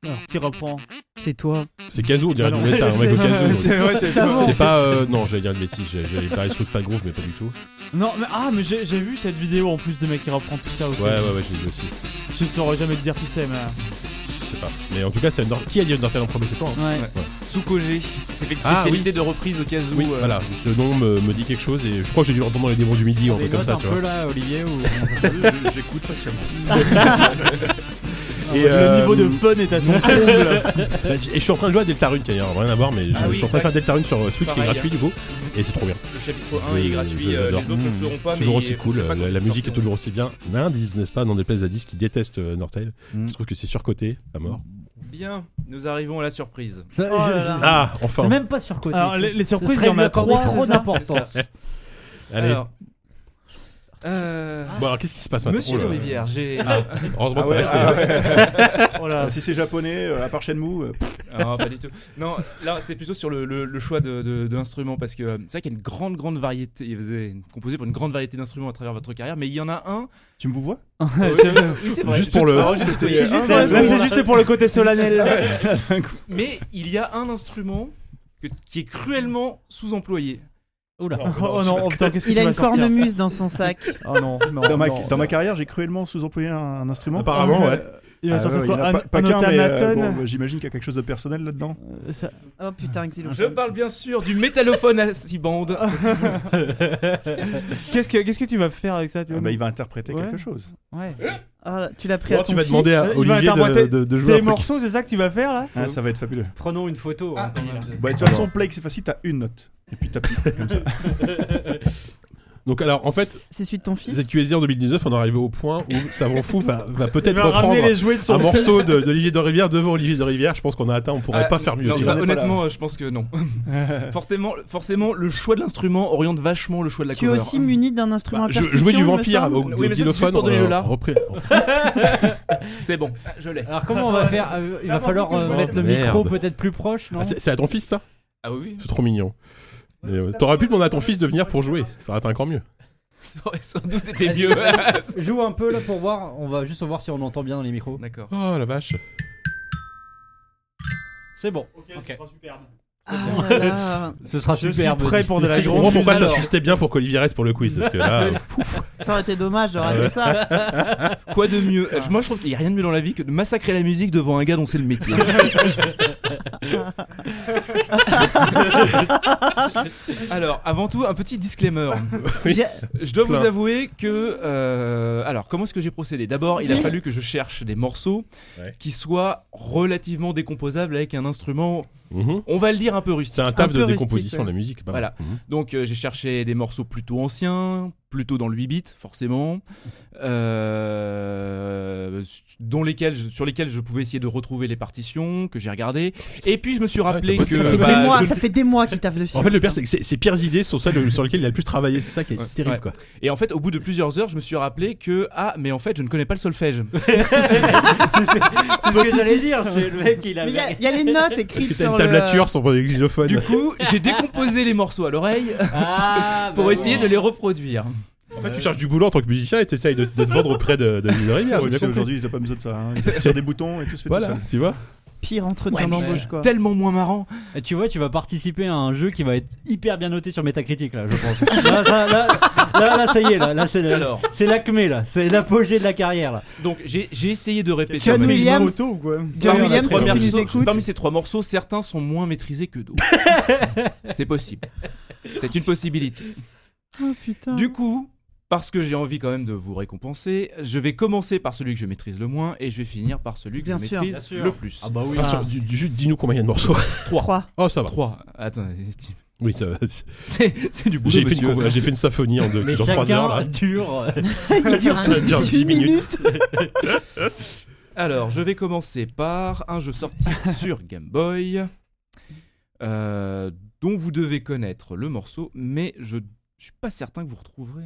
[SPEAKER 3] Alors, qui reprend
[SPEAKER 6] C'est toi.
[SPEAKER 2] C'est Kazoo, on dirait
[SPEAKER 3] Ah non.
[SPEAKER 2] du ça, un mec au Kazoo.
[SPEAKER 5] C'est vrai, c'est
[SPEAKER 6] Savon.
[SPEAKER 2] C'est pas. euh, non, j'allais dire une bêtise, j'ai- j'allais parler de pas groove, mais pas du tout.
[SPEAKER 3] Non, mais ah, mais j'ai j'ai vu cette vidéo en plus de mec qui reprend tout ça. ok.
[SPEAKER 2] Ouais, ouais, ouais, je l'ai vu aussi.
[SPEAKER 3] Je ne saurais jamais te dire qui c'est, mais. euh,
[SPEAKER 2] Je sais pas. Mais en tout cas, c'est Under- qui a dit Undertale en premier C'est toi. hein
[SPEAKER 3] Ouais.
[SPEAKER 4] Tsukogé, c'est fait une
[SPEAKER 2] Ah, oui.
[SPEAKER 4] spécialité de reprise au cas où.
[SPEAKER 2] oui,
[SPEAKER 4] euh,
[SPEAKER 2] voilà. Ce nom me, me dit quelque chose et je crois que j'ai dû l'entendre dans les démons du midi, un
[SPEAKER 7] Des
[SPEAKER 2] peu comme
[SPEAKER 7] notes
[SPEAKER 2] ça,
[SPEAKER 7] un
[SPEAKER 2] tu
[SPEAKER 7] peu
[SPEAKER 2] vois.
[SPEAKER 7] là, Olivier, ou
[SPEAKER 1] Je- J'écoute patiemment.
[SPEAKER 2] Et,
[SPEAKER 3] le
[SPEAKER 2] euh,
[SPEAKER 3] niveau de fun est à son comble.
[SPEAKER 2] Bah, Et je suis en train de jouer à Deltarune, qui a rien à voir, mais je,
[SPEAKER 4] Ah oui,
[SPEAKER 2] je suis en train de faire
[SPEAKER 4] exact.
[SPEAKER 2] Deltarune sur euh, Switch qui est
[SPEAKER 4] Pareil.
[SPEAKER 2] gratuit du coup, et c'est trop bien.
[SPEAKER 4] Le chapitre 1
[SPEAKER 2] Je-
[SPEAKER 4] est
[SPEAKER 2] je-
[SPEAKER 4] gratuit, euh, les
[SPEAKER 2] j'adore.
[SPEAKER 4] autres ne le seront pas.
[SPEAKER 2] toujours
[SPEAKER 4] mais
[SPEAKER 2] aussi
[SPEAKER 4] on
[SPEAKER 2] cool,
[SPEAKER 4] sait pas quand
[SPEAKER 2] la, la
[SPEAKER 4] ils
[SPEAKER 2] musique est
[SPEAKER 4] sortiront.
[SPEAKER 2] toujours aussi bien. N'indice, n'est-ce pas, non déplaise à 10 qui déteste euh, Nortel,
[SPEAKER 4] Hmm.
[SPEAKER 7] Mm.
[SPEAKER 2] je trouve que c'est surcoté à mort.
[SPEAKER 4] Bien, nous arrivons à la surprise.
[SPEAKER 8] Ça,
[SPEAKER 6] Oh
[SPEAKER 8] je-
[SPEAKER 6] là
[SPEAKER 8] je-
[SPEAKER 6] là.
[SPEAKER 2] Ah, enfin
[SPEAKER 8] C'est même pas surcoté.
[SPEAKER 3] Alors,
[SPEAKER 8] je
[SPEAKER 3] les-
[SPEAKER 8] trouve.
[SPEAKER 3] les
[SPEAKER 8] Ce
[SPEAKER 3] surprises,
[SPEAKER 8] serait
[SPEAKER 3] il y en
[SPEAKER 8] lui
[SPEAKER 3] a
[SPEAKER 8] accorder
[SPEAKER 3] trois,
[SPEAKER 8] trop
[SPEAKER 3] c'est ça
[SPEAKER 8] d'importance.
[SPEAKER 2] Allez. Ah,
[SPEAKER 4] Alors, euh,
[SPEAKER 2] Bon alors qu'est-ce qui se passe maintenant
[SPEAKER 4] Monsieur
[SPEAKER 2] Oh
[SPEAKER 4] de
[SPEAKER 2] là.
[SPEAKER 4] Rivière, j'ai.
[SPEAKER 2] Heureusement
[SPEAKER 4] Ah
[SPEAKER 2] que t'es
[SPEAKER 4] ouais,
[SPEAKER 2] resté. hein.
[SPEAKER 4] ah
[SPEAKER 3] Oh là.
[SPEAKER 5] Ah, si c'est japonais, euh, à part Shenmue, euh, pff,
[SPEAKER 4] Ah, pas du tout. Non, là, c'est plutôt sur le, le- le choix de, de- de l'instrument parce que euh, c'est vrai qu'il y a une grande, grande variété. Vous avez composé pour une grande variété d'instruments à travers votre carrière, mais il y en a un.
[SPEAKER 5] tu me vous vois
[SPEAKER 4] oui, c'est vrai.
[SPEAKER 2] Juste pour le-
[SPEAKER 4] Ah, juste- oui,
[SPEAKER 3] C'est
[SPEAKER 4] un
[SPEAKER 3] juste-
[SPEAKER 4] des-
[SPEAKER 3] Là, c'est juste pour le côté solennel.
[SPEAKER 4] Mais il y a un instrument que- qui est cruellement sous-employé.
[SPEAKER 7] Oula.
[SPEAKER 3] Oh non, oh putain, qu'est-ce que
[SPEAKER 6] Il
[SPEAKER 3] tu
[SPEAKER 6] a
[SPEAKER 3] vas
[SPEAKER 6] une
[SPEAKER 3] sortir
[SPEAKER 6] cornemuse dans son sac.
[SPEAKER 3] Oh non, non.
[SPEAKER 5] Dans ma,
[SPEAKER 3] non.
[SPEAKER 5] dans ma carrière, j'ai cruellement sous-employé un, un instrument.
[SPEAKER 2] Apparemment, ouais.
[SPEAKER 3] Il va
[SPEAKER 5] Ah,
[SPEAKER 3] sortir
[SPEAKER 5] ouais,
[SPEAKER 3] quoi
[SPEAKER 5] il y en a
[SPEAKER 3] Un,
[SPEAKER 5] pas- pas
[SPEAKER 3] un
[SPEAKER 5] qu'un, mais, euh,
[SPEAKER 3] automatone
[SPEAKER 5] bon, bah, J'imagine qu'il y a quelque chose de personnel là-dedans.
[SPEAKER 3] Euh, ça-
[SPEAKER 6] Oh putain,
[SPEAKER 4] Je
[SPEAKER 6] xylophone.
[SPEAKER 4] parle bien sûr du métallophone à six bandes.
[SPEAKER 3] Qu'est-ce que qu'est-ce que tu vas faire avec ça tu
[SPEAKER 5] Ah,
[SPEAKER 3] vois
[SPEAKER 5] bah, il va interpréter
[SPEAKER 3] Ouais.
[SPEAKER 5] quelque chose.
[SPEAKER 3] Ouais.
[SPEAKER 6] Ah là, tu l'as pris
[SPEAKER 2] Bon,
[SPEAKER 6] à ton
[SPEAKER 2] tu vas
[SPEAKER 6] fils.
[SPEAKER 2] demander à
[SPEAKER 3] Il va
[SPEAKER 2] Olivier de,
[SPEAKER 3] interpréter
[SPEAKER 2] de- de jouer
[SPEAKER 3] Tes
[SPEAKER 2] un truc.
[SPEAKER 3] morceaux, c'est ça que tu vas faire là
[SPEAKER 5] Ah, ça va être fabuleux.
[SPEAKER 7] Prenons une photo.
[SPEAKER 4] Ah,
[SPEAKER 7] hein, quand même.
[SPEAKER 5] Bah, de toute façon, Plague, c'est facile, t'as une note. Et puis t'appuies.
[SPEAKER 2] Donc alors en fait,
[SPEAKER 6] C'est celui de ton fils.
[SPEAKER 2] ZQSD en 2019, on est arrivé au point où Savon Fou va, va
[SPEAKER 3] Il
[SPEAKER 2] peut-être
[SPEAKER 3] va ramener
[SPEAKER 2] reprendre
[SPEAKER 3] les jouets de son
[SPEAKER 2] un
[SPEAKER 3] fils.
[SPEAKER 2] morceau de- d'Olivier de, Rivière devant Olivier de Rivière. Je pense qu'on a atteint, on pourrait
[SPEAKER 4] Ah,
[SPEAKER 2] pas faire mieux.
[SPEAKER 4] non,
[SPEAKER 2] tu
[SPEAKER 4] ça,
[SPEAKER 2] vois.
[SPEAKER 5] On est pas
[SPEAKER 4] honnêtement, euh, je pense que non. forcément, forcément, le choix de l'instrument oriente vachement le choix de la
[SPEAKER 6] Tu es
[SPEAKER 4] couleur.
[SPEAKER 6] aussi muni d'un instrument
[SPEAKER 2] Bah,
[SPEAKER 6] à
[SPEAKER 2] je-
[SPEAKER 6] percussion.
[SPEAKER 2] jouer du
[SPEAKER 6] il me
[SPEAKER 2] vampire
[SPEAKER 6] semble.
[SPEAKER 2] au,
[SPEAKER 4] Oui,
[SPEAKER 2] au
[SPEAKER 4] mais ça, c'est juste
[SPEAKER 2] xylophone,
[SPEAKER 4] pour donner
[SPEAKER 2] on-
[SPEAKER 4] le là.
[SPEAKER 2] repris-
[SPEAKER 4] C'est bon, ah, je l'ai.
[SPEAKER 7] Alors comment on va faire Euh, Il va falloir euh,
[SPEAKER 2] Oh,
[SPEAKER 7] mettre le
[SPEAKER 2] merde.
[SPEAKER 7] micro peut-être plus proche, non
[SPEAKER 2] Ah, c'est c'est à ton fils ça
[SPEAKER 4] Ah oui,
[SPEAKER 2] C'est trop mignon. Et, euh, T'aurais pu demander à ton fils de venir pour jouer, ça aurait été encore mieux.
[SPEAKER 4] ça aurait sans doute été mieux.
[SPEAKER 7] Joue un peu là pour voir. On va juste voir si on entend bien dans les micros.
[SPEAKER 4] D'accord.
[SPEAKER 2] Oh la vache.
[SPEAKER 7] C'est bon.
[SPEAKER 6] Ah là là.
[SPEAKER 7] Ce sera
[SPEAKER 3] Je suis
[SPEAKER 7] superbe.
[SPEAKER 3] prêt pour de la
[SPEAKER 2] Je comprends
[SPEAKER 3] grande
[SPEAKER 2] pourquoi
[SPEAKER 3] musique.
[SPEAKER 2] t'insistais bien pour qu'Olivier reste pour le quiz, parce que là, euh,
[SPEAKER 6] Ça aurait été dommage, j'aurais fait ça.
[SPEAKER 4] Quoi de mieux Je- Moi, je trouve qu'il n'y a rien de mieux dans la vie que de massacrer la musique devant un gars dont c'est le métier. alors, avant tout, un petit disclaimer.
[SPEAKER 2] Oui.
[SPEAKER 4] J'ai- Je dois
[SPEAKER 2] Plein.
[SPEAKER 4] vous avouer que. euh, alors, comment est-ce que j'ai procédé D'abord, il a fallu que je cherche des morceaux
[SPEAKER 2] Ouais.
[SPEAKER 4] qui soient relativement décomposables avec un instrument,
[SPEAKER 2] Mhm.
[SPEAKER 4] on va le dire, un peu rustique.
[SPEAKER 2] c'est un taf
[SPEAKER 6] Un
[SPEAKER 2] de
[SPEAKER 6] peu rustique,
[SPEAKER 2] décomposition
[SPEAKER 6] ouais.
[SPEAKER 2] de la musique. pas mal. Mhm.
[SPEAKER 4] Donc euh, j'ai cherché des morceaux plutôt anciens, plutôt dans le 8 bits forcément, euh, dont lesquels, je- sur lesquels je pouvais essayer de retrouver les partitions que j'ai regardées. Et puis je me suis rappelé
[SPEAKER 2] t'as bossé,
[SPEAKER 6] Ça
[SPEAKER 4] que
[SPEAKER 6] fait
[SPEAKER 2] bah,
[SPEAKER 6] des mois,
[SPEAKER 4] je-
[SPEAKER 6] ça fait des mois qu'il taffe dessus.
[SPEAKER 2] En fait, le pire, c'est que ses ses pires idées sont celles sur lesquelles il a le plus travaillé. C'est ça qui est
[SPEAKER 4] Ouais.
[SPEAKER 2] terrible,
[SPEAKER 4] Ouais.
[SPEAKER 2] quoi.
[SPEAKER 4] et en fait au bout de plusieurs heures je me suis rappelé que ah mais en fait je ne connais pas le solfège.
[SPEAKER 8] C'est ce que j'allais dire. c'est Le mec, il
[SPEAKER 6] Mais il y, a-
[SPEAKER 8] avait.
[SPEAKER 6] il y a les notes
[SPEAKER 2] Parce que
[SPEAKER 6] écrites
[SPEAKER 2] t'as
[SPEAKER 6] sur
[SPEAKER 2] une
[SPEAKER 6] le.
[SPEAKER 2] tablature sur le xylophone.
[SPEAKER 4] du coup j'ai décomposé les morceaux à l'oreille
[SPEAKER 8] Ah, bah
[SPEAKER 4] pour essayer
[SPEAKER 8] bon.
[SPEAKER 4] de les reproduire.
[SPEAKER 2] en fait, tu cherches du boulot en tant que musicien et t'essayes de, de te vendre auprès de, de Olivier Rivière. j'ai
[SPEAKER 5] Ah,
[SPEAKER 2] bien
[SPEAKER 5] Ouais, tu sais,
[SPEAKER 2] compris.
[SPEAKER 5] Aujourd'hui, t'as pas besoin de ça. hein. Ils appuient sur des boutons et tout se fait tout
[SPEAKER 2] Voilà,
[SPEAKER 5] seul.
[SPEAKER 2] tu vois.
[SPEAKER 6] Pire entretien
[SPEAKER 4] Ouais, mais
[SPEAKER 6] d'embauche,
[SPEAKER 4] c'est
[SPEAKER 6] quoi.
[SPEAKER 4] tellement moins marrant.
[SPEAKER 7] Et Eh, tu vois, tu vas participer à un jeu qui va être hyper bien noté sur Metacritic là, je pense. là, ça, là, là, là, ça y est, là, là c'est le-
[SPEAKER 4] Alors
[SPEAKER 7] c'est l'acmé là, c'est l'apogée de la carrière là.
[SPEAKER 4] donc j'ai j'ai essayé de répéter.
[SPEAKER 6] John
[SPEAKER 4] ma-
[SPEAKER 6] Williams.
[SPEAKER 3] ou quoi
[SPEAKER 6] John
[SPEAKER 4] Parmi ces
[SPEAKER 6] Williams,
[SPEAKER 4] trois
[SPEAKER 6] si tu nous
[SPEAKER 4] morceaux-
[SPEAKER 6] écoutes.
[SPEAKER 4] parmi ces trois morceaux, certains sont moins maîtrisés que d'autres. c'est possible. C'est une possibilité.
[SPEAKER 6] Oh putain.
[SPEAKER 4] Du coup, parce que j'ai envie quand même de vous récompenser, je vais commencer par celui que je maîtrise le moins et je vais finir par celui que
[SPEAKER 6] Bien
[SPEAKER 4] je
[SPEAKER 6] sûr. Ah
[SPEAKER 4] maîtrise
[SPEAKER 8] Bien sûr.
[SPEAKER 4] le plus.
[SPEAKER 7] bah oui.
[SPEAKER 2] Enfin, Ah
[SPEAKER 8] Ah.
[SPEAKER 2] sur- du- du- juste dis-nous combien il y a de morceaux.
[SPEAKER 6] 3.
[SPEAKER 2] Oh, ça va.
[SPEAKER 4] Ah. Trois. Attendez.
[SPEAKER 2] Oui, ça va. C'est-
[SPEAKER 4] C'est c'est du boulot,
[SPEAKER 2] J'ai fait, une
[SPEAKER 4] monsieur.
[SPEAKER 2] con- j'ai fait une symphonie en deux,
[SPEAKER 7] Mais
[SPEAKER 2] dans trois heures là.
[SPEAKER 7] chacun dure.
[SPEAKER 6] Il dure
[SPEAKER 2] Ça
[SPEAKER 6] tous
[SPEAKER 2] dure
[SPEAKER 6] 18
[SPEAKER 2] 10 minutes.
[SPEAKER 6] minutes.
[SPEAKER 4] Alors, je vais commencer par un jeu sorti sur Game Boy, euh, dont vous devez connaître le morceau, mais je je suis pas certain que vous retrouverez.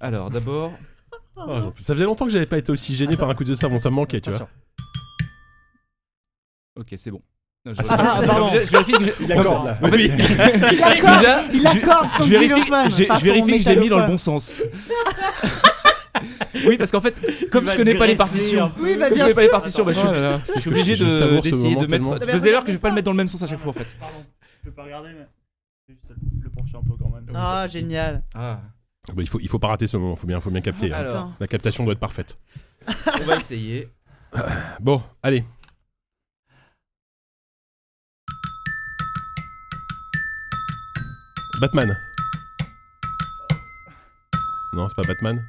[SPEAKER 4] Alors, d'abord,
[SPEAKER 2] Oh, j'en peux- ça faisait longtemps que j'avais pas été aussi gêné par un coup de savon, ça me manquait, tu vois.
[SPEAKER 4] Ok, c'est bon. Non, je,
[SPEAKER 3] c'est- ah, pardon.
[SPEAKER 4] Je, je vérifie que j'ai-
[SPEAKER 5] Il accorde là.
[SPEAKER 4] En fait,
[SPEAKER 6] Il accorde,
[SPEAKER 4] déjà,
[SPEAKER 6] il
[SPEAKER 4] je-
[SPEAKER 6] accorde son
[SPEAKER 4] je vérifie,
[SPEAKER 6] xylophone.
[SPEAKER 4] j'ai-
[SPEAKER 6] Enfin,
[SPEAKER 4] je vérifie
[SPEAKER 6] son
[SPEAKER 4] que je l'ai mis dans le
[SPEAKER 6] métallophone.
[SPEAKER 4] bon sens. oui, parce qu'en fait, comme
[SPEAKER 8] Il va
[SPEAKER 4] je connais pas les
[SPEAKER 8] graisser un
[SPEAKER 4] partitions,
[SPEAKER 8] peu.
[SPEAKER 6] Oui,
[SPEAKER 4] comme
[SPEAKER 6] bah
[SPEAKER 4] je
[SPEAKER 6] bien
[SPEAKER 4] connais
[SPEAKER 6] sûr.
[SPEAKER 4] pas les partitions, bah, je suis,
[SPEAKER 2] Oh là,
[SPEAKER 4] je suis obligé
[SPEAKER 2] je savoure
[SPEAKER 4] de-
[SPEAKER 2] ce
[SPEAKER 4] d'essayer
[SPEAKER 2] moment
[SPEAKER 4] de mettre.
[SPEAKER 2] tellement.
[SPEAKER 4] Je faisais l'heure que je vais pas le mettre dans le même sens à chaque fois, en fait.
[SPEAKER 3] Pardon, je peux pas regarder, mais. Je peux juste le pencher un peu quand même.
[SPEAKER 6] Ah, génial.
[SPEAKER 4] Ah.
[SPEAKER 2] Bah, il faut, il faut pas rater ce moment. Faut bien, faut bien capter. hein.
[SPEAKER 4] Alors,
[SPEAKER 2] La captation doit être parfaite.
[SPEAKER 4] on va essayer.
[SPEAKER 2] Ah, Bon, allez. Batman. Non, c'est pas Batman.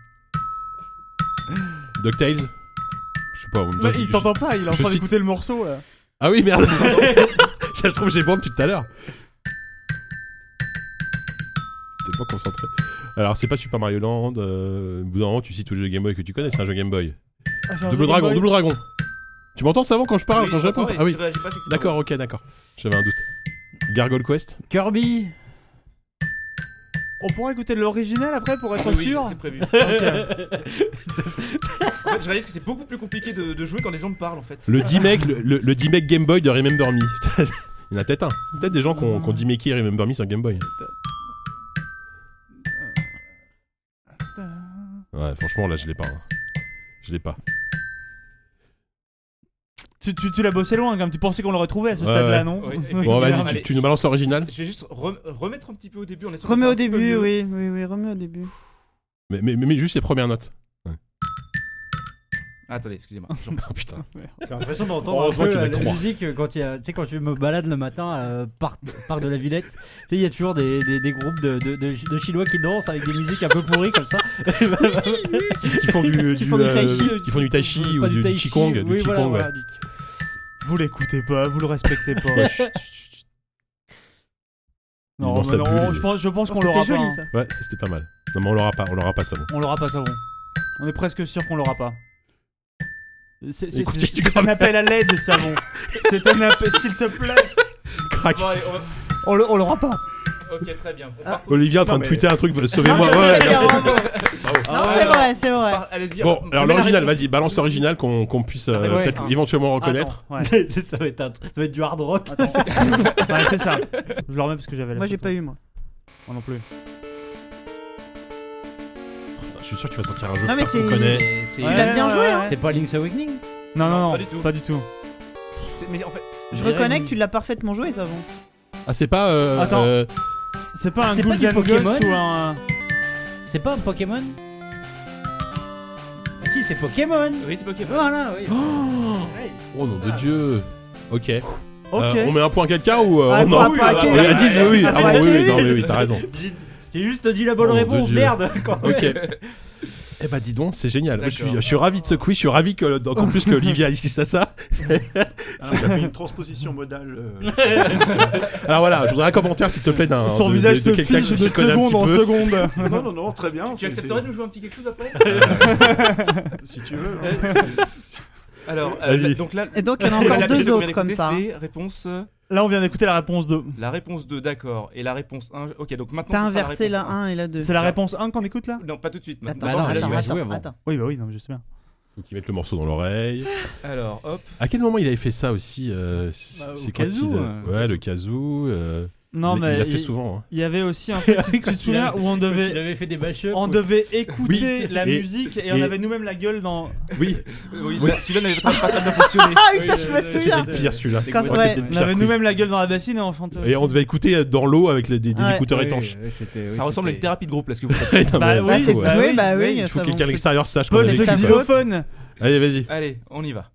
[SPEAKER 2] DuckTales. Je sais pas. En même temps,
[SPEAKER 3] Bah,
[SPEAKER 2] je-
[SPEAKER 3] il
[SPEAKER 2] je-
[SPEAKER 3] t'entend pas, il est en
[SPEAKER 2] je
[SPEAKER 3] train
[SPEAKER 2] cite-
[SPEAKER 3] d'écouter le morceau là.
[SPEAKER 2] Ah oui, merde. Ça se trouve, j'ai bon depuis tout à l'heure. T'es pas concentré. Alors, c'est pas Super Mario Land. euh, au bout d'un moment, tu cites tous les jeux Game Boy que tu connais. C'est un jeu Game Boy.
[SPEAKER 3] Ah,
[SPEAKER 2] Double Dragon, Double Dragon. Tu m'entends ça avant quand je parle,
[SPEAKER 4] Oui,
[SPEAKER 2] quand je réponds
[SPEAKER 4] j'entends, et
[SPEAKER 2] Ah
[SPEAKER 4] si
[SPEAKER 2] oui.
[SPEAKER 4] je réagis pas, c'est que c'est pas
[SPEAKER 2] D'accord, ok, d'accord. J'avais un doute. Gargoyle Quest
[SPEAKER 7] Kirby
[SPEAKER 3] On pourra écouter de l'original après pour être
[SPEAKER 4] bon. Oui,
[SPEAKER 3] sûr
[SPEAKER 4] c'est prévu.
[SPEAKER 3] Ok.
[SPEAKER 4] En fait, je réalise que c'est beaucoup plus compliqué de, de jouer quand les gens me parlent en fait.
[SPEAKER 2] Le D-Mec le, le- le D-Mec Game Boy de Remember Me. Il y en a peut-être un. Peut-être des gens qui ont, qui ont D-Mecké Remember Me sur Game Boy. Ouais, franchement, là, je l'ai pas. hein. Je l'ai pas.
[SPEAKER 3] Tu, tu, tu l'as bossé loin quand même, tu pensais qu'on l'aurait trouvé à ce
[SPEAKER 2] Ouais,
[SPEAKER 3] stade-là,
[SPEAKER 2] ouais.
[SPEAKER 3] non
[SPEAKER 4] Ouais,
[SPEAKER 2] Bon,
[SPEAKER 4] effectivement.
[SPEAKER 2] vas-y, tu,
[SPEAKER 4] Allez,
[SPEAKER 2] tu nous balances l'original.
[SPEAKER 4] Je vais juste re- remettre un petit peu au début. en essayant de
[SPEAKER 6] Remets
[SPEAKER 4] faire
[SPEAKER 6] au
[SPEAKER 4] un petit peu
[SPEAKER 6] début,
[SPEAKER 4] mieux.
[SPEAKER 6] oui, oui, oui, remets au début.
[SPEAKER 2] Mais, mais, mais juste les premières notes.
[SPEAKER 4] Ah, attendez, excusez-moi. Je-
[SPEAKER 2] Oh putain.
[SPEAKER 8] J'ai l'impression d'entendre un
[SPEAKER 2] Heureusement
[SPEAKER 8] peu
[SPEAKER 2] qu'il y en a
[SPEAKER 8] euh, la
[SPEAKER 2] trois.
[SPEAKER 8] musique euh, quand il y a- tu sais, quand je me balade le matin euh, parc parc de la Villette. Tu sais, il y a toujours des, des, des groupes de, de, de- de chinois qui dansent avec des musiques un peu pourries comme ça.
[SPEAKER 2] Qui font du, euh,
[SPEAKER 6] Qui font du tai chi.
[SPEAKER 2] qui font du tai chi ou
[SPEAKER 8] Pas
[SPEAKER 2] du,
[SPEAKER 8] tai
[SPEAKER 2] du
[SPEAKER 8] chi,
[SPEAKER 2] qigong. du
[SPEAKER 8] oui, voilà,
[SPEAKER 2] qigong, ouais.
[SPEAKER 8] voilà, du-
[SPEAKER 3] Vous l'écoutez pas, vous le respectez pas.
[SPEAKER 2] Il est
[SPEAKER 3] non,
[SPEAKER 2] dans sa
[SPEAKER 3] mais non,
[SPEAKER 2] bulle,
[SPEAKER 3] je
[SPEAKER 2] il-
[SPEAKER 3] pense, je pense qu'on l'aura
[SPEAKER 6] Oh, C'était
[SPEAKER 3] pas.
[SPEAKER 6] joli
[SPEAKER 3] hein.
[SPEAKER 6] ça.
[SPEAKER 2] Ouais, ça c'était pas mal. Non, mais on l'aura pas, on l'aura pas ça. Bon.
[SPEAKER 3] On l'aura pas, ça bon. On est presque sûr qu'on l'aura pas. C'est c'est-
[SPEAKER 2] Écoutez,
[SPEAKER 3] c'est-
[SPEAKER 2] tu
[SPEAKER 3] c'est un
[SPEAKER 2] crois-
[SPEAKER 3] appel à l'aide, savon. C'est un appel, s'il te plaît.
[SPEAKER 2] Crac.
[SPEAKER 4] Bon, allez, on va-
[SPEAKER 3] On le- on l'aura pas.
[SPEAKER 4] Ok, très bien. On
[SPEAKER 6] Ah.
[SPEAKER 4] part au-
[SPEAKER 2] Olivier est en train de
[SPEAKER 5] mais-
[SPEAKER 2] tweeter un truc, sauvez-moi.
[SPEAKER 6] Non, mais
[SPEAKER 2] Ouais,
[SPEAKER 6] c'est
[SPEAKER 2] merci.
[SPEAKER 6] bien, bravo.
[SPEAKER 4] Ah,
[SPEAKER 6] Non, c'est
[SPEAKER 4] alors,
[SPEAKER 6] vrai, c'est vrai.
[SPEAKER 4] par- Allez-y.
[SPEAKER 2] Bon,
[SPEAKER 4] on- on
[SPEAKER 2] alors
[SPEAKER 4] met la
[SPEAKER 2] l'original,
[SPEAKER 4] réponse.
[SPEAKER 2] vas-y, balance l'original qu'on qu'on puisse euh,
[SPEAKER 4] Ouais.
[SPEAKER 2] peut-être éventuellement reconnaître.
[SPEAKER 3] Ah, non, ouais.
[SPEAKER 8] ça, va être un- ça va être du hard rock.
[SPEAKER 3] Ouais, c'est ça. Je le remets parce que j'avais la
[SPEAKER 6] Moi j'ai
[SPEAKER 3] photo.
[SPEAKER 6] pas eu moi.
[SPEAKER 3] Moi non plus.
[SPEAKER 2] Bah, Je suis sûr que tu vas sortir un jeu
[SPEAKER 6] Non, mais
[SPEAKER 2] personne
[SPEAKER 6] c'est-
[SPEAKER 2] connaît.
[SPEAKER 4] C'est- c'est-
[SPEAKER 6] Tu l'as bien joué, hein.
[SPEAKER 8] C'est pas Link's Awakening
[SPEAKER 3] Non, non, non,
[SPEAKER 4] Pas du tout.
[SPEAKER 3] Pas du tout.
[SPEAKER 4] c'est- Mais en fait,
[SPEAKER 6] Je
[SPEAKER 8] dirais
[SPEAKER 6] reconnais que
[SPEAKER 8] une-
[SPEAKER 6] tu l'as parfaitement joué, ça avant.
[SPEAKER 2] Ah, c'est pas. euh,
[SPEAKER 3] Attends.
[SPEAKER 2] euh,
[SPEAKER 3] C'est pas
[SPEAKER 8] Ah,
[SPEAKER 3] un
[SPEAKER 8] c'est pas
[SPEAKER 3] Ghouls
[SPEAKER 8] du
[SPEAKER 3] and
[SPEAKER 8] Pokémon
[SPEAKER 3] Ghosts ou un.
[SPEAKER 8] C'est pas un Pokémon Ah Si, c'est Pokémon
[SPEAKER 4] oui, c'est Pokémon.
[SPEAKER 8] Voilà, oui.
[SPEAKER 2] Oh nom de Dieu. Ok. Euh,
[SPEAKER 3] Ok.
[SPEAKER 2] on met un point à quelqu'un ou. euh,
[SPEAKER 3] Ah,
[SPEAKER 2] on
[SPEAKER 3] non,
[SPEAKER 2] en-
[SPEAKER 3] oui,
[SPEAKER 2] Ah,
[SPEAKER 3] bah,
[SPEAKER 2] oui,
[SPEAKER 3] oui,
[SPEAKER 2] ils disent, oui, oui.
[SPEAKER 3] Ah,
[SPEAKER 2] Ah,
[SPEAKER 3] bah,
[SPEAKER 2] bon, oui,
[SPEAKER 3] oui.
[SPEAKER 2] oui, non, mais oui, t'as raison.
[SPEAKER 8] J'ai juste dit la bonne
[SPEAKER 2] Oh, mon
[SPEAKER 8] réponse,
[SPEAKER 2] Dieu.
[SPEAKER 8] merde quand même.
[SPEAKER 2] Ok. Eh bah dis donc, c'est génial. Je suis,
[SPEAKER 4] D'accord.
[SPEAKER 2] je suis ravi de ce quiz. Je suis ravi que, en plus que Olivia assiste à ça.
[SPEAKER 5] Alors, Ah, il a fait une transposition modale. euh,
[SPEAKER 2] Alors voilà, je voudrais un commentaire s'il te plaît d'un.
[SPEAKER 3] Son
[SPEAKER 2] de-
[SPEAKER 3] visage
[SPEAKER 2] de,
[SPEAKER 3] se
[SPEAKER 2] quelqu'un qui
[SPEAKER 3] fige de
[SPEAKER 2] s'y connaît un
[SPEAKER 3] seconde
[SPEAKER 2] petit
[SPEAKER 3] en
[SPEAKER 2] peu.
[SPEAKER 3] seconde.
[SPEAKER 5] non, non, non, très bien.
[SPEAKER 4] Tu
[SPEAKER 5] c'est-
[SPEAKER 4] accepterais de
[SPEAKER 5] c'est-
[SPEAKER 4] nous jouer un petit quelque chose après
[SPEAKER 5] Si tu veux. hein.
[SPEAKER 4] Alors, euh,
[SPEAKER 2] Vas-y.
[SPEAKER 4] donc là.
[SPEAKER 6] Et donc il y en a
[SPEAKER 4] la-
[SPEAKER 6] encore
[SPEAKER 4] la-
[SPEAKER 6] deux
[SPEAKER 4] la-
[SPEAKER 6] autres
[SPEAKER 4] la-
[SPEAKER 6] comme ça.
[SPEAKER 4] c'était réponse, euh,
[SPEAKER 3] Là, on vient d'écouter la réponse 2.
[SPEAKER 4] la réponse 2, d'accord. Et la réponse 1, ok, donc maintenant.
[SPEAKER 6] T'as
[SPEAKER 4] ce sera
[SPEAKER 6] inversé la
[SPEAKER 4] réponse
[SPEAKER 6] 1 et la 2.
[SPEAKER 3] C'est la réponse 1 qu'on écoute là
[SPEAKER 4] 1. Non, pas tout de suite. Maintenant.
[SPEAKER 6] Attends,
[SPEAKER 8] Bah non,
[SPEAKER 4] D'abord,
[SPEAKER 8] elle
[SPEAKER 4] je
[SPEAKER 8] a
[SPEAKER 6] attends,
[SPEAKER 4] vais-
[SPEAKER 8] joué
[SPEAKER 6] attends,
[SPEAKER 8] avant.
[SPEAKER 6] attends.
[SPEAKER 3] Oui, bah oui, non, mais je sais bien.
[SPEAKER 2] Faut qu'ils mettent le morceau dans l'oreille.
[SPEAKER 4] Alors, hop.
[SPEAKER 2] À quel moment il avait fait ça aussi euh, C'est
[SPEAKER 8] Bah, au
[SPEAKER 2] c'est quoi
[SPEAKER 8] kazoo,
[SPEAKER 2] qu'il a-
[SPEAKER 8] euh.
[SPEAKER 2] Ouais, le kazoo. euh,
[SPEAKER 3] hein. Non,
[SPEAKER 2] il-
[SPEAKER 3] mais.
[SPEAKER 2] il l'a fait
[SPEAKER 3] il-
[SPEAKER 2] souvent. hein.
[SPEAKER 3] Il y avait aussi un truc, tu te souviens, où on
[SPEAKER 8] Quand Il
[SPEAKER 3] devait,
[SPEAKER 8] avait fait des bash
[SPEAKER 3] on devait écouter la
[SPEAKER 2] et-
[SPEAKER 3] musique et, on
[SPEAKER 2] et-
[SPEAKER 3] avait nous-mêmes la gueule dans.
[SPEAKER 2] Oui,
[SPEAKER 4] Oui,
[SPEAKER 2] Oui.
[SPEAKER 4] là, celui-là n'avait pas pas très bien fonctionné.
[SPEAKER 6] Ah oui, ça je me souviens.
[SPEAKER 2] c'était le pire celui-là.
[SPEAKER 6] Quand-
[SPEAKER 2] Je crois que
[SPEAKER 6] ouais.
[SPEAKER 2] c'était le
[SPEAKER 3] euh, On
[SPEAKER 2] pire
[SPEAKER 3] avait
[SPEAKER 2] quiz.
[SPEAKER 3] nous-mêmes la gueule dans la bassine et on chantait.
[SPEAKER 2] Et on devait écouter euh, dans l'eau avec les- des, des
[SPEAKER 6] Ouais.
[SPEAKER 2] écouteurs étanches.
[SPEAKER 4] Ça ressemble à une thérapie de groupe, là, ce que vous faites.
[SPEAKER 2] Ouais, non,
[SPEAKER 3] Bah
[SPEAKER 2] mais-
[SPEAKER 3] oui,
[SPEAKER 2] ouais.
[SPEAKER 3] bah
[SPEAKER 6] oui,
[SPEAKER 3] oui,
[SPEAKER 6] bah
[SPEAKER 3] oui,
[SPEAKER 6] oui,
[SPEAKER 3] il
[SPEAKER 2] Il faut que
[SPEAKER 6] ça va.
[SPEAKER 2] quelqu'un à l'extérieur sache qu'on
[SPEAKER 3] Pose
[SPEAKER 2] les
[SPEAKER 3] ce
[SPEAKER 6] Pose
[SPEAKER 2] écoute.
[SPEAKER 6] le
[SPEAKER 2] quoi.
[SPEAKER 3] xylophone
[SPEAKER 2] Allez, vas-y.
[SPEAKER 4] Allez, on y va.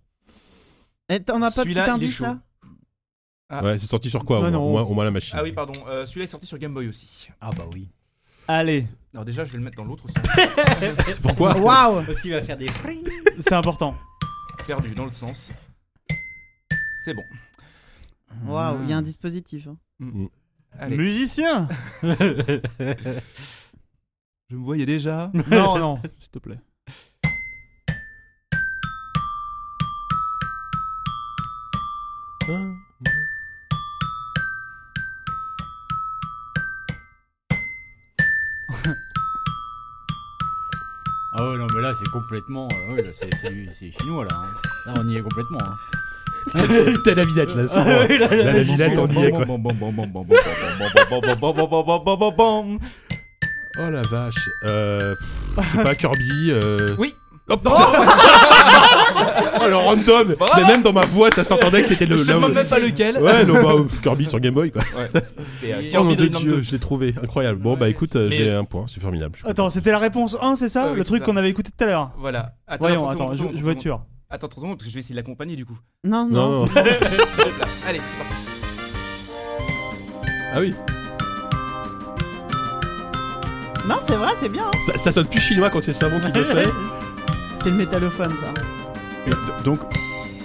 [SPEAKER 6] Eh, T'en as pas de petit
[SPEAKER 4] Celui-là, il est
[SPEAKER 6] indice
[SPEAKER 4] chaud.
[SPEAKER 6] là
[SPEAKER 4] Ah.
[SPEAKER 2] Ouais, c'est sorti sur quoi au
[SPEAKER 3] Ah
[SPEAKER 2] moins-
[SPEAKER 3] non.
[SPEAKER 2] au moins, au moins la machine.
[SPEAKER 4] Ah oui, pardon. euh, celui-là est sorti sur Game Boy aussi.
[SPEAKER 8] Ah bah oui.
[SPEAKER 3] Allez,
[SPEAKER 4] Alors, déjà, je vais le mettre dans l'autre sens.
[SPEAKER 2] Pourquoi
[SPEAKER 6] Waouh
[SPEAKER 8] Parce qu'il va faire des fring.
[SPEAKER 3] c'est important.
[SPEAKER 4] Perdu dans l'autre sens. C'est bon.
[SPEAKER 6] Waouh, il y a un dispositif. hein.
[SPEAKER 4] Allez.
[SPEAKER 3] Musicien
[SPEAKER 4] Je me voyais déjà.
[SPEAKER 3] Non, non, s'il te plaît.
[SPEAKER 8] Ah ouais, non, mais là, c'est complètement. euh, ouais, là, c'est- c'est c'est chinois, là. hein. Là, on y est complètement. hein.
[SPEAKER 2] T'as la villette là. c'est bon. Là, la villette, on y est quoi. Oh la vache. Euh, pff, je sais pas, Kirby. euh,
[SPEAKER 4] Oui.
[SPEAKER 2] Oh, putain. Oh, le random.
[SPEAKER 4] Bravo.
[SPEAKER 2] Mais même dans ma voix, ça s'entendait que c'était le.
[SPEAKER 4] Je te
[SPEAKER 2] la-
[SPEAKER 4] demande même pas lequel.
[SPEAKER 2] Ouais, le bah, Kirby sur Game Boy quoi.
[SPEAKER 4] C'était, euh,
[SPEAKER 7] Et-
[SPEAKER 2] Oh mon
[SPEAKER 4] Kirby
[SPEAKER 2] Dieu,
[SPEAKER 4] Dream Land
[SPEAKER 2] Dieu,
[SPEAKER 4] 2.
[SPEAKER 2] je l'ai trouvé, incroyable. Bon bah écoute, euh,
[SPEAKER 4] Mais-
[SPEAKER 2] j'ai un point, c'est formidable. je suis
[SPEAKER 3] Attends, c'était la réponse 1, c'est ça
[SPEAKER 4] Ouais, Ah oui,
[SPEAKER 3] Le
[SPEAKER 4] c'est
[SPEAKER 3] truc
[SPEAKER 4] ça.
[SPEAKER 3] qu'on avait écouté tout à l'heure.
[SPEAKER 4] Voilà. Attends,
[SPEAKER 3] Voyons,
[SPEAKER 4] attends,
[SPEAKER 3] attends,
[SPEAKER 4] attends,
[SPEAKER 3] je
[SPEAKER 4] attends,
[SPEAKER 3] je veux être sûr.
[SPEAKER 4] Attends, attends, attends, parce que je vais essayer de l'accompagner du coup.
[SPEAKER 6] Non,
[SPEAKER 2] content.
[SPEAKER 6] non.
[SPEAKER 2] Non, non.
[SPEAKER 4] Allez, c'est parti.
[SPEAKER 2] Ah oui,
[SPEAKER 6] Non, c'est vrai, c'est bien. hein.
[SPEAKER 2] ça, ça sonne plus chinois quand c'est savon qui le fait.
[SPEAKER 6] C'est le métallophone, ça.
[SPEAKER 5] Donc,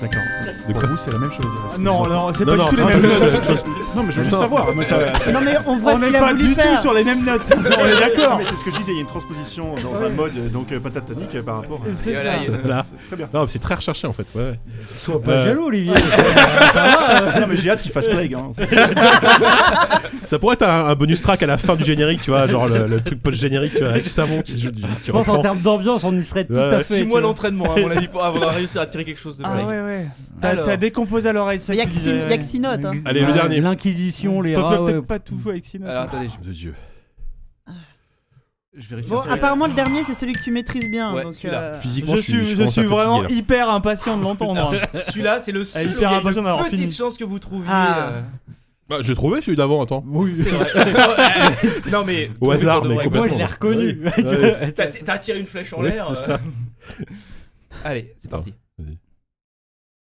[SPEAKER 5] d'accord.
[SPEAKER 2] De
[SPEAKER 5] Pour
[SPEAKER 2] quoi
[SPEAKER 5] vous, c'est la même chose. Est-ce que
[SPEAKER 3] Ah, Non,
[SPEAKER 5] vous-
[SPEAKER 3] non, c'est
[SPEAKER 2] Non,
[SPEAKER 3] pas
[SPEAKER 2] non,
[SPEAKER 3] du tout
[SPEAKER 2] non,
[SPEAKER 3] les mêmes
[SPEAKER 2] non,
[SPEAKER 3] notes.
[SPEAKER 5] non, mais je veux juste
[SPEAKER 2] Attends.
[SPEAKER 5] savoir. Moi, ça,
[SPEAKER 6] Non, mais on voit
[SPEAKER 3] On
[SPEAKER 6] ce
[SPEAKER 3] n'est
[SPEAKER 6] qu'il a
[SPEAKER 3] pas
[SPEAKER 6] voulu
[SPEAKER 3] du
[SPEAKER 6] faire.
[SPEAKER 3] tout sur les mêmes notes. On est
[SPEAKER 5] Non,
[SPEAKER 3] d'accord.
[SPEAKER 5] mais c'est ce que je disais, il y a une transposition dans un mode euh, donc euh, patate tonique euh, par rapport. à-
[SPEAKER 3] C'est
[SPEAKER 4] Et
[SPEAKER 3] ça.
[SPEAKER 4] voilà, il y a-
[SPEAKER 2] Voilà.
[SPEAKER 5] Très bien.
[SPEAKER 2] Non, Euh, c'est très recherché en fait. Ouais, ouais.
[SPEAKER 8] Sois
[SPEAKER 2] pas Euh, jaloux,
[SPEAKER 8] Olivier.
[SPEAKER 5] non, mais j'ai hâte qu'il fasse plague. Hein.
[SPEAKER 2] Ça pourrait être un, un bonus track à la fin du générique, tu vois, genre le, le truc post générique, tu vois, avec savon qui joue du. qui
[SPEAKER 8] Je pense en
[SPEAKER 2] reprend.
[SPEAKER 8] termes d'ambiance, on y serait tout
[SPEAKER 2] Ouais,
[SPEAKER 8] à
[SPEAKER 2] ouais.
[SPEAKER 8] fait.
[SPEAKER 4] Six
[SPEAKER 8] tu
[SPEAKER 4] mois
[SPEAKER 8] vois.
[SPEAKER 4] d'entraînement, hein, à mon avis, pour avoir réussi à tirer quelque chose de
[SPEAKER 3] Ah
[SPEAKER 4] pareil.
[SPEAKER 3] ouais, ouais. T'as
[SPEAKER 4] Alors.
[SPEAKER 3] t'as décomposé à l'oreille, ça.
[SPEAKER 6] Il y a
[SPEAKER 3] tu
[SPEAKER 6] que
[SPEAKER 3] disais,
[SPEAKER 6] Sin- il y a
[SPEAKER 3] ouais.
[SPEAKER 6] que Sinote, hein.
[SPEAKER 2] Allez, le
[SPEAKER 8] Ouais,
[SPEAKER 2] dernier.
[SPEAKER 8] L'Inquisition, les
[SPEAKER 3] T'as
[SPEAKER 8] rats.
[SPEAKER 3] peut-être
[SPEAKER 8] ouais.
[SPEAKER 3] pas tout joué avec hein. Sinote.
[SPEAKER 4] Alors attendez, je,
[SPEAKER 2] De Dieu.
[SPEAKER 4] je vérifie.
[SPEAKER 6] Bon,
[SPEAKER 4] sur le-
[SPEAKER 6] apparemment, le dernier, c'est celui que tu maîtrises bien.
[SPEAKER 4] Ouais,
[SPEAKER 6] donc,
[SPEAKER 4] celui-là.
[SPEAKER 6] euh,
[SPEAKER 2] Physiquement,
[SPEAKER 3] Je suis,
[SPEAKER 2] je
[SPEAKER 3] je
[SPEAKER 2] commence à
[SPEAKER 3] suis
[SPEAKER 2] fatiguer,
[SPEAKER 3] vraiment
[SPEAKER 2] là.
[SPEAKER 3] hyper impatient de l'entendre. hein.
[SPEAKER 4] Celui-là, c'est le seul.
[SPEAKER 3] hyper
[SPEAKER 4] où il y a une
[SPEAKER 3] impatient d'avoir
[SPEAKER 4] Petite
[SPEAKER 3] fini.
[SPEAKER 4] chance que vous trouviez.
[SPEAKER 6] Ah.
[SPEAKER 4] euh,
[SPEAKER 2] Bah, j'ai trouvé celui d'avant, attends.
[SPEAKER 8] Oui.
[SPEAKER 4] C'est vrai. non mais.
[SPEAKER 2] Au hasard,
[SPEAKER 4] pour de
[SPEAKER 2] mais
[SPEAKER 4] vrai.
[SPEAKER 8] Moi, je
[SPEAKER 2] complètement.
[SPEAKER 8] l'ai reconnu.
[SPEAKER 2] Ouais.
[SPEAKER 8] Tu vois,
[SPEAKER 4] T'as t'as tiré une flèche en
[SPEAKER 2] Ouais,
[SPEAKER 4] l'air.
[SPEAKER 2] c'est
[SPEAKER 4] euh.
[SPEAKER 2] ça.
[SPEAKER 4] Allez, c'est parti.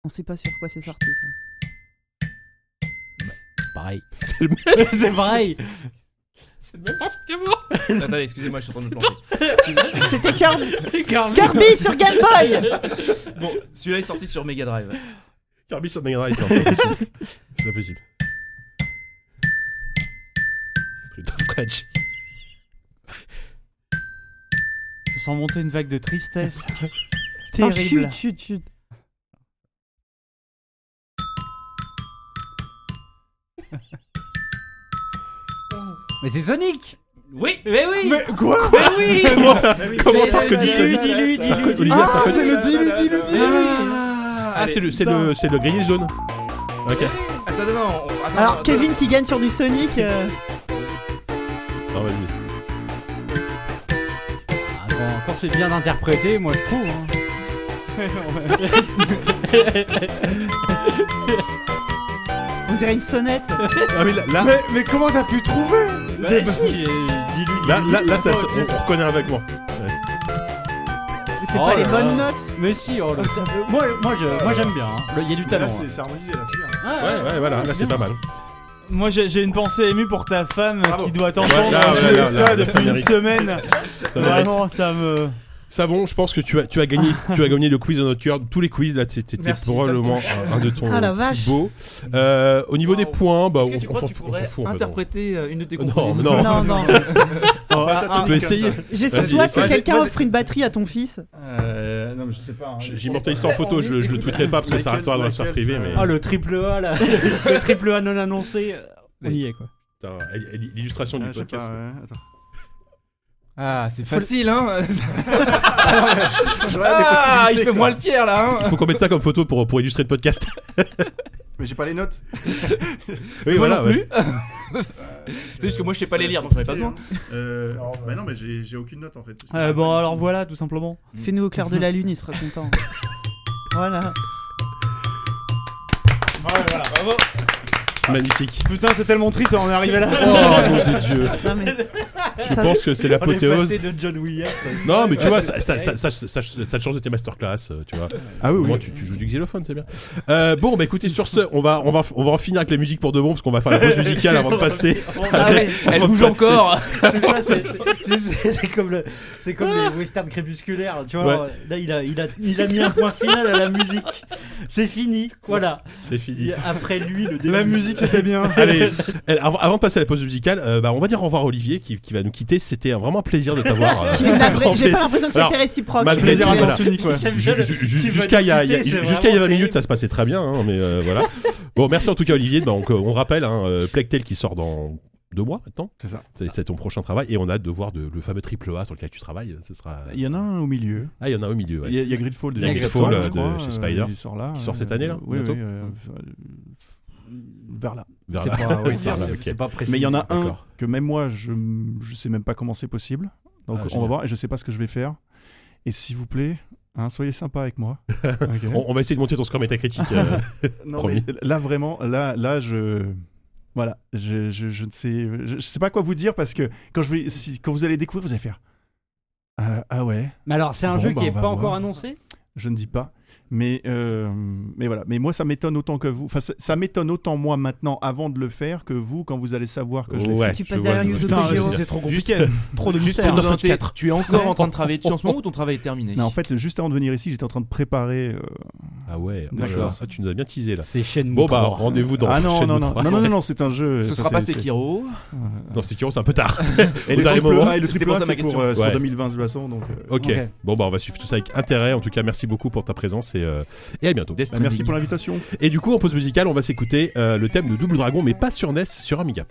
[SPEAKER 6] On sait pas sur quoi c'est sorti, ça.
[SPEAKER 8] Pareil.
[SPEAKER 2] C'est le
[SPEAKER 8] C'est pareil.
[SPEAKER 4] Attendez, excusez-moi, je suis en train de me planter.
[SPEAKER 6] C'était Kirby. Kirby sur Game Boy
[SPEAKER 4] Bon, celui-là est sorti sur Mega Drive.
[SPEAKER 2] Kirby sur Mega Drive, non, c'est pas possible. C'est pas possible. Street of Rage.
[SPEAKER 3] Je sens monter une vague de tristesse.
[SPEAKER 6] Ah,
[SPEAKER 3] Terrible.
[SPEAKER 6] Chut, chut, chut.
[SPEAKER 8] Mais c'est Sonic.
[SPEAKER 4] Oui, mais oui.
[SPEAKER 3] Mais quoi
[SPEAKER 4] Mais oui.
[SPEAKER 2] Comment t'as comment t'as reconnu ça
[SPEAKER 3] Dis-lui, dis-lui,
[SPEAKER 2] Pourquoi, Olivier,
[SPEAKER 3] dis-lui.
[SPEAKER 2] t'as reconnu- Ah,
[SPEAKER 4] Allez,
[SPEAKER 2] c'est le, c'est le, c'est le grillé jaune.
[SPEAKER 4] Ah,
[SPEAKER 2] Ok.
[SPEAKER 4] Attends, non, non. on- attends,
[SPEAKER 6] Alors,
[SPEAKER 4] attends.
[SPEAKER 6] Kevin qui gagne sur du Sonic. euh,
[SPEAKER 2] Non, vas-y.
[SPEAKER 8] Ah, Quand, quand c'est bien interprété, moi je trouve. hein.
[SPEAKER 6] on dirait une sonnette.
[SPEAKER 2] Ah, mais là, là,
[SPEAKER 3] Mais, mais comment t'as pu trouver
[SPEAKER 8] Bah, si, euh, dis-lui,
[SPEAKER 2] là,
[SPEAKER 8] dis-lui.
[SPEAKER 2] là, là, ça, se- on, on reconnaît un vaguement.
[SPEAKER 6] Mais C'est
[SPEAKER 8] Oh
[SPEAKER 6] pas les
[SPEAKER 8] là
[SPEAKER 6] bonnes
[SPEAKER 8] là.
[SPEAKER 6] notes.
[SPEAKER 8] Mais si, oh, le ta- euh, moi, moi, je- moi, j'aime bien. hein. Le- Il y a du talent.
[SPEAKER 5] Là, c'est
[SPEAKER 8] hein.
[SPEAKER 5] c'est harmonisé, là, c'est bien.
[SPEAKER 8] Ah,
[SPEAKER 2] Ouais, ouais, voilà, là, c'est pas mal.
[SPEAKER 3] Moi j'ai j'ai une pensée émue pour ta femme qui doit t'entendre
[SPEAKER 2] Ouais, là,
[SPEAKER 3] jouer
[SPEAKER 2] ouais, là,
[SPEAKER 3] bah, ça
[SPEAKER 2] là, là,
[SPEAKER 3] depuis
[SPEAKER 2] ça
[SPEAKER 3] une
[SPEAKER 2] mérite.
[SPEAKER 3] semaine.
[SPEAKER 2] Ça mérite.
[SPEAKER 3] Vraiment ça me...
[SPEAKER 2] Savon, je pense que tu as, tu as gagné, tu as gagné le quiz de notre cœur. Tous les quiz là, c'était
[SPEAKER 4] Merci,
[SPEAKER 2] probablement
[SPEAKER 4] ça
[SPEAKER 2] un, un de ton
[SPEAKER 6] Ah, la
[SPEAKER 2] plus
[SPEAKER 6] vache.
[SPEAKER 2] beaux. Euh, au niveau
[SPEAKER 4] Wow.
[SPEAKER 2] des points, bah,
[SPEAKER 4] Est-ce
[SPEAKER 2] on,
[SPEAKER 4] que tu
[SPEAKER 2] on
[SPEAKER 4] crois
[SPEAKER 2] s'en
[SPEAKER 4] que tu
[SPEAKER 2] fout, on s'en
[SPEAKER 4] pourrais
[SPEAKER 2] fout. en fait, on-
[SPEAKER 4] interpréter euh, une de tes
[SPEAKER 2] Non,
[SPEAKER 4] compositions
[SPEAKER 2] non.
[SPEAKER 6] Non, non.
[SPEAKER 5] Patate
[SPEAKER 2] Ah, tu peux
[SPEAKER 5] tonique,
[SPEAKER 2] essayer.
[SPEAKER 5] comme
[SPEAKER 6] J'ai ce
[SPEAKER 2] Vas-y,
[SPEAKER 6] doigt
[SPEAKER 2] essaye.
[SPEAKER 6] que quelqu'un
[SPEAKER 4] Moi, j'ai-
[SPEAKER 6] offre une batterie à ton fils.
[SPEAKER 5] ça. Euh, non, mais je sais pas. hein.
[SPEAKER 2] J- J'immortalise ça en photo, je, je le tweeterai pas parce que ça
[SPEAKER 5] Michael,
[SPEAKER 2] restera dans la sphère
[SPEAKER 5] Michael,
[SPEAKER 2] privée.
[SPEAKER 5] ça-
[SPEAKER 2] Mais...
[SPEAKER 8] Ah, le triple A là. le triple A non annoncé. euh, On y est quoi.
[SPEAKER 2] Putain, elle- elle- L'illustration
[SPEAKER 5] Ah,
[SPEAKER 2] du
[SPEAKER 5] je sais pas,
[SPEAKER 2] podcast.
[SPEAKER 5] ouais, attends.
[SPEAKER 4] Ah, c'est facile, hein.
[SPEAKER 5] J'aurais des
[SPEAKER 4] Ah, il
[SPEAKER 5] possibilités,
[SPEAKER 4] fait
[SPEAKER 5] quoi.
[SPEAKER 4] moins le fier là.
[SPEAKER 2] Il
[SPEAKER 4] Hein.
[SPEAKER 2] faut qu'on mette ça comme photo pour, pour illustrer le podcast.
[SPEAKER 5] Mais j'ai pas les notes.
[SPEAKER 2] Oui,
[SPEAKER 4] Moi
[SPEAKER 2] voilà.
[SPEAKER 4] non plus.
[SPEAKER 2] ouais.
[SPEAKER 4] C'est juste que moi, je sais pas
[SPEAKER 5] ça
[SPEAKER 4] les
[SPEAKER 5] va
[SPEAKER 4] lire,
[SPEAKER 5] être
[SPEAKER 4] donc j'en ai pas
[SPEAKER 5] compliqué, hein. Euh, Bah non, mais j'ai j'ai aucune note en fait.
[SPEAKER 3] Euh, bon alors voilà tout simplement.
[SPEAKER 6] Fais-nous au clair de la lune, il sera content. Voilà.
[SPEAKER 4] Voilà, bravo.
[SPEAKER 2] Magnifique.
[SPEAKER 3] Putain c'est tellement triste d'en arriver là.
[SPEAKER 2] Oh mon Dieu.
[SPEAKER 6] Non, mais...
[SPEAKER 2] Je
[SPEAKER 6] Ça-
[SPEAKER 2] pense que c'est l'apothéose.
[SPEAKER 8] de John Williams.
[SPEAKER 2] Non, mais tu vois, ça, ça, ça, ça, ça- ça te change de tes masterclass, euh, tu vois.
[SPEAKER 5] Ah
[SPEAKER 2] Au moins, tu, tu joues du xylophone, c'est bien. Euh, bon, bah écoutez, sur ce, on va, on, va, on va en finir avec la musique pour de bon, parce qu'on va faire la pause musicale avant de passer.
[SPEAKER 4] Ah ouais, elle bouge encore.
[SPEAKER 8] C'est ça, c'est- c'est- tu sais, c'est comme le, c'est comme les westerns crépusculaires, tu vois.
[SPEAKER 2] Ouais.
[SPEAKER 8] alors, Là, il a, il a, il a mis un point final à la musique. C'est fini, voilà.
[SPEAKER 2] C'est
[SPEAKER 8] Il y
[SPEAKER 2] fini.
[SPEAKER 8] a Après lui, le début.
[SPEAKER 3] La musique c'était bien.
[SPEAKER 2] Allez, elle- avant, avant de passer à la pause musicale, euh, bah, on va dire au revoir à Olivier qui, qui va nous quitter. C'était euh, vraiment un plaisir de t'avoir. euh,
[SPEAKER 6] Il est navré,
[SPEAKER 2] grand
[SPEAKER 6] J'ai
[SPEAKER 2] plaisir.
[SPEAKER 6] pas l'impression que
[SPEAKER 2] Alors,
[SPEAKER 6] c'était réciproque.
[SPEAKER 2] ma
[SPEAKER 6] Je suis
[SPEAKER 2] plaisir
[SPEAKER 6] désolée.
[SPEAKER 2] à
[SPEAKER 3] Plaisir Sonic ouais.
[SPEAKER 8] J'aime bien
[SPEAKER 2] Ju-
[SPEAKER 8] le-
[SPEAKER 2] ju- ju-
[SPEAKER 8] tu vas
[SPEAKER 2] Jusqu'à il y a, il y a-
[SPEAKER 8] nous quitter, c'est
[SPEAKER 2] jusqu'à il y a 20
[SPEAKER 8] vraiment
[SPEAKER 2] minutes, ça se passait très bien, hein, mais euh, voilà. Bon, merci en tout cas Olivier. Donc, euh, on rappelle, hein, euh, Plectel qui sort dans deux mois maintenant.
[SPEAKER 5] C'est ça.
[SPEAKER 2] C'est c'est ton prochain travail et on a hâte de voir de- le fameux triple A sur lequel tu travailles. Ce sera.
[SPEAKER 5] Il y en a un au milieu.
[SPEAKER 2] Ah, il y en a un au milieu. ouais.
[SPEAKER 5] Il y a- il y a Gridfall
[SPEAKER 2] Il y a
[SPEAKER 5] Gridfall,
[SPEAKER 2] Gridfall,
[SPEAKER 5] je
[SPEAKER 2] euh,
[SPEAKER 5] crois,
[SPEAKER 2] de- chez
[SPEAKER 5] euh,
[SPEAKER 2] Spiders,
[SPEAKER 5] il sort là.
[SPEAKER 2] qui sort cette
[SPEAKER 5] euh,
[SPEAKER 2] année, là,
[SPEAKER 5] Oui,
[SPEAKER 2] bientôt.
[SPEAKER 5] oui, euh, vers là.
[SPEAKER 2] Vers
[SPEAKER 5] C'est
[SPEAKER 2] là.
[SPEAKER 5] pas- ouais,
[SPEAKER 2] Vers
[SPEAKER 5] c'est-
[SPEAKER 2] là,
[SPEAKER 5] c'est-
[SPEAKER 2] ok.
[SPEAKER 8] C'est pas précis.
[SPEAKER 5] Mais il y en a un
[SPEAKER 2] D'accord.
[SPEAKER 5] que même moi, je je sais même pas comment c'est possible.
[SPEAKER 2] Ah,
[SPEAKER 5] Donc on va
[SPEAKER 2] génial.
[SPEAKER 5] voir et je sais pas ce que je vais faire. Et s'il vous plaît, Hein, soyez sympa avec moi.
[SPEAKER 2] On, on va essayer de monter ton score métacritique. euh,
[SPEAKER 5] Non,
[SPEAKER 2] Promis.
[SPEAKER 5] mais là vraiment, là, là, je, voilà, je, je, je ne sais, je, je sais pas quoi vous dire parce que quand je vais, si- quand vous allez découvrir, vous allez faire. Ah, ah ouais,
[SPEAKER 8] Mais alors, c'est un
[SPEAKER 5] Bon,
[SPEAKER 8] jeu
[SPEAKER 5] bah,
[SPEAKER 8] qui est
[SPEAKER 5] on
[SPEAKER 8] pas
[SPEAKER 5] va
[SPEAKER 8] encore
[SPEAKER 5] voir.
[SPEAKER 8] annoncé
[SPEAKER 5] je ne dis pas. Mais, euh, mais voilà. Mais moi, ça m'étonne autant que vous. Enfin, ça, ça m'étonne autant moi maintenant, avant de le faire, que vous quand vous allez savoir que je l'ai
[SPEAKER 2] ouais,
[SPEAKER 5] fait.
[SPEAKER 6] tu
[SPEAKER 2] je
[SPEAKER 6] passes
[SPEAKER 2] vois,
[SPEAKER 6] derrière
[SPEAKER 2] je vois.
[SPEAKER 6] Yuzo
[SPEAKER 2] Putain,
[SPEAKER 6] Toguro.
[SPEAKER 2] c'est-
[SPEAKER 3] C'est trop
[SPEAKER 4] Juste-
[SPEAKER 3] compliqué. trop de
[SPEAKER 4] Juste
[SPEAKER 3] mystères.
[SPEAKER 4] pour te
[SPEAKER 3] Dans un
[SPEAKER 4] rappeler,
[SPEAKER 3] chat.
[SPEAKER 4] tu es encore en train de travailler dessus en ce moment ou ton travail est terminé
[SPEAKER 5] Non, en fait, juste avant de venir ici, j'étais en train de préparer. euh,
[SPEAKER 2] Ah ouais, oh là
[SPEAKER 5] D'accord.
[SPEAKER 2] là, ah, tu nous as bien teasé là.
[SPEAKER 8] C'est Shenmue
[SPEAKER 2] Bon bah
[SPEAKER 8] 3.
[SPEAKER 2] rendez-vous dans
[SPEAKER 5] Ah non,
[SPEAKER 2] Shenmue
[SPEAKER 5] non, non,
[SPEAKER 2] 3.
[SPEAKER 5] non, non, non, non, c'est un jeu.
[SPEAKER 4] Ce
[SPEAKER 5] ça,
[SPEAKER 4] sera pas
[SPEAKER 5] c'est-
[SPEAKER 4] Sekiro.
[SPEAKER 5] c'est-
[SPEAKER 2] Non, Sekiro, c'est un peu tard.
[SPEAKER 5] Et
[SPEAKER 2] Au
[SPEAKER 5] le
[SPEAKER 2] dernier
[SPEAKER 5] triple
[SPEAKER 2] moment.
[SPEAKER 5] A, et le
[SPEAKER 4] C'était
[SPEAKER 5] triple
[SPEAKER 4] pour
[SPEAKER 5] A,
[SPEAKER 4] ça ma
[SPEAKER 5] c'est pour,
[SPEAKER 4] question.
[SPEAKER 5] euh, c'est pour
[SPEAKER 2] Ouais.
[SPEAKER 5] 2020 de toute façon. Donc, euh,
[SPEAKER 2] ok. Bon bah on va suivre tout ça avec intérêt. En tout cas, merci beaucoup pour ta présence et, euh, et à bientôt.
[SPEAKER 4] Death
[SPEAKER 5] bah, merci
[SPEAKER 4] Stranding.
[SPEAKER 5] pour l'invitation.
[SPEAKER 2] Et du coup, en pause musicale, on va s'écouter euh, le thème de Double Dragon, mais pas sur NES, sur Amiga.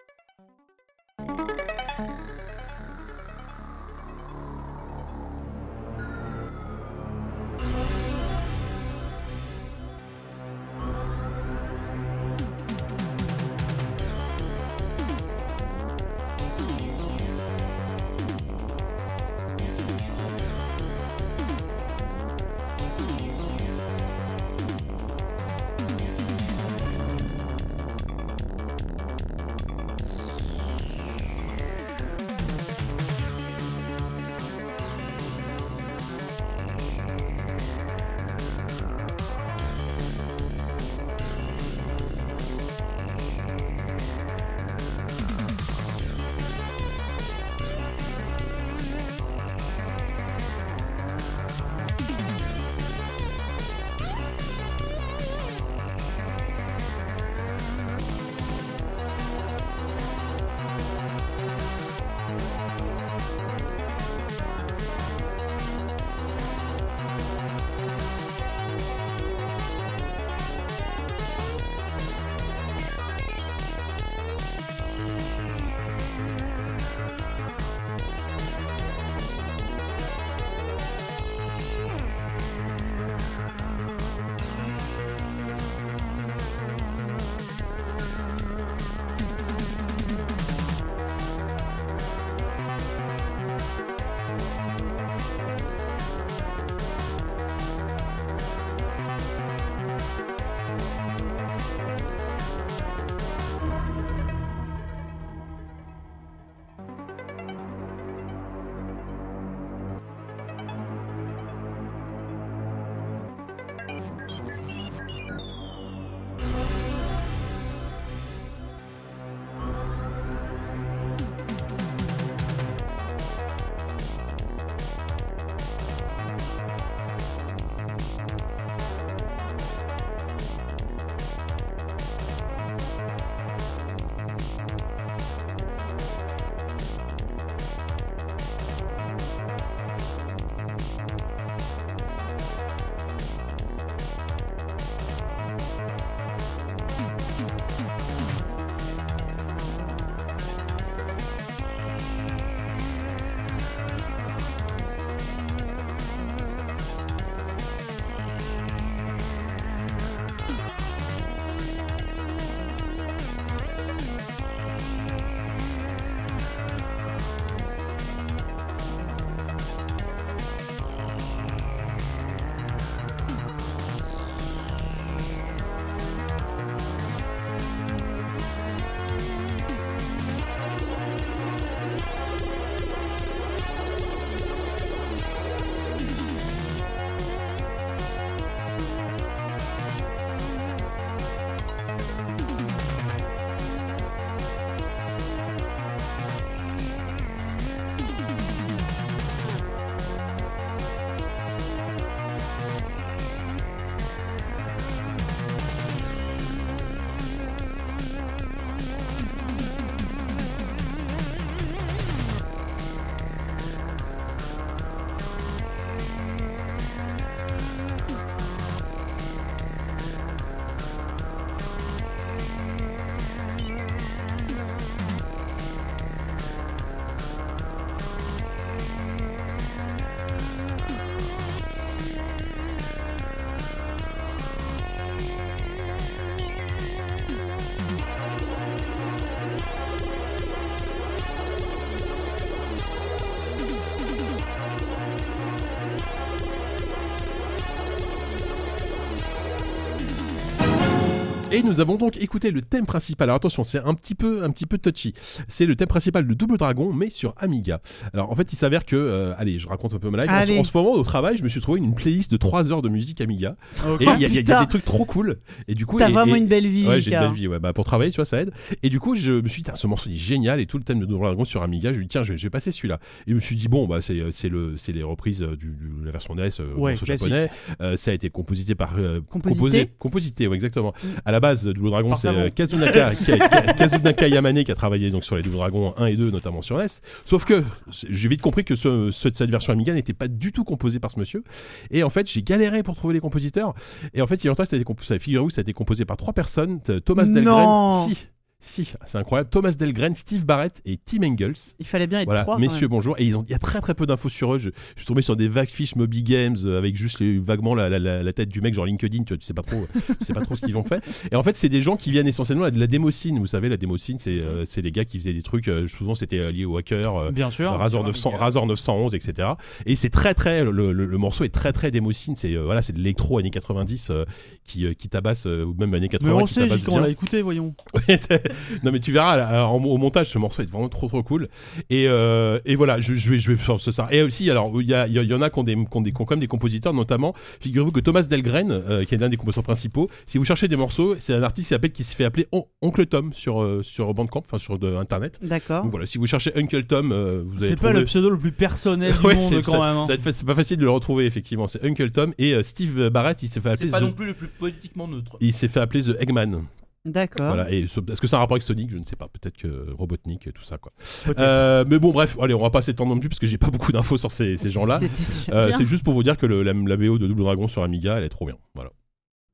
[SPEAKER 2] Et nous avons donc écouté le thème principal. Alors attention, c'est un petit peu, un petit peu touchy. C'est le thème principal de Double Dragon, mais sur Amiga. Alors en fait, il s'avère que, euh, allez, je raconte un peu ma life. En ce-
[SPEAKER 6] Allez.
[SPEAKER 2] En, ce moment, au travail, je me suis trouvé une playlist de 3 heures de musique Amiga.
[SPEAKER 3] Ok.
[SPEAKER 2] Et il y, a- il y a- il y a
[SPEAKER 6] Putain.
[SPEAKER 2] des trucs trop cool. Et du coup,
[SPEAKER 6] Ah, T'as
[SPEAKER 2] et-
[SPEAKER 6] vraiment
[SPEAKER 2] et-
[SPEAKER 6] une belle vie,
[SPEAKER 2] Ouais, j'ai une
[SPEAKER 6] Ika.
[SPEAKER 2] belle vie, ouais. Bah, pour travailler, tu vois, ça aide. Et du coup, je me suis dit, Tain, ce morceau il est génial et tout le thème de Double Dragon sur Amiga. Je lui dis, tiens, je vais, je vais passer celui-là. Et je me suis dit, bon, bah, c'est, c'est, le, c'est les reprises euh, du, du- la version NES, euh,
[SPEAKER 3] Ouais,
[SPEAKER 2] morceau
[SPEAKER 3] classique.
[SPEAKER 2] japonais. Euh, ça a été composité par. euh,
[SPEAKER 6] Composité Mm.
[SPEAKER 2] composé, composité, ouais, exactement. À la base, Double Dragon,
[SPEAKER 3] Par
[SPEAKER 2] c'est
[SPEAKER 3] Savon.
[SPEAKER 2] euh, Kazunaka, Ka- Ka- Kazunaka Yamane qui a travaillé donc, sur les Double Dragons 1 et 2, notamment sur NES. Sauf que c'est- j'ai vite compris que ce, ce- cette version Amiga n'était pas du tout composée par ce monsieur. Et en fait, j'ai galéré pour trouver les compositeurs. Et en fait, il y a longtemps, ça a été compo- ça- figurez-vous, ça a été composé par trois personnes T- Thomas Delgren,
[SPEAKER 6] Non.
[SPEAKER 2] si, si, c'est incroyable. Thomas Delgren, Steve Barrett et Tim Engels.
[SPEAKER 6] Il fallait bien être
[SPEAKER 2] Voilà,
[SPEAKER 6] trois. quand
[SPEAKER 2] messieurs, bonjour. Et ils ont, il y a très très peu d'infos sur eux. Je, je suis tombé sur des vagues fiches Moby Games euh, avec juste les- vaguement la, la- la- la tête du mec, genre LinkedIn. Tu, vois, tu sais pas trop, euh, tu sais pas trop ce qu'ils ont fait. Et en fait, c'est des gens qui viennent essentiellement de la démocine. Vous savez, la démocine, c'est euh, c'est les gars qui faisaient des trucs. euh, souvent, c'était euh, lié au hacker. euh,
[SPEAKER 3] Bien sûr.
[SPEAKER 2] Razor 900, Razor 911, etc. Et c'est très très le, le- le morceau est très très démocine. C'est euh, voilà, c'est de l'électro années 90 euh, qui euh, qui tabasse euh, ou même années
[SPEAKER 3] Mais
[SPEAKER 2] 80
[SPEAKER 3] on
[SPEAKER 2] qui
[SPEAKER 3] sait,
[SPEAKER 2] tabasse
[SPEAKER 3] Jika, on
[SPEAKER 2] bien.
[SPEAKER 3] l'a écouté, voyons.
[SPEAKER 2] Ouais, c'est- non mais tu verras là, en- au montage ce morceau est vraiment trop trop cool et, euh, et voilà je, je vais je vais faire ça et aussi alors il y, a- il y a- il y en a qui ont, des, qui ont des- qui ont quand même des compositeurs notamment figurez-vous que Thomas Delgren euh, qui est l'un des compositeurs principaux si vous cherchez des morceaux c'est un artiste qui s'appelle qui s'est fait appeler On- Oncle Tom sur euh, sur Bandcamp enfin sur de- internet
[SPEAKER 6] même.
[SPEAKER 4] Ah.
[SPEAKER 6] D'accord.
[SPEAKER 2] donc voilà si vous cherchez Uncle Tom euh, vous allez
[SPEAKER 3] C'est pas
[SPEAKER 2] trouver-
[SPEAKER 3] le pseudo le plus personnel du
[SPEAKER 2] Ouais,
[SPEAKER 3] monde
[SPEAKER 2] c'est-
[SPEAKER 3] quand même. hein.
[SPEAKER 2] ça va être fa- C'est pas facile de le retrouver effectivement. C'est Uncle Tom et euh, Steve Barrett. Il s'est fait appeler.
[SPEAKER 4] C'est pas
[SPEAKER 2] The-
[SPEAKER 4] non plus le plus politiquement neutre.
[SPEAKER 2] Il s'est fait appeler The Eggman.
[SPEAKER 6] D'accord.
[SPEAKER 2] Voilà. Et ce- est-ce que ça a un rapport avec Sonic Je ne sais pas. Peut-être que Robotnik et tout ça quoi.
[SPEAKER 3] Peut-être.
[SPEAKER 2] Euh, mais bon, bref. Allez, on va pas s'étendre non plus parce que j'ai pas beaucoup d'infos sur ces, ces gens-là.
[SPEAKER 6] C'était déjà
[SPEAKER 2] Euh,
[SPEAKER 6] bien.
[SPEAKER 2] c'est juste pour vous dire que le- la, la BO de Double Dragon sur Amiga, elle est trop bien. Voilà.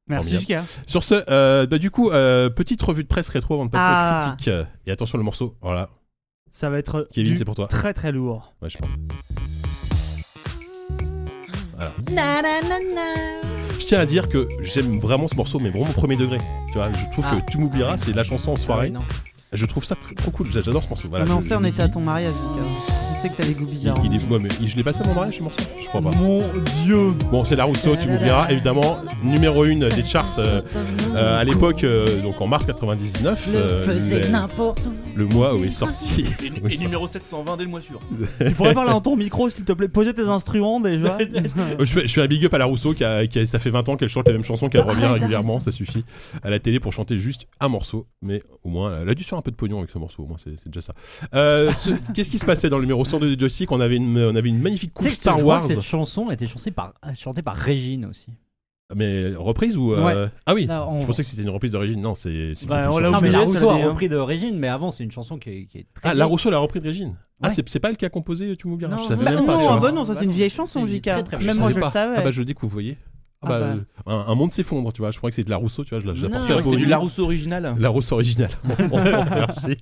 [SPEAKER 3] Merci,
[SPEAKER 2] formidable.
[SPEAKER 3] Jika.
[SPEAKER 2] Sur ce, euh, bah, du coup, euh, petite revue de presse rétro avant de passer
[SPEAKER 6] Ah.
[SPEAKER 2] aux critiques. Euh, Et attention le morceau. Voilà.
[SPEAKER 3] Ça va être
[SPEAKER 2] Kevin,
[SPEAKER 3] du
[SPEAKER 2] c'est pour toi.
[SPEAKER 3] très très lourd.
[SPEAKER 2] Ouais, je pense. Je tiens à dire que j'aime vraiment ce morceau, mais vraiment au premier degré. Tu vois, je trouve
[SPEAKER 7] Ah.
[SPEAKER 2] que Tu m'oublieras, c'est la chanson en soirée.
[SPEAKER 7] non.
[SPEAKER 2] Je trouve ça tr- trop cool, j'a- j'adore ce morceau. Voilà,
[SPEAKER 6] Ah mais on
[SPEAKER 2] je-
[SPEAKER 6] sait,
[SPEAKER 2] je
[SPEAKER 6] on
[SPEAKER 2] le
[SPEAKER 6] était à
[SPEAKER 2] dis.
[SPEAKER 6] ton mariage, Jika. On sait que t'as des goûts
[SPEAKER 2] Il,
[SPEAKER 6] bizarres. hein.
[SPEAKER 2] il est, ouais, mais il- je l'ai passé à mon mariage ce morceau Je crois pas.
[SPEAKER 3] Mon dieu.
[SPEAKER 2] Bon, c'est la Rousseau, tu m'oublieras, évidemment, numéro 1 des charts euh, euh, à l'époque, euh, donc en mars 99, euh, le,
[SPEAKER 6] n'importe où.
[SPEAKER 2] le mois où est sorti.
[SPEAKER 4] Et,
[SPEAKER 2] Oui,
[SPEAKER 4] et
[SPEAKER 2] ça.
[SPEAKER 4] numéro 720 dès le mois sûr.
[SPEAKER 3] Tu pourrais parler dans ton micro, s'il te plaît. Posez tes instruments déjà.
[SPEAKER 2] Euh, Je fais, je fais un big up à la Rousseau qui, a- qui a- ça fait 20 ans qu'elle chante la même chanson, qu'elle revient régulièrement, ça suffit à la télé pour chanter juste un morceau, mais au moins elle a dû se faire un peu de pognon avec ce morceau, au moins c'est c'est déjà ça. Euh, ce- Qu'est-ce qui se passait dans le numéro 102 de Joystick on avait, une, on avait une magnifique
[SPEAKER 7] Tu sais
[SPEAKER 2] coupe
[SPEAKER 7] que
[SPEAKER 2] Star
[SPEAKER 7] je crois
[SPEAKER 2] Wars,
[SPEAKER 7] que cette chanson a été chantée par, chantée par Régine aussi.
[SPEAKER 2] mais reprise ou euh, ah oui,
[SPEAKER 7] Là, on-
[SPEAKER 2] je pensais que c'était une reprise d'origine, non c'est. c'est une
[SPEAKER 3] Bah,
[SPEAKER 2] reprise
[SPEAKER 3] on
[SPEAKER 2] sur-
[SPEAKER 3] l'a
[SPEAKER 7] Non, mais
[SPEAKER 3] oublié,
[SPEAKER 7] la
[SPEAKER 3] ça
[SPEAKER 7] Rousseau
[SPEAKER 3] l'a
[SPEAKER 7] a
[SPEAKER 3] dit, hein.
[SPEAKER 7] repris de Régine, mais avant, c'est une chanson qui est, qui est très.
[SPEAKER 2] Ah la
[SPEAKER 7] vieille.
[SPEAKER 2] Rousseau l'a repris de Régine. Ah
[SPEAKER 7] Ouais.
[SPEAKER 2] c'est c'est pas elle qui a composé tu m'oublieras.
[SPEAKER 7] Non,
[SPEAKER 2] Je savais
[SPEAKER 7] bah,
[SPEAKER 2] même
[SPEAKER 6] non,
[SPEAKER 2] pas. tu vois.
[SPEAKER 6] ah bah non, ça
[SPEAKER 7] Ah
[SPEAKER 6] c'est
[SPEAKER 7] bah
[SPEAKER 6] une
[SPEAKER 7] non,
[SPEAKER 6] vieille
[SPEAKER 7] c'est
[SPEAKER 6] chanson,
[SPEAKER 7] une
[SPEAKER 6] Jika.
[SPEAKER 7] très, très
[SPEAKER 6] Même
[SPEAKER 7] vieille
[SPEAKER 6] moi,
[SPEAKER 2] savais
[SPEAKER 6] je
[SPEAKER 2] pas.
[SPEAKER 6] le savais.
[SPEAKER 2] Ah bah je découvre, vous voyez. Ah bah,
[SPEAKER 6] Ah bah.
[SPEAKER 2] euh, Un, un monde s'effondre, tu vois. Je crois que c'est de la Rousseau, tu vois. Je la- je la
[SPEAKER 4] Non,
[SPEAKER 2] portais
[SPEAKER 4] je
[SPEAKER 2] un
[SPEAKER 4] crois que c'est
[SPEAKER 2] peu au
[SPEAKER 4] du
[SPEAKER 2] nu.
[SPEAKER 4] La Rousseau original.
[SPEAKER 2] La rousse originale. Merci.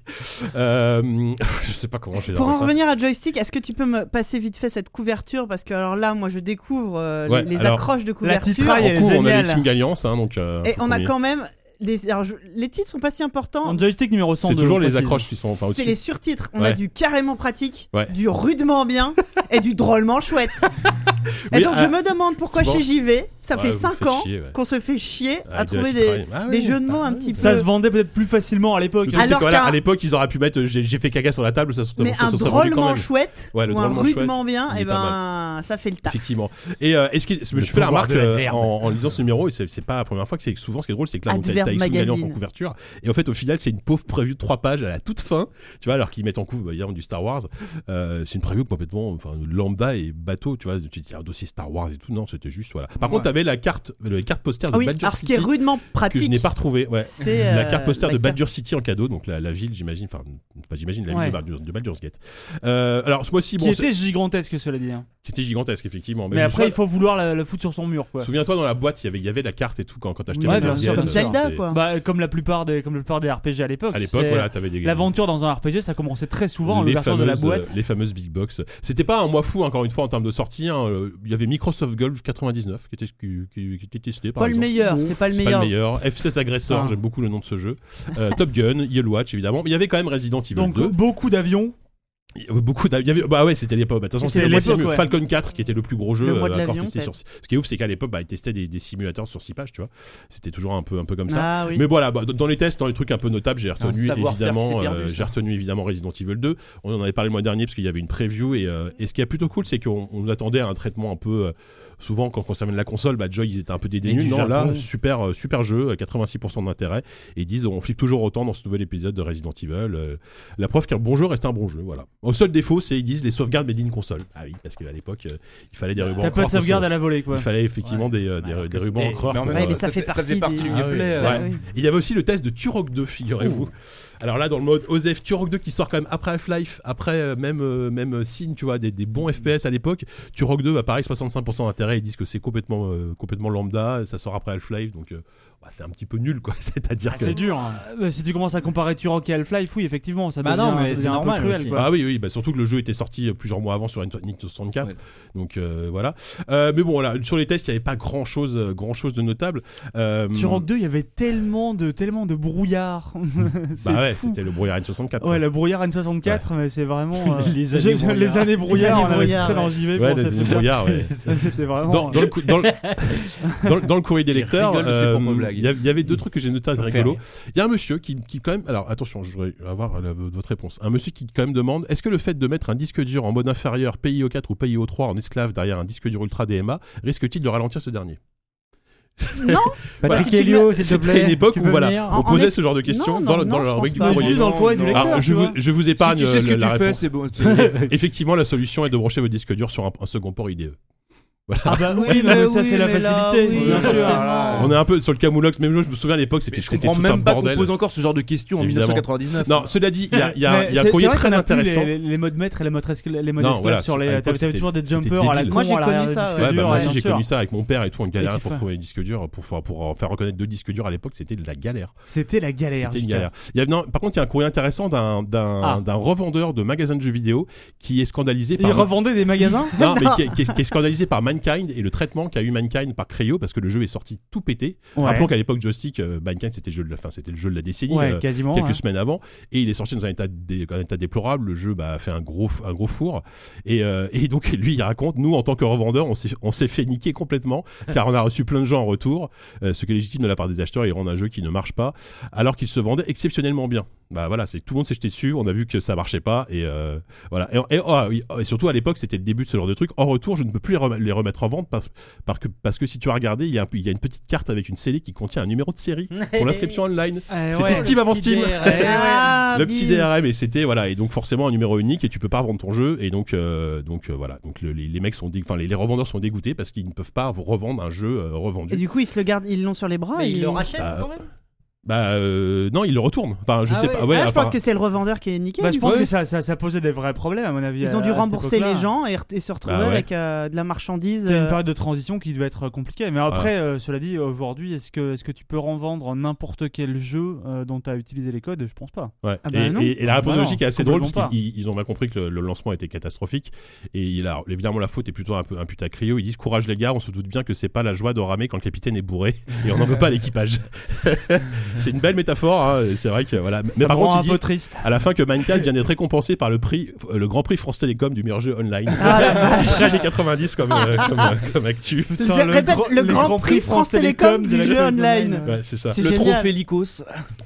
[SPEAKER 2] Euh, je sais pas comment j'ai
[SPEAKER 6] Pour en
[SPEAKER 2] géré ça.
[SPEAKER 6] revenir à Joystick, est-ce que tu peux me passer vite fait cette couverture Parce que alors là, moi, je découvre euh, les-
[SPEAKER 2] Ouais,
[SPEAKER 6] les,
[SPEAKER 2] alors,
[SPEAKER 6] accroches de
[SPEAKER 3] la
[SPEAKER 6] couverture.
[SPEAKER 3] titraille, elle est
[SPEAKER 2] Ah, en cours, on a
[SPEAKER 3] géniale.
[SPEAKER 2] les Team Alliance, hein, donc. euh,
[SPEAKER 6] Et
[SPEAKER 2] faut
[SPEAKER 6] on a
[SPEAKER 2] qu'on y-
[SPEAKER 6] quand même. Les, alors, je- les titres sont pas si importants.
[SPEAKER 3] En joystick numéro 102.
[SPEAKER 2] C'est toujours
[SPEAKER 3] on
[SPEAKER 2] les
[SPEAKER 3] précise.
[SPEAKER 2] accroches qui sont enfin
[SPEAKER 6] c'est
[SPEAKER 2] au-dessus.
[SPEAKER 6] les surtitres. On a
[SPEAKER 2] Ouais.
[SPEAKER 6] du carrément pratique,
[SPEAKER 2] Ouais.
[SPEAKER 6] du rudement bien et du drôlement chouette. et
[SPEAKER 2] Oui,
[SPEAKER 6] donc,
[SPEAKER 2] ah,
[SPEAKER 6] je me demande pourquoi
[SPEAKER 2] souvent-
[SPEAKER 6] chez JV, ça
[SPEAKER 2] Ouais,
[SPEAKER 6] fait
[SPEAKER 2] vous
[SPEAKER 6] 5
[SPEAKER 2] faites
[SPEAKER 6] ans
[SPEAKER 2] chier, ouais.
[SPEAKER 6] qu'on se fait chier à
[SPEAKER 2] Avec de la
[SPEAKER 6] trouver
[SPEAKER 2] titraille.
[SPEAKER 6] des,
[SPEAKER 2] Ah
[SPEAKER 6] des
[SPEAKER 2] oui,
[SPEAKER 6] jeux de mots
[SPEAKER 2] bah,
[SPEAKER 6] un
[SPEAKER 2] oui.
[SPEAKER 6] petit
[SPEAKER 3] Ça
[SPEAKER 6] peu.
[SPEAKER 3] se vendait peut-être plus facilement à l'époque. hein.
[SPEAKER 2] Le truc, c'est
[SPEAKER 6] Alors
[SPEAKER 2] que, voilà,
[SPEAKER 6] qu'un-
[SPEAKER 2] à l'époque, ils auraient pu mettre euh, j'ai j'ai fait caca sur la table, ça se
[SPEAKER 6] Mais
[SPEAKER 2] ça
[SPEAKER 6] un
[SPEAKER 2] se serait vendu quand
[SPEAKER 6] drôlement
[SPEAKER 2] même.
[SPEAKER 6] chouette
[SPEAKER 2] Ouais, le
[SPEAKER 6] ou un
[SPEAKER 2] drôlement chouette,
[SPEAKER 6] rudement bien,
[SPEAKER 2] il est
[SPEAKER 6] et
[SPEAKER 2] pas
[SPEAKER 6] ben ça fait le taf.
[SPEAKER 2] Effectivement. Et euh, est-ce que je me
[SPEAKER 7] Le
[SPEAKER 2] suis fait la
[SPEAKER 7] pouvoir
[SPEAKER 2] remarque
[SPEAKER 7] de la
[SPEAKER 2] euh,
[SPEAKER 7] verbe.
[SPEAKER 2] en, en lisant ce numéro, et c'est c'est pas la première fois que c'est que souvent ce qui est drôle, c'est que là, donc, t'as
[SPEAKER 6] Adverbe
[SPEAKER 2] t'as X Galliance en
[SPEAKER 6] Magazine.
[SPEAKER 2] couverture, et en fait, au final, c'est une pauvre preview de trois pages à la toute fin, tu vois, alors qu'ils mettent en couvre, bah, évidemment, du Star Wars. Euh, c'est une preview complètement enfin, lambda et bateau, tu vois, tu dis un dossier Star Wars et tout, non, c'était juste, voilà. Par
[SPEAKER 7] Ouais.
[SPEAKER 2] contre, t'avais la carte, la carte poster de
[SPEAKER 6] Ah oui,
[SPEAKER 2] Badger
[SPEAKER 6] alors ce qui
[SPEAKER 2] City
[SPEAKER 6] est rudement
[SPEAKER 2] que je n'ai
[SPEAKER 6] pratique,
[SPEAKER 2] pas retrouvée, ouais.
[SPEAKER 6] c'est
[SPEAKER 2] La
[SPEAKER 6] euh,
[SPEAKER 2] carte postère
[SPEAKER 6] la
[SPEAKER 2] de
[SPEAKER 6] carte-
[SPEAKER 2] Badger City en cadeau, donc la, la ville, j'imagine, enfin, pas j'imagine, la ville
[SPEAKER 3] Ouais.
[SPEAKER 2] de, Badger- de Badger's Gate. Euh, alors, ce mois-ci,
[SPEAKER 3] Qui
[SPEAKER 2] bon, c'est-
[SPEAKER 3] était gigantesque, cela dit. hein.
[SPEAKER 2] c'était gigantesque, effectivement.
[SPEAKER 3] Mais,
[SPEAKER 2] je me
[SPEAKER 3] après,
[SPEAKER 2] souviens-
[SPEAKER 3] il faut vouloir la, la foutre sur son mur, quoi.
[SPEAKER 2] Souviens-toi dans la boîte, il y avait, il y avait la carte et tout quand, quand t'achetais
[SPEAKER 3] Ouais,
[SPEAKER 2] Baldur's
[SPEAKER 3] bien sûr,
[SPEAKER 2] Gate,
[SPEAKER 6] comme
[SPEAKER 2] euh,
[SPEAKER 6] Zelda,
[SPEAKER 2] c'était-
[SPEAKER 6] quoi.
[SPEAKER 3] Bah, comme la plupart des, comme la plupart des RPG à l'époque.
[SPEAKER 2] À l'époque,
[SPEAKER 3] c'est-
[SPEAKER 2] voilà, t'avais des
[SPEAKER 3] L'aventure dans un RPG, ça commençait très souvent en
[SPEAKER 2] les
[SPEAKER 3] l'ouverture de la boîte.
[SPEAKER 2] euh, les fameuses big box. C'était pas un mois fou encore une fois en termes de sortie. hein. Euh, Il y avait Microsoft Golf 99 qui était qui, qui- qui était testé par
[SPEAKER 6] Pas le
[SPEAKER 2] exemple.
[SPEAKER 6] meilleur, c'est pas le
[SPEAKER 2] C'est pas
[SPEAKER 6] meilleur.
[SPEAKER 2] le meilleur. F16 agresseur,
[SPEAKER 3] Ah.
[SPEAKER 2] j'aime beaucoup le nom de ce jeu. Euh, Top Gun, Yellow Watch évidemment, mais il y avait quand même Resident Evil
[SPEAKER 3] Donc
[SPEAKER 2] 2.
[SPEAKER 3] beaucoup d'avions.
[SPEAKER 2] Il y avait Beaucoup d'a- il y avait- bah ouais, c'était l'époque. Bah, de toute façon,
[SPEAKER 6] C'était
[SPEAKER 2] c'était le mois
[SPEAKER 6] l'époque,
[SPEAKER 2] simu-
[SPEAKER 6] ouais.
[SPEAKER 2] Falcon 4 qui était le plus gros jeu
[SPEAKER 6] Le mois de
[SPEAKER 2] euh, encore
[SPEAKER 6] l'avion,
[SPEAKER 2] testé sur. Ce qui est ouf, c'est qu'à l'époque, bah, ils testaient des, des simulateurs sur 6 pages, tu vois. C'était toujours un peu, un peu comme ça.
[SPEAKER 6] Ah oui.
[SPEAKER 2] Mais voilà, bah, dans les tests, dans les trucs un peu notables, j'ai retenu
[SPEAKER 4] savoir-faire qui s'est
[SPEAKER 2] évidemment,
[SPEAKER 4] perdu,
[SPEAKER 2] euh,
[SPEAKER 4] ça.
[SPEAKER 2] j'ai retenu évidemment Resident Evil 2. On en avait parlé le mois dernier parce qu'il y avait une preview et, euh, et ce qui est plutôt cool, c'est qu'on on attendait un traitement un peu euh, souvent quand on s'amène la console, bah Joy ils étaient un peu dédaigneux.
[SPEAKER 7] du
[SPEAKER 2] Non, là,
[SPEAKER 7] Japon.
[SPEAKER 2] super, euh, super jeu, euh, 86% d'intérêt et ils disent on flippe toujours autant dans ce nouvel épisode de Resident Evil. euh, la preuve qu'un bon jeu reste un bon jeu, voilà. Au seul défaut, c'est ils disent les sauvegardes made in console. Ah oui, parce qu'à l'époque, euh, il fallait des rubans. en
[SPEAKER 3] T'as pas
[SPEAKER 2] croix
[SPEAKER 3] de
[SPEAKER 2] pour
[SPEAKER 3] sauvegarde
[SPEAKER 2] se-
[SPEAKER 3] à la volée, quoi.
[SPEAKER 2] Il fallait effectivement des, euh, des,
[SPEAKER 7] Ouais,
[SPEAKER 2] des rubans en
[SPEAKER 7] c'était-
[SPEAKER 2] croix.
[SPEAKER 4] Mais en
[SPEAKER 2] pour,
[SPEAKER 4] même
[SPEAKER 6] Ouais,
[SPEAKER 4] temps,
[SPEAKER 6] mais
[SPEAKER 2] euh,
[SPEAKER 6] ça fait
[SPEAKER 4] ça faisait partie
[SPEAKER 6] partie des-
[SPEAKER 4] du
[SPEAKER 7] Ah oui.
[SPEAKER 4] gameplay. euh,
[SPEAKER 6] Bah
[SPEAKER 2] Ouais.
[SPEAKER 6] oui.
[SPEAKER 2] Il y avait aussi le test de Turok 2, figurez-vous. Alors là, dans le mode OZEF Turok 2 qui sort quand même après Half-Life, après euh, même, euh, même euh, signe, tu vois, des, des bons FPS à l'époque. Turok 2, bah, pareil, 65% d'intérêt, ils disent que c'est complètement, euh, complètement lambda, ça sort après Half-Life, donc euh, bah, c'est un petit peu nul, quoi.
[SPEAKER 4] Ah,
[SPEAKER 2] C'est-à-dire que.
[SPEAKER 8] C'est dur. hein.
[SPEAKER 3] Bah, si tu commences à comparer Turok et Half-Life, oui, effectivement, ça
[SPEAKER 7] Bah
[SPEAKER 3] devient,
[SPEAKER 7] non, mais
[SPEAKER 3] ça devient
[SPEAKER 7] c'est
[SPEAKER 3] un peu
[SPEAKER 7] normal
[SPEAKER 3] cruel,
[SPEAKER 7] aussi.
[SPEAKER 3] quoi.
[SPEAKER 2] Ah oui, oui, bah surtout que le jeu était sorti euh, plusieurs mois avant sur Nintendo 64.
[SPEAKER 4] Ouais.
[SPEAKER 2] Donc euh, voilà. Euh, mais bon, voilà, sur les tests, il n'y avait pas grand-chose grand chose de notable. Euh,
[SPEAKER 3] Turok 2, il y avait tellement de, tellement de brouillard. C'est
[SPEAKER 2] bah ouais,
[SPEAKER 3] fou.
[SPEAKER 2] c'était le brouillard N64. quoi.
[SPEAKER 3] Ouais, la brouillard N64, mais c'est vraiment. euh,
[SPEAKER 7] Les
[SPEAKER 3] je-
[SPEAKER 7] années
[SPEAKER 3] je- les années brouillard,
[SPEAKER 6] Les années
[SPEAKER 3] on avait
[SPEAKER 6] brouillard,
[SPEAKER 3] très dans
[SPEAKER 6] ouais.
[SPEAKER 3] JV
[SPEAKER 2] Ouais,
[SPEAKER 3] pour
[SPEAKER 2] le-
[SPEAKER 3] cette
[SPEAKER 2] le brouillard, ouais.
[SPEAKER 3] C'était vraiment.
[SPEAKER 2] dans, dans le, cou- dans, le, dans le- dans le courrier des
[SPEAKER 4] Il
[SPEAKER 2] lecteurs,
[SPEAKER 4] rigole, mais c'est
[SPEAKER 2] euh,
[SPEAKER 4] pour ma blague.
[SPEAKER 2] il y, avait- il y avait deux trucs que j'ai notés
[SPEAKER 7] Faut
[SPEAKER 2] rigolos. Il y a un monsieur qui, qui quand même, alors attention, je voudrais avoir la- votre réponse. Un monsieur qui quand même demande est-ce que le fait de mettre un disque dur en mode inférieur PIO4 ou PIO3 en esclave derrière un disque dur ultra DMA risque-t-il de ralentir ce dernier
[SPEAKER 7] Patrick
[SPEAKER 6] Voilà.
[SPEAKER 7] Helio, s'il te plaît.
[SPEAKER 2] C'était une époque
[SPEAKER 7] tu
[SPEAKER 2] où
[SPEAKER 7] peux
[SPEAKER 2] voilà,
[SPEAKER 7] venir
[SPEAKER 2] on
[SPEAKER 6] En- en
[SPEAKER 2] posait
[SPEAKER 6] es-
[SPEAKER 2] ce genre de questions
[SPEAKER 6] Non,
[SPEAKER 2] dans, le-
[SPEAKER 6] non,
[SPEAKER 2] dans
[SPEAKER 6] non,
[SPEAKER 2] la
[SPEAKER 6] je
[SPEAKER 2] rubrique
[SPEAKER 6] pense
[SPEAKER 2] du
[SPEAKER 6] pas.
[SPEAKER 2] courrier.
[SPEAKER 3] Juste dans le coin du
[SPEAKER 4] Non,
[SPEAKER 3] lecteur.
[SPEAKER 2] Alors,
[SPEAKER 3] tu
[SPEAKER 2] je vous,
[SPEAKER 3] vois.
[SPEAKER 2] je vous
[SPEAKER 4] Si
[SPEAKER 2] épargne
[SPEAKER 4] tu sais ce
[SPEAKER 2] euh,
[SPEAKER 4] que
[SPEAKER 2] la
[SPEAKER 4] tu fais,
[SPEAKER 2] réponse.
[SPEAKER 4] c'est bon. tu-
[SPEAKER 2] Effectivement, la solution est de brancher vos disques durs sur un, un second port E. IDE.
[SPEAKER 3] Ah bah oui, non, mais
[SPEAKER 6] mais
[SPEAKER 3] ça,
[SPEAKER 6] oui,
[SPEAKER 3] c'est la
[SPEAKER 6] mais là,
[SPEAKER 3] facilité,
[SPEAKER 6] oui,
[SPEAKER 3] bien sûr.
[SPEAKER 6] forcément.
[SPEAKER 2] On est un peu sur le camoulox, même chose, je me souviens à l'époque, c'était
[SPEAKER 4] Mais je
[SPEAKER 2] c'était
[SPEAKER 4] comprends
[SPEAKER 2] tout un
[SPEAKER 4] même pas qu'on
[SPEAKER 2] bordel.
[SPEAKER 4] pose encore ce genre de questions en
[SPEAKER 2] Évidemment.
[SPEAKER 4] 1999.
[SPEAKER 2] Non, cela dit, il y a, il y a-
[SPEAKER 3] Mais
[SPEAKER 2] il y a un
[SPEAKER 3] c'est-
[SPEAKER 2] courrier
[SPEAKER 3] c'est vrai
[SPEAKER 2] très
[SPEAKER 3] qu'on a plus
[SPEAKER 2] intéressant.
[SPEAKER 3] Les, les- les modes maîtres et les modes esclaves les modes
[SPEAKER 2] Non,
[SPEAKER 3] esclaves
[SPEAKER 2] voilà,
[SPEAKER 3] sur
[SPEAKER 2] à
[SPEAKER 3] les.
[SPEAKER 2] l'époque,
[SPEAKER 3] T'avais t'avais
[SPEAKER 2] c'était-
[SPEAKER 3] toujours des
[SPEAKER 2] c'était
[SPEAKER 3] jumpers à la
[SPEAKER 2] débile.
[SPEAKER 3] con.
[SPEAKER 6] Moi, j'ai
[SPEAKER 3] à l'arrière
[SPEAKER 6] connu
[SPEAKER 3] des
[SPEAKER 6] ça,
[SPEAKER 3] disques
[SPEAKER 6] ouais.
[SPEAKER 2] Ouais, bah,
[SPEAKER 3] durs,
[SPEAKER 2] moi
[SPEAKER 3] bien
[SPEAKER 2] aussi j'ai
[SPEAKER 3] sûr.
[SPEAKER 2] connu ça avec mon père et tout en galère
[SPEAKER 3] Et qui
[SPEAKER 2] pour
[SPEAKER 3] fait-
[SPEAKER 2] trouver les disques durs pour faire, pour en faire reconnaître deux disques durs à l'époque c'était de la galère
[SPEAKER 3] C'était la galère.
[SPEAKER 2] c'était une
[SPEAKER 3] putain.
[SPEAKER 2] galère il y a, non, par contre il y a un courrier intéressant d'un d'un
[SPEAKER 3] Ah.
[SPEAKER 2] d'un revendeur de magasins de jeux vidéo qui est scandalisé
[SPEAKER 3] Ils
[SPEAKER 2] par
[SPEAKER 3] revendaient des magasins
[SPEAKER 2] non, mais qui est, qui est- qui est scandalisé par Mankind et le traitement qu'a eu Mankind par Cryo parce que le jeu est sorti tout pété rappelons qu'à l'époque joystick euh, Mankind c'était le jeu de la fin c'était le jeu de la décennie
[SPEAKER 3] Ouais,
[SPEAKER 2] euh,
[SPEAKER 3] quasiment. hein.
[SPEAKER 2] quelques
[SPEAKER 3] ouais.
[SPEAKER 2] semaines avant et il est sorti dans un état, dé- un état déplorable le jeu bah, a fait un gros, f- un gros four et, euh, et donc lui il raconte nous en tant que revendeurs on s'est- on s'est fait niquer complètement car on a reçu plein de gens en retour euh, ce qui est légitime de la part des acheteurs ils rendent un jeu qui ne marche pas alors qu'il se vendait exceptionnellement bien bah voilà c'est que tout le monde s'est jeté dessus on a vu que ça marchait pas et euh, voilà et, et- ah oui, et surtout à l'époque c'était le début de ce genre de truc en retour je ne peux plus les, rem- les remettre en vente parce, par que, parce que si tu as regardé il y a, un- il y a une petite carte avec une scellée qui contient un numéro de série pour l'inscription online
[SPEAKER 3] Eh
[SPEAKER 2] c'était
[SPEAKER 3] ouais.
[SPEAKER 2] Steam avant
[SPEAKER 6] Petit
[SPEAKER 2] Steam
[SPEAKER 6] DRM. Ah,
[SPEAKER 2] le petit
[SPEAKER 6] bim.
[SPEAKER 2] DRM et c'était voilà et donc forcément un numéro unique et tu peux pas revendre ton jeu et donc euh, donc euh, voilà donc le- les, les mecs sont dé- enfin les, les revendeurs sont dégoûtés parce qu'ils ne peuvent pas vous revendre un jeu euh, revendu
[SPEAKER 6] Et du coup, ils se le gardent, ils l'ont sur les bras.
[SPEAKER 8] Mais
[SPEAKER 6] et
[SPEAKER 8] il le rachète
[SPEAKER 2] Bah,
[SPEAKER 8] quand même.
[SPEAKER 2] bah euh, non ils le retournent enfin je
[SPEAKER 8] Ah
[SPEAKER 2] sais
[SPEAKER 8] ouais.
[SPEAKER 2] pas ouais
[SPEAKER 6] Ah, je
[SPEAKER 2] enfin,
[SPEAKER 6] pense que c'est le revendeur qui est niqué.
[SPEAKER 3] Bah,
[SPEAKER 6] du
[SPEAKER 3] je pense
[SPEAKER 6] coup.
[SPEAKER 3] que ça, ça, ça posait des vrais problèmes, à mon avis.
[SPEAKER 6] Ils
[SPEAKER 3] à-
[SPEAKER 6] ont dû
[SPEAKER 3] à cette
[SPEAKER 6] rembourser les
[SPEAKER 3] époque-là.
[SPEAKER 6] gens et, re- et se retrouver
[SPEAKER 2] Bah ouais.
[SPEAKER 6] avec euh, de la marchandise.
[SPEAKER 3] T'as une
[SPEAKER 6] euh,
[SPEAKER 3] période de transition qui devait être compliquée. Mais après, euh, cela dit, aujourd'hui, est-ce que, est que tu peux revendre n'importe quel jeu euh, dont tu as utilisé les codes Je pense pas.
[SPEAKER 2] ouais.
[SPEAKER 6] Ah bah
[SPEAKER 2] et,
[SPEAKER 6] non.
[SPEAKER 2] et- et la
[SPEAKER 3] Ah
[SPEAKER 2] réponse
[SPEAKER 3] bah non,
[SPEAKER 2] logique est assez drôle parce
[SPEAKER 3] complètement
[SPEAKER 2] qu'ils ils ont mal compris que le, le lancement était catastrophique et il a, évidemment la faute est plutôt un peu un putain cryo ils disent courage les gars on se doute bien que c'est pas la joie de ramer quand le capitaine est bourré et on n'en veut pas à l'équipage c'est une belle métaphore hein, c'est vrai que voilà mais
[SPEAKER 3] ça
[SPEAKER 2] par
[SPEAKER 3] me
[SPEAKER 2] contre
[SPEAKER 3] rend
[SPEAKER 2] il
[SPEAKER 3] un
[SPEAKER 2] dit-
[SPEAKER 3] peu triste.
[SPEAKER 2] à la fin que Minecraft vient d'être récompensé par le prix, le Grand Prix France Télécom du meilleur jeu online.
[SPEAKER 6] Ah, la vache.
[SPEAKER 2] c'est très années 90 comme, euh, comme, euh, comme actu.
[SPEAKER 3] Putain,
[SPEAKER 6] le, répète,
[SPEAKER 3] gro-
[SPEAKER 6] le, grand, prix France Télécom
[SPEAKER 3] de
[SPEAKER 6] du
[SPEAKER 3] la
[SPEAKER 6] jeu
[SPEAKER 3] Télécom
[SPEAKER 6] online.
[SPEAKER 2] Ouais, c'est ça.
[SPEAKER 6] C'est
[SPEAKER 4] Le
[SPEAKER 6] génial.
[SPEAKER 4] trophée Lycos.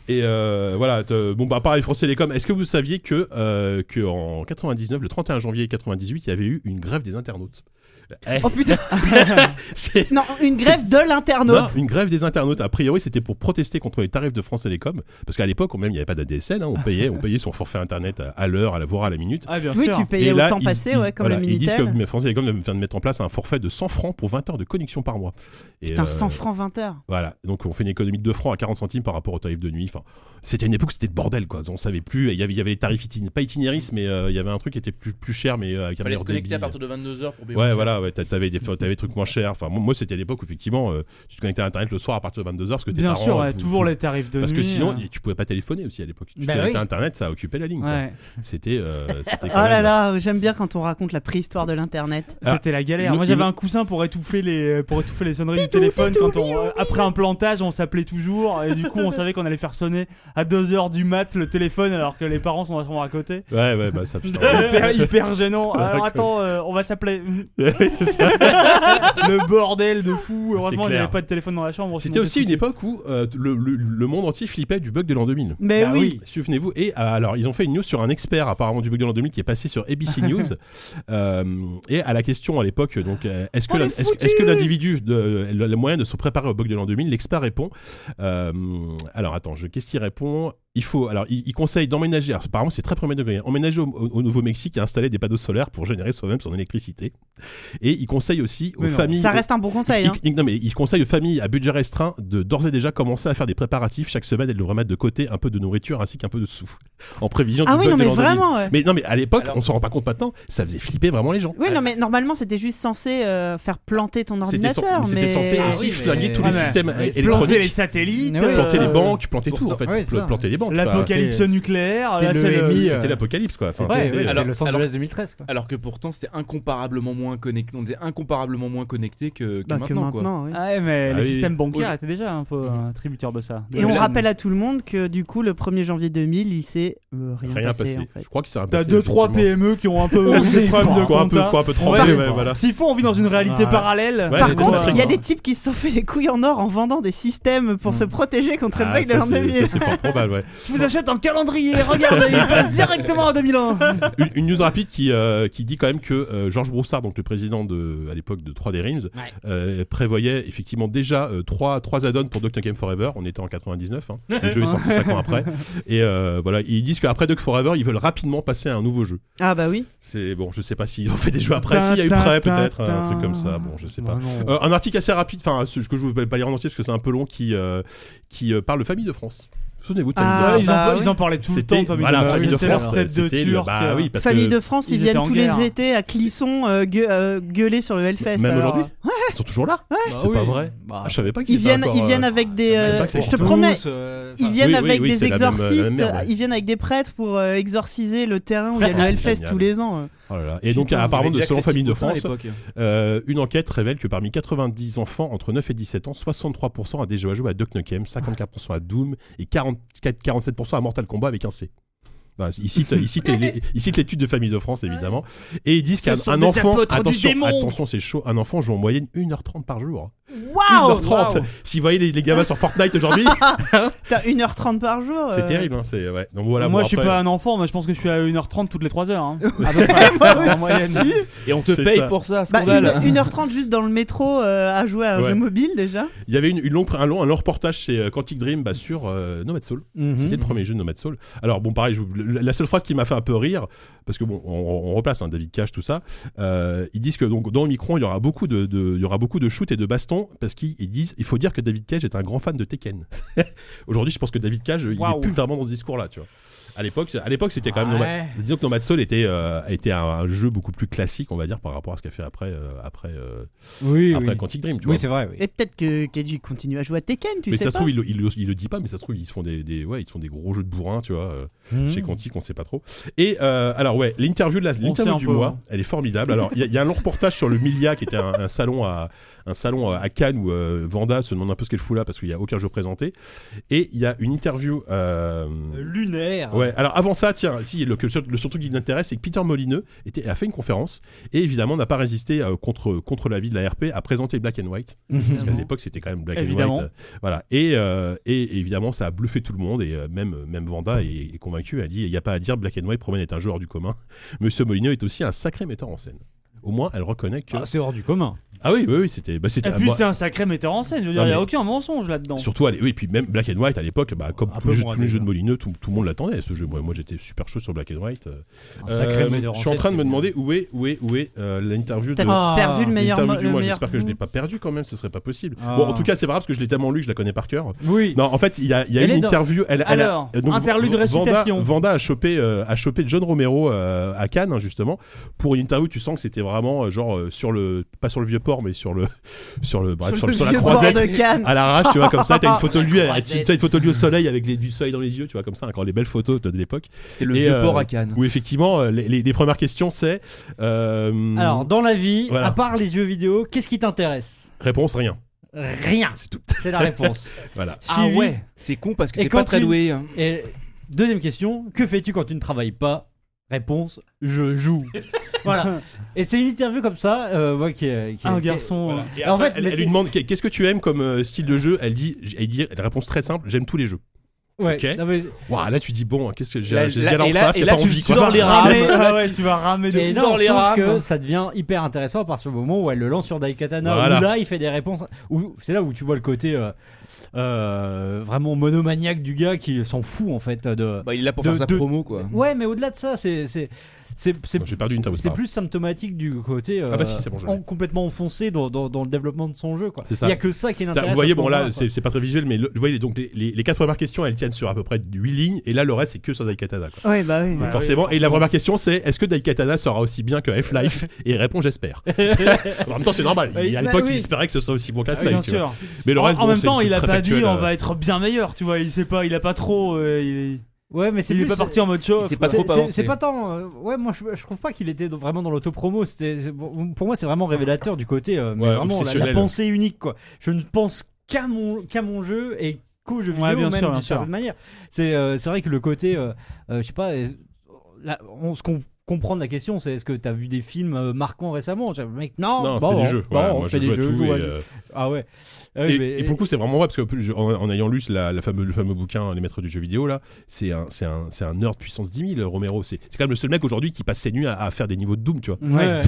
[SPEAKER 2] Et euh, voilà, te- bon bah pareil France Télécom. Est-ce que vous saviez que euh, que en 99, le 31 janvier 98, il y avait eu une grève des internautes Eh,
[SPEAKER 6] Oh putain,
[SPEAKER 2] c'est-
[SPEAKER 6] non, une grève de
[SPEAKER 2] Non,
[SPEAKER 6] l'internaute.
[SPEAKER 2] une grève des internautes. A priori, c'était pour protester contre les tarifs de France Télécom, parce qu'à l'époque, quand même, il n'y avait pas d'ADSL. Hein, on payait, on payait son forfait internet à, à l'heure, à la voire à la minute.
[SPEAKER 3] Ah, bien
[SPEAKER 6] Oui,
[SPEAKER 3] sûr.
[SPEAKER 6] tu payais
[SPEAKER 2] là,
[SPEAKER 6] autant
[SPEAKER 2] ils-
[SPEAKER 6] passé,
[SPEAKER 2] ils-
[SPEAKER 6] ouais, comme
[SPEAKER 2] voilà,
[SPEAKER 6] le
[SPEAKER 2] Ils disent
[SPEAKER 6] Minitel.
[SPEAKER 2] que France Télécom vient de mettre en place un forfait de 100 francs pour 20 heures de connexion par mois. Et,
[SPEAKER 6] Putain,
[SPEAKER 2] euh,
[SPEAKER 6] 100 francs 20 heures.
[SPEAKER 2] Voilà, donc on fait une économie de 2 francs à 40 centimes par rapport au tarif de nuit. Enfin, c'était une époque, c'était le bordel, quoi. On savait plus. Il y avait, il y avait les tarifs itin- pas itinéristes, mais euh, il y avait un truc qui était plus, plus cher, mais euh, avec
[SPEAKER 4] Fallait se
[SPEAKER 2] un meilleur débit.
[SPEAKER 4] connecter à partir de 22h pour payer.
[SPEAKER 2] Ouais, voilà, voilà, ouais, t'a- t'avais des, t'avais des trucs moins chers. Enfin, moi, moi, c'était l'époque où, effectivement, euh, tu te connectais à Internet le soir à partir de 22h, parce que tes
[SPEAKER 3] Bien
[SPEAKER 2] parents,
[SPEAKER 3] sûr,
[SPEAKER 2] euh,
[SPEAKER 3] ouais,
[SPEAKER 2] pou-
[SPEAKER 3] toujours les tarifs de
[SPEAKER 2] Parce
[SPEAKER 3] nuit.
[SPEAKER 2] que sinon,
[SPEAKER 3] euh,
[SPEAKER 2] tu pouvais pas téléphoner aussi à l'époque. Tu te
[SPEAKER 7] Bah
[SPEAKER 2] connectais
[SPEAKER 7] oui.
[SPEAKER 2] à Internet, ça occupait la ligne. quoi.
[SPEAKER 3] ouais.
[SPEAKER 2] C'était. euh, c'était
[SPEAKER 6] Oh
[SPEAKER 2] quand
[SPEAKER 6] là
[SPEAKER 2] même-
[SPEAKER 6] là, j'aime bien quand on raconte la préhistoire de l'internet.
[SPEAKER 2] Ah,
[SPEAKER 3] C'était la galère.
[SPEAKER 2] une-
[SPEAKER 3] Moi, j'avais
[SPEAKER 2] une-
[SPEAKER 3] un coussin pour étouffer les, pour étouffer les sonneries du téléphone. Quand on, après un plantage, on s'appelait toujours et du coup, on savait qu'on allait faire sonner à 2h du mat le téléphone alors que les parents sont vraiment à côté.
[SPEAKER 2] Ouais, ouais, Ah, bah ça, putain.
[SPEAKER 3] hyper, hyper gênant. Alors attends, euh, on va s'appeler. euh, le bordel de fou. Heureusement, il n'y
[SPEAKER 2] clair.
[SPEAKER 3] avait pas de téléphone dans la chambre.
[SPEAKER 2] C'était
[SPEAKER 3] sinon,
[SPEAKER 2] aussi une
[SPEAKER 3] qu'est-ce
[SPEAKER 2] époque où euh, le, le- le monde entier flippait du bug de l'an 2000.
[SPEAKER 6] Mais
[SPEAKER 7] Bah
[SPEAKER 6] oui,
[SPEAKER 2] Souvenez-vous. Et euh, alors, ils ont fait une news sur un expert apparemment du bug de l'an 2000 qui est passé sur ABC News. Euh, et à la question à l'époque, donc, euh, est-ce que, la- est-ce, est-ce que l'individu, de, le, le moyen de se préparer au bug de l'an 2000, l'expert répond. euh, alors, attends, je, qu'est-ce qu'il répond il faut, alors, il, il conseille d'emménager, alors, apparemment c'est très premier degré, hein, emménager au, au- au Nouveau-Mexique et installer des panneaux solaires pour générer soi-même son électricité. Et il conseille aussi aux
[SPEAKER 3] Mais non,
[SPEAKER 2] familles.
[SPEAKER 6] ça reste un bon conseil.
[SPEAKER 2] Il-
[SPEAKER 6] hein.
[SPEAKER 2] il- non, mais il conseille aux familles à budget restreint de d'ores et déjà commencer à faire des préparatifs. Chaque semaine, elles devraient mettre de côté un peu de nourriture ainsi qu'un peu de sous en prévision
[SPEAKER 6] Ah
[SPEAKER 2] du
[SPEAKER 6] oui,
[SPEAKER 2] bug
[SPEAKER 6] non
[SPEAKER 2] de
[SPEAKER 6] mais
[SPEAKER 2] l'an 2000.
[SPEAKER 6] vraiment. ouais.
[SPEAKER 2] Mais non, mais à l'époque,
[SPEAKER 4] Alors-
[SPEAKER 2] on s'en rend pas compte maintenant, ça faisait flipper vraiment les gens.
[SPEAKER 6] Oui, non mais normalement c'était juste censé euh, faire planter ton
[SPEAKER 2] C'était cen-
[SPEAKER 6] ordinateur.
[SPEAKER 2] c'était
[SPEAKER 6] mais-
[SPEAKER 2] censé
[SPEAKER 7] Ah
[SPEAKER 2] aussi
[SPEAKER 7] oui, mais-
[SPEAKER 2] flinguer tous
[SPEAKER 3] Ah,
[SPEAKER 2] les
[SPEAKER 3] mais-
[SPEAKER 2] systèmes
[SPEAKER 7] mais
[SPEAKER 3] que- Planter les
[SPEAKER 2] électroniques.
[SPEAKER 3] satellites.
[SPEAKER 7] Ouais.
[SPEAKER 2] Planter les
[SPEAKER 3] euh,
[SPEAKER 2] banques, planter
[SPEAKER 7] pour
[SPEAKER 2] tout
[SPEAKER 7] ça.
[SPEAKER 2] en fait.
[SPEAKER 7] Ouais,
[SPEAKER 2] Pl-
[SPEAKER 7] ça.
[SPEAKER 2] Planter les banques. Enfin,
[SPEAKER 3] L'apocalypse
[SPEAKER 7] C'était-
[SPEAKER 3] nucléaire.
[SPEAKER 7] c'était
[SPEAKER 3] là,
[SPEAKER 7] le
[SPEAKER 3] c'est le-
[SPEAKER 7] MI,
[SPEAKER 2] c'était
[SPEAKER 7] euh,
[SPEAKER 2] c'était l'apocalypse quoi. Enfin,
[SPEAKER 7] C'était-
[SPEAKER 2] c'était-
[SPEAKER 7] ouais, c'était
[SPEAKER 4] alors-
[SPEAKER 7] Los Angeles 2013. Quoi.
[SPEAKER 4] Alors que pourtant, c'était incomparablement moins connecté. On était incomparablement moins connecté que, que
[SPEAKER 6] Bah,
[SPEAKER 4] maintenant,
[SPEAKER 6] que
[SPEAKER 4] quoi.
[SPEAKER 6] maintenant. oui.
[SPEAKER 3] Ah ouais, mais
[SPEAKER 2] Ah
[SPEAKER 3] les
[SPEAKER 2] oui.
[SPEAKER 3] systèmes bancaires étaient déjà un peu euh, tributaires de ça.
[SPEAKER 6] Et on rappelle à tout le monde que du coup le 1er janvier 2000 il s'est euh, rien,
[SPEAKER 2] Rien
[SPEAKER 6] passé,
[SPEAKER 2] passé.
[SPEAKER 6] en fait.
[SPEAKER 2] Je crois que c'est un
[SPEAKER 3] T'as
[SPEAKER 2] passé,
[SPEAKER 3] 2-3
[SPEAKER 2] effectivement.
[SPEAKER 3] PME qui ont un peu
[SPEAKER 7] On
[SPEAKER 3] des
[SPEAKER 7] sait
[SPEAKER 3] problèmes
[SPEAKER 7] pas.
[SPEAKER 3] de
[SPEAKER 2] Quoi, un peu,
[SPEAKER 3] compta.
[SPEAKER 2] quoi, un peu
[SPEAKER 3] On va-
[SPEAKER 2] trempé, ouais, voilà.
[SPEAKER 3] S'il faut, on vit dans une réalité
[SPEAKER 7] Ouais.
[SPEAKER 3] parallèle.
[SPEAKER 2] Ouais,
[SPEAKER 6] Par
[SPEAKER 2] les
[SPEAKER 6] contre, il y a
[SPEAKER 2] hein.
[SPEAKER 6] des types qui se sont fait les couilles en or en vendant des systèmes pour se protéger contre
[SPEAKER 2] Ah,
[SPEAKER 6] le bug de
[SPEAKER 2] ça,
[SPEAKER 6] l'an
[SPEAKER 2] c'est-
[SPEAKER 6] 2000.
[SPEAKER 2] ça, c'est fort probable, ouais.
[SPEAKER 3] je vous achète un calendrier. Regardez, il passe directement à 2001.
[SPEAKER 2] une, une news rapide qui, euh, qui dit quand même que euh, Georges Broussard, donc le président de, à l'époque de 3D Realms, euh, prévoyait effectivement déjà 3, add-ons pour Duck Nukem Forever. On était en 99, hein. le jeu est sorti 5 ans après. Et euh, voilà, ils disent qu'après Duck Forever, ils veulent rapidement passer à un nouveau jeu.
[SPEAKER 6] Ah bah oui.
[SPEAKER 2] C'est bon, je sais pas s'ils ont fait des jeux après.
[SPEAKER 3] Tin,
[SPEAKER 2] S'il y a eu
[SPEAKER 3] tin,
[SPEAKER 2] prêt,
[SPEAKER 3] tin,
[SPEAKER 2] peut-être, un
[SPEAKER 3] tin.
[SPEAKER 2] truc comme ça. Bon, je sais pas.
[SPEAKER 5] Ah non.
[SPEAKER 2] Euh, un article assez rapide, enfin, ce que je ne vais pas lire en entier parce que c'est un peu long, qui, euh, qui euh, parle de Famille de France. Souvenez-vous de Famille
[SPEAKER 6] Ah,
[SPEAKER 2] de France.
[SPEAKER 3] Ouais, ils,
[SPEAKER 6] bah
[SPEAKER 3] en,
[SPEAKER 6] oui.
[SPEAKER 3] ils en parlaient tout le temps. Famille
[SPEAKER 2] voilà,
[SPEAKER 3] de France,
[SPEAKER 2] Famille de
[SPEAKER 3] c'était leur
[SPEAKER 2] France,
[SPEAKER 3] tête de
[SPEAKER 2] c'était le-
[SPEAKER 3] Turc. euh.
[SPEAKER 2] bah oui, parce
[SPEAKER 6] Famille
[SPEAKER 2] que-
[SPEAKER 6] de France, ils,
[SPEAKER 3] ils étaient
[SPEAKER 6] viennent
[SPEAKER 3] en
[SPEAKER 6] tous
[SPEAKER 3] guerre.
[SPEAKER 6] les étés à Clisson euh, gue- euh, gueuler sur le Hellfest.
[SPEAKER 2] Même
[SPEAKER 6] alors. euh,
[SPEAKER 2] aujourd'hui Ils sont toujours là C'est pas vrai.
[SPEAKER 7] Bah.
[SPEAKER 2] Ah, je savais pas qu'ils
[SPEAKER 6] Ils
[SPEAKER 2] étaient
[SPEAKER 6] viennent,
[SPEAKER 2] encore,
[SPEAKER 6] ils viennent
[SPEAKER 2] euh,
[SPEAKER 6] avec des. euh,
[SPEAKER 2] Bah, c'est
[SPEAKER 6] je te
[SPEAKER 2] pour euh,
[SPEAKER 6] promets. Ils viennent
[SPEAKER 2] oui,
[SPEAKER 6] avec
[SPEAKER 2] oui,
[SPEAKER 6] des
[SPEAKER 2] c'est la même- euh, la même
[SPEAKER 6] exorcistes,
[SPEAKER 2] merde, ouais.
[SPEAKER 6] ils viennent avec des prêtres pour euh, exorciser le terrain où il y a le
[SPEAKER 2] Ah,
[SPEAKER 6] Hellfest
[SPEAKER 2] génial.
[SPEAKER 6] tous les ans. euh.
[SPEAKER 2] oh là là. Et donc,
[SPEAKER 4] Putain,
[SPEAKER 2] apparemment,
[SPEAKER 4] avec
[SPEAKER 2] de
[SPEAKER 4] Jacques
[SPEAKER 2] selon Famille de
[SPEAKER 4] Lestiboutin, à
[SPEAKER 2] France,
[SPEAKER 4] l'époque.
[SPEAKER 2] euh, une enquête révèle que parmi 90 enfants entre 9 et 17 ans, 63% a déjà joué à Duck Nukem, 54% à Doom et 44, 47% à Mortal Kombat avec un C. Enfin, ils citent, ils citent les- les- ils citent l'étude de Famille de France, évidemment. Et ils disent qu'un un enfant, attention, attention, c'est chaud, un enfant joue en moyenne 1h30 par jour.
[SPEAKER 6] Ah, oh, Waouh Ah,
[SPEAKER 2] 1h30 Si vous voyez les, les gamins sur Fortnite aujourd'hui,
[SPEAKER 6] T'as 1h30 par jour.
[SPEAKER 2] c'est
[SPEAKER 6] euh.
[SPEAKER 2] terrible. Hein, c'est, ouais. Donc voilà,
[SPEAKER 3] moi,
[SPEAKER 2] bon,
[SPEAKER 3] je suis
[SPEAKER 2] après-
[SPEAKER 3] pas un enfant, mais je pense que je suis à 1h30 toutes les 3 heures. hein. À peu près, en moyenne.
[SPEAKER 4] Et on te
[SPEAKER 2] C'est
[SPEAKER 4] paye
[SPEAKER 2] ça.
[SPEAKER 4] pour ça,
[SPEAKER 6] Bah,
[SPEAKER 4] scandale.
[SPEAKER 6] une- 1h30 juste dans le métro euh, à jouer à un
[SPEAKER 2] Ouais.
[SPEAKER 6] jeu mobile déjà.
[SPEAKER 2] Il y avait une, une longue, un, long, un long reportage chez euh, Quantic Dream bah, sur euh, Nomad Soul.
[SPEAKER 7] Mhm.
[SPEAKER 2] C'était le premier jeu de Nomad Soul. Alors bon, pareil, je vous- le- la seule phrase qui m'a fait un peu rire, parce que bon, on, on replace hein, David Cash, tout ça. euh, ils disent que donc dans Omicron, il y aura beaucoup de, de- il y aura beaucoup de shoot et de baston, parce qu'ils ils disent, il faut dire que David Cage est un grand fan de Tekken. Aujourd'hui, je pense que David Cage, il
[SPEAKER 3] Waouh.
[SPEAKER 2] est plus vraiment dans ce discours-là, tu vois. À l'époque, c'est- à l'époque, c'était quand même Nomad. Disons que Nomad Soul était, euh, était un, un jeu beaucoup plus classique, on va dire, par rapport à ce qu'a fait après, euh, après, euh,
[SPEAKER 7] Oui,
[SPEAKER 2] après
[SPEAKER 7] oui.
[SPEAKER 2] Quantic Dream, tu vois.
[SPEAKER 7] Oui, c'est vrai. Oui.
[SPEAKER 6] Et peut-être que Keiji continue à jouer à Tekken, tu
[SPEAKER 2] mais
[SPEAKER 6] sais
[SPEAKER 2] ça se
[SPEAKER 6] pas.
[SPEAKER 2] trouve, il, le- il le- il le dit pas, mais ça se trouve, ils se font des, des- ouais, ils se font des gros jeux de bourrin, tu vois. euh,
[SPEAKER 3] Mmh.
[SPEAKER 2] Chez Conti, qu'on sait pas trop. Et euh, alors, ouais, l'interview de la-
[SPEAKER 3] sait
[SPEAKER 2] l'interview
[SPEAKER 3] un
[SPEAKER 2] du
[SPEAKER 3] peu,
[SPEAKER 2] mois,
[SPEAKER 3] hein.
[SPEAKER 2] elle est formidable. Alors, il y, a- il y a un long reportage sur le Milia, qui était un, un salon à un salon à Cannes où euh, Vanda se demande un peu ce qu'elle fout là parce qu'il y a aucun jeu présenté. Et il y a une interview. euh,
[SPEAKER 7] Lunaire.
[SPEAKER 2] Ouais, alors avant ça, tiens, si, le, le seul le seul truc qui m'intéresse, c'est que Peter Molineux était, a fait une conférence et évidemment n'a pas résisté euh, contre, contre l'avis de la RP à présenter Black and White. Parce qu'à
[SPEAKER 3] Évidemment.
[SPEAKER 2] l'époque, c'était quand même Black
[SPEAKER 3] Évidemment.
[SPEAKER 2] and White. euh, Voilà. Et, euh, et et évidemment, ça a bluffé tout le monde et euh, même, même Vanda est, est convaincue. Elle dit il n'y a pas à dire, Black and White Promène est un jeu hors du commun. Monsieur Molineux est aussi un sacré metteur en scène. Au moins, elle reconnaît que.
[SPEAKER 7] Ah, c'est hors du commun.
[SPEAKER 2] Ah oui, oui, oui, c'était. bah, c'était-
[SPEAKER 3] Et
[SPEAKER 2] ah,
[SPEAKER 3] puis
[SPEAKER 2] bah,
[SPEAKER 3] c'est un sacré metteur en scène. Je veux
[SPEAKER 2] Non,
[SPEAKER 3] dire, il n'y a
[SPEAKER 2] mais-
[SPEAKER 3] aucun mensonge là-dedans.
[SPEAKER 2] Surtout, allez, oui, et puis même Black and White à l'époque, bah, comme
[SPEAKER 7] Un
[SPEAKER 2] tous les
[SPEAKER 7] peu
[SPEAKER 2] jeux,
[SPEAKER 7] moins,
[SPEAKER 2] tous les jeux de
[SPEAKER 7] déjà.
[SPEAKER 2] Molineux, tout, tout le monde l'attendait ce jeu. Moi, moi j'étais super chaud sur Black and White. euh.
[SPEAKER 7] Un sacré
[SPEAKER 2] Euh,
[SPEAKER 7] metteur
[SPEAKER 2] je suis en
[SPEAKER 7] scène,
[SPEAKER 2] train de me
[SPEAKER 7] c'est-
[SPEAKER 2] demander où est, où est, où est euh, l'interview de.
[SPEAKER 6] T'as perdu le meilleur.
[SPEAKER 2] L'interview
[SPEAKER 6] mo-
[SPEAKER 2] Oh. du
[SPEAKER 6] le
[SPEAKER 2] mois,
[SPEAKER 6] meilleur
[SPEAKER 2] j'espère que je
[SPEAKER 6] bout.
[SPEAKER 2] l'ai pas perdu quand même, ce serait pas possible.
[SPEAKER 7] Ah.
[SPEAKER 2] Bon, en tout cas, c'est pas grave parce que je l'ai tellement lu que je la connais par cœur.
[SPEAKER 7] Oui.
[SPEAKER 2] Non, en fait, il y a, il y a
[SPEAKER 3] Elle
[SPEAKER 2] une
[SPEAKER 3] est dans-
[SPEAKER 2] interview. Elle, elle a-
[SPEAKER 3] Alors,
[SPEAKER 2] euh, donc,
[SPEAKER 3] interlude
[SPEAKER 2] V- Vanda-
[SPEAKER 3] récitation.
[SPEAKER 2] Vanda, a chopé, euh, a chopé John Romero euh, à Cannes hein, justement pour une interview. Tu sens que c'était vraiment euh, genre euh, sur le, pas sur le vieux port, mais sur le, sur le, bref, sur, le- sur la
[SPEAKER 6] vieux bord
[SPEAKER 2] croisette.
[SPEAKER 6] de Cannes.
[SPEAKER 2] À l'arrache, tu vois, comme ça, t'as une photo de lui,
[SPEAKER 7] La
[SPEAKER 2] tu sais, une photo de lui au soleil avec les, du soleil dans les yeux, tu vois, comme ça, encore les belles photos de l'époque.
[SPEAKER 4] C'était le
[SPEAKER 2] Et,
[SPEAKER 4] vieux
[SPEAKER 2] euh,
[SPEAKER 4] port à Cannes.
[SPEAKER 2] Où effectivement, euh, les, les- les premières questions, c'est euh,
[SPEAKER 7] Alors, dans la vie,
[SPEAKER 2] Voilà.
[SPEAKER 7] à part les jeux vidéo, qu'est-ce qui t'intéresse
[SPEAKER 2] réponse rien.
[SPEAKER 7] Rien.
[SPEAKER 2] C'est tout.
[SPEAKER 7] C'est la réponse.
[SPEAKER 2] Voilà.
[SPEAKER 4] Ah
[SPEAKER 7] Suivi-
[SPEAKER 4] ouais, c'est con parce que
[SPEAKER 7] Et
[SPEAKER 4] t'es pas
[SPEAKER 7] quand
[SPEAKER 4] très
[SPEAKER 7] tu-
[SPEAKER 4] doué. hein.
[SPEAKER 7] Et deuxième question, que fais-tu quand tu ne travailles pas Réponse, je joue. voilà. Et c'est une interview comme ça, euh, ouais, qui est- qui est-
[SPEAKER 3] Un
[SPEAKER 7] qui est-
[SPEAKER 3] garçon. euh,
[SPEAKER 2] Voilà. Et
[SPEAKER 7] Et en
[SPEAKER 2] après,
[SPEAKER 7] fait,
[SPEAKER 2] elle,
[SPEAKER 7] mais
[SPEAKER 2] elle
[SPEAKER 7] c'est-
[SPEAKER 2] lui demande qu'est- qu'est-ce que tu aimes comme euh, style de jeu. Elle dit, elle dit, la réponse très simple, j'aime tous les jeux.
[SPEAKER 7] Ouais.
[SPEAKER 2] Ok.
[SPEAKER 7] Non, mais-
[SPEAKER 2] Waouh, là tu dis bon, qu'est-ce que j'ai
[SPEAKER 4] Là-
[SPEAKER 2] j'ai ce
[SPEAKER 4] là-
[SPEAKER 2] gars là en
[SPEAKER 4] et là-
[SPEAKER 2] face,
[SPEAKER 4] et
[SPEAKER 2] il a
[SPEAKER 4] là,
[SPEAKER 2] pas
[SPEAKER 4] tu
[SPEAKER 2] envie.
[SPEAKER 4] sors
[SPEAKER 2] Quoi.
[SPEAKER 4] les rames.
[SPEAKER 3] Ramer, ah ouais, tu vas ramer
[SPEAKER 7] Et
[SPEAKER 3] des
[SPEAKER 4] sors
[SPEAKER 7] non,
[SPEAKER 4] les
[SPEAKER 7] sauf
[SPEAKER 4] rames.
[SPEAKER 7] que ça devient hyper intéressant à partir du moment où elle le lance sur Daikatana,
[SPEAKER 2] Voilà.
[SPEAKER 7] où là il fait des réponses, où c'est là où tu vois le côté euh, euh, vraiment monomaniaque du gars qui s'en fout en fait de.
[SPEAKER 4] Bah, il est là pour
[SPEAKER 7] De-
[SPEAKER 4] faire sa
[SPEAKER 7] de-
[SPEAKER 4] promo quoi.
[SPEAKER 7] Ouais, mais au-delà de ça, c'est c'est c'est c'est-
[SPEAKER 2] J'ai perdu une table, c'est
[SPEAKER 7] c'est
[SPEAKER 2] pas
[SPEAKER 7] plus symptomatique du côté euh,
[SPEAKER 2] Ah bah si, c'est bon, je l'ai.
[SPEAKER 7] en- complètement enfoncé dans, dans, dans le développement de son jeu quoi.
[SPEAKER 2] C'est ça.
[SPEAKER 7] Il y a que ça qui
[SPEAKER 2] Ça,
[SPEAKER 7] l'intéresse.
[SPEAKER 2] Vous
[SPEAKER 7] à
[SPEAKER 2] voyez,
[SPEAKER 7] ce
[SPEAKER 2] bon là,
[SPEAKER 7] moment-là, quoi.
[SPEAKER 2] c'est c'est pas très visuel, mais le- vous voyez, donc les, les- les quatre premières questions, elles tiennent sur à peu près 8 lignes, et là le reste c'est que sur Daikatana. Quoi.
[SPEAKER 6] Ouais, bah oui.
[SPEAKER 3] Ouais. Ah oui,
[SPEAKER 2] forcément. Et la
[SPEAKER 3] forcément.
[SPEAKER 2] première question c'est est-ce que Daikatana sera aussi bien que Half-Life Et il répond j'espère. en même temps c'est normal. Il- à
[SPEAKER 6] Bah
[SPEAKER 2] l'époque
[SPEAKER 6] oui.
[SPEAKER 2] il espérait que ce soit aussi bon
[SPEAKER 3] Ah oui, bien
[SPEAKER 2] qu'Half-Life. tu vois.
[SPEAKER 3] sûr.
[SPEAKER 2] mais le
[SPEAKER 3] En-
[SPEAKER 2] reste,
[SPEAKER 3] en
[SPEAKER 2] bon,
[SPEAKER 3] même
[SPEAKER 2] c'est
[SPEAKER 3] temps, il a
[SPEAKER 2] très
[SPEAKER 3] pas
[SPEAKER 2] factuel,
[SPEAKER 3] dit on
[SPEAKER 2] euh.
[SPEAKER 3] va être bien meilleur, tu vois. Il sait pas, il a pas trop. euh, il
[SPEAKER 7] Ouais, mais
[SPEAKER 3] il
[SPEAKER 7] c'est
[SPEAKER 3] est
[SPEAKER 7] plus,
[SPEAKER 3] pas parti en mode show.
[SPEAKER 4] C'est pas trop
[SPEAKER 7] C'est- c'est-
[SPEAKER 4] avancé.
[SPEAKER 7] C'est pas tant. euh, ouais, moi je, je trouve pas qu'il était vraiment dans l'autopromo. C'était c'est- pour pour moi c'est vraiment révélateur du côté euh, mais
[SPEAKER 2] Ouais,
[SPEAKER 7] vraiment la- la,
[SPEAKER 2] obsessionnel.
[SPEAKER 7] pensée unique quoi. Je ne pense qu'à mon qu'à mon jeu et qu'au jeu vidéo
[SPEAKER 3] Ouais, bien
[SPEAKER 7] même
[SPEAKER 3] sûr,
[SPEAKER 7] d'une
[SPEAKER 3] bien sûr.
[SPEAKER 7] certaine manière. C'est euh, c'est vrai que le côté euh, euh, je sais pas euh, la- on se com- comprendre la question c'est est-ce que t'as vu des films euh, marquants récemment Je- mec non,
[SPEAKER 2] Non,
[SPEAKER 7] bon,
[SPEAKER 2] c'est
[SPEAKER 7] bon,
[SPEAKER 2] des jeux.
[SPEAKER 7] bon,
[SPEAKER 2] Voilà,
[SPEAKER 7] on
[SPEAKER 2] moi,
[SPEAKER 7] fait
[SPEAKER 2] je joue
[SPEAKER 7] des
[SPEAKER 2] à
[SPEAKER 7] jeux,
[SPEAKER 2] tout,
[SPEAKER 7] je joue
[SPEAKER 2] et,
[SPEAKER 7] à tout.
[SPEAKER 2] euh,
[SPEAKER 7] ah ouais Ah ouais,
[SPEAKER 2] Et,
[SPEAKER 7] mais-
[SPEAKER 2] et pour le coup, c'est vraiment vrai parce que je- en, en ayant lu la, la fameux, le fameux bouquin Les Maîtres du jeu vidéo, là, c'est un, c'est un, c'est un nerd puissance 10 000, Romero. C'est c'est quand même le seul mec aujourd'hui qui passe ses nuits à, à faire des niveaux de Doom, tu vois.
[SPEAKER 7] Ouais.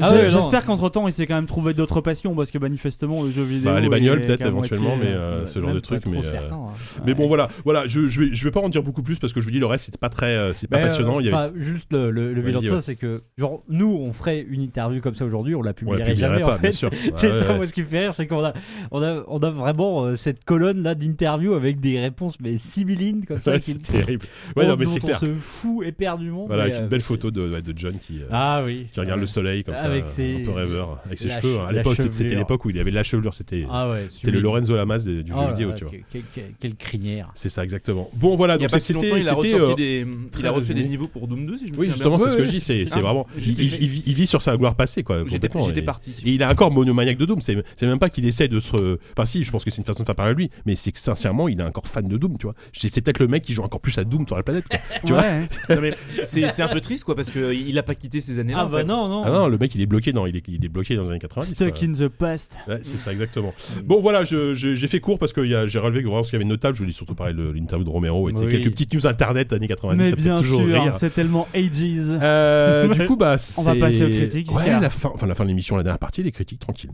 [SPEAKER 7] Ah
[SPEAKER 3] Je-
[SPEAKER 7] ouais, non.
[SPEAKER 3] J'espère qu'entre temps, il s'est quand même trouvé d'autres passions parce que manifestement, le jeu vidéo.
[SPEAKER 2] Bah, les
[SPEAKER 3] il
[SPEAKER 2] bagnoles,
[SPEAKER 3] est
[SPEAKER 2] peut-être,
[SPEAKER 3] qu'à moitié,
[SPEAKER 2] éventuellement, mais
[SPEAKER 3] euh,
[SPEAKER 2] euh, ce genre
[SPEAKER 7] Même
[SPEAKER 2] de
[SPEAKER 7] pas
[SPEAKER 2] truc.
[SPEAKER 7] trop
[SPEAKER 2] Mais, euh,
[SPEAKER 7] certain, hein.
[SPEAKER 2] mais bon,
[SPEAKER 7] Ouais.
[SPEAKER 2] voilà, voilà je, je, vais, je vais pas en dire beaucoup plus parce que je vous dis, le reste, c'est pas très, euh, c'est pas
[SPEAKER 7] Mais,
[SPEAKER 2] passionnant.
[SPEAKER 7] euh,
[SPEAKER 2] il y avait-
[SPEAKER 7] enfin, juste le, le- le bilan
[SPEAKER 2] Vas-y,
[SPEAKER 7] de ça,
[SPEAKER 2] ouais.
[SPEAKER 7] c'est que, genre, nous, on ferait une interview comme ça aujourd'hui, on
[SPEAKER 2] on
[SPEAKER 7] la
[SPEAKER 2] la
[SPEAKER 7] publierait
[SPEAKER 2] publierait
[SPEAKER 7] jamais,
[SPEAKER 2] pas,
[SPEAKER 7] en
[SPEAKER 2] bien
[SPEAKER 7] fait.
[SPEAKER 2] sûr. Ouais,
[SPEAKER 7] C'est
[SPEAKER 2] ouais,
[SPEAKER 7] ça,
[SPEAKER 2] ouais.
[SPEAKER 7] moi, ce qui me fait rire, c'est qu'on a, on a, on a vraiment euh, cette colonne là d'interviews avec des réponses mais sibyllines comme ça,
[SPEAKER 2] Ouais,
[SPEAKER 7] qui,
[SPEAKER 2] c'est terrible. Ouais,
[SPEAKER 7] dont-
[SPEAKER 2] non, mais
[SPEAKER 7] dont
[SPEAKER 2] c'est
[SPEAKER 7] on
[SPEAKER 2] clair.
[SPEAKER 7] se fout éperdument.
[SPEAKER 2] Voilà,
[SPEAKER 7] mais,
[SPEAKER 2] avec
[SPEAKER 7] euh,
[SPEAKER 2] une belle photo de, ouais, de John qui. euh,
[SPEAKER 7] Ah oui.
[SPEAKER 2] Qui regarde le soleil comme ça,
[SPEAKER 7] Avec
[SPEAKER 2] un
[SPEAKER 7] ses-
[SPEAKER 2] peu rêveur, avec ses
[SPEAKER 7] la
[SPEAKER 2] cheveux. hein.
[SPEAKER 7] che-
[SPEAKER 2] À
[SPEAKER 7] la
[SPEAKER 2] l'époque, c'était- c'était
[SPEAKER 7] chevelure.
[SPEAKER 2] l'époque où il avait de la chevelure, c'était
[SPEAKER 7] Ah ouais,
[SPEAKER 2] c'était le
[SPEAKER 7] sublime.
[SPEAKER 2] Lorenzo Lamas des- du
[SPEAKER 7] Oh
[SPEAKER 2] jeu
[SPEAKER 7] là
[SPEAKER 2] vidéo,
[SPEAKER 7] là,
[SPEAKER 2] tu vois.
[SPEAKER 7] que- que- que- Quelle crinière.
[SPEAKER 2] C'est ça, exactement. Bon, voilà,
[SPEAKER 4] Il y a
[SPEAKER 2] donc
[SPEAKER 4] pas
[SPEAKER 2] ça,
[SPEAKER 4] si
[SPEAKER 2] c'était.
[SPEAKER 4] longtemps, il a
[SPEAKER 2] c'était,
[SPEAKER 4] ressorti
[SPEAKER 2] euh,
[SPEAKER 4] des, il a
[SPEAKER 2] très
[SPEAKER 4] refait des
[SPEAKER 2] bon.
[SPEAKER 4] niveaux pour Doom 2, si je me
[SPEAKER 2] Oui,
[SPEAKER 4] souviens
[SPEAKER 2] justement,
[SPEAKER 4] bien.
[SPEAKER 2] c'est ce que je dis, c'est c'est
[SPEAKER 4] Ah,
[SPEAKER 2] vraiment.
[SPEAKER 4] j'étais-
[SPEAKER 2] Il, il- il vit- il vit sur sa gloire passée, quoi.
[SPEAKER 4] J'étais
[SPEAKER 2] Euh, complètement,
[SPEAKER 4] j'étais
[SPEAKER 2] et-
[SPEAKER 4] parti.
[SPEAKER 2] Et il est encore monomaniaque de Doom. C'est c'est même pas qu'il essaie de se. Enfin, si, je pense que c'est une façon de faire parler à lui, mais c'est que sincèrement, il est encore fan de Doom, tu vois. C'est c'est peut-être le mec qui joue encore plus à Doom sur la planète, quoi. tu vois.
[SPEAKER 6] Ouais.
[SPEAKER 4] Non, mais C'est c'est un peu triste quoi parce que euh, il a pas quitté ces années-là.
[SPEAKER 7] Ah
[SPEAKER 4] en
[SPEAKER 7] bah
[SPEAKER 4] fait.
[SPEAKER 7] non, non.
[SPEAKER 2] Ah non, le mec, il est bloqué dans, il est, il est bloqué dans les années 90. quoi.
[SPEAKER 3] Stuck in the past.
[SPEAKER 2] Ouais, c'est ça, exactement. Bon, voilà, je- je- j'ai fait court parce que il y a- j'ai relevé vraiment ce qu'il y avait de notable. Je voulais surtout parler de l'interview de Romero et de ces
[SPEAKER 7] Oui.
[SPEAKER 2] quelques petites news internet années 90. ça
[SPEAKER 3] Mais
[SPEAKER 2] fait
[SPEAKER 3] bien
[SPEAKER 2] toujours
[SPEAKER 3] sûr,
[SPEAKER 2] rire.
[SPEAKER 3] c'est tellement ages.
[SPEAKER 2] Euh, du coup, bah,
[SPEAKER 3] On va
[SPEAKER 2] c'est-
[SPEAKER 3] passer aux critiques,
[SPEAKER 2] Ouais,
[SPEAKER 3] car-
[SPEAKER 2] la fin, enfin la fin de l'émission, la dernière partie, les critiques tranquilles.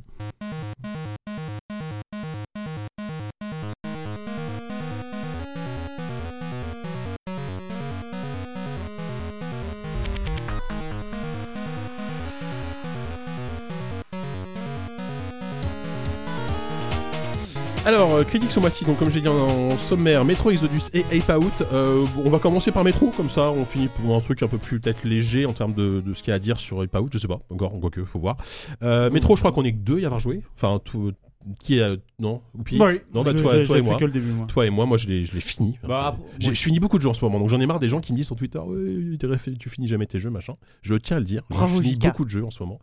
[SPEAKER 2] Alors, euh, critiques ce mois-ci, donc comme j'ai dit en, en sommaire, Metro Exodus et Ape Out. Euh, on va commencer par Metro, comme ça on finit pour un truc un peu plus peut-être léger en termes de, de ce qu'il y a à dire sur Ape Out, je sais pas, encore, quoi que, faut voir. Euh, Metro, je crois qu'on est que deux à y avoir joué. Enfin, tout, qui est. euh, non Oupi Non, bah
[SPEAKER 3] Je-
[SPEAKER 2] toi,
[SPEAKER 3] j'ai-
[SPEAKER 2] toi et
[SPEAKER 3] j'ai
[SPEAKER 2] moi.
[SPEAKER 3] fait que le début, moi.
[SPEAKER 2] Toi et moi, moi je l'ai je l'ai fini.
[SPEAKER 7] Bah,
[SPEAKER 2] Enfin,
[SPEAKER 7] après,
[SPEAKER 2] j'ai- je finis beaucoup de jeux en ce moment, donc j'en ai marre des gens qui me disent sur Twitter Ouais, t'es refait- tu finis jamais tes jeux, machin. Je tiens à le dire, je
[SPEAKER 6] Bravo,
[SPEAKER 2] finis
[SPEAKER 6] Jika.
[SPEAKER 2] beaucoup de jeux en ce moment.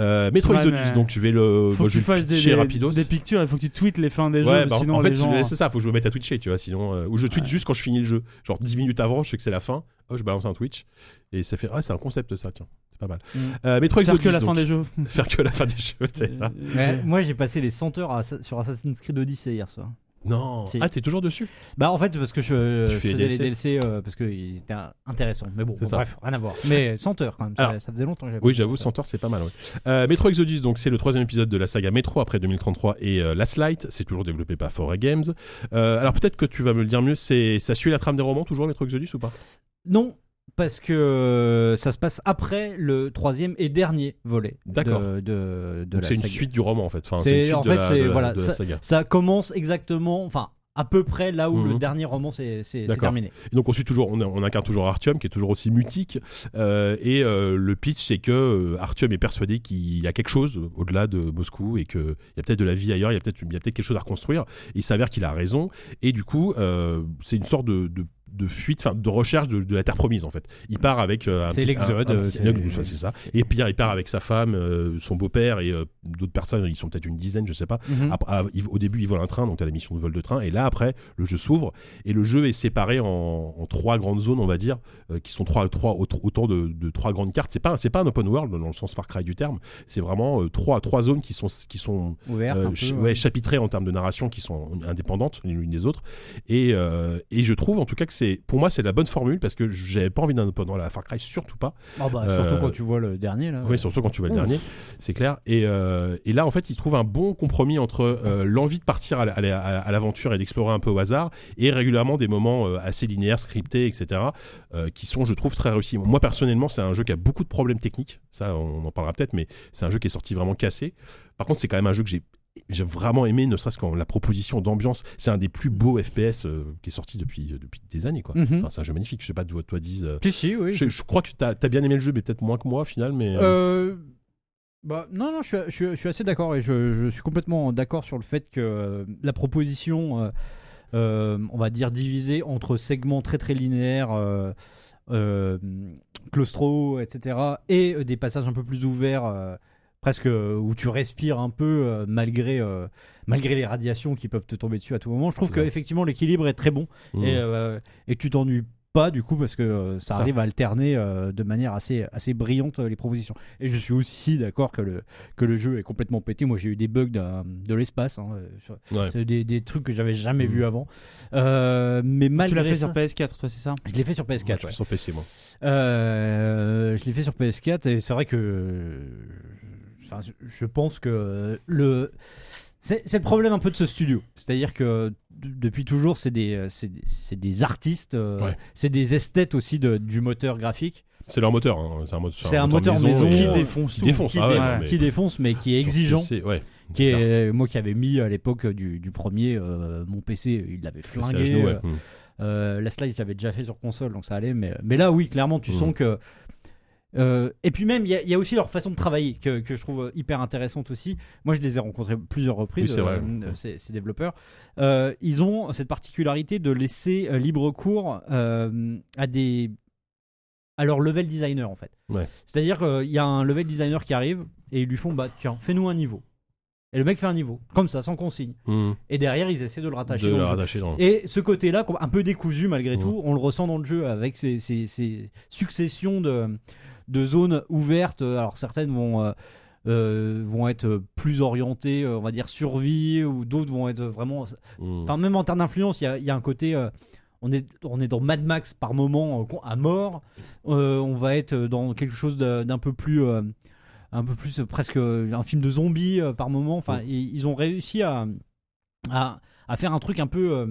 [SPEAKER 2] Euh, Metro
[SPEAKER 3] Ouais,
[SPEAKER 2] Exodus,
[SPEAKER 3] mais-
[SPEAKER 2] donc je vais le. moi,
[SPEAKER 3] Faut que
[SPEAKER 2] je
[SPEAKER 3] tu
[SPEAKER 2] vais
[SPEAKER 3] fasses
[SPEAKER 2] le
[SPEAKER 3] des,
[SPEAKER 2] pitcher
[SPEAKER 3] des-
[SPEAKER 2] rapidos.
[SPEAKER 3] des pictures, il faut que tu tweets les fins des
[SPEAKER 2] Ouais,
[SPEAKER 3] jeux.
[SPEAKER 2] bah, en-
[SPEAKER 3] sinon
[SPEAKER 2] en fait,
[SPEAKER 3] les gens... euh,
[SPEAKER 2] je- c'est ça, faut que je me mette à twitcher, tu vois. Sinon, euh, ou je tweet juste quand je finis le jeu. Genre 10 minutes avant, je sais que c'est la fin, oh, je balance un Twitch. Et ça fait, ah, c'est un concept ça, tiens, c'est pas mal.
[SPEAKER 7] Mm.
[SPEAKER 2] Euh, Metro
[SPEAKER 3] Faire
[SPEAKER 2] Exodus.
[SPEAKER 3] que la fin
[SPEAKER 2] donc.
[SPEAKER 3] des jeux.
[SPEAKER 2] Faire que la fin des jeux, c'est ça.
[SPEAKER 7] Ouais, Moi j'ai passé les 100 heures à- sur Assassin's Creed Odyssey hier soir.
[SPEAKER 2] Non.
[SPEAKER 7] Si.
[SPEAKER 2] Ah, t'es toujours dessus
[SPEAKER 7] Bah en fait parce que je,
[SPEAKER 2] Tu
[SPEAKER 7] je
[SPEAKER 2] fais
[SPEAKER 7] faisais
[SPEAKER 2] les
[SPEAKER 7] les
[SPEAKER 2] DLC.
[SPEAKER 7] DLC euh, parce qu'ils étaient euh, intéressants. Mais bon,
[SPEAKER 2] C'est
[SPEAKER 7] bon,
[SPEAKER 2] ça.
[SPEAKER 7] bref, rien à voir. Mais senteur quand même. ça- ça,
[SPEAKER 2] Alors,
[SPEAKER 7] faisait longtemps que j'avais.
[SPEAKER 2] Oui,
[SPEAKER 7] pas
[SPEAKER 2] j'avoue,
[SPEAKER 7] Center.
[SPEAKER 2] Centaur, c'est pas mal. ouais. Euh, Metro Exodus, donc c'est le troisième épisode de la saga Metro après 2033 et euh, Last Light. C'est toujours développé par Foray Games. Euh, alors peut-être que tu vas me le dire mieux. C'est ça suit la trame des romans toujours Metro Exodus ou pas
[SPEAKER 7] Non, parce que euh, ça se passe après le troisième et dernier volet. de-
[SPEAKER 2] D'accord.
[SPEAKER 7] De, de
[SPEAKER 2] Donc
[SPEAKER 7] la
[SPEAKER 2] c'est une
[SPEAKER 7] saga.
[SPEAKER 2] suite du roman en fait. Enfin,
[SPEAKER 7] C'est-
[SPEAKER 2] c'est une suite
[SPEAKER 7] en
[SPEAKER 2] de
[SPEAKER 7] fait,
[SPEAKER 2] la-
[SPEAKER 7] c'est-
[SPEAKER 2] de la-
[SPEAKER 7] voilà,
[SPEAKER 2] de la saga.
[SPEAKER 7] Ça commence exactement, enfin à peu près là où
[SPEAKER 2] Mhm.
[SPEAKER 7] le dernier roman s'est s'est- s'est
[SPEAKER 2] D'accord.
[SPEAKER 7] terminé.
[SPEAKER 2] Et donc on suit toujours, on, on incarne toujours Artyom qui est toujours aussi mutique. Euh, et euh, le pitch c'est que euh, Artyom est persuadé qu'il y a quelque chose au-delà de Moscou et qu'il y a peut-être de la vie ailleurs, il y a peut-être il y a peut-être quelque chose à reconstruire. Et il s'avère qu'il a raison. Et du coup euh, c'est une sorte de, de- de fuite, enfin de recherche de, de la terre promise en fait. Il part avec euh, un
[SPEAKER 7] C'est
[SPEAKER 2] petit-
[SPEAKER 7] l'exode,
[SPEAKER 2] un- un petit-
[SPEAKER 7] euh,
[SPEAKER 2] une-
[SPEAKER 7] c'est-
[SPEAKER 2] enfin, c'est ça. Et Pierre il part avec sa femme, euh, son beau-père et euh, d'autres personnes. Ils sont peut-être une dizaine, je sais pas.
[SPEAKER 7] Mhm.
[SPEAKER 2] Après, ah, ils- au début, ils volent un train, donc tu as la mission de vol de train. Et là, après, le jeu s'ouvre et le jeu est séparé en, en trois grandes zones, on va dire, euh, qui sont trois, trois, aut- autant de, de trois grandes cartes. C'est pas, un- c'est pas un open world dans le sens Far Cry du terme. C'est vraiment euh, trois, trois zones qui sont, qui sont
[SPEAKER 7] Ouvert.
[SPEAKER 2] euh,
[SPEAKER 7] un peu,
[SPEAKER 2] ch-
[SPEAKER 7] ouais.
[SPEAKER 2] ouais, chapitrées en termes de narration qui sont indépendantes les unes des autres. Et, euh, et je trouve en tout cas que c'est, pour moi, c'est la bonne formule parce que j'avais pas envie d'un open world à la Far Cry, surtout pas.
[SPEAKER 7] Oh, bah, surtout
[SPEAKER 2] euh,
[SPEAKER 7] quand tu vois le dernier là.
[SPEAKER 2] Oui, surtout quand tu vois le
[SPEAKER 7] Ouf.
[SPEAKER 2] dernier, c'est clair. Et, euh, et là, en fait, il trouve un bon compromis entre euh, l'envie de partir à la- à la- à l'aventure et d'explorer un peu au hasard, et régulièrement des moments euh, assez linéaires, scriptés, etc., euh, qui sont, je trouve, très réussis. Moi, personnellement, c'est un jeu qui a beaucoup de problèmes techniques. Ça, on en parlera peut-être, mais c'est un jeu qui est sorti vraiment cassé. Par contre, c'est quand même un jeu que j'ai j'ai vraiment aimé, ne serait-ce qu'en la proposition d'ambiance. C'est un des plus beaux FPS euh, qui est sorti depuis, depuis des années. quoi.
[SPEAKER 7] Mhm.
[SPEAKER 2] Enfin, c'est un jeu magnifique. Je sais pas d'où toi disent. euh,
[SPEAKER 7] Si, si, oui.
[SPEAKER 2] je, je crois que tu as, bien aimé le jeu, mais peut-être moins que moi au final. Mais... euh,
[SPEAKER 7] Euh, bah, non, non, je suis, je suis- je suis assez d'accord et je, je suis complètement d'accord sur le fait que euh, la proposition, euh, euh, on va dire, divisée entre segments très très linéaires, euh, euh, claustro, etc., et euh, des passages un peu plus ouverts, euh, presque euh, où tu respires un peu euh, malgré, euh, malgré les radiations qui peuvent te tomber dessus à tout moment, je trouve
[SPEAKER 2] C'est vrai.
[SPEAKER 7] qu'effectivement l'équilibre est très bon
[SPEAKER 2] hmm.
[SPEAKER 7] et, euh, et que tu t'ennuies pas du coup parce que euh, ça,
[SPEAKER 2] Ça.
[SPEAKER 7] arrive à alterner euh, de manière assez, assez brillante euh, les propositions. Et je suis aussi d'accord que le, que le jeu est complètement pété. Moi j'ai eu des bugs d'un- de l'espace, hein, euh, sur-
[SPEAKER 2] Ouais.
[SPEAKER 7] sur des, des trucs que j'avais jamais
[SPEAKER 2] Mhm.
[SPEAKER 7] vus avant. Euh, mais
[SPEAKER 3] Tu l'as
[SPEAKER 7] malgré
[SPEAKER 3] fait
[SPEAKER 7] ça,
[SPEAKER 3] sur PS4, toi, c'est ça
[SPEAKER 7] je l'ai fait sur PS4.
[SPEAKER 2] Moi, je fais
[SPEAKER 7] ouais.
[SPEAKER 2] sur PC, moi.
[SPEAKER 7] Euh, je l'ai fait sur PS4 et c'est vrai que. euh, Enfin, je- je pense que euh, le. C'est c'est le problème un peu de ce studio. C'est-à-dire que d- depuis toujours, c'est des, euh, c'est des- c'est des artistes, euh,
[SPEAKER 2] Ouais.
[SPEAKER 7] c'est des esthètes aussi de- du moteur graphique
[SPEAKER 2] C'est leur moteur. euh, hein. C'est un, mo-
[SPEAKER 7] C'est un moteur maison euh,
[SPEAKER 2] et-
[SPEAKER 7] qui
[SPEAKER 2] qui
[SPEAKER 7] défonce tout.
[SPEAKER 2] défonce. ah ouais,
[SPEAKER 3] défonce,
[SPEAKER 2] non, mais-
[SPEAKER 7] qui défonce, mais qui est
[SPEAKER 2] sur
[SPEAKER 7] exigeant.
[SPEAKER 2] PC, ouais.
[SPEAKER 7] Qui est, euh, moi qui avais mis à l'époque du, du premier, euh, mon PC, il l'avait
[SPEAKER 2] C'est à
[SPEAKER 7] flingué.
[SPEAKER 2] genoux, ouais.
[SPEAKER 7] euh,
[SPEAKER 2] Hmm.
[SPEAKER 7] euh, la slide, j'avais déjà fait sur console, donc ça allait. Mais, euh, mais là, oui, clairement, tu
[SPEAKER 2] Mm.
[SPEAKER 7] sens que. euh, et puis même, il y, a- il y a aussi leur façon de travailler que, que je trouve hyper intéressante aussi. Moi, je les ai rencontrés plusieurs reprises,
[SPEAKER 2] Oui, c'est vrai.
[SPEAKER 7] euh, ces, ces développeurs. Euh, ils ont cette particularité de laisser euh, libre cours euh, à des à leur level designer en fait.
[SPEAKER 2] Ouais.
[SPEAKER 7] C'est-à-dire qu'il y a un level designer qui arrive et ils lui font bah tiens, fais-nous un niveau. Et le mec fait un niveau comme ça, sans consigne.
[SPEAKER 2] Hmm.
[SPEAKER 7] Et derrière, ils essaient de le rattacher.
[SPEAKER 2] De
[SPEAKER 7] dans
[SPEAKER 2] le
[SPEAKER 7] le jeu.
[SPEAKER 2] rattacher dans.
[SPEAKER 7] Et ce côté-là, qu'on- un peu décousu malgré
[SPEAKER 2] Mhm.
[SPEAKER 7] tout, on le ressent dans le jeu avec ces, ces- ces successions de, de zones ouvertes. Alors certaines vont, euh, euh, vont être plus orientées, euh, on va dire survie, ou d'autres vont être vraiment.
[SPEAKER 2] Hmm.
[SPEAKER 7] Enfin, même en termes d'influence, il y a, il y a un côté. euh, on est, on est dans Mad Max par moment euh, con- à mort. Euh, on va être dans quelque chose de- d'un peu plus, euh, un peu plus euh, presque euh, un film de zombies euh, par moment. Enfin,
[SPEAKER 2] Mm.
[SPEAKER 7] ils, ils ont réussi à, à, à faire un truc un peu, euh,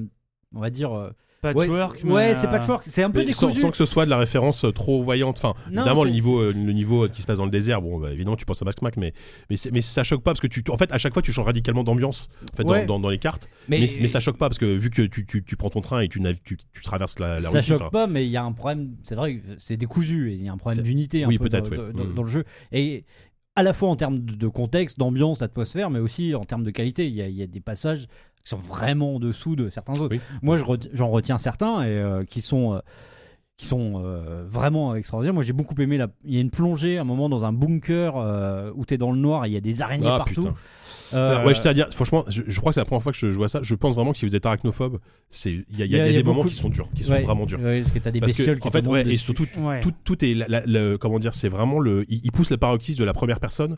[SPEAKER 7] on va dire, euh, ouais,
[SPEAKER 3] Patchwork
[SPEAKER 7] c'est- ouais,
[SPEAKER 3] mais,
[SPEAKER 7] c'est
[SPEAKER 3] euh,
[SPEAKER 7] patchwork. C'est un peu
[SPEAKER 2] Mais sans,
[SPEAKER 7] décousu.
[SPEAKER 2] sans que ce soit de la référence euh, trop voyante. Enfin,
[SPEAKER 7] Non,
[SPEAKER 2] évidemment, le
[SPEAKER 7] c'est-
[SPEAKER 2] niveau, euh,
[SPEAKER 7] c'est-
[SPEAKER 2] le niveau euh, qui se passe dans le désert, bon, bah, évidemment, tu penses à Max Mac, mais, mais, c'est- mais ça choque pas parce que tu, en fait, à chaque fois, tu changes radicalement d'ambiance en fait, dans-
[SPEAKER 7] Ouais.
[SPEAKER 2] dans, dans les cartes. Mais, mais ça choque pas parce que vu que tu, tu, tu prends ton train et tu, nav- tu, tu traverses la, la
[SPEAKER 7] ça
[SPEAKER 2] Russie,
[SPEAKER 7] choque
[SPEAKER 2] enfin,
[SPEAKER 7] pas, mais il y a un problème. C'est vrai, que c'est décousu. et Il y a un
[SPEAKER 2] C'est-
[SPEAKER 7] problème d'unité un
[SPEAKER 2] oui,
[SPEAKER 7] peu dans,
[SPEAKER 2] peut-être, oui.
[SPEAKER 7] dans-
[SPEAKER 2] Mm.
[SPEAKER 7] dans le jeu. Et à la fois en termes de de contexte, d'ambiance, d'atmosphère, mais aussi en termes de qualité. Il y a, il y a des passages qui sont vraiment en dessous de certains autres.
[SPEAKER 2] Oui.
[SPEAKER 7] Moi, je reti- j'en retiens certains et euh, qui sont. euh, qui sont euh, vraiment extraordinaires. Moi, j'ai beaucoup aimé. La... Il y a une plongée à un moment dans un bunker euh, où tu es dans le noir et il y a des araignées
[SPEAKER 2] Ah,
[SPEAKER 7] partout.
[SPEAKER 2] putain.
[SPEAKER 7] Euh,
[SPEAKER 2] Alors, ouais, j'étais à dire, franchement, je, je crois que c'est la première fois que je, je vois ça. Je pense vraiment que si vous êtes arachnophobe, c'est- il y a, il y a- il y a des moments
[SPEAKER 7] beaucoup
[SPEAKER 2] qui
[SPEAKER 7] de-
[SPEAKER 2] sont durs, qui sont
[SPEAKER 7] ouais,
[SPEAKER 2] vraiment durs.
[SPEAKER 7] ouais, parce que t'as des
[SPEAKER 2] Parce
[SPEAKER 7] bestioles
[SPEAKER 2] que,
[SPEAKER 7] qui
[SPEAKER 2] en
[SPEAKER 7] te
[SPEAKER 2] fait,
[SPEAKER 7] montent
[SPEAKER 2] ouais, et
[SPEAKER 7] dessus.
[SPEAKER 2] surtout,
[SPEAKER 3] Ouais.
[SPEAKER 2] tout, tout est la- la- le- comment dire c'est vraiment le il, il pousse la paroxysme de la première personne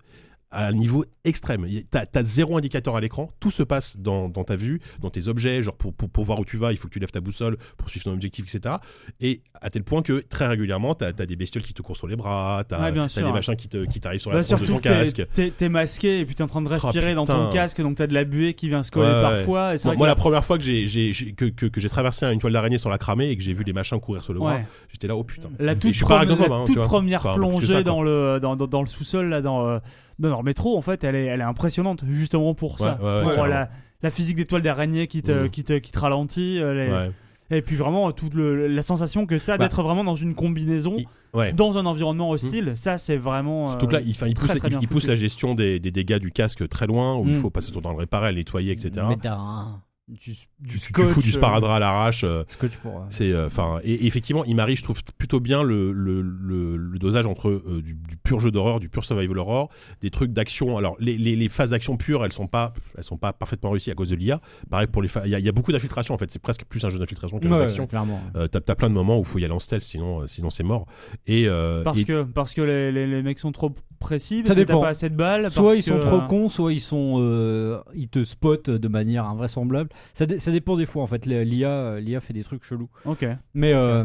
[SPEAKER 2] à un niveau extrême. Il y a- T'as t'as zéro indicateur à l'écran, tout se passe dans, dans ta vue, dans tes objets, genre pour, pour, pour voir où tu vas, il faut que tu lèves ta boussole pour suivre ton objectif, etc. Et à tel point que très régulièrement, t'as as des bestioles qui te courent sur les bras, t'as
[SPEAKER 3] Ouais, bien
[SPEAKER 2] t'as
[SPEAKER 3] sûr,
[SPEAKER 2] des
[SPEAKER 3] ouais.
[SPEAKER 2] machins qui te- qui t'arrivent sur la
[SPEAKER 3] Bah,
[SPEAKER 2] tronche de
[SPEAKER 3] surtout
[SPEAKER 2] ton
[SPEAKER 3] que t'es-
[SPEAKER 2] casque. Ah,
[SPEAKER 3] t'es- t'es masqué et puis t'es en train de respirer dans ton
[SPEAKER 2] putain.
[SPEAKER 3] casque donc t'as de la buée qui vient se coller
[SPEAKER 2] Ouais, ouais.
[SPEAKER 3] parfois. Et c'est
[SPEAKER 2] Moi,
[SPEAKER 3] vrai
[SPEAKER 2] moi,
[SPEAKER 3] que-
[SPEAKER 2] la première fois que j'ai j'ai- j'ai- que, que- que j'ai traversé une toile d'araignée sans la cramer et que j'ai vu les machins courir sur le bras,
[SPEAKER 3] Ouais.
[SPEAKER 2] j'étais là, oh putain.
[SPEAKER 3] La
[SPEAKER 2] Et
[SPEAKER 3] toute,
[SPEAKER 2] je suis pas
[SPEAKER 3] premi-
[SPEAKER 2] agoraphobe,
[SPEAKER 3] la
[SPEAKER 2] hein, tu
[SPEAKER 3] toute
[SPEAKER 2] vois.
[SPEAKER 3] première
[SPEAKER 2] Enfin, un peu plus que
[SPEAKER 3] plongée
[SPEAKER 2] ça, quoi.
[SPEAKER 3] dans, le, dans, dans, dans le sous-sol, là, dans, euh, dans leur métro, en fait, elle est, elle est impressionnante, justement pour ça.
[SPEAKER 2] Ouais, ouais, ouais,
[SPEAKER 3] pour
[SPEAKER 2] carrément.
[SPEAKER 3] la, la physique des toiles d'araignée qui te,
[SPEAKER 2] Mhm.
[SPEAKER 3] qui, te, qui te ralentit. euh, les-
[SPEAKER 2] Ouais.
[SPEAKER 3] Et puis vraiment, toute le- la sensation que t'as
[SPEAKER 2] Bah.
[SPEAKER 3] d'être vraiment dans une combinaison,
[SPEAKER 2] Il- ouais.
[SPEAKER 3] dans un environnement hostile, ça, c'est vraiment. euh,
[SPEAKER 2] Surtout que là, il, enfin, il
[SPEAKER 3] très,
[SPEAKER 2] pousse,
[SPEAKER 3] très bien
[SPEAKER 2] il- il pousse
[SPEAKER 3] foutu.
[SPEAKER 2] la gestion des, des dégâts du casque très loin, où il
[SPEAKER 7] Mm.
[SPEAKER 2] faut passer ton temps à le réparer, à le nettoyer, etc.
[SPEAKER 7] Mais t'as un- du,
[SPEAKER 2] Tu,
[SPEAKER 7] du
[SPEAKER 2] tu- tu fous du
[SPEAKER 7] scotch, euh,
[SPEAKER 2] sparadrap à l'arrache. euh,
[SPEAKER 7] scotch pour, euh,
[SPEAKER 2] C'est enfin et, et effectivement, Imari, je trouve plutôt bien le, le, le- le dosage entre euh, du, du pur jeu d'horreur, du pur survival horror, des trucs d'action. Alors les, les, les phases d'action pures, elles sont pas elles sont pas parfaitement réussies à cause de l'IA. Pareil pour les phases, il y, a- il y a beaucoup d'infiltration en fait. C'est presque plus un jeu d'infiltration qu'un jeu
[SPEAKER 7] ouais,
[SPEAKER 2] d'action.
[SPEAKER 7] clairement.
[SPEAKER 2] Euh, t'as, t'as plein de moments où faut y aller en stealth, sinon euh, sinon c'est mort. Et, euh,
[SPEAKER 3] Parce
[SPEAKER 2] et-
[SPEAKER 3] que, parce que les, les, les mecs sont trop précis,
[SPEAKER 7] Ça
[SPEAKER 3] parce que t'as
[SPEAKER 7] dépend.
[SPEAKER 3] pas assez de balles.
[SPEAKER 7] Soit
[SPEAKER 3] parce
[SPEAKER 7] ils sont
[SPEAKER 3] que-
[SPEAKER 7] trop cons, soit ils sont, euh, ils te spotent de manière invraisemblable. Ça, dé- ça dépend des fois en fait. L'IA, euh, l'IA fait des trucs chelous.
[SPEAKER 3] Ok.
[SPEAKER 7] Mais euh,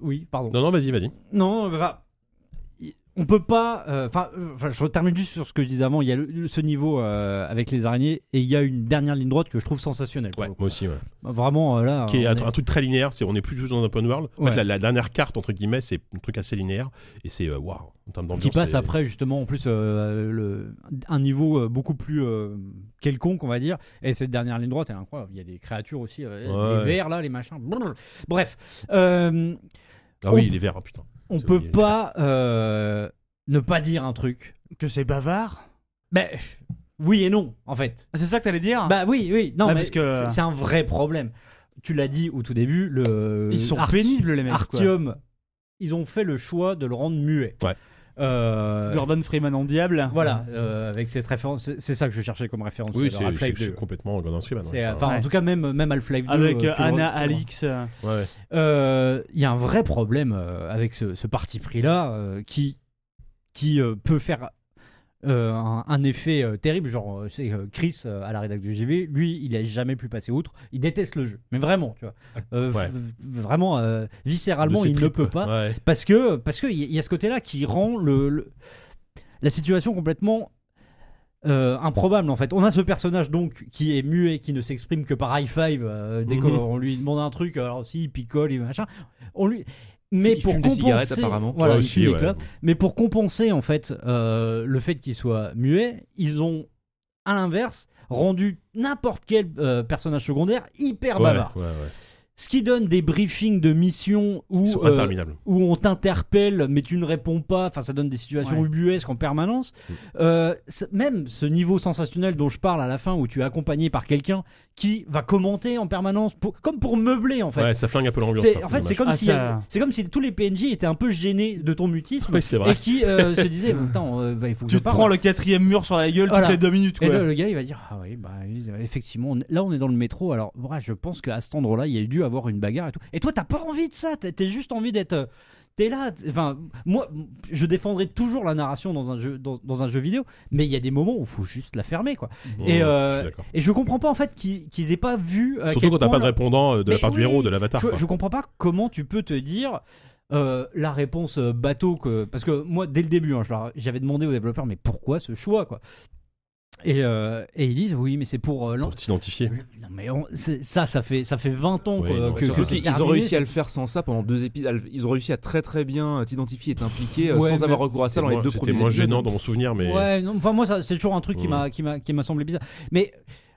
[SPEAKER 7] oui, pardon.
[SPEAKER 2] non non vas-y vas-y.
[SPEAKER 7] Non, enfin, y- on peut pas. euh, Enfin, euh, enfin, je termine juste sur ce que je disais avant. Il y a le- le- ce niveau euh, avec les araignées et il y a une dernière ligne droite que je trouve sensationnelle. pour
[SPEAKER 2] Ouais,
[SPEAKER 7] le coup.
[SPEAKER 2] moi aussi. Ouais.
[SPEAKER 7] Vraiment euh, là.
[SPEAKER 2] qui est
[SPEAKER 7] on
[SPEAKER 2] un,
[SPEAKER 7] est-
[SPEAKER 2] un truc très linéaire. C'est on est plus juste dans un open world. En
[SPEAKER 7] Ouais.
[SPEAKER 2] fait, la, la dernière carte entre guillemets, c'est un truc assez linéaire et c'est euh, waouh en termes d'ambiance.
[SPEAKER 7] qui passe
[SPEAKER 2] c'est-
[SPEAKER 7] après justement en plus euh, le, un niveau euh, beaucoup plus euh, quelconque on va dire et cette dernière ligne droite elle est incroyable il y a des créatures aussi euh,
[SPEAKER 2] Ouais.
[SPEAKER 7] les vers là les machins Brrr. bref euh,
[SPEAKER 2] Ah oui,
[SPEAKER 7] on-
[SPEAKER 2] il est vert, ah, putain.
[SPEAKER 7] on
[SPEAKER 2] C'est
[SPEAKER 7] peut
[SPEAKER 2] oublié.
[SPEAKER 7] pas euh, ne pas dire un truc
[SPEAKER 3] Que c'est bavard
[SPEAKER 7] ben oui et non en fait
[SPEAKER 3] Ah, C'est ça que t'allais dire
[SPEAKER 7] bah oui oui non
[SPEAKER 3] Ah,
[SPEAKER 7] mais
[SPEAKER 3] parce que-
[SPEAKER 7] c'est- c'est un vrai problème tu l'as dit au tout début le
[SPEAKER 3] Ils sont
[SPEAKER 7] Arti-
[SPEAKER 3] pénibles, les mecs. quoi.
[SPEAKER 7] Artium ils ont fait le choix de le rendre muet
[SPEAKER 2] Ouais.
[SPEAKER 7] Euh,
[SPEAKER 3] Gordon Freeman en diable.
[SPEAKER 7] Voilà, euh, avec cette référence, c'est- c'est ça que je cherchais comme référence.
[SPEAKER 2] Oui,
[SPEAKER 7] le
[SPEAKER 2] c'est c'est-
[SPEAKER 7] Half-Life
[SPEAKER 2] c'est
[SPEAKER 7] 2.
[SPEAKER 2] complètement Gordon Freeman.
[SPEAKER 7] C'est-
[SPEAKER 2] ouais.
[SPEAKER 7] enfin, en
[SPEAKER 3] Ouais.
[SPEAKER 7] tout cas, même, même Half-Life 2.
[SPEAKER 3] Avec
[SPEAKER 7] euh,
[SPEAKER 3] euh,
[SPEAKER 7] tu le
[SPEAKER 3] Anna
[SPEAKER 7] retrouves.
[SPEAKER 3] Alix. euh,
[SPEAKER 2] Ouais.
[SPEAKER 7] Euh, Il y a un vrai problème euh, avec ce, ce parti pris-là euh, qui, qui euh, peut faire euh, un, un effet euh, terrible. Genre, euh, c'est euh, Chris euh, à la rédaction du JV, lui, il a jamais pu passer outre. Il déteste le jeu. Mais vraiment, tu vois. Euh,
[SPEAKER 2] ouais.
[SPEAKER 7] v- Vraiment, euh, viscéralement,
[SPEAKER 2] De ses
[SPEAKER 7] il ne
[SPEAKER 2] tripes,
[SPEAKER 7] peut
[SPEAKER 2] quoi.
[SPEAKER 7] pas.
[SPEAKER 2] Ouais.
[SPEAKER 7] Parce que parce que il y y a ce côté-là qui rend le, le- la situation complètement euh, improbable en fait. On a ce personnage donc qui est muet, qui ne s'exprime que par high five euh, dès
[SPEAKER 2] Mhm.
[SPEAKER 7] qu'on lui demande un truc. Alors si il picole, il machin, on lui. Mais
[SPEAKER 4] Il
[SPEAKER 7] pour
[SPEAKER 4] fume des
[SPEAKER 7] compenser,
[SPEAKER 4] cigarettes, apparemment.
[SPEAKER 7] voilà,
[SPEAKER 2] Ouais,
[SPEAKER 7] il
[SPEAKER 2] aussi,
[SPEAKER 7] fume des
[SPEAKER 2] ouais.
[SPEAKER 7] clopes. Mais pour compenser en fait euh, le fait qu'il soit muet, ils ont à l'inverse rendu n'importe quel euh, personnage secondaire hyper
[SPEAKER 2] Ouais,
[SPEAKER 7] bavard.
[SPEAKER 2] ouais, ouais.
[SPEAKER 7] Ce qui donne des briefings de missions où
[SPEAKER 2] Ils sont
[SPEAKER 7] euh,
[SPEAKER 2] interminables.
[SPEAKER 7] où on t'interpelle mais tu ne réponds pas, enfin ça donne des situations
[SPEAKER 3] Ouais.
[SPEAKER 7] ubuesques en permanence.
[SPEAKER 2] Mm.
[SPEAKER 7] Euh, c- même ce niveau sensationnel dont je parle à la fin où tu es accompagné par quelqu'un qui va commenter en permanence, pour- comme pour meubler en fait.
[SPEAKER 2] Ouais, ça flingue un peu l'ambiance.
[SPEAKER 7] C'est-
[SPEAKER 2] ça,
[SPEAKER 7] en fait, c'est
[SPEAKER 2] dommage.
[SPEAKER 7] comme,
[SPEAKER 3] Ah,
[SPEAKER 7] si, euh,
[SPEAKER 3] ça-
[SPEAKER 7] c'est comme si tous les PNJ étaient un peu gênés de ton mutisme
[SPEAKER 2] Oui, c'est
[SPEAKER 7] et
[SPEAKER 2] vrai.
[SPEAKER 7] qui euh, se disaient Attends, euh, bah, il faut que
[SPEAKER 3] Tu
[SPEAKER 7] je
[SPEAKER 3] te
[SPEAKER 7] parle.
[SPEAKER 3] prends le quatrième mur sur la gueule
[SPEAKER 7] Voilà.
[SPEAKER 3] toutes les deux minutes.
[SPEAKER 7] Et
[SPEAKER 3] Quoi.
[SPEAKER 7] le, le gars, il va dire Ah oui, bah, effectivement, on- là on est dans le métro, alors voilà, je pense qu'à cet endroit-là, il y a dû avoir une bagarre et tout. Et toi, t'as pas envie de ça, t'as t'as juste envie d'être. euh, T'es là. t- Enfin, moi, je défendrai toujours la narration dans un jeu, dans, dans un jeu vidéo, mais il y a des moments où faut juste la fermer, quoi.
[SPEAKER 2] Ouais,
[SPEAKER 7] et,
[SPEAKER 2] ouais,
[SPEAKER 7] euh,
[SPEAKER 2] je suis d'accord.
[SPEAKER 7] Et je comprends pas en fait qu'ils qu'ils aient pas vu. euh, à
[SPEAKER 2] Surtout
[SPEAKER 7] quel
[SPEAKER 2] quand t'as
[SPEAKER 7] point
[SPEAKER 2] pas de
[SPEAKER 7] leur-
[SPEAKER 2] répondant euh, de la
[SPEAKER 7] Mais
[SPEAKER 2] part du
[SPEAKER 7] oui,
[SPEAKER 2] héros, de l'avatar.
[SPEAKER 7] je,
[SPEAKER 2] quoi.
[SPEAKER 7] je comprends pas comment tu peux te dire euh, la réponse euh, bateau que parce que moi dès le début hein, je leur- j'avais demandé aux développeurs mais pourquoi ce choix quoi et, euh, et ils disent oui mais c'est pour euh, l'en-
[SPEAKER 2] Pour t'identifier.
[SPEAKER 7] non mais on- c'est- ça ça fait ça fait 20 ans
[SPEAKER 2] Oui,
[SPEAKER 7] quoi,
[SPEAKER 2] non,
[SPEAKER 7] que,
[SPEAKER 2] c'est vrai.
[SPEAKER 7] que c'est
[SPEAKER 4] Surtout qu'ils
[SPEAKER 7] terminé.
[SPEAKER 4] euh, ont réussi à le faire sans ça pendant deux épisodes. Ils ont réussi à très très bien t'identifier et t'impliquer euh,
[SPEAKER 7] Ouais, mais
[SPEAKER 4] sans avoir recours à ça
[SPEAKER 2] C'était
[SPEAKER 4] dans les
[SPEAKER 2] moins-
[SPEAKER 4] deux
[SPEAKER 2] C'était
[SPEAKER 4] premiers
[SPEAKER 2] moins
[SPEAKER 4] épisodes.
[SPEAKER 2] gênant dans mon souvenir, mais.
[SPEAKER 7] Ouais, non, enfin moi ça c'est toujours un truc qui
[SPEAKER 2] Mm.
[SPEAKER 7] m'a qui m'a qui m'a semblé bizarre. Mais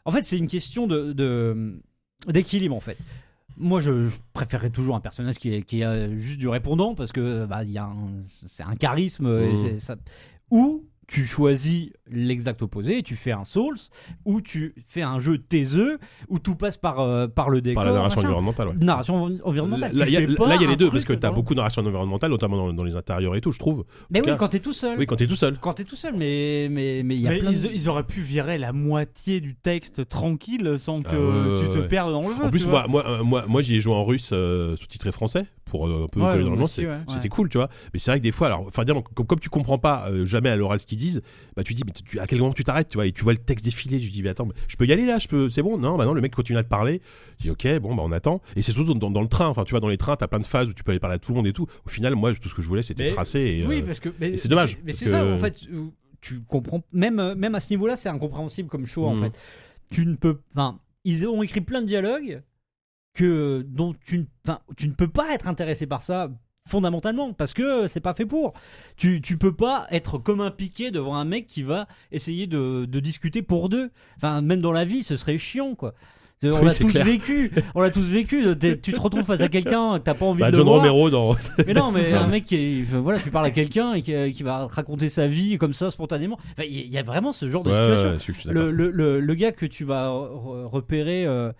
[SPEAKER 7] en fait c'est une question de de- d'équilibre en fait. Moi je, je préférerais toujours un personnage qui est qui a juste du répondant parce que bah il y a un- c'est un charisme et
[SPEAKER 2] Mm.
[SPEAKER 7] c'est ça. Ou tu choisis l'exact opposé, et tu fais un Souls, ou tu fais un jeu taiseux, où tout passe par, euh, par le décor.
[SPEAKER 2] Par la narration
[SPEAKER 7] machin.
[SPEAKER 2] environnementale, ouais.
[SPEAKER 7] Narration envi- environnementale.
[SPEAKER 2] Là,
[SPEAKER 7] Tu
[SPEAKER 2] il y a-
[SPEAKER 7] fais
[SPEAKER 2] là,
[SPEAKER 7] pas
[SPEAKER 2] il y a
[SPEAKER 7] un
[SPEAKER 2] les deux,
[SPEAKER 7] truc
[SPEAKER 2] parce que t'as
[SPEAKER 7] dans-
[SPEAKER 2] beaucoup de narration environnementale, notamment dans, dans les intérieurs et tout, je trouve.
[SPEAKER 7] Mais oui,
[SPEAKER 2] cas.
[SPEAKER 7] quand t'es tout seul.
[SPEAKER 2] Oui, quand t'es tout seul.
[SPEAKER 7] Quand t'es tout seul, mais mais mais il y a
[SPEAKER 3] Mais
[SPEAKER 7] plein de-
[SPEAKER 3] ils, ils auraient pu virer la moitié du texte tranquille sans que
[SPEAKER 2] Ah ouais,
[SPEAKER 3] tu te
[SPEAKER 2] ouais.
[SPEAKER 3] perdes dans le jeu.
[SPEAKER 2] En
[SPEAKER 3] tu
[SPEAKER 7] bah,
[SPEAKER 2] plus,
[SPEAKER 3] vois.
[SPEAKER 2] moi, moi, euh, moi, moi j'y ai joué en russe euh, sous-titré français pour euh, un peu
[SPEAKER 7] Ouais,
[SPEAKER 2] coller
[SPEAKER 7] le
[SPEAKER 2] dans le
[SPEAKER 7] Moski,
[SPEAKER 2] c'est-
[SPEAKER 7] ouais.
[SPEAKER 2] c'était cool, tu vois. Mais c'est vrai que des fois, alors, enfin, dire, comme, comme tu comprends pas euh, jamais à l'oral ce qu'ils disent, bah tu dis, mais tu- tu- à quel moment tu t'arrêtes, tu vois, et tu vois le texte défiler, tu dis, mais attends, mais je peux y aller là, je peux, c'est bon, non, bah non, le mec continue à te parler, tu dis, ok, bon, bah on attend. Et c'est surtout dans, dans le train, enfin, tu vois, dans les trains, t'as plein de phases où tu peux aller parler à tout le monde et tout. Au final, moi, tout ce que je voulais, c'était
[SPEAKER 7] Mais-
[SPEAKER 2] tracer. Et,
[SPEAKER 7] Oui,
[SPEAKER 2] euh,
[SPEAKER 7] parce que mais
[SPEAKER 2] et c'est dommage,
[SPEAKER 7] Mais
[SPEAKER 2] parce
[SPEAKER 7] c'est ça,
[SPEAKER 2] que-
[SPEAKER 7] en fait, où tu comprends. Même, euh, même à ce niveau-là, c'est incompréhensible comme show, en
[SPEAKER 2] Mhm.
[SPEAKER 7] fait. Tu ne peux. Enfin, ils ont écrit plein de dialogues que dont tu, ne- enfin, tu ne peux pas être intéressé par ça fondamentalement parce que c'est pas fait pour tu, tu peux pas être comme un piqué devant un mec qui va essayer de, de discuter pour deux enfin même dans la vie ce serait chiant quoi on
[SPEAKER 2] Oui,
[SPEAKER 7] l'a
[SPEAKER 2] c'est
[SPEAKER 7] tous
[SPEAKER 2] clair.
[SPEAKER 7] vécu on l'a tous vécu T'es- tu te retrouves face à quelqu'un t'as pas envie
[SPEAKER 2] bah,
[SPEAKER 7] de
[SPEAKER 2] John
[SPEAKER 7] le voir
[SPEAKER 2] Romero dans.
[SPEAKER 7] mais non, mais
[SPEAKER 2] Non,
[SPEAKER 7] un
[SPEAKER 2] mais-
[SPEAKER 7] mec qui est- enfin, voilà, tu parles à quelqu'un et qui, qui va raconter sa vie comme ça spontanément. Enfin, Il y, il y a vraiment ce genre de
[SPEAKER 2] Ouais, ouais,
[SPEAKER 7] situation.
[SPEAKER 2] ouais, je suis d'accord.
[SPEAKER 7] le, le, le, le gars que tu vas re- repérer euh,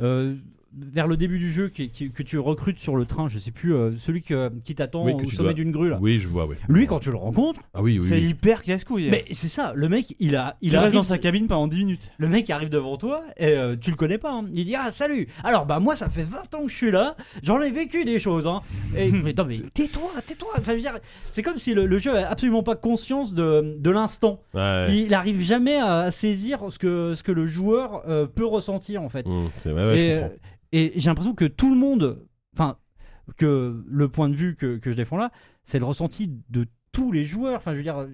[SPEAKER 7] euh, vers le début du jeu, qui, qui- que tu recrutes sur le train, je sais plus, euh, celui que- qui t'attend
[SPEAKER 2] Oui, que
[SPEAKER 7] au
[SPEAKER 2] tu
[SPEAKER 7] sommet
[SPEAKER 2] dois-
[SPEAKER 7] d'une grue là.
[SPEAKER 2] Oui, je vois, oui.
[SPEAKER 7] Lui, quand tu le rencontres,
[SPEAKER 2] Ah oui, oui.
[SPEAKER 3] c'est
[SPEAKER 2] oui.
[SPEAKER 3] hyper casse-couille.
[SPEAKER 7] mais c'est ça, le mec, il a, il
[SPEAKER 3] il reste
[SPEAKER 7] arrive
[SPEAKER 3] dans sa cabine pendant 10 minutes.
[SPEAKER 7] le mec arrive devant toi et euh, tu le connais pas. hein. Il dit Ah, salut Alors, bah, moi, ça fait 20 ans que je suis là, j'en ai vécu des choses. Hein. Et, mais attends, mais tais-toi, tais-toi Enfin, je veux dire, C'est comme si le, le jeu a absolument pas conscience de, de l'instant.
[SPEAKER 2] Ouais.
[SPEAKER 7] Il arrive jamais à, à saisir ce que, ce que le joueur euh, peut ressentir, en fait.
[SPEAKER 2] Mmh, c'est- ouais, ouais, je
[SPEAKER 7] et euh,
[SPEAKER 2] comprends.
[SPEAKER 7] et j'ai l'impression que tout le monde, enfin, que le point de vue que, que je défends là, c'est le ressenti de tous les joueurs. Enfin, je veux dire,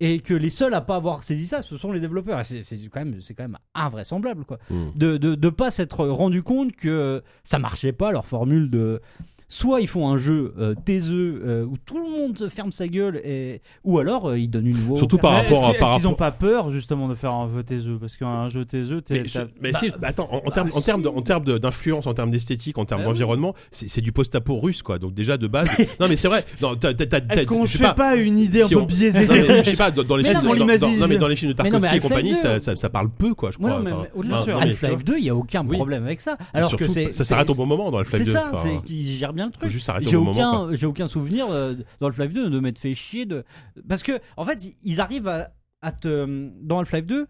[SPEAKER 7] et que les seuls à pas avoir saisi ça, ce sont les développeurs. Et C'est c'est quand même, c'est quand même invraisemblable, quoi,
[SPEAKER 2] Mm.
[SPEAKER 7] de de, de pas s'être rendu compte que ça marchait pas leur formule de. Soit ils font un jeu euh, taiseux euh, où tout le monde se ferme sa gueule, et... ou alors euh, ils donnent une voix. au
[SPEAKER 2] Surtout par
[SPEAKER 3] Mais
[SPEAKER 2] rapport
[SPEAKER 3] est-ce
[SPEAKER 2] à.
[SPEAKER 3] qu'ils-
[SPEAKER 2] par
[SPEAKER 3] Est-ce qu'ils ont
[SPEAKER 2] rapport-
[SPEAKER 3] pas peur justement de faire un jeu taiseux Parce qu'un jeu taiseux, t'es.
[SPEAKER 2] Mais, ce-
[SPEAKER 3] t'as-
[SPEAKER 2] mais si, bah, attends, en, en termes, en termes de- en termes de- d'influence, en termes d'esthétique, en termes
[SPEAKER 7] Bah oui.
[SPEAKER 2] d'environnement, c'est c'est du post-apo russe, quoi. Donc déjà de base, non mais c'est vrai. Non, t'as- t'as- t'as-
[SPEAKER 3] Est-ce
[SPEAKER 2] t'as-
[SPEAKER 3] qu'on
[SPEAKER 2] je
[SPEAKER 3] se
[SPEAKER 2] sais
[SPEAKER 3] fait pas, une idée
[SPEAKER 2] si
[SPEAKER 3] un
[SPEAKER 2] on-
[SPEAKER 3] peu biaisée
[SPEAKER 2] Non,
[SPEAKER 3] des
[SPEAKER 2] mais, euh, je
[SPEAKER 3] Russes
[SPEAKER 2] sais pas, dans, dans les
[SPEAKER 7] Mais
[SPEAKER 2] films,
[SPEAKER 7] non, mais
[SPEAKER 2] dans-
[SPEAKER 3] l'imagine-
[SPEAKER 2] dans- non, mais dans les films de
[SPEAKER 7] Mais non, mais
[SPEAKER 2] Tarkovsky et compagnie,
[SPEAKER 7] Half-Life
[SPEAKER 2] ça,
[SPEAKER 7] deux. hein.
[SPEAKER 2] ça, ça parle peu, quoi. Je
[SPEAKER 7] Ouais,
[SPEAKER 2] crois.
[SPEAKER 7] non, mais,
[SPEAKER 2] Enfin,
[SPEAKER 7] mais au-delà
[SPEAKER 2] non,
[SPEAKER 7] sur
[SPEAKER 2] mais-
[SPEAKER 7] Half-Life 2, il y a aucun
[SPEAKER 2] Oui.
[SPEAKER 7] problème avec ça.
[SPEAKER 2] et
[SPEAKER 7] Alors
[SPEAKER 2] surtout,
[SPEAKER 7] que c'est
[SPEAKER 2] ça s'arrête
[SPEAKER 7] c'est-
[SPEAKER 2] au bon moment dans Half-Life 2.
[SPEAKER 7] C'est ça,
[SPEAKER 2] Enfin,
[SPEAKER 7] c'est qu'ils gèrent bien le
[SPEAKER 2] faut
[SPEAKER 7] truc.
[SPEAKER 2] juste s'arrêter
[SPEAKER 7] J'ai
[SPEAKER 2] au bon moment. quoi.
[SPEAKER 7] aucun, j'ai aucun souvenir euh, dans Half-Life 2 de m'être fait chier de parce que en fait ils arrivent à, à te dans Half-Life 2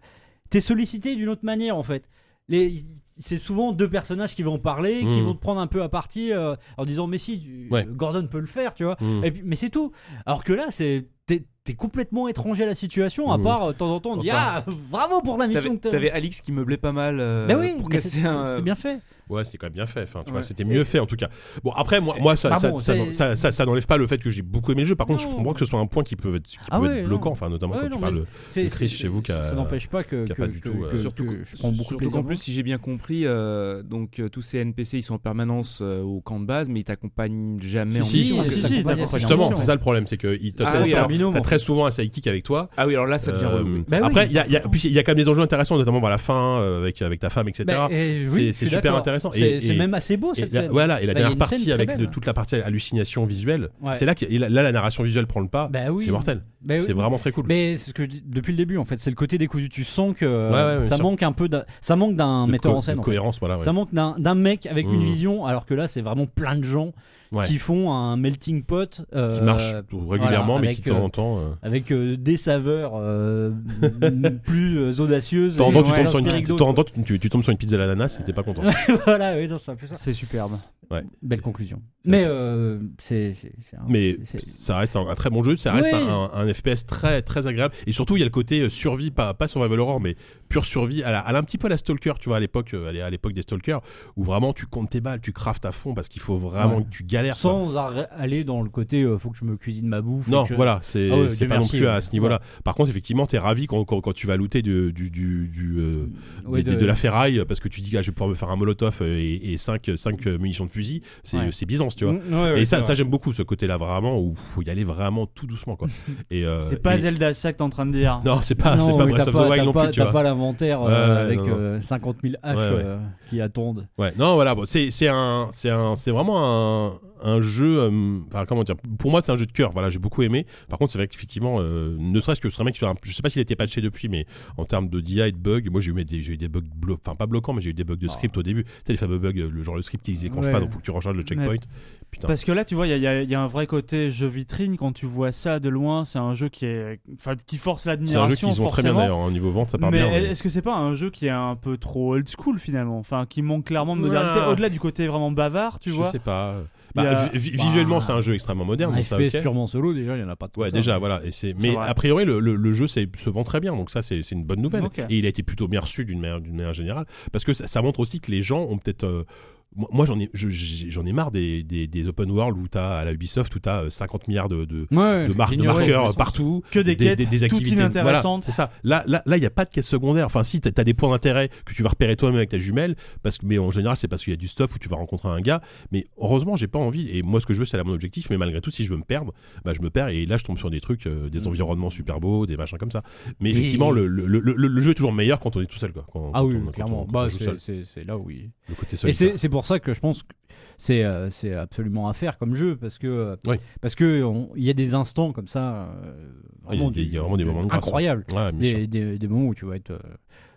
[SPEAKER 7] t'es sollicité d'une autre manière en fait. Les c'est souvent deux personnages qui vont parler, qui
[SPEAKER 2] Mhm.
[SPEAKER 7] vont te prendre un peu à partie euh, en disant mais si tu-
[SPEAKER 2] Ouais.
[SPEAKER 7] Gordon peut le faire tu vois.
[SPEAKER 2] Mm.
[SPEAKER 7] Et puis, mais c'est tout. Alors que là c'est t'es t'es complètement étranger à la situation à
[SPEAKER 2] Mhm.
[SPEAKER 7] part euh, de temps en temps on dit
[SPEAKER 4] Enfin,
[SPEAKER 7] ah bravo pour la mission
[SPEAKER 4] T'avais
[SPEAKER 7] que t'as-
[SPEAKER 4] t'avais Alix qui meublait pas mal euh,
[SPEAKER 7] Bah oui,
[SPEAKER 4] pour
[SPEAKER 7] mais
[SPEAKER 4] casser
[SPEAKER 7] c'était
[SPEAKER 4] un.
[SPEAKER 7] c'était bien fait.
[SPEAKER 2] Ouais, c'était quand même bien fait. Enfin, tu vois,
[SPEAKER 4] Ouais.
[SPEAKER 2] c'était mieux fait en tout cas. Bon, après, moi, moi ça,
[SPEAKER 7] Bah
[SPEAKER 2] ça,
[SPEAKER 7] bon,
[SPEAKER 2] ça,
[SPEAKER 7] c'est-
[SPEAKER 2] ça, ça- ça n'enlève pas le fait que j'ai beaucoup aimé le jeu. Par contre,
[SPEAKER 7] Non.
[SPEAKER 2] je comprends que ce soit un point qui peut être, qui
[SPEAKER 7] Ah
[SPEAKER 2] peut
[SPEAKER 7] ouais,
[SPEAKER 2] être
[SPEAKER 7] non.
[SPEAKER 2] bloquant, enfin, notamment
[SPEAKER 7] Ouais,
[SPEAKER 2] quand tu
[SPEAKER 7] non, mais
[SPEAKER 2] parles.
[SPEAKER 7] C'est-
[SPEAKER 2] le Chris
[SPEAKER 7] c'est-
[SPEAKER 2] chez vous qui a-
[SPEAKER 7] ça n'empêche pas que,
[SPEAKER 2] qui a
[SPEAKER 7] que-
[SPEAKER 2] pas du
[SPEAKER 7] que-
[SPEAKER 2] tout, euh,
[SPEAKER 7] que-
[SPEAKER 4] Surtout
[SPEAKER 7] que
[SPEAKER 4] que-
[SPEAKER 7] je prends beaucoup de
[SPEAKER 4] surtout
[SPEAKER 7] plaisir.
[SPEAKER 4] qu'en plus, si j'ai bien compris, euh, donc euh, tous ces NPC ils sont en permanence euh, au camp de base, mais ils t'accompagnent jamais en
[SPEAKER 2] Si, si,
[SPEAKER 4] mission.
[SPEAKER 2] si,
[SPEAKER 4] Que-
[SPEAKER 2] si,
[SPEAKER 4] que-
[SPEAKER 7] si,
[SPEAKER 4] que-
[SPEAKER 7] si,
[SPEAKER 2] Justement,
[SPEAKER 7] Ouais.
[SPEAKER 2] c'est ça le problème, c'est que il- t'as
[SPEAKER 4] Ah
[SPEAKER 2] t'as-
[SPEAKER 4] oui,
[SPEAKER 2] t'as-
[SPEAKER 4] alors,
[SPEAKER 2] t'as très souvent un sidekick avec toi.
[SPEAKER 4] Ah oui, alors là ça devient
[SPEAKER 2] Euh,
[SPEAKER 4] relou.
[SPEAKER 7] Bah oui.
[SPEAKER 2] Après, il y a, il y a- puis il y a quand même des enjeux intéressants, notamment à la fin euh, avec avec ta femme, etc.
[SPEAKER 7] Bah, et oui,
[SPEAKER 2] c'est- c'est
[SPEAKER 7] je suis
[SPEAKER 2] super
[SPEAKER 7] d'accord.
[SPEAKER 2] intéressant.
[SPEAKER 7] C'est
[SPEAKER 2] Et-
[SPEAKER 7] c'est
[SPEAKER 2] et-
[SPEAKER 7] même assez beau
[SPEAKER 2] Et
[SPEAKER 7] cette
[SPEAKER 2] la-
[SPEAKER 7] scène.
[SPEAKER 2] voilà, et la
[SPEAKER 7] Bah, il y a
[SPEAKER 2] dernière
[SPEAKER 7] une
[SPEAKER 2] partie
[SPEAKER 7] scène
[SPEAKER 2] avec
[SPEAKER 7] très
[SPEAKER 2] de
[SPEAKER 7] belle.
[SPEAKER 2] toute la partie hallucination visuelle,
[SPEAKER 7] Ouais.
[SPEAKER 2] c'est là que et là, là, la narration visuelle prend le pas.
[SPEAKER 7] Bah oui.
[SPEAKER 2] C'est mortel.
[SPEAKER 7] Bah oui.
[SPEAKER 2] C'est vraiment très cool.
[SPEAKER 7] Mais c'est ce que je dis depuis le début en fait, c'est le côté décousu. Tu sens que euh,
[SPEAKER 2] Ouais, ouais, bien
[SPEAKER 7] ça
[SPEAKER 2] sûr.
[SPEAKER 7] manque un peu, d'un- ça manque d'un
[SPEAKER 2] De
[SPEAKER 7] metteur
[SPEAKER 2] co-
[SPEAKER 7] en scène.
[SPEAKER 2] de
[SPEAKER 7] en fait.
[SPEAKER 2] cohérence, voilà. ouais.
[SPEAKER 7] Ça manque d'un d'un mec avec une
[SPEAKER 2] Mm.
[SPEAKER 7] vision, alors que là c'est vraiment plein de gens
[SPEAKER 2] Ouais.
[SPEAKER 7] qui font un melting pot. euh,
[SPEAKER 2] Qui marche régulièrement, mais qui de
[SPEAKER 7] avec,
[SPEAKER 2] temps
[SPEAKER 7] euh,
[SPEAKER 2] en temps. euh,
[SPEAKER 7] Avec euh, des saveurs euh, m- plus euh, audacieuses.
[SPEAKER 2] de temps en
[SPEAKER 7] et,
[SPEAKER 2] temps, tu
[SPEAKER 7] ouais,
[SPEAKER 2] tombes sur une
[SPEAKER 7] inspirées
[SPEAKER 2] petite-
[SPEAKER 7] que
[SPEAKER 2] de temps en temps, tu- tu tu tombes sur une pizza à l'ananas et t'es pas content.
[SPEAKER 7] d'autres. voilà, oui, non, c'est un peu ça.
[SPEAKER 3] C'est superbe.
[SPEAKER 7] Belle conclusion.
[SPEAKER 2] C'est-
[SPEAKER 7] Mais euh, c'est c'est- c'est un-
[SPEAKER 2] mais
[SPEAKER 7] c'est- c'est-
[SPEAKER 2] ça reste un, un très bon jeu, ça reste
[SPEAKER 7] Oui.
[SPEAKER 2] un, un- un FPS très très agréable. Et surtout, il y a le côté euh, survie, pas, pas survival horror, mais pure survie, à, la- à la- un petit peu à la stalker, tu vois, à l'époque, euh, à l'é- à l'époque des stalkers, où vraiment tu comptes tes balles, tu craftes à fond parce qu'il faut vraiment
[SPEAKER 7] Ouais.
[SPEAKER 2] que tu galères. quoi.
[SPEAKER 7] sans arr- aller dans le côté euh, faut que je me cuisine ma bouffe.
[SPEAKER 2] Non,
[SPEAKER 7] faut que je-
[SPEAKER 2] voilà, c'est
[SPEAKER 7] Ah ouais,
[SPEAKER 2] c'est
[SPEAKER 7] Dieu
[SPEAKER 2] pas
[SPEAKER 7] merci,
[SPEAKER 2] non plus à
[SPEAKER 7] ouais.
[SPEAKER 2] ce niveau-là. Par contre, effectivement, t'es ravi quand, quand, quand tu vas looter du, du, du, du, euh,
[SPEAKER 7] Ouais,
[SPEAKER 2] des- des- de, la ferraille parce que tu dis, ah, je vais pouvoir me faire un molotov euh, et 5 cinq euh, munitions de fusil. C'est
[SPEAKER 7] Ouais.
[SPEAKER 2] c'est Byzance, tu vois.
[SPEAKER 7] Mm, ouais, ouais,
[SPEAKER 2] et ça,
[SPEAKER 7] c'est
[SPEAKER 2] ça j'aime beaucoup ce côté-là vraiment où faut y aller vraiment tout doucement quoi. Et euh,
[SPEAKER 3] C'est pas
[SPEAKER 2] et-
[SPEAKER 3] Zelda, c'est ça que t'es en train de dire.
[SPEAKER 2] Non, c'est pas,
[SPEAKER 7] vrai.
[SPEAKER 2] c'est
[SPEAKER 7] Non,
[SPEAKER 2] pas
[SPEAKER 7] mais
[SPEAKER 2] Breath
[SPEAKER 7] t'as
[SPEAKER 2] of the
[SPEAKER 7] pas-
[SPEAKER 2] Wild
[SPEAKER 7] t'as
[SPEAKER 2] non
[SPEAKER 7] pas-
[SPEAKER 2] plus, tu
[SPEAKER 7] T'as
[SPEAKER 2] vois.
[SPEAKER 7] pas l'inventaire euh,
[SPEAKER 2] Ouais, ouais,
[SPEAKER 7] avec
[SPEAKER 2] non, non.
[SPEAKER 7] euh, 50 000 haches
[SPEAKER 2] Ouais, ouais.
[SPEAKER 7] euh, qui attendent.
[SPEAKER 2] Ouais, non, voilà, bon, c'est, c'est un, c'est un, c'est vraiment un, un jeu, euh, enfin, comment dire, pour moi, c'est un jeu de cœur, voilà, j'ai beaucoup aimé. Par contre, c'est vrai qu'effectivement, euh, ne serait-ce que ce serait mec, sur un- je sais pas s'il était patché depuis, mais en termes de DI et de bugs, moi, j'ai eu, mes- des, j'ai eu des bugs, blo- enfin, pas bloquants, mais j'ai eu des bugs de script au début. Tu sais, les fameux bugs, euh, le genre le script qui se déclenche
[SPEAKER 7] Ouais.
[SPEAKER 2] pas, donc faut que tu recharges le checkpoint. Putain.
[SPEAKER 3] Parce que là, tu vois, il y a- il y, a- il y a un vrai côté jeu vitrine quand tu vois ça de loin. C'est un jeu qui est, enfin, qui force
[SPEAKER 2] c'est un jeu
[SPEAKER 3] l'admiration
[SPEAKER 2] qu'ils ont très bien
[SPEAKER 3] forcément.
[SPEAKER 2] d'ailleurs, hein, niveau vente, ça part
[SPEAKER 3] mais
[SPEAKER 2] bien. mais-
[SPEAKER 3] est-ce que c'est pas un jeu qui est un peu trop old school finalement Enfin, qui manque clairement de modernité
[SPEAKER 2] Ah.
[SPEAKER 3] au-delà du côté vraiment bavard, tu
[SPEAKER 2] je
[SPEAKER 3] vois.
[SPEAKER 2] sais pas. Bah,
[SPEAKER 3] Il y a- bah,
[SPEAKER 2] vi- vi- visuellement, c'est un jeu extrêmement moderne.
[SPEAKER 7] Un
[SPEAKER 2] donc ça, ok.
[SPEAKER 7] FPS Ah, purement solo, déjà, il n'y en a pas de
[SPEAKER 2] Ouais,
[SPEAKER 7] ça.
[SPEAKER 2] déjà, voilà. Et c'est... Mais
[SPEAKER 3] va.
[SPEAKER 2] a priori, le, le- le jeu c'est- se vend très bien, donc ça, c'est, c'est une bonne nouvelle.
[SPEAKER 3] Ok.
[SPEAKER 2] Et il a été plutôt bien reçu d'une manière, d'une manière générale, parce que ça, ça montre aussi que les gens ont peut-être. euh, moi, moi, j'en ai, je- j'ai- j'en ai marre des, des, des open world où t'as à la Ubisoft où t'as euh, 50 milliards de, de,
[SPEAKER 7] Ouais,
[SPEAKER 2] de,
[SPEAKER 7] c'est
[SPEAKER 2] mar- de
[SPEAKER 7] ignoré,
[SPEAKER 2] marqueurs
[SPEAKER 7] dans
[SPEAKER 2] euh,
[SPEAKER 7] le sens.
[SPEAKER 2] partout.
[SPEAKER 3] Que des quêtes, toutes
[SPEAKER 2] activités. Voilà,
[SPEAKER 3] inintéressantes.
[SPEAKER 2] c'est ça. Là, là, là, il n'y a pas de quête secondaire. Enfin, si, t'as as des points d'intérêt que tu vas repérer toi-même avec ta jumelle, parce que, mais en général, c'est parce qu'il y a du stuff où tu vas rencontrer un gars. Mais heureusement, j'ai pas envie. Et moi, ce que je veux, c'est la mon objectif. Mais malgré tout, si je veux me perdre, bah, je me perds. Et là, je tombe sur des trucs, euh,
[SPEAKER 7] Mmh.
[SPEAKER 2] des environnements super beaux, des machins comme ça. Mais effectivement, le, le, le, le- le jeu est toujours meilleur quand on est tout seul, quoi. Quand-
[SPEAKER 7] Ah
[SPEAKER 2] quand
[SPEAKER 7] oui,
[SPEAKER 2] on- quand
[SPEAKER 7] clairement.
[SPEAKER 2] on- quand
[SPEAKER 7] Bah,
[SPEAKER 2] on joue
[SPEAKER 7] c'est-
[SPEAKER 2] seul.
[SPEAKER 7] c'est c'est là où il.
[SPEAKER 2] Le côté
[SPEAKER 7] Et
[SPEAKER 2] solitaire.
[SPEAKER 7] c'est c'est pour ça que je pense que c'est euh, c'est absolument à faire comme jeu parce que euh,
[SPEAKER 2] Oui.
[SPEAKER 7] parce que on- il y a des instants comme ça
[SPEAKER 2] Ah, il
[SPEAKER 7] euh,
[SPEAKER 2] y a-
[SPEAKER 7] vraiment
[SPEAKER 2] il y a
[SPEAKER 7] du-
[SPEAKER 2] vraiment des moments de grâce,
[SPEAKER 7] incroyables
[SPEAKER 2] Ouais, bien sûr.
[SPEAKER 7] des, des- des moments où tu vas être euh,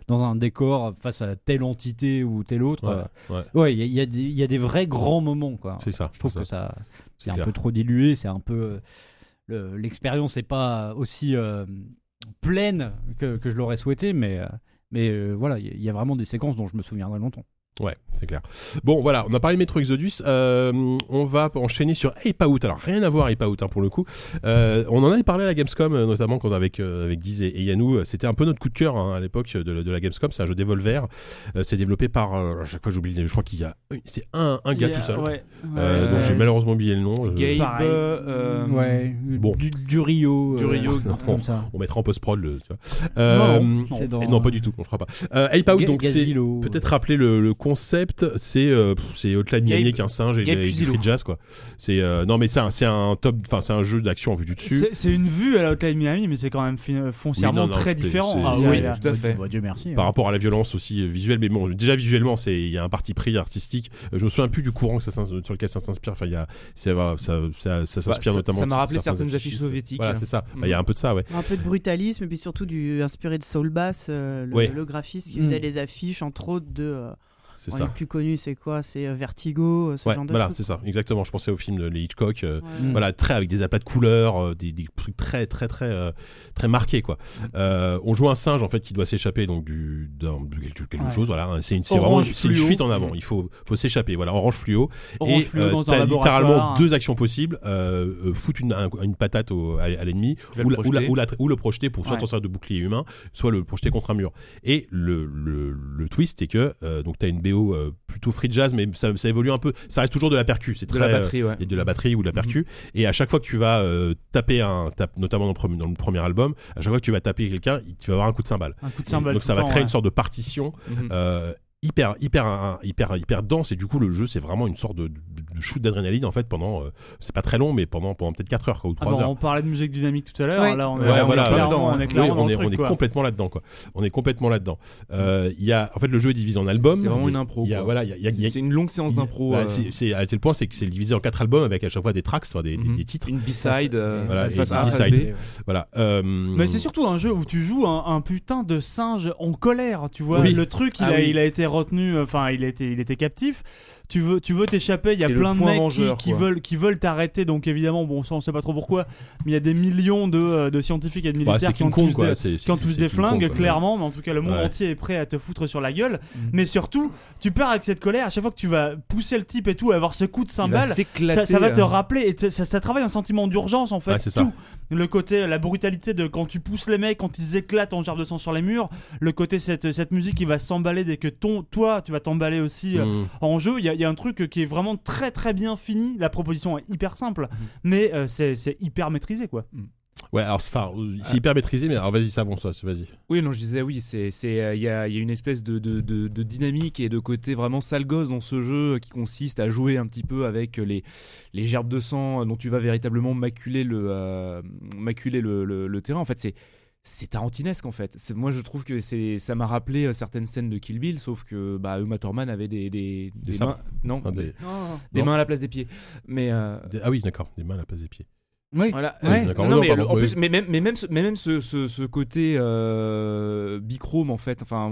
[SPEAKER 7] dans un décor face à telle entité ou telle autre
[SPEAKER 2] Ouais,
[SPEAKER 7] euh,
[SPEAKER 2] ouais.
[SPEAKER 7] ouais il y a- il y, a des- il y a des vrais grands moments quoi
[SPEAKER 2] C'est ça.
[SPEAKER 7] je trouve
[SPEAKER 2] c'est
[SPEAKER 7] que
[SPEAKER 2] ça.
[SPEAKER 7] ça c'est un
[SPEAKER 2] clair.
[SPEAKER 7] peu trop dilué c'est un peu euh, le- l'expérience n'est pas aussi euh, pleine que, que je l'aurais souhaité mais euh, mais euh, voilà il y a- il y a vraiment des séquences dont je me souviendrai longtemps
[SPEAKER 2] Ouais, c'est clair. Bon, voilà, on a parlé de Metro Exodus. Euh, on va enchaîner sur Ape Out. Alors, rien à voir Ape Out hein, pour le coup. Euh, on en avait parlé à la Gamescom, euh, notamment quand avec, euh, avec Guiz et, et Yannou. Euh, C'était un peu notre coup de cœur hein, à l'époque de, la- de la Gamescom. C'est un jeu d'Evolver. Euh, c'est développé par. euh, à chaque fois, j'oublie. Je crois qu'il y a. C'est un, un gars
[SPEAKER 3] Il y a-
[SPEAKER 2] tout seul.
[SPEAKER 3] ouais,
[SPEAKER 2] Euh,
[SPEAKER 3] ouais,
[SPEAKER 2] dont j'ai
[SPEAKER 3] ouais.
[SPEAKER 2] malheureusement oublié le nom. Euh,
[SPEAKER 4] Gabe,
[SPEAKER 3] Pareil.
[SPEAKER 4] euh,
[SPEAKER 7] ouais,
[SPEAKER 2] bon.
[SPEAKER 7] du, du Rio.
[SPEAKER 4] Du
[SPEAKER 7] euh,
[SPEAKER 4] Rio,
[SPEAKER 7] un truc comme ça.
[SPEAKER 2] On mettra en post-prod le. tu vois. Euh,
[SPEAKER 7] c'est dans-
[SPEAKER 2] et non, pas du tout. On le fera pas. Euh, Ape Out,
[SPEAKER 7] Ga-
[SPEAKER 2] donc c'est.
[SPEAKER 7] Gazillo.
[SPEAKER 2] Peut-être rappeler le, le concept, c'est euh, pff, c'est au-delà de
[SPEAKER 4] Gabe-
[SPEAKER 2] Miami qu'un singe et,
[SPEAKER 4] Gabe
[SPEAKER 2] et du
[SPEAKER 4] Fusillo.
[SPEAKER 2] free jazz quoi. C'est euh, non mais c'est un, c'est un top, enfin c'est un jeu d'action en vue du dessus.
[SPEAKER 3] C'est c'est une vue à la Hotline Miami, mais c'est quand même fi- foncièrement
[SPEAKER 2] Oui, non, non,
[SPEAKER 3] très
[SPEAKER 2] c'était-
[SPEAKER 3] différent.
[SPEAKER 2] c'est-
[SPEAKER 7] Ah
[SPEAKER 3] Il y a-
[SPEAKER 7] oui,
[SPEAKER 3] il y a-
[SPEAKER 4] tout à fait.
[SPEAKER 7] Bah, Dieu merci.
[SPEAKER 2] Par
[SPEAKER 7] ouais.
[SPEAKER 2] rapport à la violence aussi euh, visuelle, mais bon, déjà visuellement, c'est il y a un parti pris artistique. Euh, Je me souviens plus du courant que ça, s'ins- sur lequel ça s'inspire. Enfin, il y a c'est- voilà, ça, ça, ça
[SPEAKER 4] Bah,
[SPEAKER 2] s'inspire
[SPEAKER 4] ça-
[SPEAKER 2] notamment.
[SPEAKER 4] ça m'a
[SPEAKER 2] de
[SPEAKER 4] rappelé
[SPEAKER 2] certains
[SPEAKER 4] certaines affiches
[SPEAKER 2] affichistes.
[SPEAKER 4] soviétiques.
[SPEAKER 2] Voilà, c'est ça. Bah, Il y a un peu de ça, ouais.
[SPEAKER 6] Un peu de brutalisme et puis surtout du inspiré de Soul Bass, euh, le,
[SPEAKER 2] Ouais.
[SPEAKER 6] le graphiste qui
[SPEAKER 7] Mm.
[SPEAKER 6] faisait les affiches entre autres de. euh,
[SPEAKER 2] C'est
[SPEAKER 6] bon,
[SPEAKER 2] ça.
[SPEAKER 6] le plus connu c'est quoi C'est euh, Vertigo, euh, ce
[SPEAKER 2] Ouais,
[SPEAKER 6] genre de
[SPEAKER 2] voilà,
[SPEAKER 6] truc.
[SPEAKER 2] c'est ça. Exactement. Je pensais au film de les Hitchcock. euh,
[SPEAKER 6] Ouais.
[SPEAKER 7] Mm.
[SPEAKER 2] voilà très avec des aplats de couleurs euh, des, des trucs très très très euh, très marqués quoi Euh, on joue un singe en fait qui doit s'échapper donc du d'un- de quelque, quelque
[SPEAKER 3] Ouais.
[SPEAKER 2] chose voilà hein. c'est une c'est
[SPEAKER 3] Orange
[SPEAKER 2] vraiment une- c'est une
[SPEAKER 3] fluo.
[SPEAKER 2] fuite en avant il faut faut s'échapper voilà orange fluo
[SPEAKER 3] Orange
[SPEAKER 2] et
[SPEAKER 3] fluo
[SPEAKER 2] euh,
[SPEAKER 3] dans un
[SPEAKER 2] t'as
[SPEAKER 3] laboratoire.
[SPEAKER 2] littéralement deux actions possibles euh, euh, foutre une, un- une patate au- à, à l'ennemi
[SPEAKER 4] Tu vas
[SPEAKER 2] ou,
[SPEAKER 4] le
[SPEAKER 2] la- ou la-
[SPEAKER 4] projeter.
[SPEAKER 2] ou la- ou le projeter pour soit
[SPEAKER 3] Ouais.
[SPEAKER 2] t'en servir de bouclier humain soit le projeter contre un mur et le, le, le twist c'est que euh, donc t'as une BO euh, plutôt free jazz mais ça, ça évolue un peu ça reste toujours de la percu c'est
[SPEAKER 4] de
[SPEAKER 2] très
[SPEAKER 4] la
[SPEAKER 2] euh,
[SPEAKER 4] batterie, ouais.
[SPEAKER 2] et de la batterie ou de la
[SPEAKER 3] Mhm.
[SPEAKER 2] percu. Et à chaque fois que tu vas euh, taper un, tape- notamment dans le, premier, dans le premier album, à chaque fois que tu vas taper quelqu'un, il- tu vas avoir un coup de cymbale.
[SPEAKER 3] Un coup de
[SPEAKER 2] Et
[SPEAKER 3] cymbale.
[SPEAKER 2] donc ça
[SPEAKER 3] tout
[SPEAKER 2] va
[SPEAKER 3] le temps,
[SPEAKER 2] créer une
[SPEAKER 3] ouais.
[SPEAKER 2] sorte de partition
[SPEAKER 4] Mhm.
[SPEAKER 2] euh, hyper, hyper, un- hyper, hyper dense. Et du coup, le jeu, c'est vraiment une sorte de, de- de shoot d'adrénaline en fait pendant. euh, c'est pas très long, mais pendant, pendant peut-être 4 heures quoi, ou
[SPEAKER 3] Ah
[SPEAKER 2] 3
[SPEAKER 3] bon,
[SPEAKER 2] heures.
[SPEAKER 3] on parlait de musique dynamique tout à l'heure.
[SPEAKER 6] Ouais.
[SPEAKER 3] Là, on est,
[SPEAKER 2] Ouais,
[SPEAKER 3] on est
[SPEAKER 2] voilà.
[SPEAKER 3] clairement, on est
[SPEAKER 4] Oui,
[SPEAKER 2] Oui,
[SPEAKER 3] clairement dans
[SPEAKER 2] on
[SPEAKER 3] le
[SPEAKER 2] est,
[SPEAKER 3] truc,
[SPEAKER 2] on est
[SPEAKER 3] quoi. Mhm.
[SPEAKER 2] complètement là-dedans quoi. On est complètement là-dedans. Euh, Il y a, en fait, le jeu est divisé en albums.
[SPEAKER 4] C'est vraiment une impro.
[SPEAKER 2] Il y a,
[SPEAKER 4] quoi.
[SPEAKER 2] voilà, il y a- il y a- il y a-
[SPEAKER 4] C'est c'est une longue séance
[SPEAKER 2] il-
[SPEAKER 4] d'impro.
[SPEAKER 2] bah,
[SPEAKER 4] euh,
[SPEAKER 2] c'est- c'est à tel point c'est que c'est divisé en quatre albums avec à chaque fois des tracks, enfin, des, des-
[SPEAKER 4] Mhm.
[SPEAKER 2] des titres.
[SPEAKER 4] Une B-side. euh,
[SPEAKER 2] Voilà,
[SPEAKER 4] face
[SPEAKER 2] et
[SPEAKER 4] A, face
[SPEAKER 2] B-side.
[SPEAKER 4] B.
[SPEAKER 2] Voilà. euh,
[SPEAKER 3] Mais c'est surtout un jeu où tu joues un, un putain de singe en colère, tu vois.
[SPEAKER 2] Oui.
[SPEAKER 3] Le truc, il,
[SPEAKER 4] Ah
[SPEAKER 3] a,
[SPEAKER 4] oui.
[SPEAKER 3] il a été retenu, enfin, il a été, il était captif. Tu veux, tu veux t'échapper. Il y a
[SPEAKER 4] Et le
[SPEAKER 3] plein de
[SPEAKER 4] point
[SPEAKER 3] mecs qui-
[SPEAKER 4] vengeur,
[SPEAKER 3] qui,
[SPEAKER 4] quoi.
[SPEAKER 3] veulent, qui veulent t'arrêter. Donc évidemment, bon, ça, on sait pas trop pourquoi, mais il y a des millions de, euh, de scientifiques et de
[SPEAKER 2] bah,
[SPEAKER 3] militaires
[SPEAKER 2] c'est
[SPEAKER 3] qui ont
[SPEAKER 2] King Kong
[SPEAKER 3] tous
[SPEAKER 2] quoi.
[SPEAKER 3] des-
[SPEAKER 2] C'est- c'est-
[SPEAKER 3] qui ont tous
[SPEAKER 2] c'est
[SPEAKER 3] des
[SPEAKER 2] King Kong,
[SPEAKER 3] flingues,
[SPEAKER 2] quoi.
[SPEAKER 3] clairement, mais en tout cas, le monde
[SPEAKER 2] Ouais. Mm.
[SPEAKER 3] entier est prêt à te foutre sur la gueule. Mais surtout, tu pars avec cette colère, à chaque fois que tu vas pousser le type et tout, avoir ce coup de
[SPEAKER 4] Il va
[SPEAKER 3] cymbale,
[SPEAKER 4] s'éclater,
[SPEAKER 3] ça, ça va te
[SPEAKER 4] hein.
[SPEAKER 3] rappeler, et te- ça, ça travaille un sentiment d'urgence en fait.
[SPEAKER 2] euh. Ouais, c'est ça.
[SPEAKER 3] tout. Le côté, la brutalité de quand tu pousses les mecs, quand ils éclatent en gerbe de sang sur les murs, le côté, cette, cette musique qui va s'emballer dès que ton, toi, tu vas t'emballer aussi euh,
[SPEAKER 2] Mm.
[SPEAKER 3] en jeu. Il y, a- il y a un truc qui est vraiment très très bien fini. La proposition est hyper simple,
[SPEAKER 2] Mm.
[SPEAKER 3] mais euh, c'est c'est hyper maîtrisé quoi.
[SPEAKER 2] Ouais, alors c'est enfin, euh,
[SPEAKER 4] Ah.
[SPEAKER 2] c'est hyper maîtrisé, mais alors vas-y, ça avance, ça, c'est- vas-y.
[SPEAKER 4] Oui, non, je disais, oui, c'est, c'est, euh, il y, a, il y a une espèce de, de, de- de dynamique et de côté vraiment sale gosse dans ce jeu qui consiste à jouer un petit peu avec les, les gerbes de sang dont tu vas véritablement maculer le, euh, maculer le, le- le terrain. En fait, c'est, c'est tarantinesque, en fait. C'est, moi, je trouve que c'est, ça m'a rappelé euh, certaines scènes de Kill Bill, sauf que bah, Uma Thurman avait des, des,
[SPEAKER 2] Des
[SPEAKER 4] des
[SPEAKER 2] sabres.
[SPEAKER 4] mains. Non,
[SPEAKER 2] Enfin,
[SPEAKER 4] des,
[SPEAKER 2] des-
[SPEAKER 6] Oh.
[SPEAKER 4] des
[SPEAKER 2] non.
[SPEAKER 4] mains à la place des pieds. Mais. euh,
[SPEAKER 2] des- Ah oui, d'accord, des mains à la place des pieds.
[SPEAKER 7] Oui.
[SPEAKER 4] Voilà.
[SPEAKER 7] Ouais.
[SPEAKER 2] D'accord,
[SPEAKER 4] Non,
[SPEAKER 2] non,
[SPEAKER 4] mais,
[SPEAKER 2] pardon,
[SPEAKER 4] le- en
[SPEAKER 2] oui.
[SPEAKER 4] plus- mais même, mais même, ce, mais même ce, ce- ce côté euh, bichrome en fait, enfin,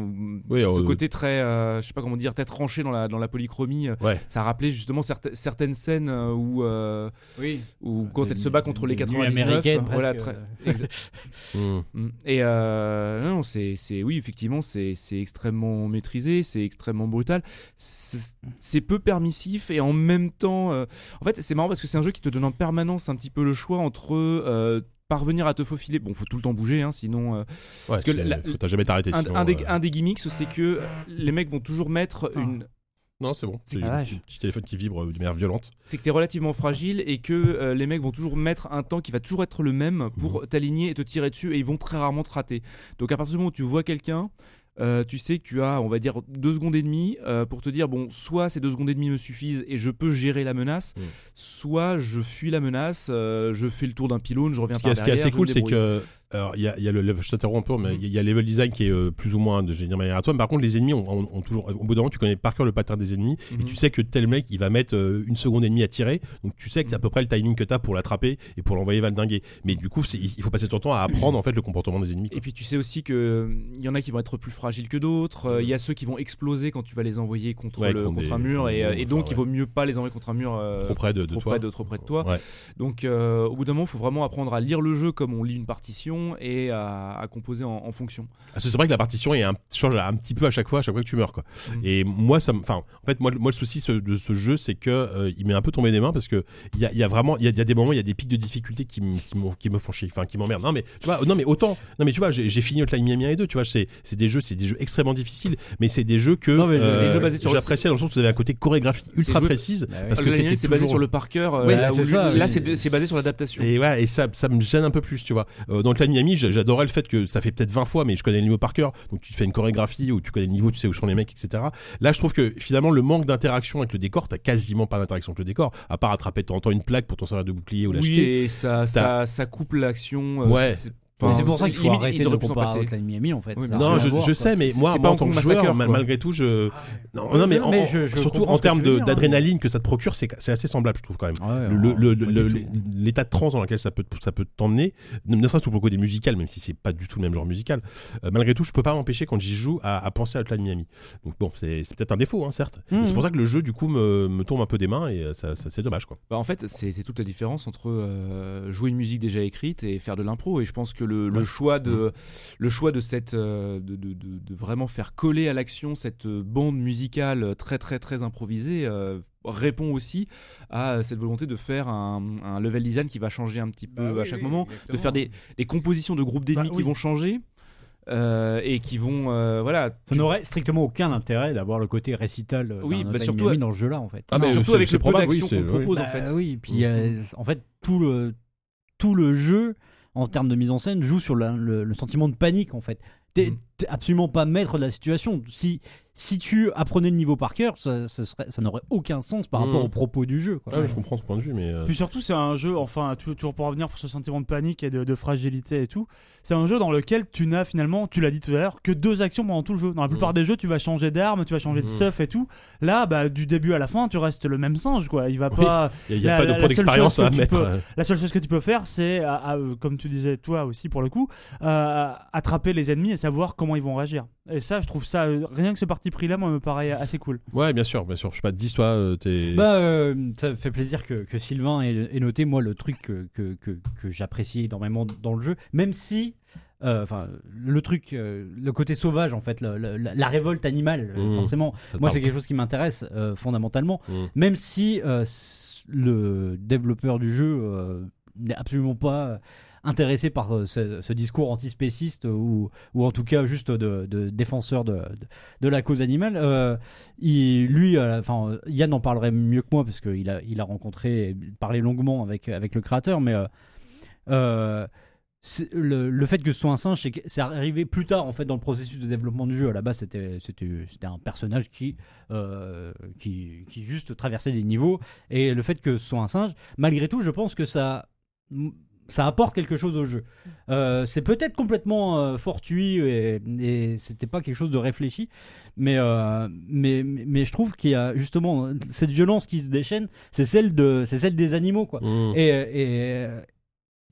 [SPEAKER 2] Oui,
[SPEAKER 4] ce
[SPEAKER 2] euh,
[SPEAKER 4] côté très, euh, je sais pas comment dire, très tranché dans la, dans la polychromie, euh,
[SPEAKER 2] Ouais.
[SPEAKER 4] ça rappelait justement certes- certaines scènes euh, où, euh,
[SPEAKER 7] Oui.
[SPEAKER 4] où quand
[SPEAKER 7] Des
[SPEAKER 4] elle se bat
[SPEAKER 7] nues-
[SPEAKER 4] contre les
[SPEAKER 7] des nues
[SPEAKER 4] 99,
[SPEAKER 7] américaines,
[SPEAKER 4] voilà,
[SPEAKER 7] presque,
[SPEAKER 4] très-
[SPEAKER 7] euh.
[SPEAKER 4] exa-
[SPEAKER 2] Hmm.
[SPEAKER 4] Mm. Et euh, non, non, c'est, c'est, oui, effectivement, c'est, c'est extrêmement maîtrisé, c'est extrêmement brutal, c'est, c'est peu permissif et en même temps, euh, en fait, c'est marrant parce que c'est un jeu qui te donne en permanence un petit peu le choix entre euh, parvenir à te faufiler. Bon, faut tout le temps bouger, hein, sinon. euh,
[SPEAKER 2] Ouais,
[SPEAKER 4] que
[SPEAKER 2] c'est-
[SPEAKER 4] la-
[SPEAKER 2] faut t'as jamais t'arrêter.
[SPEAKER 4] un,
[SPEAKER 2] sinon,
[SPEAKER 4] un des,
[SPEAKER 2] euh,
[SPEAKER 4] un des gimmicks, c'est que les mecs vont toujours mettre une.
[SPEAKER 2] Non, c'est bon. C'est
[SPEAKER 3] Ah,
[SPEAKER 2] un
[SPEAKER 3] vache.
[SPEAKER 2] petit téléphone qui vibre euh, d'une manière violente.
[SPEAKER 4] C'est que t'es relativement fragile et que euh, les mecs vont toujours mettre un temps qui va toujours être le même
[SPEAKER 2] Mhm.
[SPEAKER 4] pour t'aligner et te tirer dessus et ils vont très rarement te rater. Donc à partir du moment où tu vois quelqu'un, euh, tu sais que tu as, on va dire, deux secondes et demie euh, pour te dire bon, soit ces deux secondes et demie me suffisent et je peux gérer la menace,
[SPEAKER 2] Mm.
[SPEAKER 4] soit je fuis la menace, euh, je fais le tour d'un pylône, je reviens
[SPEAKER 2] Ce qui, est-
[SPEAKER 4] par
[SPEAKER 2] ce qui est
[SPEAKER 4] derrière,
[SPEAKER 2] assez
[SPEAKER 4] je
[SPEAKER 2] cool,
[SPEAKER 4] me
[SPEAKER 2] c'est
[SPEAKER 4] débrouille. Mhm.
[SPEAKER 2] que. Alors, il y a, il y a le, le- je t'interromps un peu, mais il y a- il y a le level design qui est euh, plus ou moins de génie manière à toi. Mais par contre, les ennemis, ont, ont- ont toujours, au bout d'un moment, tu connais par cœur le pattern des ennemis. Et
[SPEAKER 4] Mhm.
[SPEAKER 2] tu sais que tel mec, il va mettre euh, une seconde et demie à tirer. Donc tu sais
[SPEAKER 4] Mm.
[SPEAKER 2] que c'est à peu près le timing que t'as pour l'attraper et pour l'envoyer valdinguer. Mais du coup, c'est- il faut passer ton temps à apprendre en fait le comportement des ennemis. quoi.
[SPEAKER 4] Et puis tu sais aussi que il y en a qui vont être plus fragiles que d'autres. euh, Il y a ceux qui vont exploser quand tu vas les envoyer contre,
[SPEAKER 2] Ouais,
[SPEAKER 4] le,
[SPEAKER 2] contre
[SPEAKER 4] contre,
[SPEAKER 2] des-
[SPEAKER 4] un mur,
[SPEAKER 2] contre des
[SPEAKER 4] et, euh,
[SPEAKER 2] murs,
[SPEAKER 4] et donc
[SPEAKER 2] enfin,
[SPEAKER 4] il vaut mieux pas les envoyer contre un mur euh,
[SPEAKER 2] Trop près de, de
[SPEAKER 4] trop
[SPEAKER 2] toi.
[SPEAKER 4] près de trop près de toi.
[SPEAKER 2] Ouais.
[SPEAKER 4] Donc euh, au bout d'un moment, il faut vraiment apprendre à lire le jeu comme on lit une partition et à, à composer en, en fonction.
[SPEAKER 2] Ah, C'est vrai que la partition est un, change un petit peu à chaque fois, à chaque fois que tu meurs. Quoi.
[SPEAKER 4] Mhm.
[SPEAKER 2] Et moi, ça me- enfin, en fait, moi, le- moi le souci ce- de ce jeu, c'est que euh, il m'est un peu tombé des mains parce que il y a, il y a vraiment, il y a, il y a des moments, il y a des pics de difficulté qui, me- qui, m'ont- qui me font chier, enfin, qui m'emmerdent. Non, mais tu vois, non, mais autant, non, mais tu vois, j'ai j'ai fini Hotline Miami 1 et 2, tu vois, c'est c'est des jeux, c'est des jeux extrêmement difficiles, mais c'est des jeux que euh,
[SPEAKER 7] Non, mais c'est
[SPEAKER 4] des jeux basés sur-
[SPEAKER 2] j'appréciais dans le sens où vous avez un côté chorégraphique ultra
[SPEAKER 4] joué-
[SPEAKER 2] précise.
[SPEAKER 7] Bah oui.
[SPEAKER 2] Parce
[SPEAKER 4] Ah,
[SPEAKER 2] que
[SPEAKER 4] Le Lion
[SPEAKER 2] c'était
[SPEAKER 4] King, c'est basé
[SPEAKER 2] toujours-
[SPEAKER 4] sur le par cœur. euh,
[SPEAKER 2] Oui,
[SPEAKER 4] là,
[SPEAKER 7] là, c'est
[SPEAKER 4] où
[SPEAKER 7] ça,
[SPEAKER 4] lui-
[SPEAKER 7] oui.
[SPEAKER 4] là, c'est de- c'est basé sur l'adaptation.
[SPEAKER 2] Et ouais, et ça, ça me gêne un peu plus, tu vois. Euh, dans le Clan Miami, j'a- j'adorais le fait que ça fait peut-être 20 fois, mais je connais le niveau par cœur. Donc tu te fais une chorégraphie où tu connais le niveau, tu sais où sont les mecs, etc. Là, je trouve que finalement, le manque d'interaction avec le décor, t'as quasiment pas d'interaction avec le décor, à part attraper de temps en temps une plaque pour ton servir de bouclier ou
[SPEAKER 4] Oui,
[SPEAKER 2] l'acheter.
[SPEAKER 4] et ça, ça, ça coupe l'action. euh,
[SPEAKER 2] Ouais.
[SPEAKER 4] c'est-
[SPEAKER 7] Mais
[SPEAKER 4] enfin,
[SPEAKER 7] c'est pour ça qu'il faut
[SPEAKER 4] limite,
[SPEAKER 7] arrêter
[SPEAKER 4] ils
[SPEAKER 7] de
[SPEAKER 4] auraient pu s'en
[SPEAKER 7] comparer à
[SPEAKER 4] passer.
[SPEAKER 7] Hotline Miami en fait.
[SPEAKER 4] Oui,
[SPEAKER 7] Ça
[SPEAKER 4] mais
[SPEAKER 7] n'a rien
[SPEAKER 2] Non,
[SPEAKER 7] à
[SPEAKER 2] je,
[SPEAKER 7] voir,
[SPEAKER 2] je
[SPEAKER 7] quoi.
[SPEAKER 2] sais, mais
[SPEAKER 4] C'est-
[SPEAKER 2] moi,
[SPEAKER 4] c'est
[SPEAKER 2] moi,
[SPEAKER 4] pas
[SPEAKER 2] en tant
[SPEAKER 4] Hong
[SPEAKER 2] que
[SPEAKER 4] Kong
[SPEAKER 2] joueur,
[SPEAKER 4] Massacre,
[SPEAKER 2] mal-
[SPEAKER 4] quoi.
[SPEAKER 2] malgré tout, je. Non,
[SPEAKER 7] Ah Ouais,
[SPEAKER 2] non, mais,
[SPEAKER 7] non,
[SPEAKER 2] en-
[SPEAKER 7] mais
[SPEAKER 2] en-
[SPEAKER 7] je- je
[SPEAKER 2] surtout
[SPEAKER 7] comprends
[SPEAKER 2] en
[SPEAKER 7] ce que
[SPEAKER 2] termes
[SPEAKER 7] tu veux
[SPEAKER 2] de-
[SPEAKER 7] dire,
[SPEAKER 2] d'adrénaline que ça te procure, c'est c'est assez semblable, je trouve quand même.
[SPEAKER 7] Ouais,
[SPEAKER 2] le-
[SPEAKER 7] alors,
[SPEAKER 2] le-
[SPEAKER 7] pas
[SPEAKER 2] le-
[SPEAKER 7] du
[SPEAKER 2] le-
[SPEAKER 7] tout.
[SPEAKER 2] l'état de transe dans lequel ça peut ça peut t'emmener ne ne serait-ce que pour le côté musical même si c'est pas du tout le même genre musical Euh, malgré tout je peux pas m'empêcher quand j'y joue à, à penser à Hotline Miami donc bon c'est c'est peut-être un défaut hein, certes
[SPEAKER 6] Mhm.
[SPEAKER 2] Et c'est pour ça que le jeu du coup me, me tombe un peu des mains et euh, ça, ça- c'est dommage quoi
[SPEAKER 4] Bah, en fait, c'est c'est toute la différence entre euh, jouer une musique déjà écrite et faire de l'impro. Et je pense que le, le
[SPEAKER 2] Ouais.
[SPEAKER 4] choix de le choix de cette euh, de, de- de- de vraiment faire coller à l'action cette euh, bande musicale très très très improvisée euh, répond aussi à cette volonté de faire un, un level design qui va changer un petit
[SPEAKER 7] Bah
[SPEAKER 4] peu à chaque moment, de faire des, des compositions de groupes d'ennemis qui vont changer. euh, et qui vont euh, voilà
[SPEAKER 7] Ça
[SPEAKER 4] tu-
[SPEAKER 7] n'aurait strictement aucun intérêt d'avoir le côté récital euh,
[SPEAKER 4] Oui, bah,
[SPEAKER 7] d'un Hotline
[SPEAKER 4] surtout-
[SPEAKER 7] Miami dans ce jeu-là en fait.
[SPEAKER 2] Ah, mais
[SPEAKER 4] surtout
[SPEAKER 2] c'est-
[SPEAKER 4] avec
[SPEAKER 2] c'est
[SPEAKER 4] les
[SPEAKER 2] probable,
[SPEAKER 4] probable,
[SPEAKER 2] oui,
[SPEAKER 4] qu'on
[SPEAKER 2] c'est-
[SPEAKER 4] propose en
[SPEAKER 7] Bah
[SPEAKER 4] fait
[SPEAKER 7] Oui, puis euh, en fait tout le tout le jeu en termes de mise en scène joue sur la- le, le sentiment de panique en fait. T'es
[SPEAKER 4] Mhm.
[SPEAKER 7] t'es absolument pas maître de la situation. Si si tu apprenais le niveau par cœur, ça, ça serait- ça n'aurait aucun sens par
[SPEAKER 2] Mhm.
[SPEAKER 7] rapport aux propos du jeu. Quoi.
[SPEAKER 2] Ouais, je comprends ce point de vue mais euh,
[SPEAKER 3] Puis surtout, c'est un jeu, enfin, tou- toujours pour revenir pour ce sentiment de panique et de, de fragilité et tout, c'est un jeu dans lequel tu n'as finalement, tu l'as dit tout à l'heure, que deux actions pendant tout le jeu. Dans la plupart des jeux, tu vas changer d'arme, tu vas changer de
[SPEAKER 2] Mhm.
[SPEAKER 3] stuff et tout. Là, bah, du début à la fin, tu restes le même singe, quoi. Il va pas.
[SPEAKER 2] il n'y a,
[SPEAKER 3] la-
[SPEAKER 2] pas de
[SPEAKER 3] la-
[SPEAKER 2] point
[SPEAKER 3] la seule
[SPEAKER 2] d'expérience
[SPEAKER 3] chose
[SPEAKER 2] à
[SPEAKER 3] que tu
[SPEAKER 2] mettre euh,
[SPEAKER 3] peux- La seule chose que tu peux faire, c'est, à- à- euh, comme tu disais toi aussi pour le coup, euh, attraper les ennemis et savoir comment ils vont réagir. Et ça, je trouve ça, euh, rien que ce parti pris là, moi, me paraît assez cool.
[SPEAKER 2] ouais bien sûr bien sûr je sais pas dis toi euh, t'es
[SPEAKER 7] Bah, euh, ça me fait plaisir que, que Sylvain ait, ait noté, moi, le truc que, que, que, que j'apprécie énormément dans le jeu, même si. euh, Enfin, le truc, euh, le côté sauvage, en fait, la, la- la révolte animale, euh,
[SPEAKER 2] Mmh.
[SPEAKER 7] forcément.
[SPEAKER 2] ça te
[SPEAKER 7] Moi,
[SPEAKER 2] parle.
[SPEAKER 7] c'est quelque chose qui m'intéresse euh, fondamentalement,
[SPEAKER 2] Mmh.
[SPEAKER 7] même si euh, s- le développeur du jeu euh, n'est absolument pas euh, intéressé par euh, ce, ce discours antispéciste euh, ou, ou en tout cas juste de, de défenseur de, de, de la cause animale. Euh, il, lui, euh, enfin, euh, Yann en parlerait mieux que moi parce qu'il a, il a rencontré et parlé longuement avec, avec le créateur, mais euh, euh, c'est- le, le fait que ce soit un singe, c'est que- c'est arrivé plus tard en fait dans le processus de développement du jeu. À la base, c'était c'était- c'était un personnage qui, euh, qui, qui juste traversait des niveaux. Et le fait que ce soit un singe, malgré tout, je pense que ça, ça apporte quelque chose au jeu. Euh, c'est peut-être complètement euh, fortuit et, et c'était pas quelque chose de réfléchi, mais, euh, mais, mais mais je trouve qu'il y a
[SPEAKER 2] Hmm.
[SPEAKER 7] justement cette violence qui se déchaîne, c'est celle, de, c'est celle des animaux. quoi.
[SPEAKER 2] Mmh.
[SPEAKER 7] Et, et,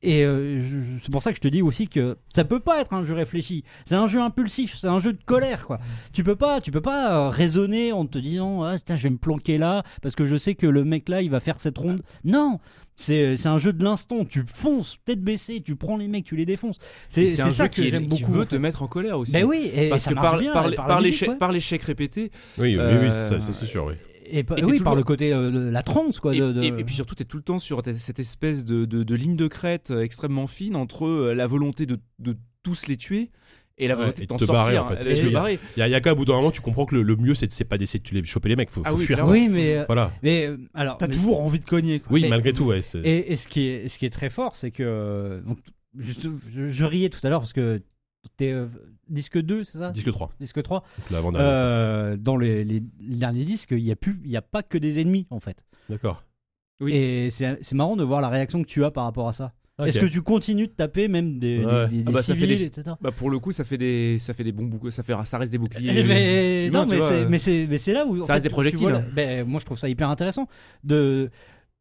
[SPEAKER 7] Et euh, je- je- c'est pour ça que je te dis aussi que ça peut pas être un jeu réfléchi. C'est un jeu impulsif, c'est un jeu de colère, quoi. Tu peux pas, tu peux pas euh, raisonner en te disant ah putain je vais me planquer là parce que je sais que le mec là il va faire cette ronde. Non, c'est c'est un jeu de l'instant. Tu fonces tête baissée, tu prends les mecs, tu les défonces. C'est
[SPEAKER 4] Et
[SPEAKER 7] c'est
[SPEAKER 4] un
[SPEAKER 7] ça
[SPEAKER 4] jeu
[SPEAKER 7] que
[SPEAKER 4] qui est-
[SPEAKER 7] j'aime
[SPEAKER 4] Qui
[SPEAKER 7] beaucoup.
[SPEAKER 4] veut
[SPEAKER 7] en
[SPEAKER 4] te
[SPEAKER 7] fait.
[SPEAKER 4] mettre en colère aussi.
[SPEAKER 7] Ben oui, et, et
[SPEAKER 4] Parce
[SPEAKER 7] ça
[SPEAKER 4] que
[SPEAKER 7] marche
[SPEAKER 4] par,
[SPEAKER 7] bien
[SPEAKER 4] par,
[SPEAKER 7] et
[SPEAKER 4] les-
[SPEAKER 7] par la
[SPEAKER 4] par
[SPEAKER 7] musique,
[SPEAKER 4] l'échec-
[SPEAKER 7] ouais.
[SPEAKER 4] par l'échec répété,
[SPEAKER 2] Oui, oui, oui, ça, ça, c'est sûr, oui.
[SPEAKER 7] Et, par-
[SPEAKER 4] et t'es
[SPEAKER 7] oui, par
[SPEAKER 4] toujours-
[SPEAKER 7] le côté euh, de- la trance quoi.
[SPEAKER 4] Et,
[SPEAKER 7] de- de-
[SPEAKER 4] et- et puis surtout, tu es tout le temps sur t- cette espèce de, de- de ligne de crête euh, extrêmement fine entre euh, la volonté de, de tous les tuer et la
[SPEAKER 2] Ouais,
[SPEAKER 4] volonté
[SPEAKER 2] et
[SPEAKER 4] de t'en
[SPEAKER 2] de te barrer,
[SPEAKER 4] sortir.
[SPEAKER 2] en fait.
[SPEAKER 4] Et
[SPEAKER 2] Parce
[SPEAKER 4] de
[SPEAKER 2] que
[SPEAKER 4] te
[SPEAKER 2] y a-
[SPEAKER 4] barrer.
[SPEAKER 2] Il y a, il y a qu'à bout d'un moment, tu comprends que le, le mieux, c'est de- c'est pas d'essayer de tuer- choper les mecs, faut, faut
[SPEAKER 4] Ah oui,
[SPEAKER 2] fuir.
[SPEAKER 4] clairement.
[SPEAKER 7] oui, mais euh,
[SPEAKER 2] Voilà.
[SPEAKER 7] mais euh, alors
[SPEAKER 3] T'as
[SPEAKER 7] mais-
[SPEAKER 3] toujours envie de cogner, quoi.
[SPEAKER 2] Oui,
[SPEAKER 7] Mais-
[SPEAKER 2] malgré tout, ouais. c'est-
[SPEAKER 7] Et, et ce, qui est, ce qui est très fort, c'est que. euh, donc, juste- je, je riais tout à l'heure parce que t'es euh, disque 2, c'est ça
[SPEAKER 2] Disque 3.
[SPEAKER 7] Disque 3.
[SPEAKER 2] donc la bande arrière.
[SPEAKER 7] Euh, dans les, les- les derniers disques, il n'y a, plus- il y a pas que des ennemis en fait.
[SPEAKER 2] D'accord.
[SPEAKER 4] Oui.
[SPEAKER 7] Et c'est c'est marrant de voir la réaction que tu as par rapport à ça.
[SPEAKER 2] Ok.
[SPEAKER 7] Est-ce que tu continues de taper même des, des-
[SPEAKER 2] Ouais.
[SPEAKER 7] des- des
[SPEAKER 4] Ah bah, ça fait
[SPEAKER 7] civils,
[SPEAKER 4] des-
[SPEAKER 7] etc.
[SPEAKER 4] Bah, pour le coup, ça fait des, ça fait des bons boucliers, ça, fait, ça reste des boucliers.
[SPEAKER 7] Eh, mais,
[SPEAKER 4] humains,
[SPEAKER 7] non,
[SPEAKER 4] tu
[SPEAKER 7] mais
[SPEAKER 4] vois,
[SPEAKER 7] c'est-
[SPEAKER 4] euh.
[SPEAKER 7] mais c'est mais c'est là où en
[SPEAKER 4] Ça reste
[SPEAKER 7] fait,
[SPEAKER 4] des
[SPEAKER 7] tu-
[SPEAKER 4] projectiles,
[SPEAKER 7] tu vois,
[SPEAKER 4] hein.
[SPEAKER 7] ben, moi je trouve ça hyper intéressant de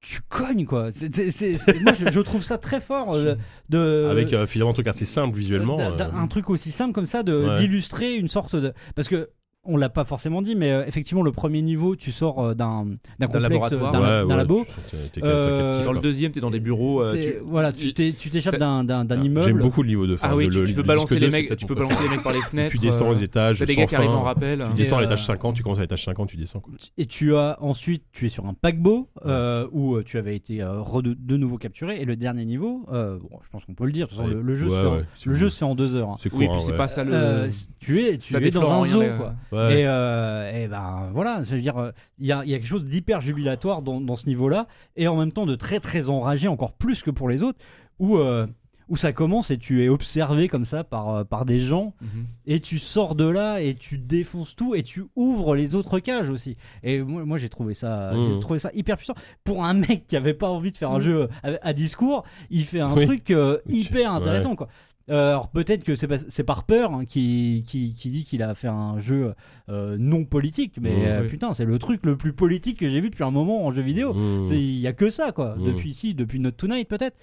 [SPEAKER 7] tu cognes quoi. C'est- c'est- c'est- c'est- moi je, je trouve ça très fort euh, de
[SPEAKER 2] Avec euh, finalement un truc assez simple visuellement.
[SPEAKER 7] D'un- d'un-
[SPEAKER 2] euh,
[SPEAKER 7] Un truc aussi simple comme ça de
[SPEAKER 2] Ouais.
[SPEAKER 7] d'illustrer une sorte de parce que on l'a pas forcément dit, mais euh, effectivement le premier niveau, tu sors euh, d'un d'un complexe,
[SPEAKER 4] laboratoire.
[SPEAKER 7] d'un
[SPEAKER 2] ouais,
[SPEAKER 7] d'un
[SPEAKER 2] ouais,
[SPEAKER 7] labo.
[SPEAKER 2] tu- t'es- t'es- t'es
[SPEAKER 7] Euh,
[SPEAKER 2] captif,
[SPEAKER 7] dans
[SPEAKER 4] Dans
[SPEAKER 2] quoi.
[SPEAKER 4] le deuxième, tu es dans des bureaux. euh,
[SPEAKER 7] T'es-
[SPEAKER 4] tu-
[SPEAKER 7] voilà, tu t'es- tu t'échappes
[SPEAKER 4] t'as-
[SPEAKER 7] d'un d'un- d'un immeuble.
[SPEAKER 2] Ah, J'aime beaucoup le niveau de.
[SPEAKER 4] Ah
[SPEAKER 2] enfin,
[SPEAKER 4] oui,
[SPEAKER 2] le-
[SPEAKER 4] tu,
[SPEAKER 2] le-
[SPEAKER 4] tu peux
[SPEAKER 2] le
[SPEAKER 4] balancer
[SPEAKER 2] disque
[SPEAKER 4] les
[SPEAKER 2] 2, c'est
[SPEAKER 4] mecs,
[SPEAKER 2] peut-être
[SPEAKER 4] tu
[SPEAKER 2] mon
[SPEAKER 4] peux
[SPEAKER 2] préféré.
[SPEAKER 4] balancer les mecs par les fenêtres.
[SPEAKER 2] Tu descends
[SPEAKER 4] euh,
[SPEAKER 2] les étages.
[SPEAKER 4] T'as des
[SPEAKER 2] sans
[SPEAKER 4] gars qui arrivent
[SPEAKER 2] fin.
[SPEAKER 4] en hein. rappel.
[SPEAKER 2] Tu descends à
[SPEAKER 7] euh,
[SPEAKER 2] l'étage 50, tu commences à l'étage 50, tu descends. quoi.
[SPEAKER 7] Et tu as ensuite, tu es sur un paquebot euh, où euh, tu avais été euh, re- de, de nouveau capturé. Et le dernier niveau, euh, bon, je pense qu'on peut le dire. de toute façon, le, le jeu,
[SPEAKER 2] Ouais,
[SPEAKER 7] se fait en,
[SPEAKER 2] ouais, c'est
[SPEAKER 7] le
[SPEAKER 2] cool.
[SPEAKER 7] jeu se fait en deux heures. hein.
[SPEAKER 2] C'est cool.
[SPEAKER 4] Oui,
[SPEAKER 2] hein,
[SPEAKER 4] puis c'est
[SPEAKER 2] ouais.
[SPEAKER 4] pas ça le.
[SPEAKER 7] Euh, tu es, tu
[SPEAKER 4] ça
[SPEAKER 7] es dans
[SPEAKER 4] déflore
[SPEAKER 7] un
[SPEAKER 4] rien,
[SPEAKER 7] zoo,
[SPEAKER 4] mais, euh,
[SPEAKER 7] quoi.
[SPEAKER 2] Ouais.
[SPEAKER 7] Et, euh, et ben voilà, je veux dire, euh, il y a, il y a quelque chose d'hyper jubilatoire dans, dans ce niveau-là, et en même temps de très très enragé, encore plus que pour les autres, où, euh, où ça commence et tu es observé comme ça par, euh, par des gens,
[SPEAKER 4] Mhm.
[SPEAKER 7] et tu sors de là et tu défonces tout, et tu ouvres les autres cages aussi. Et moi, moi, j'ai trouvé, ça
[SPEAKER 2] Mhm.
[SPEAKER 7] j'ai trouvé ça hyper puissant. Pour un mec qui avait pas envie de faire un jeu à, à discours, il fait un
[SPEAKER 2] Oui.
[SPEAKER 7] truc euh,
[SPEAKER 2] Ok.
[SPEAKER 7] hyper
[SPEAKER 2] Ouais.
[SPEAKER 7] intéressant, quoi. Euh, Alors peut-être que c'est pas- c'est par peur hein, qui, qui, qui dit qu'il a fait un jeu euh, non politique, mais
[SPEAKER 2] Mmh,
[SPEAKER 7] euh,
[SPEAKER 4] oui.
[SPEAKER 7] putain, c'est le truc le plus politique que j'ai vu depuis un moment en jeu vidéo.
[SPEAKER 2] Mmh.
[SPEAKER 7] C'est- Il y a que ça, quoi.
[SPEAKER 2] Mmh.
[SPEAKER 7] Depuis ici, depuis Not Tonight, peut-être.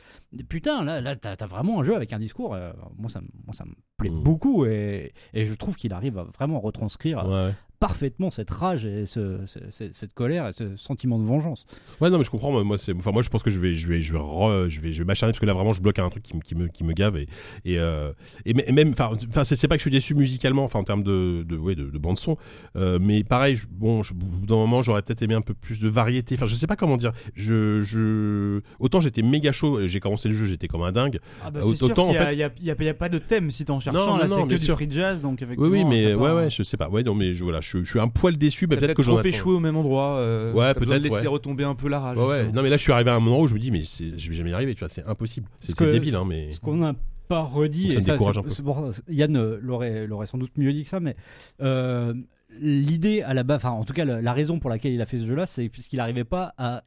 [SPEAKER 7] Putain, là, là t'as t'as vraiment un jeu avec un discours. euh, moi, ça, me- moi, ça me plaît
[SPEAKER 2] Mmh.
[SPEAKER 7] beaucoup et, et je trouve qu'il arrive à vraiment retranscrire
[SPEAKER 2] Ouais.
[SPEAKER 7] parfaitement cette rage et ce- ce- ce- cette colère et ce sentiment de vengeance.
[SPEAKER 2] Ouais, non, mais je comprends. Moi, moi, c'est, enfin, moi, je pense que je vais, je vais, je vais, re- je vais, je vais m'acharner parce que là, vraiment, je bloque à un truc qui, me- qui me, qui me gave et, et, euh, et m- et même, enfin, enfin, c'est, c'est pas que je suis déçu musicalement, enfin, en termes de, de, ouais, de, bande son, euh, mais pareil, je- bon, je, au bout d'un moment, j'aurais peut-être aimé un peu plus de variété. Enfin, je sais pas comment dire. Je, je, autant j'étais méga chaud. J'ai commencé le jeu, j'étais comme un dingue.
[SPEAKER 3] Ah bah,
[SPEAKER 2] Euh,
[SPEAKER 3] c'est sûr
[SPEAKER 2] autant,
[SPEAKER 3] qu'il y
[SPEAKER 2] en
[SPEAKER 3] a,
[SPEAKER 2] fait-
[SPEAKER 3] il y a- il y a- il y a pas de thème si t'en cherches
[SPEAKER 2] Non,
[SPEAKER 3] un, là
[SPEAKER 2] non,
[SPEAKER 3] c'est
[SPEAKER 2] non,
[SPEAKER 3] que
[SPEAKER 2] bien
[SPEAKER 3] du
[SPEAKER 2] sûr.
[SPEAKER 3] free jazz donc euh, effectivement.
[SPEAKER 2] Oui,
[SPEAKER 3] hein.
[SPEAKER 2] oui,
[SPEAKER 3] c'est
[SPEAKER 2] mais
[SPEAKER 3] pas-
[SPEAKER 2] ouais, ouais, je sais pas. Ouais, non, mais je, voilà, je, je suis un poil déçu, mais
[SPEAKER 4] T'as
[SPEAKER 2] peut-être
[SPEAKER 4] peut-être
[SPEAKER 2] que j'en
[SPEAKER 4] trop
[SPEAKER 2] attends.
[SPEAKER 4] échoué hein, au même endroit. euh,
[SPEAKER 2] Ouais,
[SPEAKER 4] t'as besoin de
[SPEAKER 2] peut-être,
[SPEAKER 4] Laisser
[SPEAKER 2] ouais.
[SPEAKER 4] retomber un peu la rage.
[SPEAKER 2] Ouais, ouais.
[SPEAKER 4] justement.
[SPEAKER 2] Non, mais là, je suis arrivé à un moment où je me dis, mais c'est- je vais jamais y arriver. Tu vois, c'est impossible. C'est,
[SPEAKER 7] Parce
[SPEAKER 2] c'est
[SPEAKER 7] que-
[SPEAKER 2] débile, hein, mais.
[SPEAKER 7] ce qu'on n'a pas redit,
[SPEAKER 2] Donc ça
[SPEAKER 7] et
[SPEAKER 2] me
[SPEAKER 7] ça,
[SPEAKER 2] décourage
[SPEAKER 7] c'est-
[SPEAKER 2] un peu.
[SPEAKER 7] c'est pour ça, Yann euh, l'aurait l'aurait sans doute mieux dit que ça, mais euh, l'idée à la base, enfin en tout cas la, la raison pour laquelle il a fait ce jeu-là, c'est parce qu'il n'arrivait pas à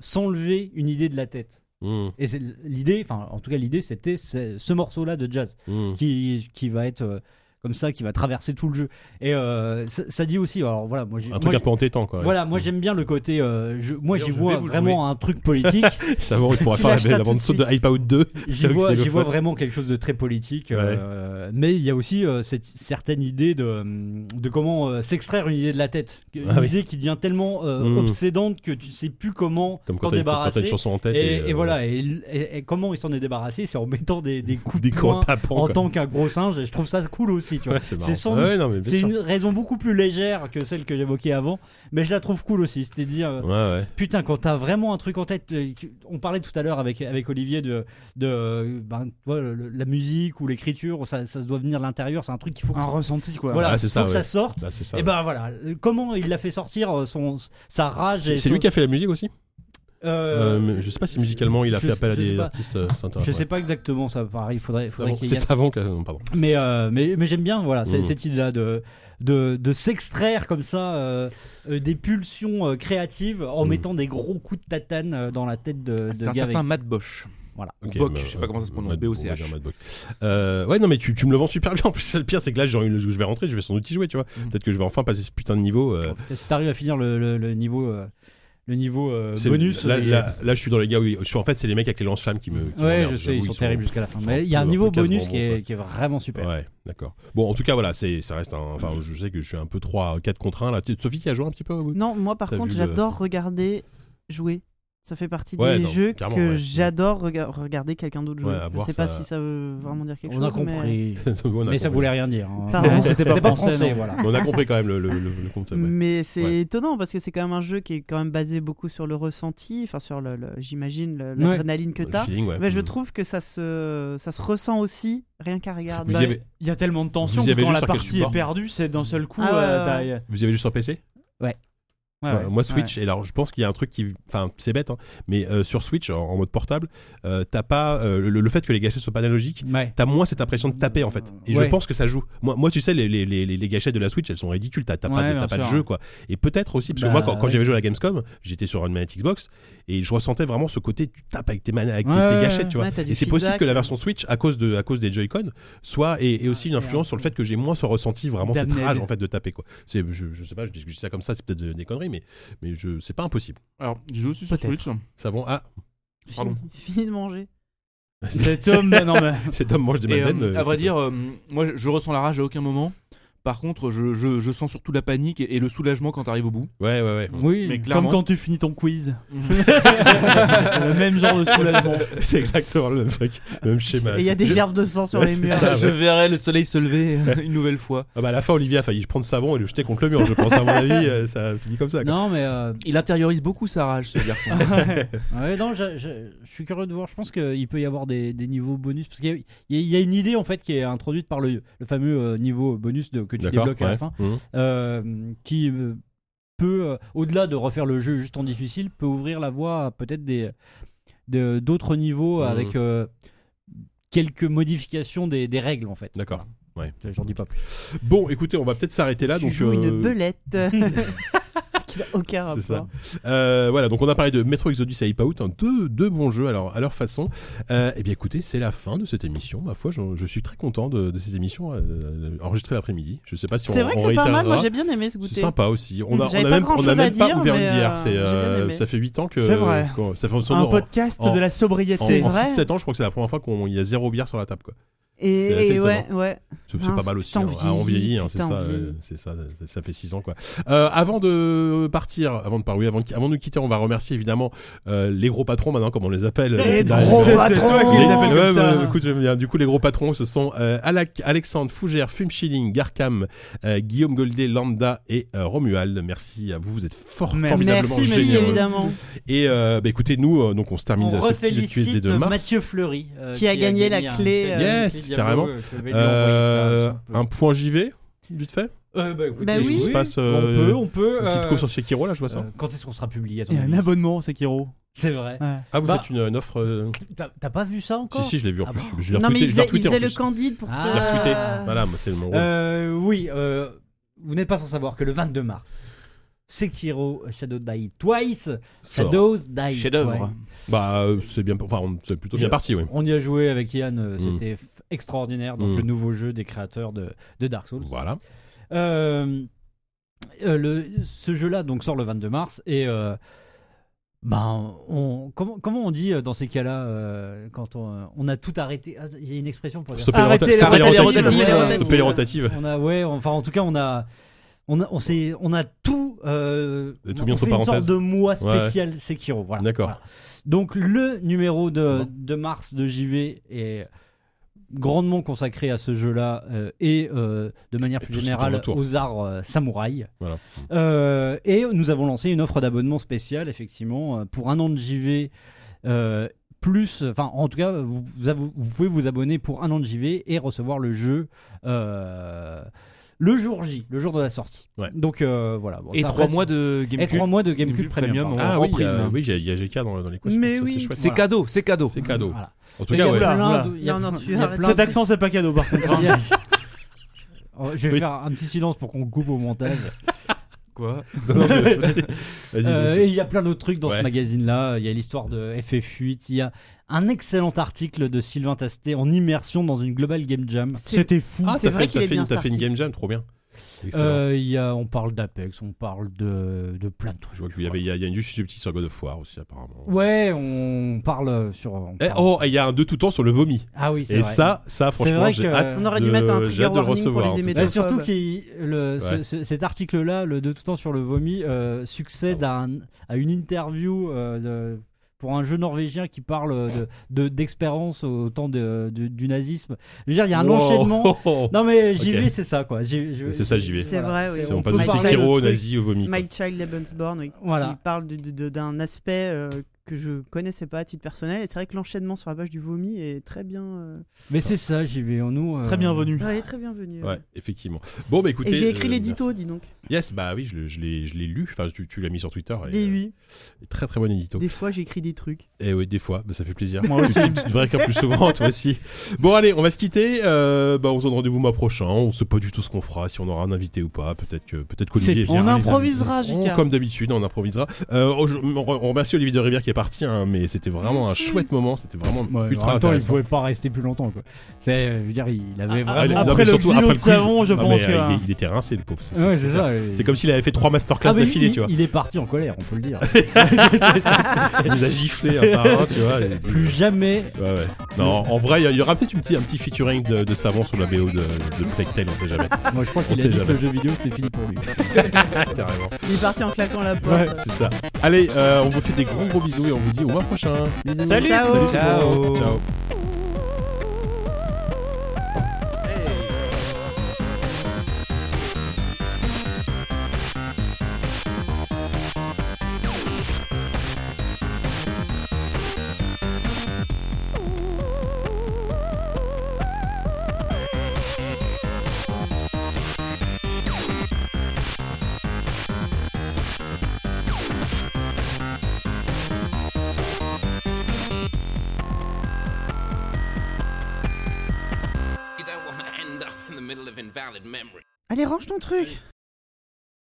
[SPEAKER 7] s'enlever une idée de la tête.
[SPEAKER 2] Mmh,
[SPEAKER 7] Et c'est l'idée, enfin en tout cas l'idée, c'était ce ce morceau-là de jazz
[SPEAKER 2] mmh.
[SPEAKER 7] qui, qui va être euh, comme ça, qui va traverser tout le jeu. Et euh, ça, ça dit aussi, alors voilà, moi j'ai-
[SPEAKER 2] Un
[SPEAKER 7] moi,
[SPEAKER 2] truc un peu entêtant, quoi. ouais.
[SPEAKER 7] Voilà, moi j'aime bien le côté. euh, je- moi j'y
[SPEAKER 4] D'ailleurs, je
[SPEAKER 7] vois
[SPEAKER 4] vais vous le
[SPEAKER 7] vraiment un truc politique.
[SPEAKER 2] Ça va, il pourra
[SPEAKER 7] Tu
[SPEAKER 2] faire
[SPEAKER 7] lâches
[SPEAKER 2] la,
[SPEAKER 7] ça
[SPEAKER 2] la
[SPEAKER 7] tout de
[SPEAKER 2] bande son de Hype Out 2.
[SPEAKER 7] J'y
[SPEAKER 2] C'est vrai que
[SPEAKER 7] vois,
[SPEAKER 2] c'est le
[SPEAKER 7] j'y vois
[SPEAKER 2] fun.
[SPEAKER 7] vraiment quelque chose de très politique, euh, mais il y a aussi euh, cette certaine idée de, de comment euh, s'extraire une idée de la tête. Une
[SPEAKER 2] Ah oui.
[SPEAKER 7] idée qui devient tellement euh,
[SPEAKER 2] Mm.
[SPEAKER 7] obsédante que tu sais plus comment
[SPEAKER 2] Comme quand t'as une- quand
[SPEAKER 7] t'en
[SPEAKER 2] t'as
[SPEAKER 7] débarrasser.
[SPEAKER 2] une chanson en tête.
[SPEAKER 7] et,
[SPEAKER 2] euh,
[SPEAKER 7] et voilà, et, et- et comment il s'en est débarrassé, c'est en mettant des, des coups de
[SPEAKER 2] Des
[SPEAKER 7] poing
[SPEAKER 2] corps tapants.
[SPEAKER 7] en
[SPEAKER 2] quoi.
[SPEAKER 7] tant qu'un gros singe, et je trouve ça cool aussi, tu vois.
[SPEAKER 2] Ouais, c'est
[SPEAKER 7] c'est
[SPEAKER 2] marrant.
[SPEAKER 7] sans-
[SPEAKER 2] Ouais, non, mais bien
[SPEAKER 7] C'est
[SPEAKER 2] sûr.
[SPEAKER 7] une raison beaucoup plus légère que celle que j'évoquais avant, mais je la trouve cool aussi. C'est-à-dire, euh,
[SPEAKER 2] Ouais, ouais.
[SPEAKER 7] Putain, quand t'as vraiment un truc en tête, euh, que- on parlait tout à l'heure avec, avec Olivier de, de euh, ben, tu vois, le- le- la musique ou l'écriture, ça, ça se doit venir de l'intérieur, c'est un truc qu'il faut que,
[SPEAKER 3] un
[SPEAKER 7] ça,
[SPEAKER 3] ressenti quoi.
[SPEAKER 7] voilà,
[SPEAKER 2] Ah, c'est
[SPEAKER 7] faut
[SPEAKER 2] ça,
[SPEAKER 7] que
[SPEAKER 2] ouais.
[SPEAKER 7] ça sorte.
[SPEAKER 2] Bah, c'est ça.
[SPEAKER 7] et ben voilà, euh, comment il l'a fait sortir euh, son, sa rage
[SPEAKER 2] C'est
[SPEAKER 7] et
[SPEAKER 2] c'est
[SPEAKER 7] son-
[SPEAKER 2] lui qui a fait la musique aussi
[SPEAKER 7] euh,
[SPEAKER 2] Euh, mais Je sais pas si musicalement il a
[SPEAKER 7] je-
[SPEAKER 2] fait appel à
[SPEAKER 7] je sais
[SPEAKER 2] des
[SPEAKER 7] pas.
[SPEAKER 2] artistes euh, sympas,
[SPEAKER 7] Je sais
[SPEAKER 2] ouais.
[SPEAKER 7] pas exactement ça, pareil, il faudrait,
[SPEAKER 2] Ah
[SPEAKER 7] faudrait
[SPEAKER 2] bon,
[SPEAKER 7] qu'il y
[SPEAKER 2] C'est
[SPEAKER 7] ait-
[SPEAKER 2] savant, quand même, pardon.
[SPEAKER 7] Mais, euh, mais, mais j'aime bien voilà, c'est-
[SPEAKER 2] Mm.
[SPEAKER 7] cette idée-là de, de, de s'extraire comme ça euh, euh, des pulsions euh, créatives en
[SPEAKER 2] Mm.
[SPEAKER 7] mettant des gros coups de tatane euh, dans la tête de, de
[SPEAKER 4] Ah, C'est un
[SPEAKER 7] gars avec-
[SPEAKER 4] certain Matt Bosch.
[SPEAKER 7] Voilà.
[SPEAKER 2] Ok,
[SPEAKER 4] Bock,
[SPEAKER 2] mais,
[SPEAKER 4] je sais
[SPEAKER 2] euh,
[SPEAKER 4] pas comment ça se prononce,
[SPEAKER 2] Mad- on va
[SPEAKER 4] BOCH.
[SPEAKER 2] dire Mad Bock. Euh, ouais, non, mais tu, tu me le vends super bien. En plus, le pire, c'est que là, genre, je vais rentrer, je vais sans doute y jouer, tu vois.
[SPEAKER 4] Mm.
[SPEAKER 2] Peut-être que je vais enfin passer ce putain de niveau. euh,
[SPEAKER 7] Si t'arrives à finir le, le- le niveau, euh, le niveau euh,
[SPEAKER 2] C'est-
[SPEAKER 7] bonus.
[SPEAKER 2] Là,
[SPEAKER 7] et-
[SPEAKER 2] là, là, je suis dans les gars où ils- je suis, en fait, c'est les mecs avec les lance-flammes qui me. qui
[SPEAKER 7] ouais,
[SPEAKER 2] m'emmerdent,
[SPEAKER 7] je sais,
[SPEAKER 2] j'avoue,
[SPEAKER 7] ils sont terribles jusqu'à la fin.
[SPEAKER 2] ils sont
[SPEAKER 7] Mais il y a
[SPEAKER 2] un
[SPEAKER 7] un
[SPEAKER 2] peu- un
[SPEAKER 7] niveau
[SPEAKER 2] peu
[SPEAKER 7] bonus
[SPEAKER 2] casse-bonbon,
[SPEAKER 7] qui
[SPEAKER 2] quoi.
[SPEAKER 7] est, qui est vraiment super.
[SPEAKER 2] Ouais, d'accord. Bon, en tout cas, voilà, c'est, ça reste un. Enfin, je sais que je suis un peu 3, 4 contre 1 là. Tu- Sophie, tu as joué un petit peu oui
[SPEAKER 6] Non, moi par
[SPEAKER 2] T'as
[SPEAKER 6] contre,
[SPEAKER 2] vu le-
[SPEAKER 6] j'adore regarder jouer. Ça fait partie
[SPEAKER 2] Ouais,
[SPEAKER 6] des
[SPEAKER 2] non,
[SPEAKER 6] jeux
[SPEAKER 2] carrément,
[SPEAKER 6] que
[SPEAKER 2] ouais.
[SPEAKER 6] j'adore rega- regarder quelqu'un d'autre jouer.
[SPEAKER 2] Ouais, à
[SPEAKER 6] je
[SPEAKER 2] voir,
[SPEAKER 6] sais pas
[SPEAKER 2] ça-
[SPEAKER 6] si ça veut vraiment dire quelque
[SPEAKER 7] On a
[SPEAKER 6] chose. mais-
[SPEAKER 7] compris.
[SPEAKER 2] On a
[SPEAKER 7] Mais ça
[SPEAKER 2] compris.
[SPEAKER 7] voulait rien dire. hein.
[SPEAKER 6] Pardon.
[SPEAKER 7] Non,
[SPEAKER 3] C'était pas français, non.
[SPEAKER 7] voilà.
[SPEAKER 2] Mais On a compris quand même le, le, le, le concept. ouais.
[SPEAKER 6] Mais c'est
[SPEAKER 2] Ouais.
[SPEAKER 6] étonnant parce que c'est quand même un jeu qui est quand même basé beaucoup sur le ressenti, enfin sur le, le- j'imagine le-
[SPEAKER 7] Ouais.
[SPEAKER 6] l'adrénaline que
[SPEAKER 2] Le
[SPEAKER 6] t'as.
[SPEAKER 2] feeling, ouais.
[SPEAKER 6] Mais je
[SPEAKER 2] Mm.
[SPEAKER 6] trouve que ça se ça se ressent aussi rien qu'à regarder.
[SPEAKER 2] Vous y avez,
[SPEAKER 3] Il y a tellement de tension
[SPEAKER 2] Vous y
[SPEAKER 3] que
[SPEAKER 2] avez
[SPEAKER 3] quand
[SPEAKER 2] juste
[SPEAKER 3] la
[SPEAKER 2] sur quel
[SPEAKER 3] partie
[SPEAKER 2] support
[SPEAKER 3] est perdue, c'est d'un seul coup.
[SPEAKER 6] Ah ouais,
[SPEAKER 3] euh,
[SPEAKER 6] ouais,
[SPEAKER 3] t'as-
[SPEAKER 6] ouais.
[SPEAKER 2] vous y avez juste sur PC
[SPEAKER 3] Ouais,
[SPEAKER 2] Moi-
[SPEAKER 3] ouais.
[SPEAKER 2] Moi, Switch, et alors je pense qu'il y a un truc qui. Enfin, c'est bête, hein, mais euh, sur Switch, en, en mode portable, euh, t'as pas. euh, le, le fait que les gâchettes soient pas analogiques,
[SPEAKER 7] Ouais.
[SPEAKER 2] t'as moins cette impression de taper en fait. Et
[SPEAKER 7] Ouais.
[SPEAKER 2] je pense que ça joue. Moi, moi tu sais, les, les, les, les gâchettes de la Switch, elles sont ridicules. T'as t'as
[SPEAKER 3] Ouais,
[SPEAKER 2] pas, de-
[SPEAKER 3] bien
[SPEAKER 2] t'as pas de
[SPEAKER 3] sûr.
[SPEAKER 2] jeu quoi. Et peut-être aussi, parce que
[SPEAKER 7] Bah,
[SPEAKER 2] moi, quand, quand
[SPEAKER 7] ouais.
[SPEAKER 2] j'avais joué à la Gamescom, j'étais sur une manette Xbox et je ressentais vraiment ce côté tu tapes avec tes manettes, avec tes-
[SPEAKER 7] Ouais,
[SPEAKER 2] tes,
[SPEAKER 7] ouais,
[SPEAKER 2] gâchettes, tu vois.
[SPEAKER 6] Ouais, t'as du
[SPEAKER 2] Et c'est possible
[SPEAKER 6] feedback.
[SPEAKER 2] que la version Switch, à cause, de, à cause des Joy-Con, soit et, et aussi une
[SPEAKER 6] Ah,
[SPEAKER 2] influence sur le fait que j'ai moins ce ressenti, vraiment cette
[SPEAKER 3] Damned.
[SPEAKER 2] rage en fait de taper quoi. C'est, je, je sais pas, je dis je dis ça comme ça, c'est peut-être de- des conneries, mais, mais je, c'est pas impossible.
[SPEAKER 4] Alors, je joue aussi sur
[SPEAKER 3] Peut-être.
[SPEAKER 4] Switch.
[SPEAKER 2] Ça bon, ah,
[SPEAKER 4] Pardon.
[SPEAKER 6] Bah, Fini de manger.
[SPEAKER 3] C'est Tom, non mais.
[SPEAKER 2] cet homme mange des
[SPEAKER 4] Et, euh,
[SPEAKER 2] madeleines. euh,
[SPEAKER 4] à vrai dire, euh, moi, je, je ressens la rage à aucun moment. Par contre, je, je- je sens surtout la panique et, et le soulagement quand t'arrives au bout.
[SPEAKER 2] Ouais, ouais, ouais.
[SPEAKER 7] Oui.
[SPEAKER 4] Mais
[SPEAKER 3] Comme
[SPEAKER 4] clairement.
[SPEAKER 3] quand tu finis ton quiz. le même genre de soulagement.
[SPEAKER 2] C'est exactement le même truc, le même schéma.
[SPEAKER 6] Et il y a des
[SPEAKER 2] Bah, Je-
[SPEAKER 6] gerbes de sang sur
[SPEAKER 2] Ouais,
[SPEAKER 6] les
[SPEAKER 2] c'est
[SPEAKER 6] murs.
[SPEAKER 2] ça.
[SPEAKER 4] je verrai le soleil se lever euh, une nouvelle fois.
[SPEAKER 2] Ah bah à la fin, Olivier a failli prendre le savon et le jeter contre le mur. Je pense à mon avis, euh, ça finit comme ça. quoi.
[SPEAKER 7] Non, mais euh,
[SPEAKER 4] Il intériorise beaucoup sa rage, ce garçon.
[SPEAKER 7] ouais, non, je, je- je suis curieux de voir. Je pense qu'il peut y avoir des, des niveaux bonus parce qu'il y, a- il y a une idée en fait qui est introduite par le, le fameux euh, niveau bonus de, que tu
[SPEAKER 2] D'accord,
[SPEAKER 7] débloques à
[SPEAKER 2] ouais.
[SPEAKER 7] la fin,
[SPEAKER 2] Mhm.
[SPEAKER 7] euh, qui euh, peut, euh, au-delà de refaire le jeu juste en difficile, peut ouvrir la voie à peut-être des de- d'autres niveaux
[SPEAKER 2] Mhm.
[SPEAKER 7] avec euh, quelques modifications des, des règles en fait.
[SPEAKER 2] D'accord.
[SPEAKER 7] Voilà. J'en dis pas plus.
[SPEAKER 2] Bon, écoutez, on va peut-être s'arrêter là.
[SPEAKER 6] tu
[SPEAKER 2] donc,
[SPEAKER 6] joues
[SPEAKER 2] euh,
[SPEAKER 6] une belette. qui n'a aucun
[SPEAKER 2] C'est ça.
[SPEAKER 6] rapport.
[SPEAKER 2] euh, voilà, donc on a parlé de Metro Exodus et Hype Out, hein, deux, deux bons jeux alors à leur façon. Euh, eh bien, écoutez, c'est la fin de cette émission. Ma foi, je, je suis très content de, de cette émission euh, enregistrée l'après-midi. Je sais pas si on,
[SPEAKER 6] C'est vrai
[SPEAKER 2] on
[SPEAKER 6] que c'est pas mal. Moi
[SPEAKER 2] réitérera.
[SPEAKER 6] j'ai bien aimé ce goûter.
[SPEAKER 2] C'est sympa aussi. On a, on
[SPEAKER 6] Mm, j'avais
[SPEAKER 2] a
[SPEAKER 6] pas
[SPEAKER 2] même, on a
[SPEAKER 6] grand-chose
[SPEAKER 2] même
[SPEAKER 6] à
[SPEAKER 2] pas
[SPEAKER 6] dire,
[SPEAKER 2] ouvert
[SPEAKER 6] mais,
[SPEAKER 2] une bière.
[SPEAKER 6] euh,
[SPEAKER 2] c'est,
[SPEAKER 6] j'ai bien
[SPEAKER 2] euh,
[SPEAKER 6] aimé.
[SPEAKER 2] ça fait 8 ans que.
[SPEAKER 3] C'est vrai.
[SPEAKER 2] qu'on- ça fait
[SPEAKER 3] Un
[SPEAKER 2] en,
[SPEAKER 3] podcast
[SPEAKER 2] en-
[SPEAKER 3] de la
[SPEAKER 2] en,
[SPEAKER 3] sobriété.
[SPEAKER 2] en
[SPEAKER 6] vrai.
[SPEAKER 2] 6-7 ans, je crois que c'est la première fois qu'il y a zéro bière sur la table. Quoi. C'est assez
[SPEAKER 6] Et, et ouais, ouais.
[SPEAKER 2] C'est c'est
[SPEAKER 6] Mince,
[SPEAKER 2] pas mal aussi.
[SPEAKER 6] putain,
[SPEAKER 2] hein.
[SPEAKER 6] on
[SPEAKER 2] Ah, on
[SPEAKER 6] vieillit,
[SPEAKER 2] vieillit, hein, c'est
[SPEAKER 6] putain,
[SPEAKER 2] ça,
[SPEAKER 6] on vieillit.
[SPEAKER 2] euh, c'est ça, ça- ça fait 6 ans quoi. Euh, avant de partir, avant de par- oui, avant, de- avant de nous quitter, on va remercier évidemment euh, les gros patrons maintenant, comme on les appelle.
[SPEAKER 6] Les
[SPEAKER 2] euh, dans-
[SPEAKER 6] gros
[SPEAKER 2] dans-
[SPEAKER 6] patrons
[SPEAKER 3] C'est toi qui
[SPEAKER 2] les-
[SPEAKER 3] les appelles
[SPEAKER 2] ouais,
[SPEAKER 3] comme ça.
[SPEAKER 2] ouais, écoute, j'aime bien. Du coup, les gros patrons, ce sont euh, Alak- Alexandre, Fougère, Fumchilling, Garkam, euh, Guillaume Goldé, Lambda et euh, Romuald. Merci à vous, vous êtes fort,
[SPEAKER 3] Merci.
[SPEAKER 2] formidablement
[SPEAKER 6] Merci, merci
[SPEAKER 2] généreux.
[SPEAKER 6] évidemment.
[SPEAKER 2] Et euh, bah, écoutez, nous, euh, donc on se termine
[SPEAKER 7] On
[SPEAKER 2] ce petit quiz des
[SPEAKER 7] refélicite
[SPEAKER 2] deux mars.
[SPEAKER 7] Mathieu Fleury euh,
[SPEAKER 6] Qui a gagné la
[SPEAKER 7] un-
[SPEAKER 6] clé,
[SPEAKER 7] qui a gagné
[SPEAKER 6] euh,
[SPEAKER 7] la
[SPEAKER 2] Yes,
[SPEAKER 7] clé Diablo,
[SPEAKER 2] carrément.
[SPEAKER 7] euh, je vais lui envoyer
[SPEAKER 2] Euh,
[SPEAKER 7] ça, je peux.
[SPEAKER 2] un point JV, vite fait.
[SPEAKER 7] Euh, bah, écoutez,
[SPEAKER 6] Bah
[SPEAKER 7] je-
[SPEAKER 6] oui.
[SPEAKER 2] Il se passe, euh,
[SPEAKER 7] on peut, on peut.
[SPEAKER 2] Une petite
[SPEAKER 7] euh,
[SPEAKER 2] course sur Sekiro, là, je vois ça.
[SPEAKER 7] euh, quand est-ce qu'on sera publié à ton
[SPEAKER 3] Il y a un
[SPEAKER 7] avis
[SPEAKER 3] abonnement, Sekiro.
[SPEAKER 7] C'est vrai.
[SPEAKER 3] Ouais.
[SPEAKER 2] Ah, vous
[SPEAKER 7] Bah-
[SPEAKER 2] faites une, une offre. euh,
[SPEAKER 7] T'as t'as pas vu ça encore
[SPEAKER 2] Si, si, je l'ai vu en
[SPEAKER 7] Ah
[SPEAKER 2] plus.
[SPEAKER 7] bon
[SPEAKER 2] Je l'ai
[SPEAKER 6] Non mais
[SPEAKER 2] retweeté.
[SPEAKER 6] il
[SPEAKER 2] je l'ai
[SPEAKER 6] faisait, il
[SPEAKER 2] retweeté en
[SPEAKER 6] faisait le
[SPEAKER 2] plus.
[SPEAKER 6] candide pour.
[SPEAKER 7] Ah.
[SPEAKER 2] Je
[SPEAKER 6] te-
[SPEAKER 2] l'ai retweeté. Voilà, moi, c'est le mon rôle.
[SPEAKER 7] Euh, oui, euh, vous n'êtes pas sans savoir que le 22 mars, Sekiro Shadow Die Twice,
[SPEAKER 2] Sort.
[SPEAKER 7] Shadows Die
[SPEAKER 4] Chef-d'œuvre.
[SPEAKER 7] Twice.
[SPEAKER 2] Bah, euh, c'est bien. Enfin, on- c'est plutôt bien
[SPEAKER 7] Je-
[SPEAKER 2] parti, oui.
[SPEAKER 7] On y a joué avec Yann, euh,
[SPEAKER 2] Mm.
[SPEAKER 7] c'était f- extraordinaire, donc
[SPEAKER 2] Mm.
[SPEAKER 7] le nouveau jeu des créateurs de, de Dark Souls.
[SPEAKER 2] Voilà.
[SPEAKER 7] Euh, euh, le, ce jeu-là donc sort le 22 mars et euh, ben on comment, comment on dit euh, dans ces cas-là euh, quand on, euh, on a tout arrêté Ah, il y a une expression pour dire
[SPEAKER 2] Stopper les
[SPEAKER 6] Arrêtez
[SPEAKER 2] rota-
[SPEAKER 6] les-
[SPEAKER 2] stopper
[SPEAKER 6] arrêtez
[SPEAKER 2] les rotatives.
[SPEAKER 6] les rotatives, les
[SPEAKER 2] Voilà,
[SPEAKER 6] rotatives.
[SPEAKER 2] Stopper les rotatives.
[SPEAKER 7] ça. on a ouais enfin en tout cas on a on a on s'est- on a tout euh,
[SPEAKER 2] Et tout
[SPEAKER 7] on
[SPEAKER 2] mis
[SPEAKER 7] on
[SPEAKER 2] entre
[SPEAKER 7] fait une
[SPEAKER 2] parenthèses.
[SPEAKER 7] sorte de mois
[SPEAKER 2] Ouais.
[SPEAKER 7] spécial Sekiro voilà
[SPEAKER 2] D'accord.
[SPEAKER 7] Voilà. donc le numéro de,
[SPEAKER 2] Bon.
[SPEAKER 7] de mars de JV est grandement consacré à ce jeu-là euh, et euh, de manière
[SPEAKER 2] Et
[SPEAKER 7] plus
[SPEAKER 2] tout ce qui
[SPEAKER 7] générale
[SPEAKER 2] tourne autour.
[SPEAKER 7] aux arts euh, samouraïs.
[SPEAKER 2] Voilà.
[SPEAKER 7] Euh, et nous avons lancé une offre d'abonnement spéciale, effectivement, euh, pour un an de JV. euh, plus, enfin, en tout cas, vous, vous avez- vous pouvez vous abonner pour un an de JV et recevoir le jeu euh, le jour J, le jour de la sortie.
[SPEAKER 2] Ouais.
[SPEAKER 7] Donc euh, voilà. Bon,
[SPEAKER 4] et
[SPEAKER 7] ça,
[SPEAKER 4] trois
[SPEAKER 7] après,
[SPEAKER 4] mois de
[SPEAKER 7] et
[SPEAKER 4] GameCube.
[SPEAKER 7] trois mois de
[SPEAKER 4] Gamecube
[SPEAKER 7] GameCube Premium.
[SPEAKER 4] Premium, hein.
[SPEAKER 7] pardon.
[SPEAKER 4] en-
[SPEAKER 2] Ah
[SPEAKER 4] en
[SPEAKER 2] oui,
[SPEAKER 4] prime.
[SPEAKER 2] euh, oui, il y a- il y a GK dans, dans l'équation.
[SPEAKER 6] Mais
[SPEAKER 2] ça, C'est
[SPEAKER 6] oui.
[SPEAKER 2] chouette.
[SPEAKER 4] C'est cadeau, c'est cadeau.
[SPEAKER 2] C'est cadeau.
[SPEAKER 7] Voilà.
[SPEAKER 2] En tout
[SPEAKER 3] Et
[SPEAKER 2] cas, ouais.
[SPEAKER 3] oula.
[SPEAKER 7] Plein
[SPEAKER 3] Voilà.
[SPEAKER 7] de- il y a
[SPEAKER 6] Non, non,
[SPEAKER 7] plein-
[SPEAKER 6] tu
[SPEAKER 7] il y a
[SPEAKER 6] arrêtes.
[SPEAKER 7] plein
[SPEAKER 3] Cet
[SPEAKER 7] de-
[SPEAKER 3] accent, c'est pas cadeau par contre. hein.
[SPEAKER 7] Il y a- Oh, Je vais
[SPEAKER 2] Oui.
[SPEAKER 7] faire un petit silence pour qu'on coupe au montage.
[SPEAKER 4] Quoi
[SPEAKER 2] Non, mais- Vas-y.
[SPEAKER 7] Euh,
[SPEAKER 2] vas-y.
[SPEAKER 7] et il y a plein d'autres trucs dans
[SPEAKER 2] Ouais.
[SPEAKER 7] ce magazine-là. Il y a l'histoire de FF8. Il y a un excellent article de Sylvain Tasté en immersion dans une Global Game Jam.
[SPEAKER 6] C'est-
[SPEAKER 3] C'était fou.
[SPEAKER 2] Ah,
[SPEAKER 6] c'est
[SPEAKER 2] t'as
[SPEAKER 6] vrai
[SPEAKER 2] fait,
[SPEAKER 6] qu'il
[SPEAKER 2] t'as
[SPEAKER 6] est
[SPEAKER 2] fait,
[SPEAKER 6] bien
[SPEAKER 2] une- t'as fait une
[SPEAKER 6] starté.
[SPEAKER 2] game jam, trop bien. Excellent.
[SPEAKER 7] Euh, il y a, on parle d'Apex, on parle de, de plein de trucs.
[SPEAKER 2] Je vois qu'il y, avait- il y a il y a une du subtil sur God of War aussi, apparemment.
[SPEAKER 7] Ouais, on parle sur. on
[SPEAKER 2] Eh,
[SPEAKER 7] parle-
[SPEAKER 2] oh, et il y a un 2 tout temps sur le vomi.
[SPEAKER 7] Ah oui, c'est
[SPEAKER 2] Et
[SPEAKER 7] vrai.
[SPEAKER 2] ça, ça, franchement,
[SPEAKER 7] vrai
[SPEAKER 2] j'ai
[SPEAKER 7] que-
[SPEAKER 2] hâte.
[SPEAKER 6] On aurait
[SPEAKER 2] de-
[SPEAKER 6] dû mettre un
[SPEAKER 2] j'ai
[SPEAKER 6] trigger
[SPEAKER 2] hâte de le
[SPEAKER 6] warning pour
[SPEAKER 2] recevoir.
[SPEAKER 6] les
[SPEAKER 2] en tout
[SPEAKER 7] Bah,
[SPEAKER 2] cas.
[SPEAKER 6] émetteurs.
[SPEAKER 7] surtout qu'il le- ce-
[SPEAKER 2] Ouais.
[SPEAKER 7] ce- cet article-là, le de tout temps sur le vomi, euh, succède
[SPEAKER 2] Ah
[SPEAKER 7] à, un- à une interview euh, de- pour un jeu norvégien qui parle de- de d'expérience au temps de- de- du nazisme. Je veux dire, il y a un
[SPEAKER 2] Wow.
[SPEAKER 7] enchaînement. Non mais JV,
[SPEAKER 2] Oh. Ok.
[SPEAKER 7] c'est ça quoi. J- je-
[SPEAKER 2] C'est ça, JV.
[SPEAKER 6] C'est
[SPEAKER 7] Voilà.
[SPEAKER 6] vrai, oui.
[SPEAKER 2] C'est-
[SPEAKER 6] on
[SPEAKER 2] On
[SPEAKER 6] peut
[SPEAKER 2] passe de
[SPEAKER 6] parler
[SPEAKER 2] Sekiro
[SPEAKER 6] de
[SPEAKER 2] au
[SPEAKER 6] trucs.
[SPEAKER 2] nazi au vomi. quoi.
[SPEAKER 6] My Child Lebensborn, oui,
[SPEAKER 7] Voilà.
[SPEAKER 6] qui parle de- de- de- d'un aspect euh, que je connaissais pas à titre personnel. Et c'est vrai que l'enchaînement sur la page du vomi est très bien, euh,
[SPEAKER 7] Mais c'est ça, JV. On nous. euh,
[SPEAKER 3] Très bienvenue.
[SPEAKER 6] ouais, très bienvenu.
[SPEAKER 2] Ouais, effectivement. Bon, bah écoutez.
[SPEAKER 6] et j'ai écrit
[SPEAKER 2] euh,
[SPEAKER 6] l'édito, dis donc.
[SPEAKER 2] merci. Yes, bah oui, je le- je l'ai je l'ai lu. Enfin, tu, tu l'as mis sur Twitter. et,
[SPEAKER 6] Des
[SPEAKER 2] euh,
[SPEAKER 6] oui.
[SPEAKER 2] très très bon édito.
[SPEAKER 6] Des fois, j'écris des trucs.
[SPEAKER 2] Et oui, des fois, bah, ça fait plaisir. Moi aussi. tu devrais écrire plus souvent, toi aussi. Bon, allez, on va se quitter. Euh, bah, on se donne rendez-vous mois prochain. On sait pas du tout ce qu'on fera, si on aura un invité ou pas. Peut-être que peut-être qu'Olivier
[SPEAKER 3] On
[SPEAKER 2] viendra.
[SPEAKER 3] improvisera,
[SPEAKER 2] Ah, On,
[SPEAKER 3] JK.
[SPEAKER 2] comme d'habitude, on improvisera. Euh, on, on remercie Olivier de Rivière qui est parti, hein, mais c'était vraiment un chouette moment. C'était vraiment
[SPEAKER 7] Ouais, en
[SPEAKER 2] ultra
[SPEAKER 7] même temps, il
[SPEAKER 2] intéressant.
[SPEAKER 7] pouvait pas rester plus longtemps quoi. C'est, euh, je veux dire, il avait
[SPEAKER 3] Ah,
[SPEAKER 7] vraiment.
[SPEAKER 2] Ah, non,
[SPEAKER 3] Après
[SPEAKER 2] mais
[SPEAKER 3] le
[SPEAKER 2] surtout,
[SPEAKER 3] xylo
[SPEAKER 2] après
[SPEAKER 3] de
[SPEAKER 2] quiz.
[SPEAKER 3] savon, je
[SPEAKER 2] Ah,
[SPEAKER 3] pense
[SPEAKER 2] mais,
[SPEAKER 3] que-
[SPEAKER 2] euh, il, est- il était rincé, le pauvre.
[SPEAKER 7] Ouais, c'est ça. il-
[SPEAKER 2] C'est comme s'il avait fait trois masterclass
[SPEAKER 7] Ah, mais
[SPEAKER 2] d'affilée,
[SPEAKER 7] il-
[SPEAKER 2] tu vois.
[SPEAKER 7] Il est parti en colère, on peut le dire.
[SPEAKER 2] Il nous a giflé un par un, tu vois. et-
[SPEAKER 7] Plus jamais
[SPEAKER 2] Ouais, ouais. Non, en vrai, il y aura peut-être une petit, un petit featuring de, de savon sur la BO de, de Plague Tale, on sait jamais.
[SPEAKER 7] Moi je crois qu'il a
[SPEAKER 2] sait
[SPEAKER 7] dit que
[SPEAKER 2] jamais.
[SPEAKER 7] le jeu vidéo c'était fini pour lui.
[SPEAKER 2] Carrément.
[SPEAKER 6] Il est parti en claquant la
[SPEAKER 7] Ouais.
[SPEAKER 6] porte.
[SPEAKER 2] C'est ça. Allez, euh, on vous fait des gros gros bisous et on vous dit au mois prochain.
[SPEAKER 6] Bisous.
[SPEAKER 3] Salut.
[SPEAKER 6] Ciao.
[SPEAKER 2] Salut tout le
[SPEAKER 4] Ciao.
[SPEAKER 2] monde. Ciao.
[SPEAKER 9] You don't want to end up in the middle of invalid memory.
[SPEAKER 6] Allez, range ton truc.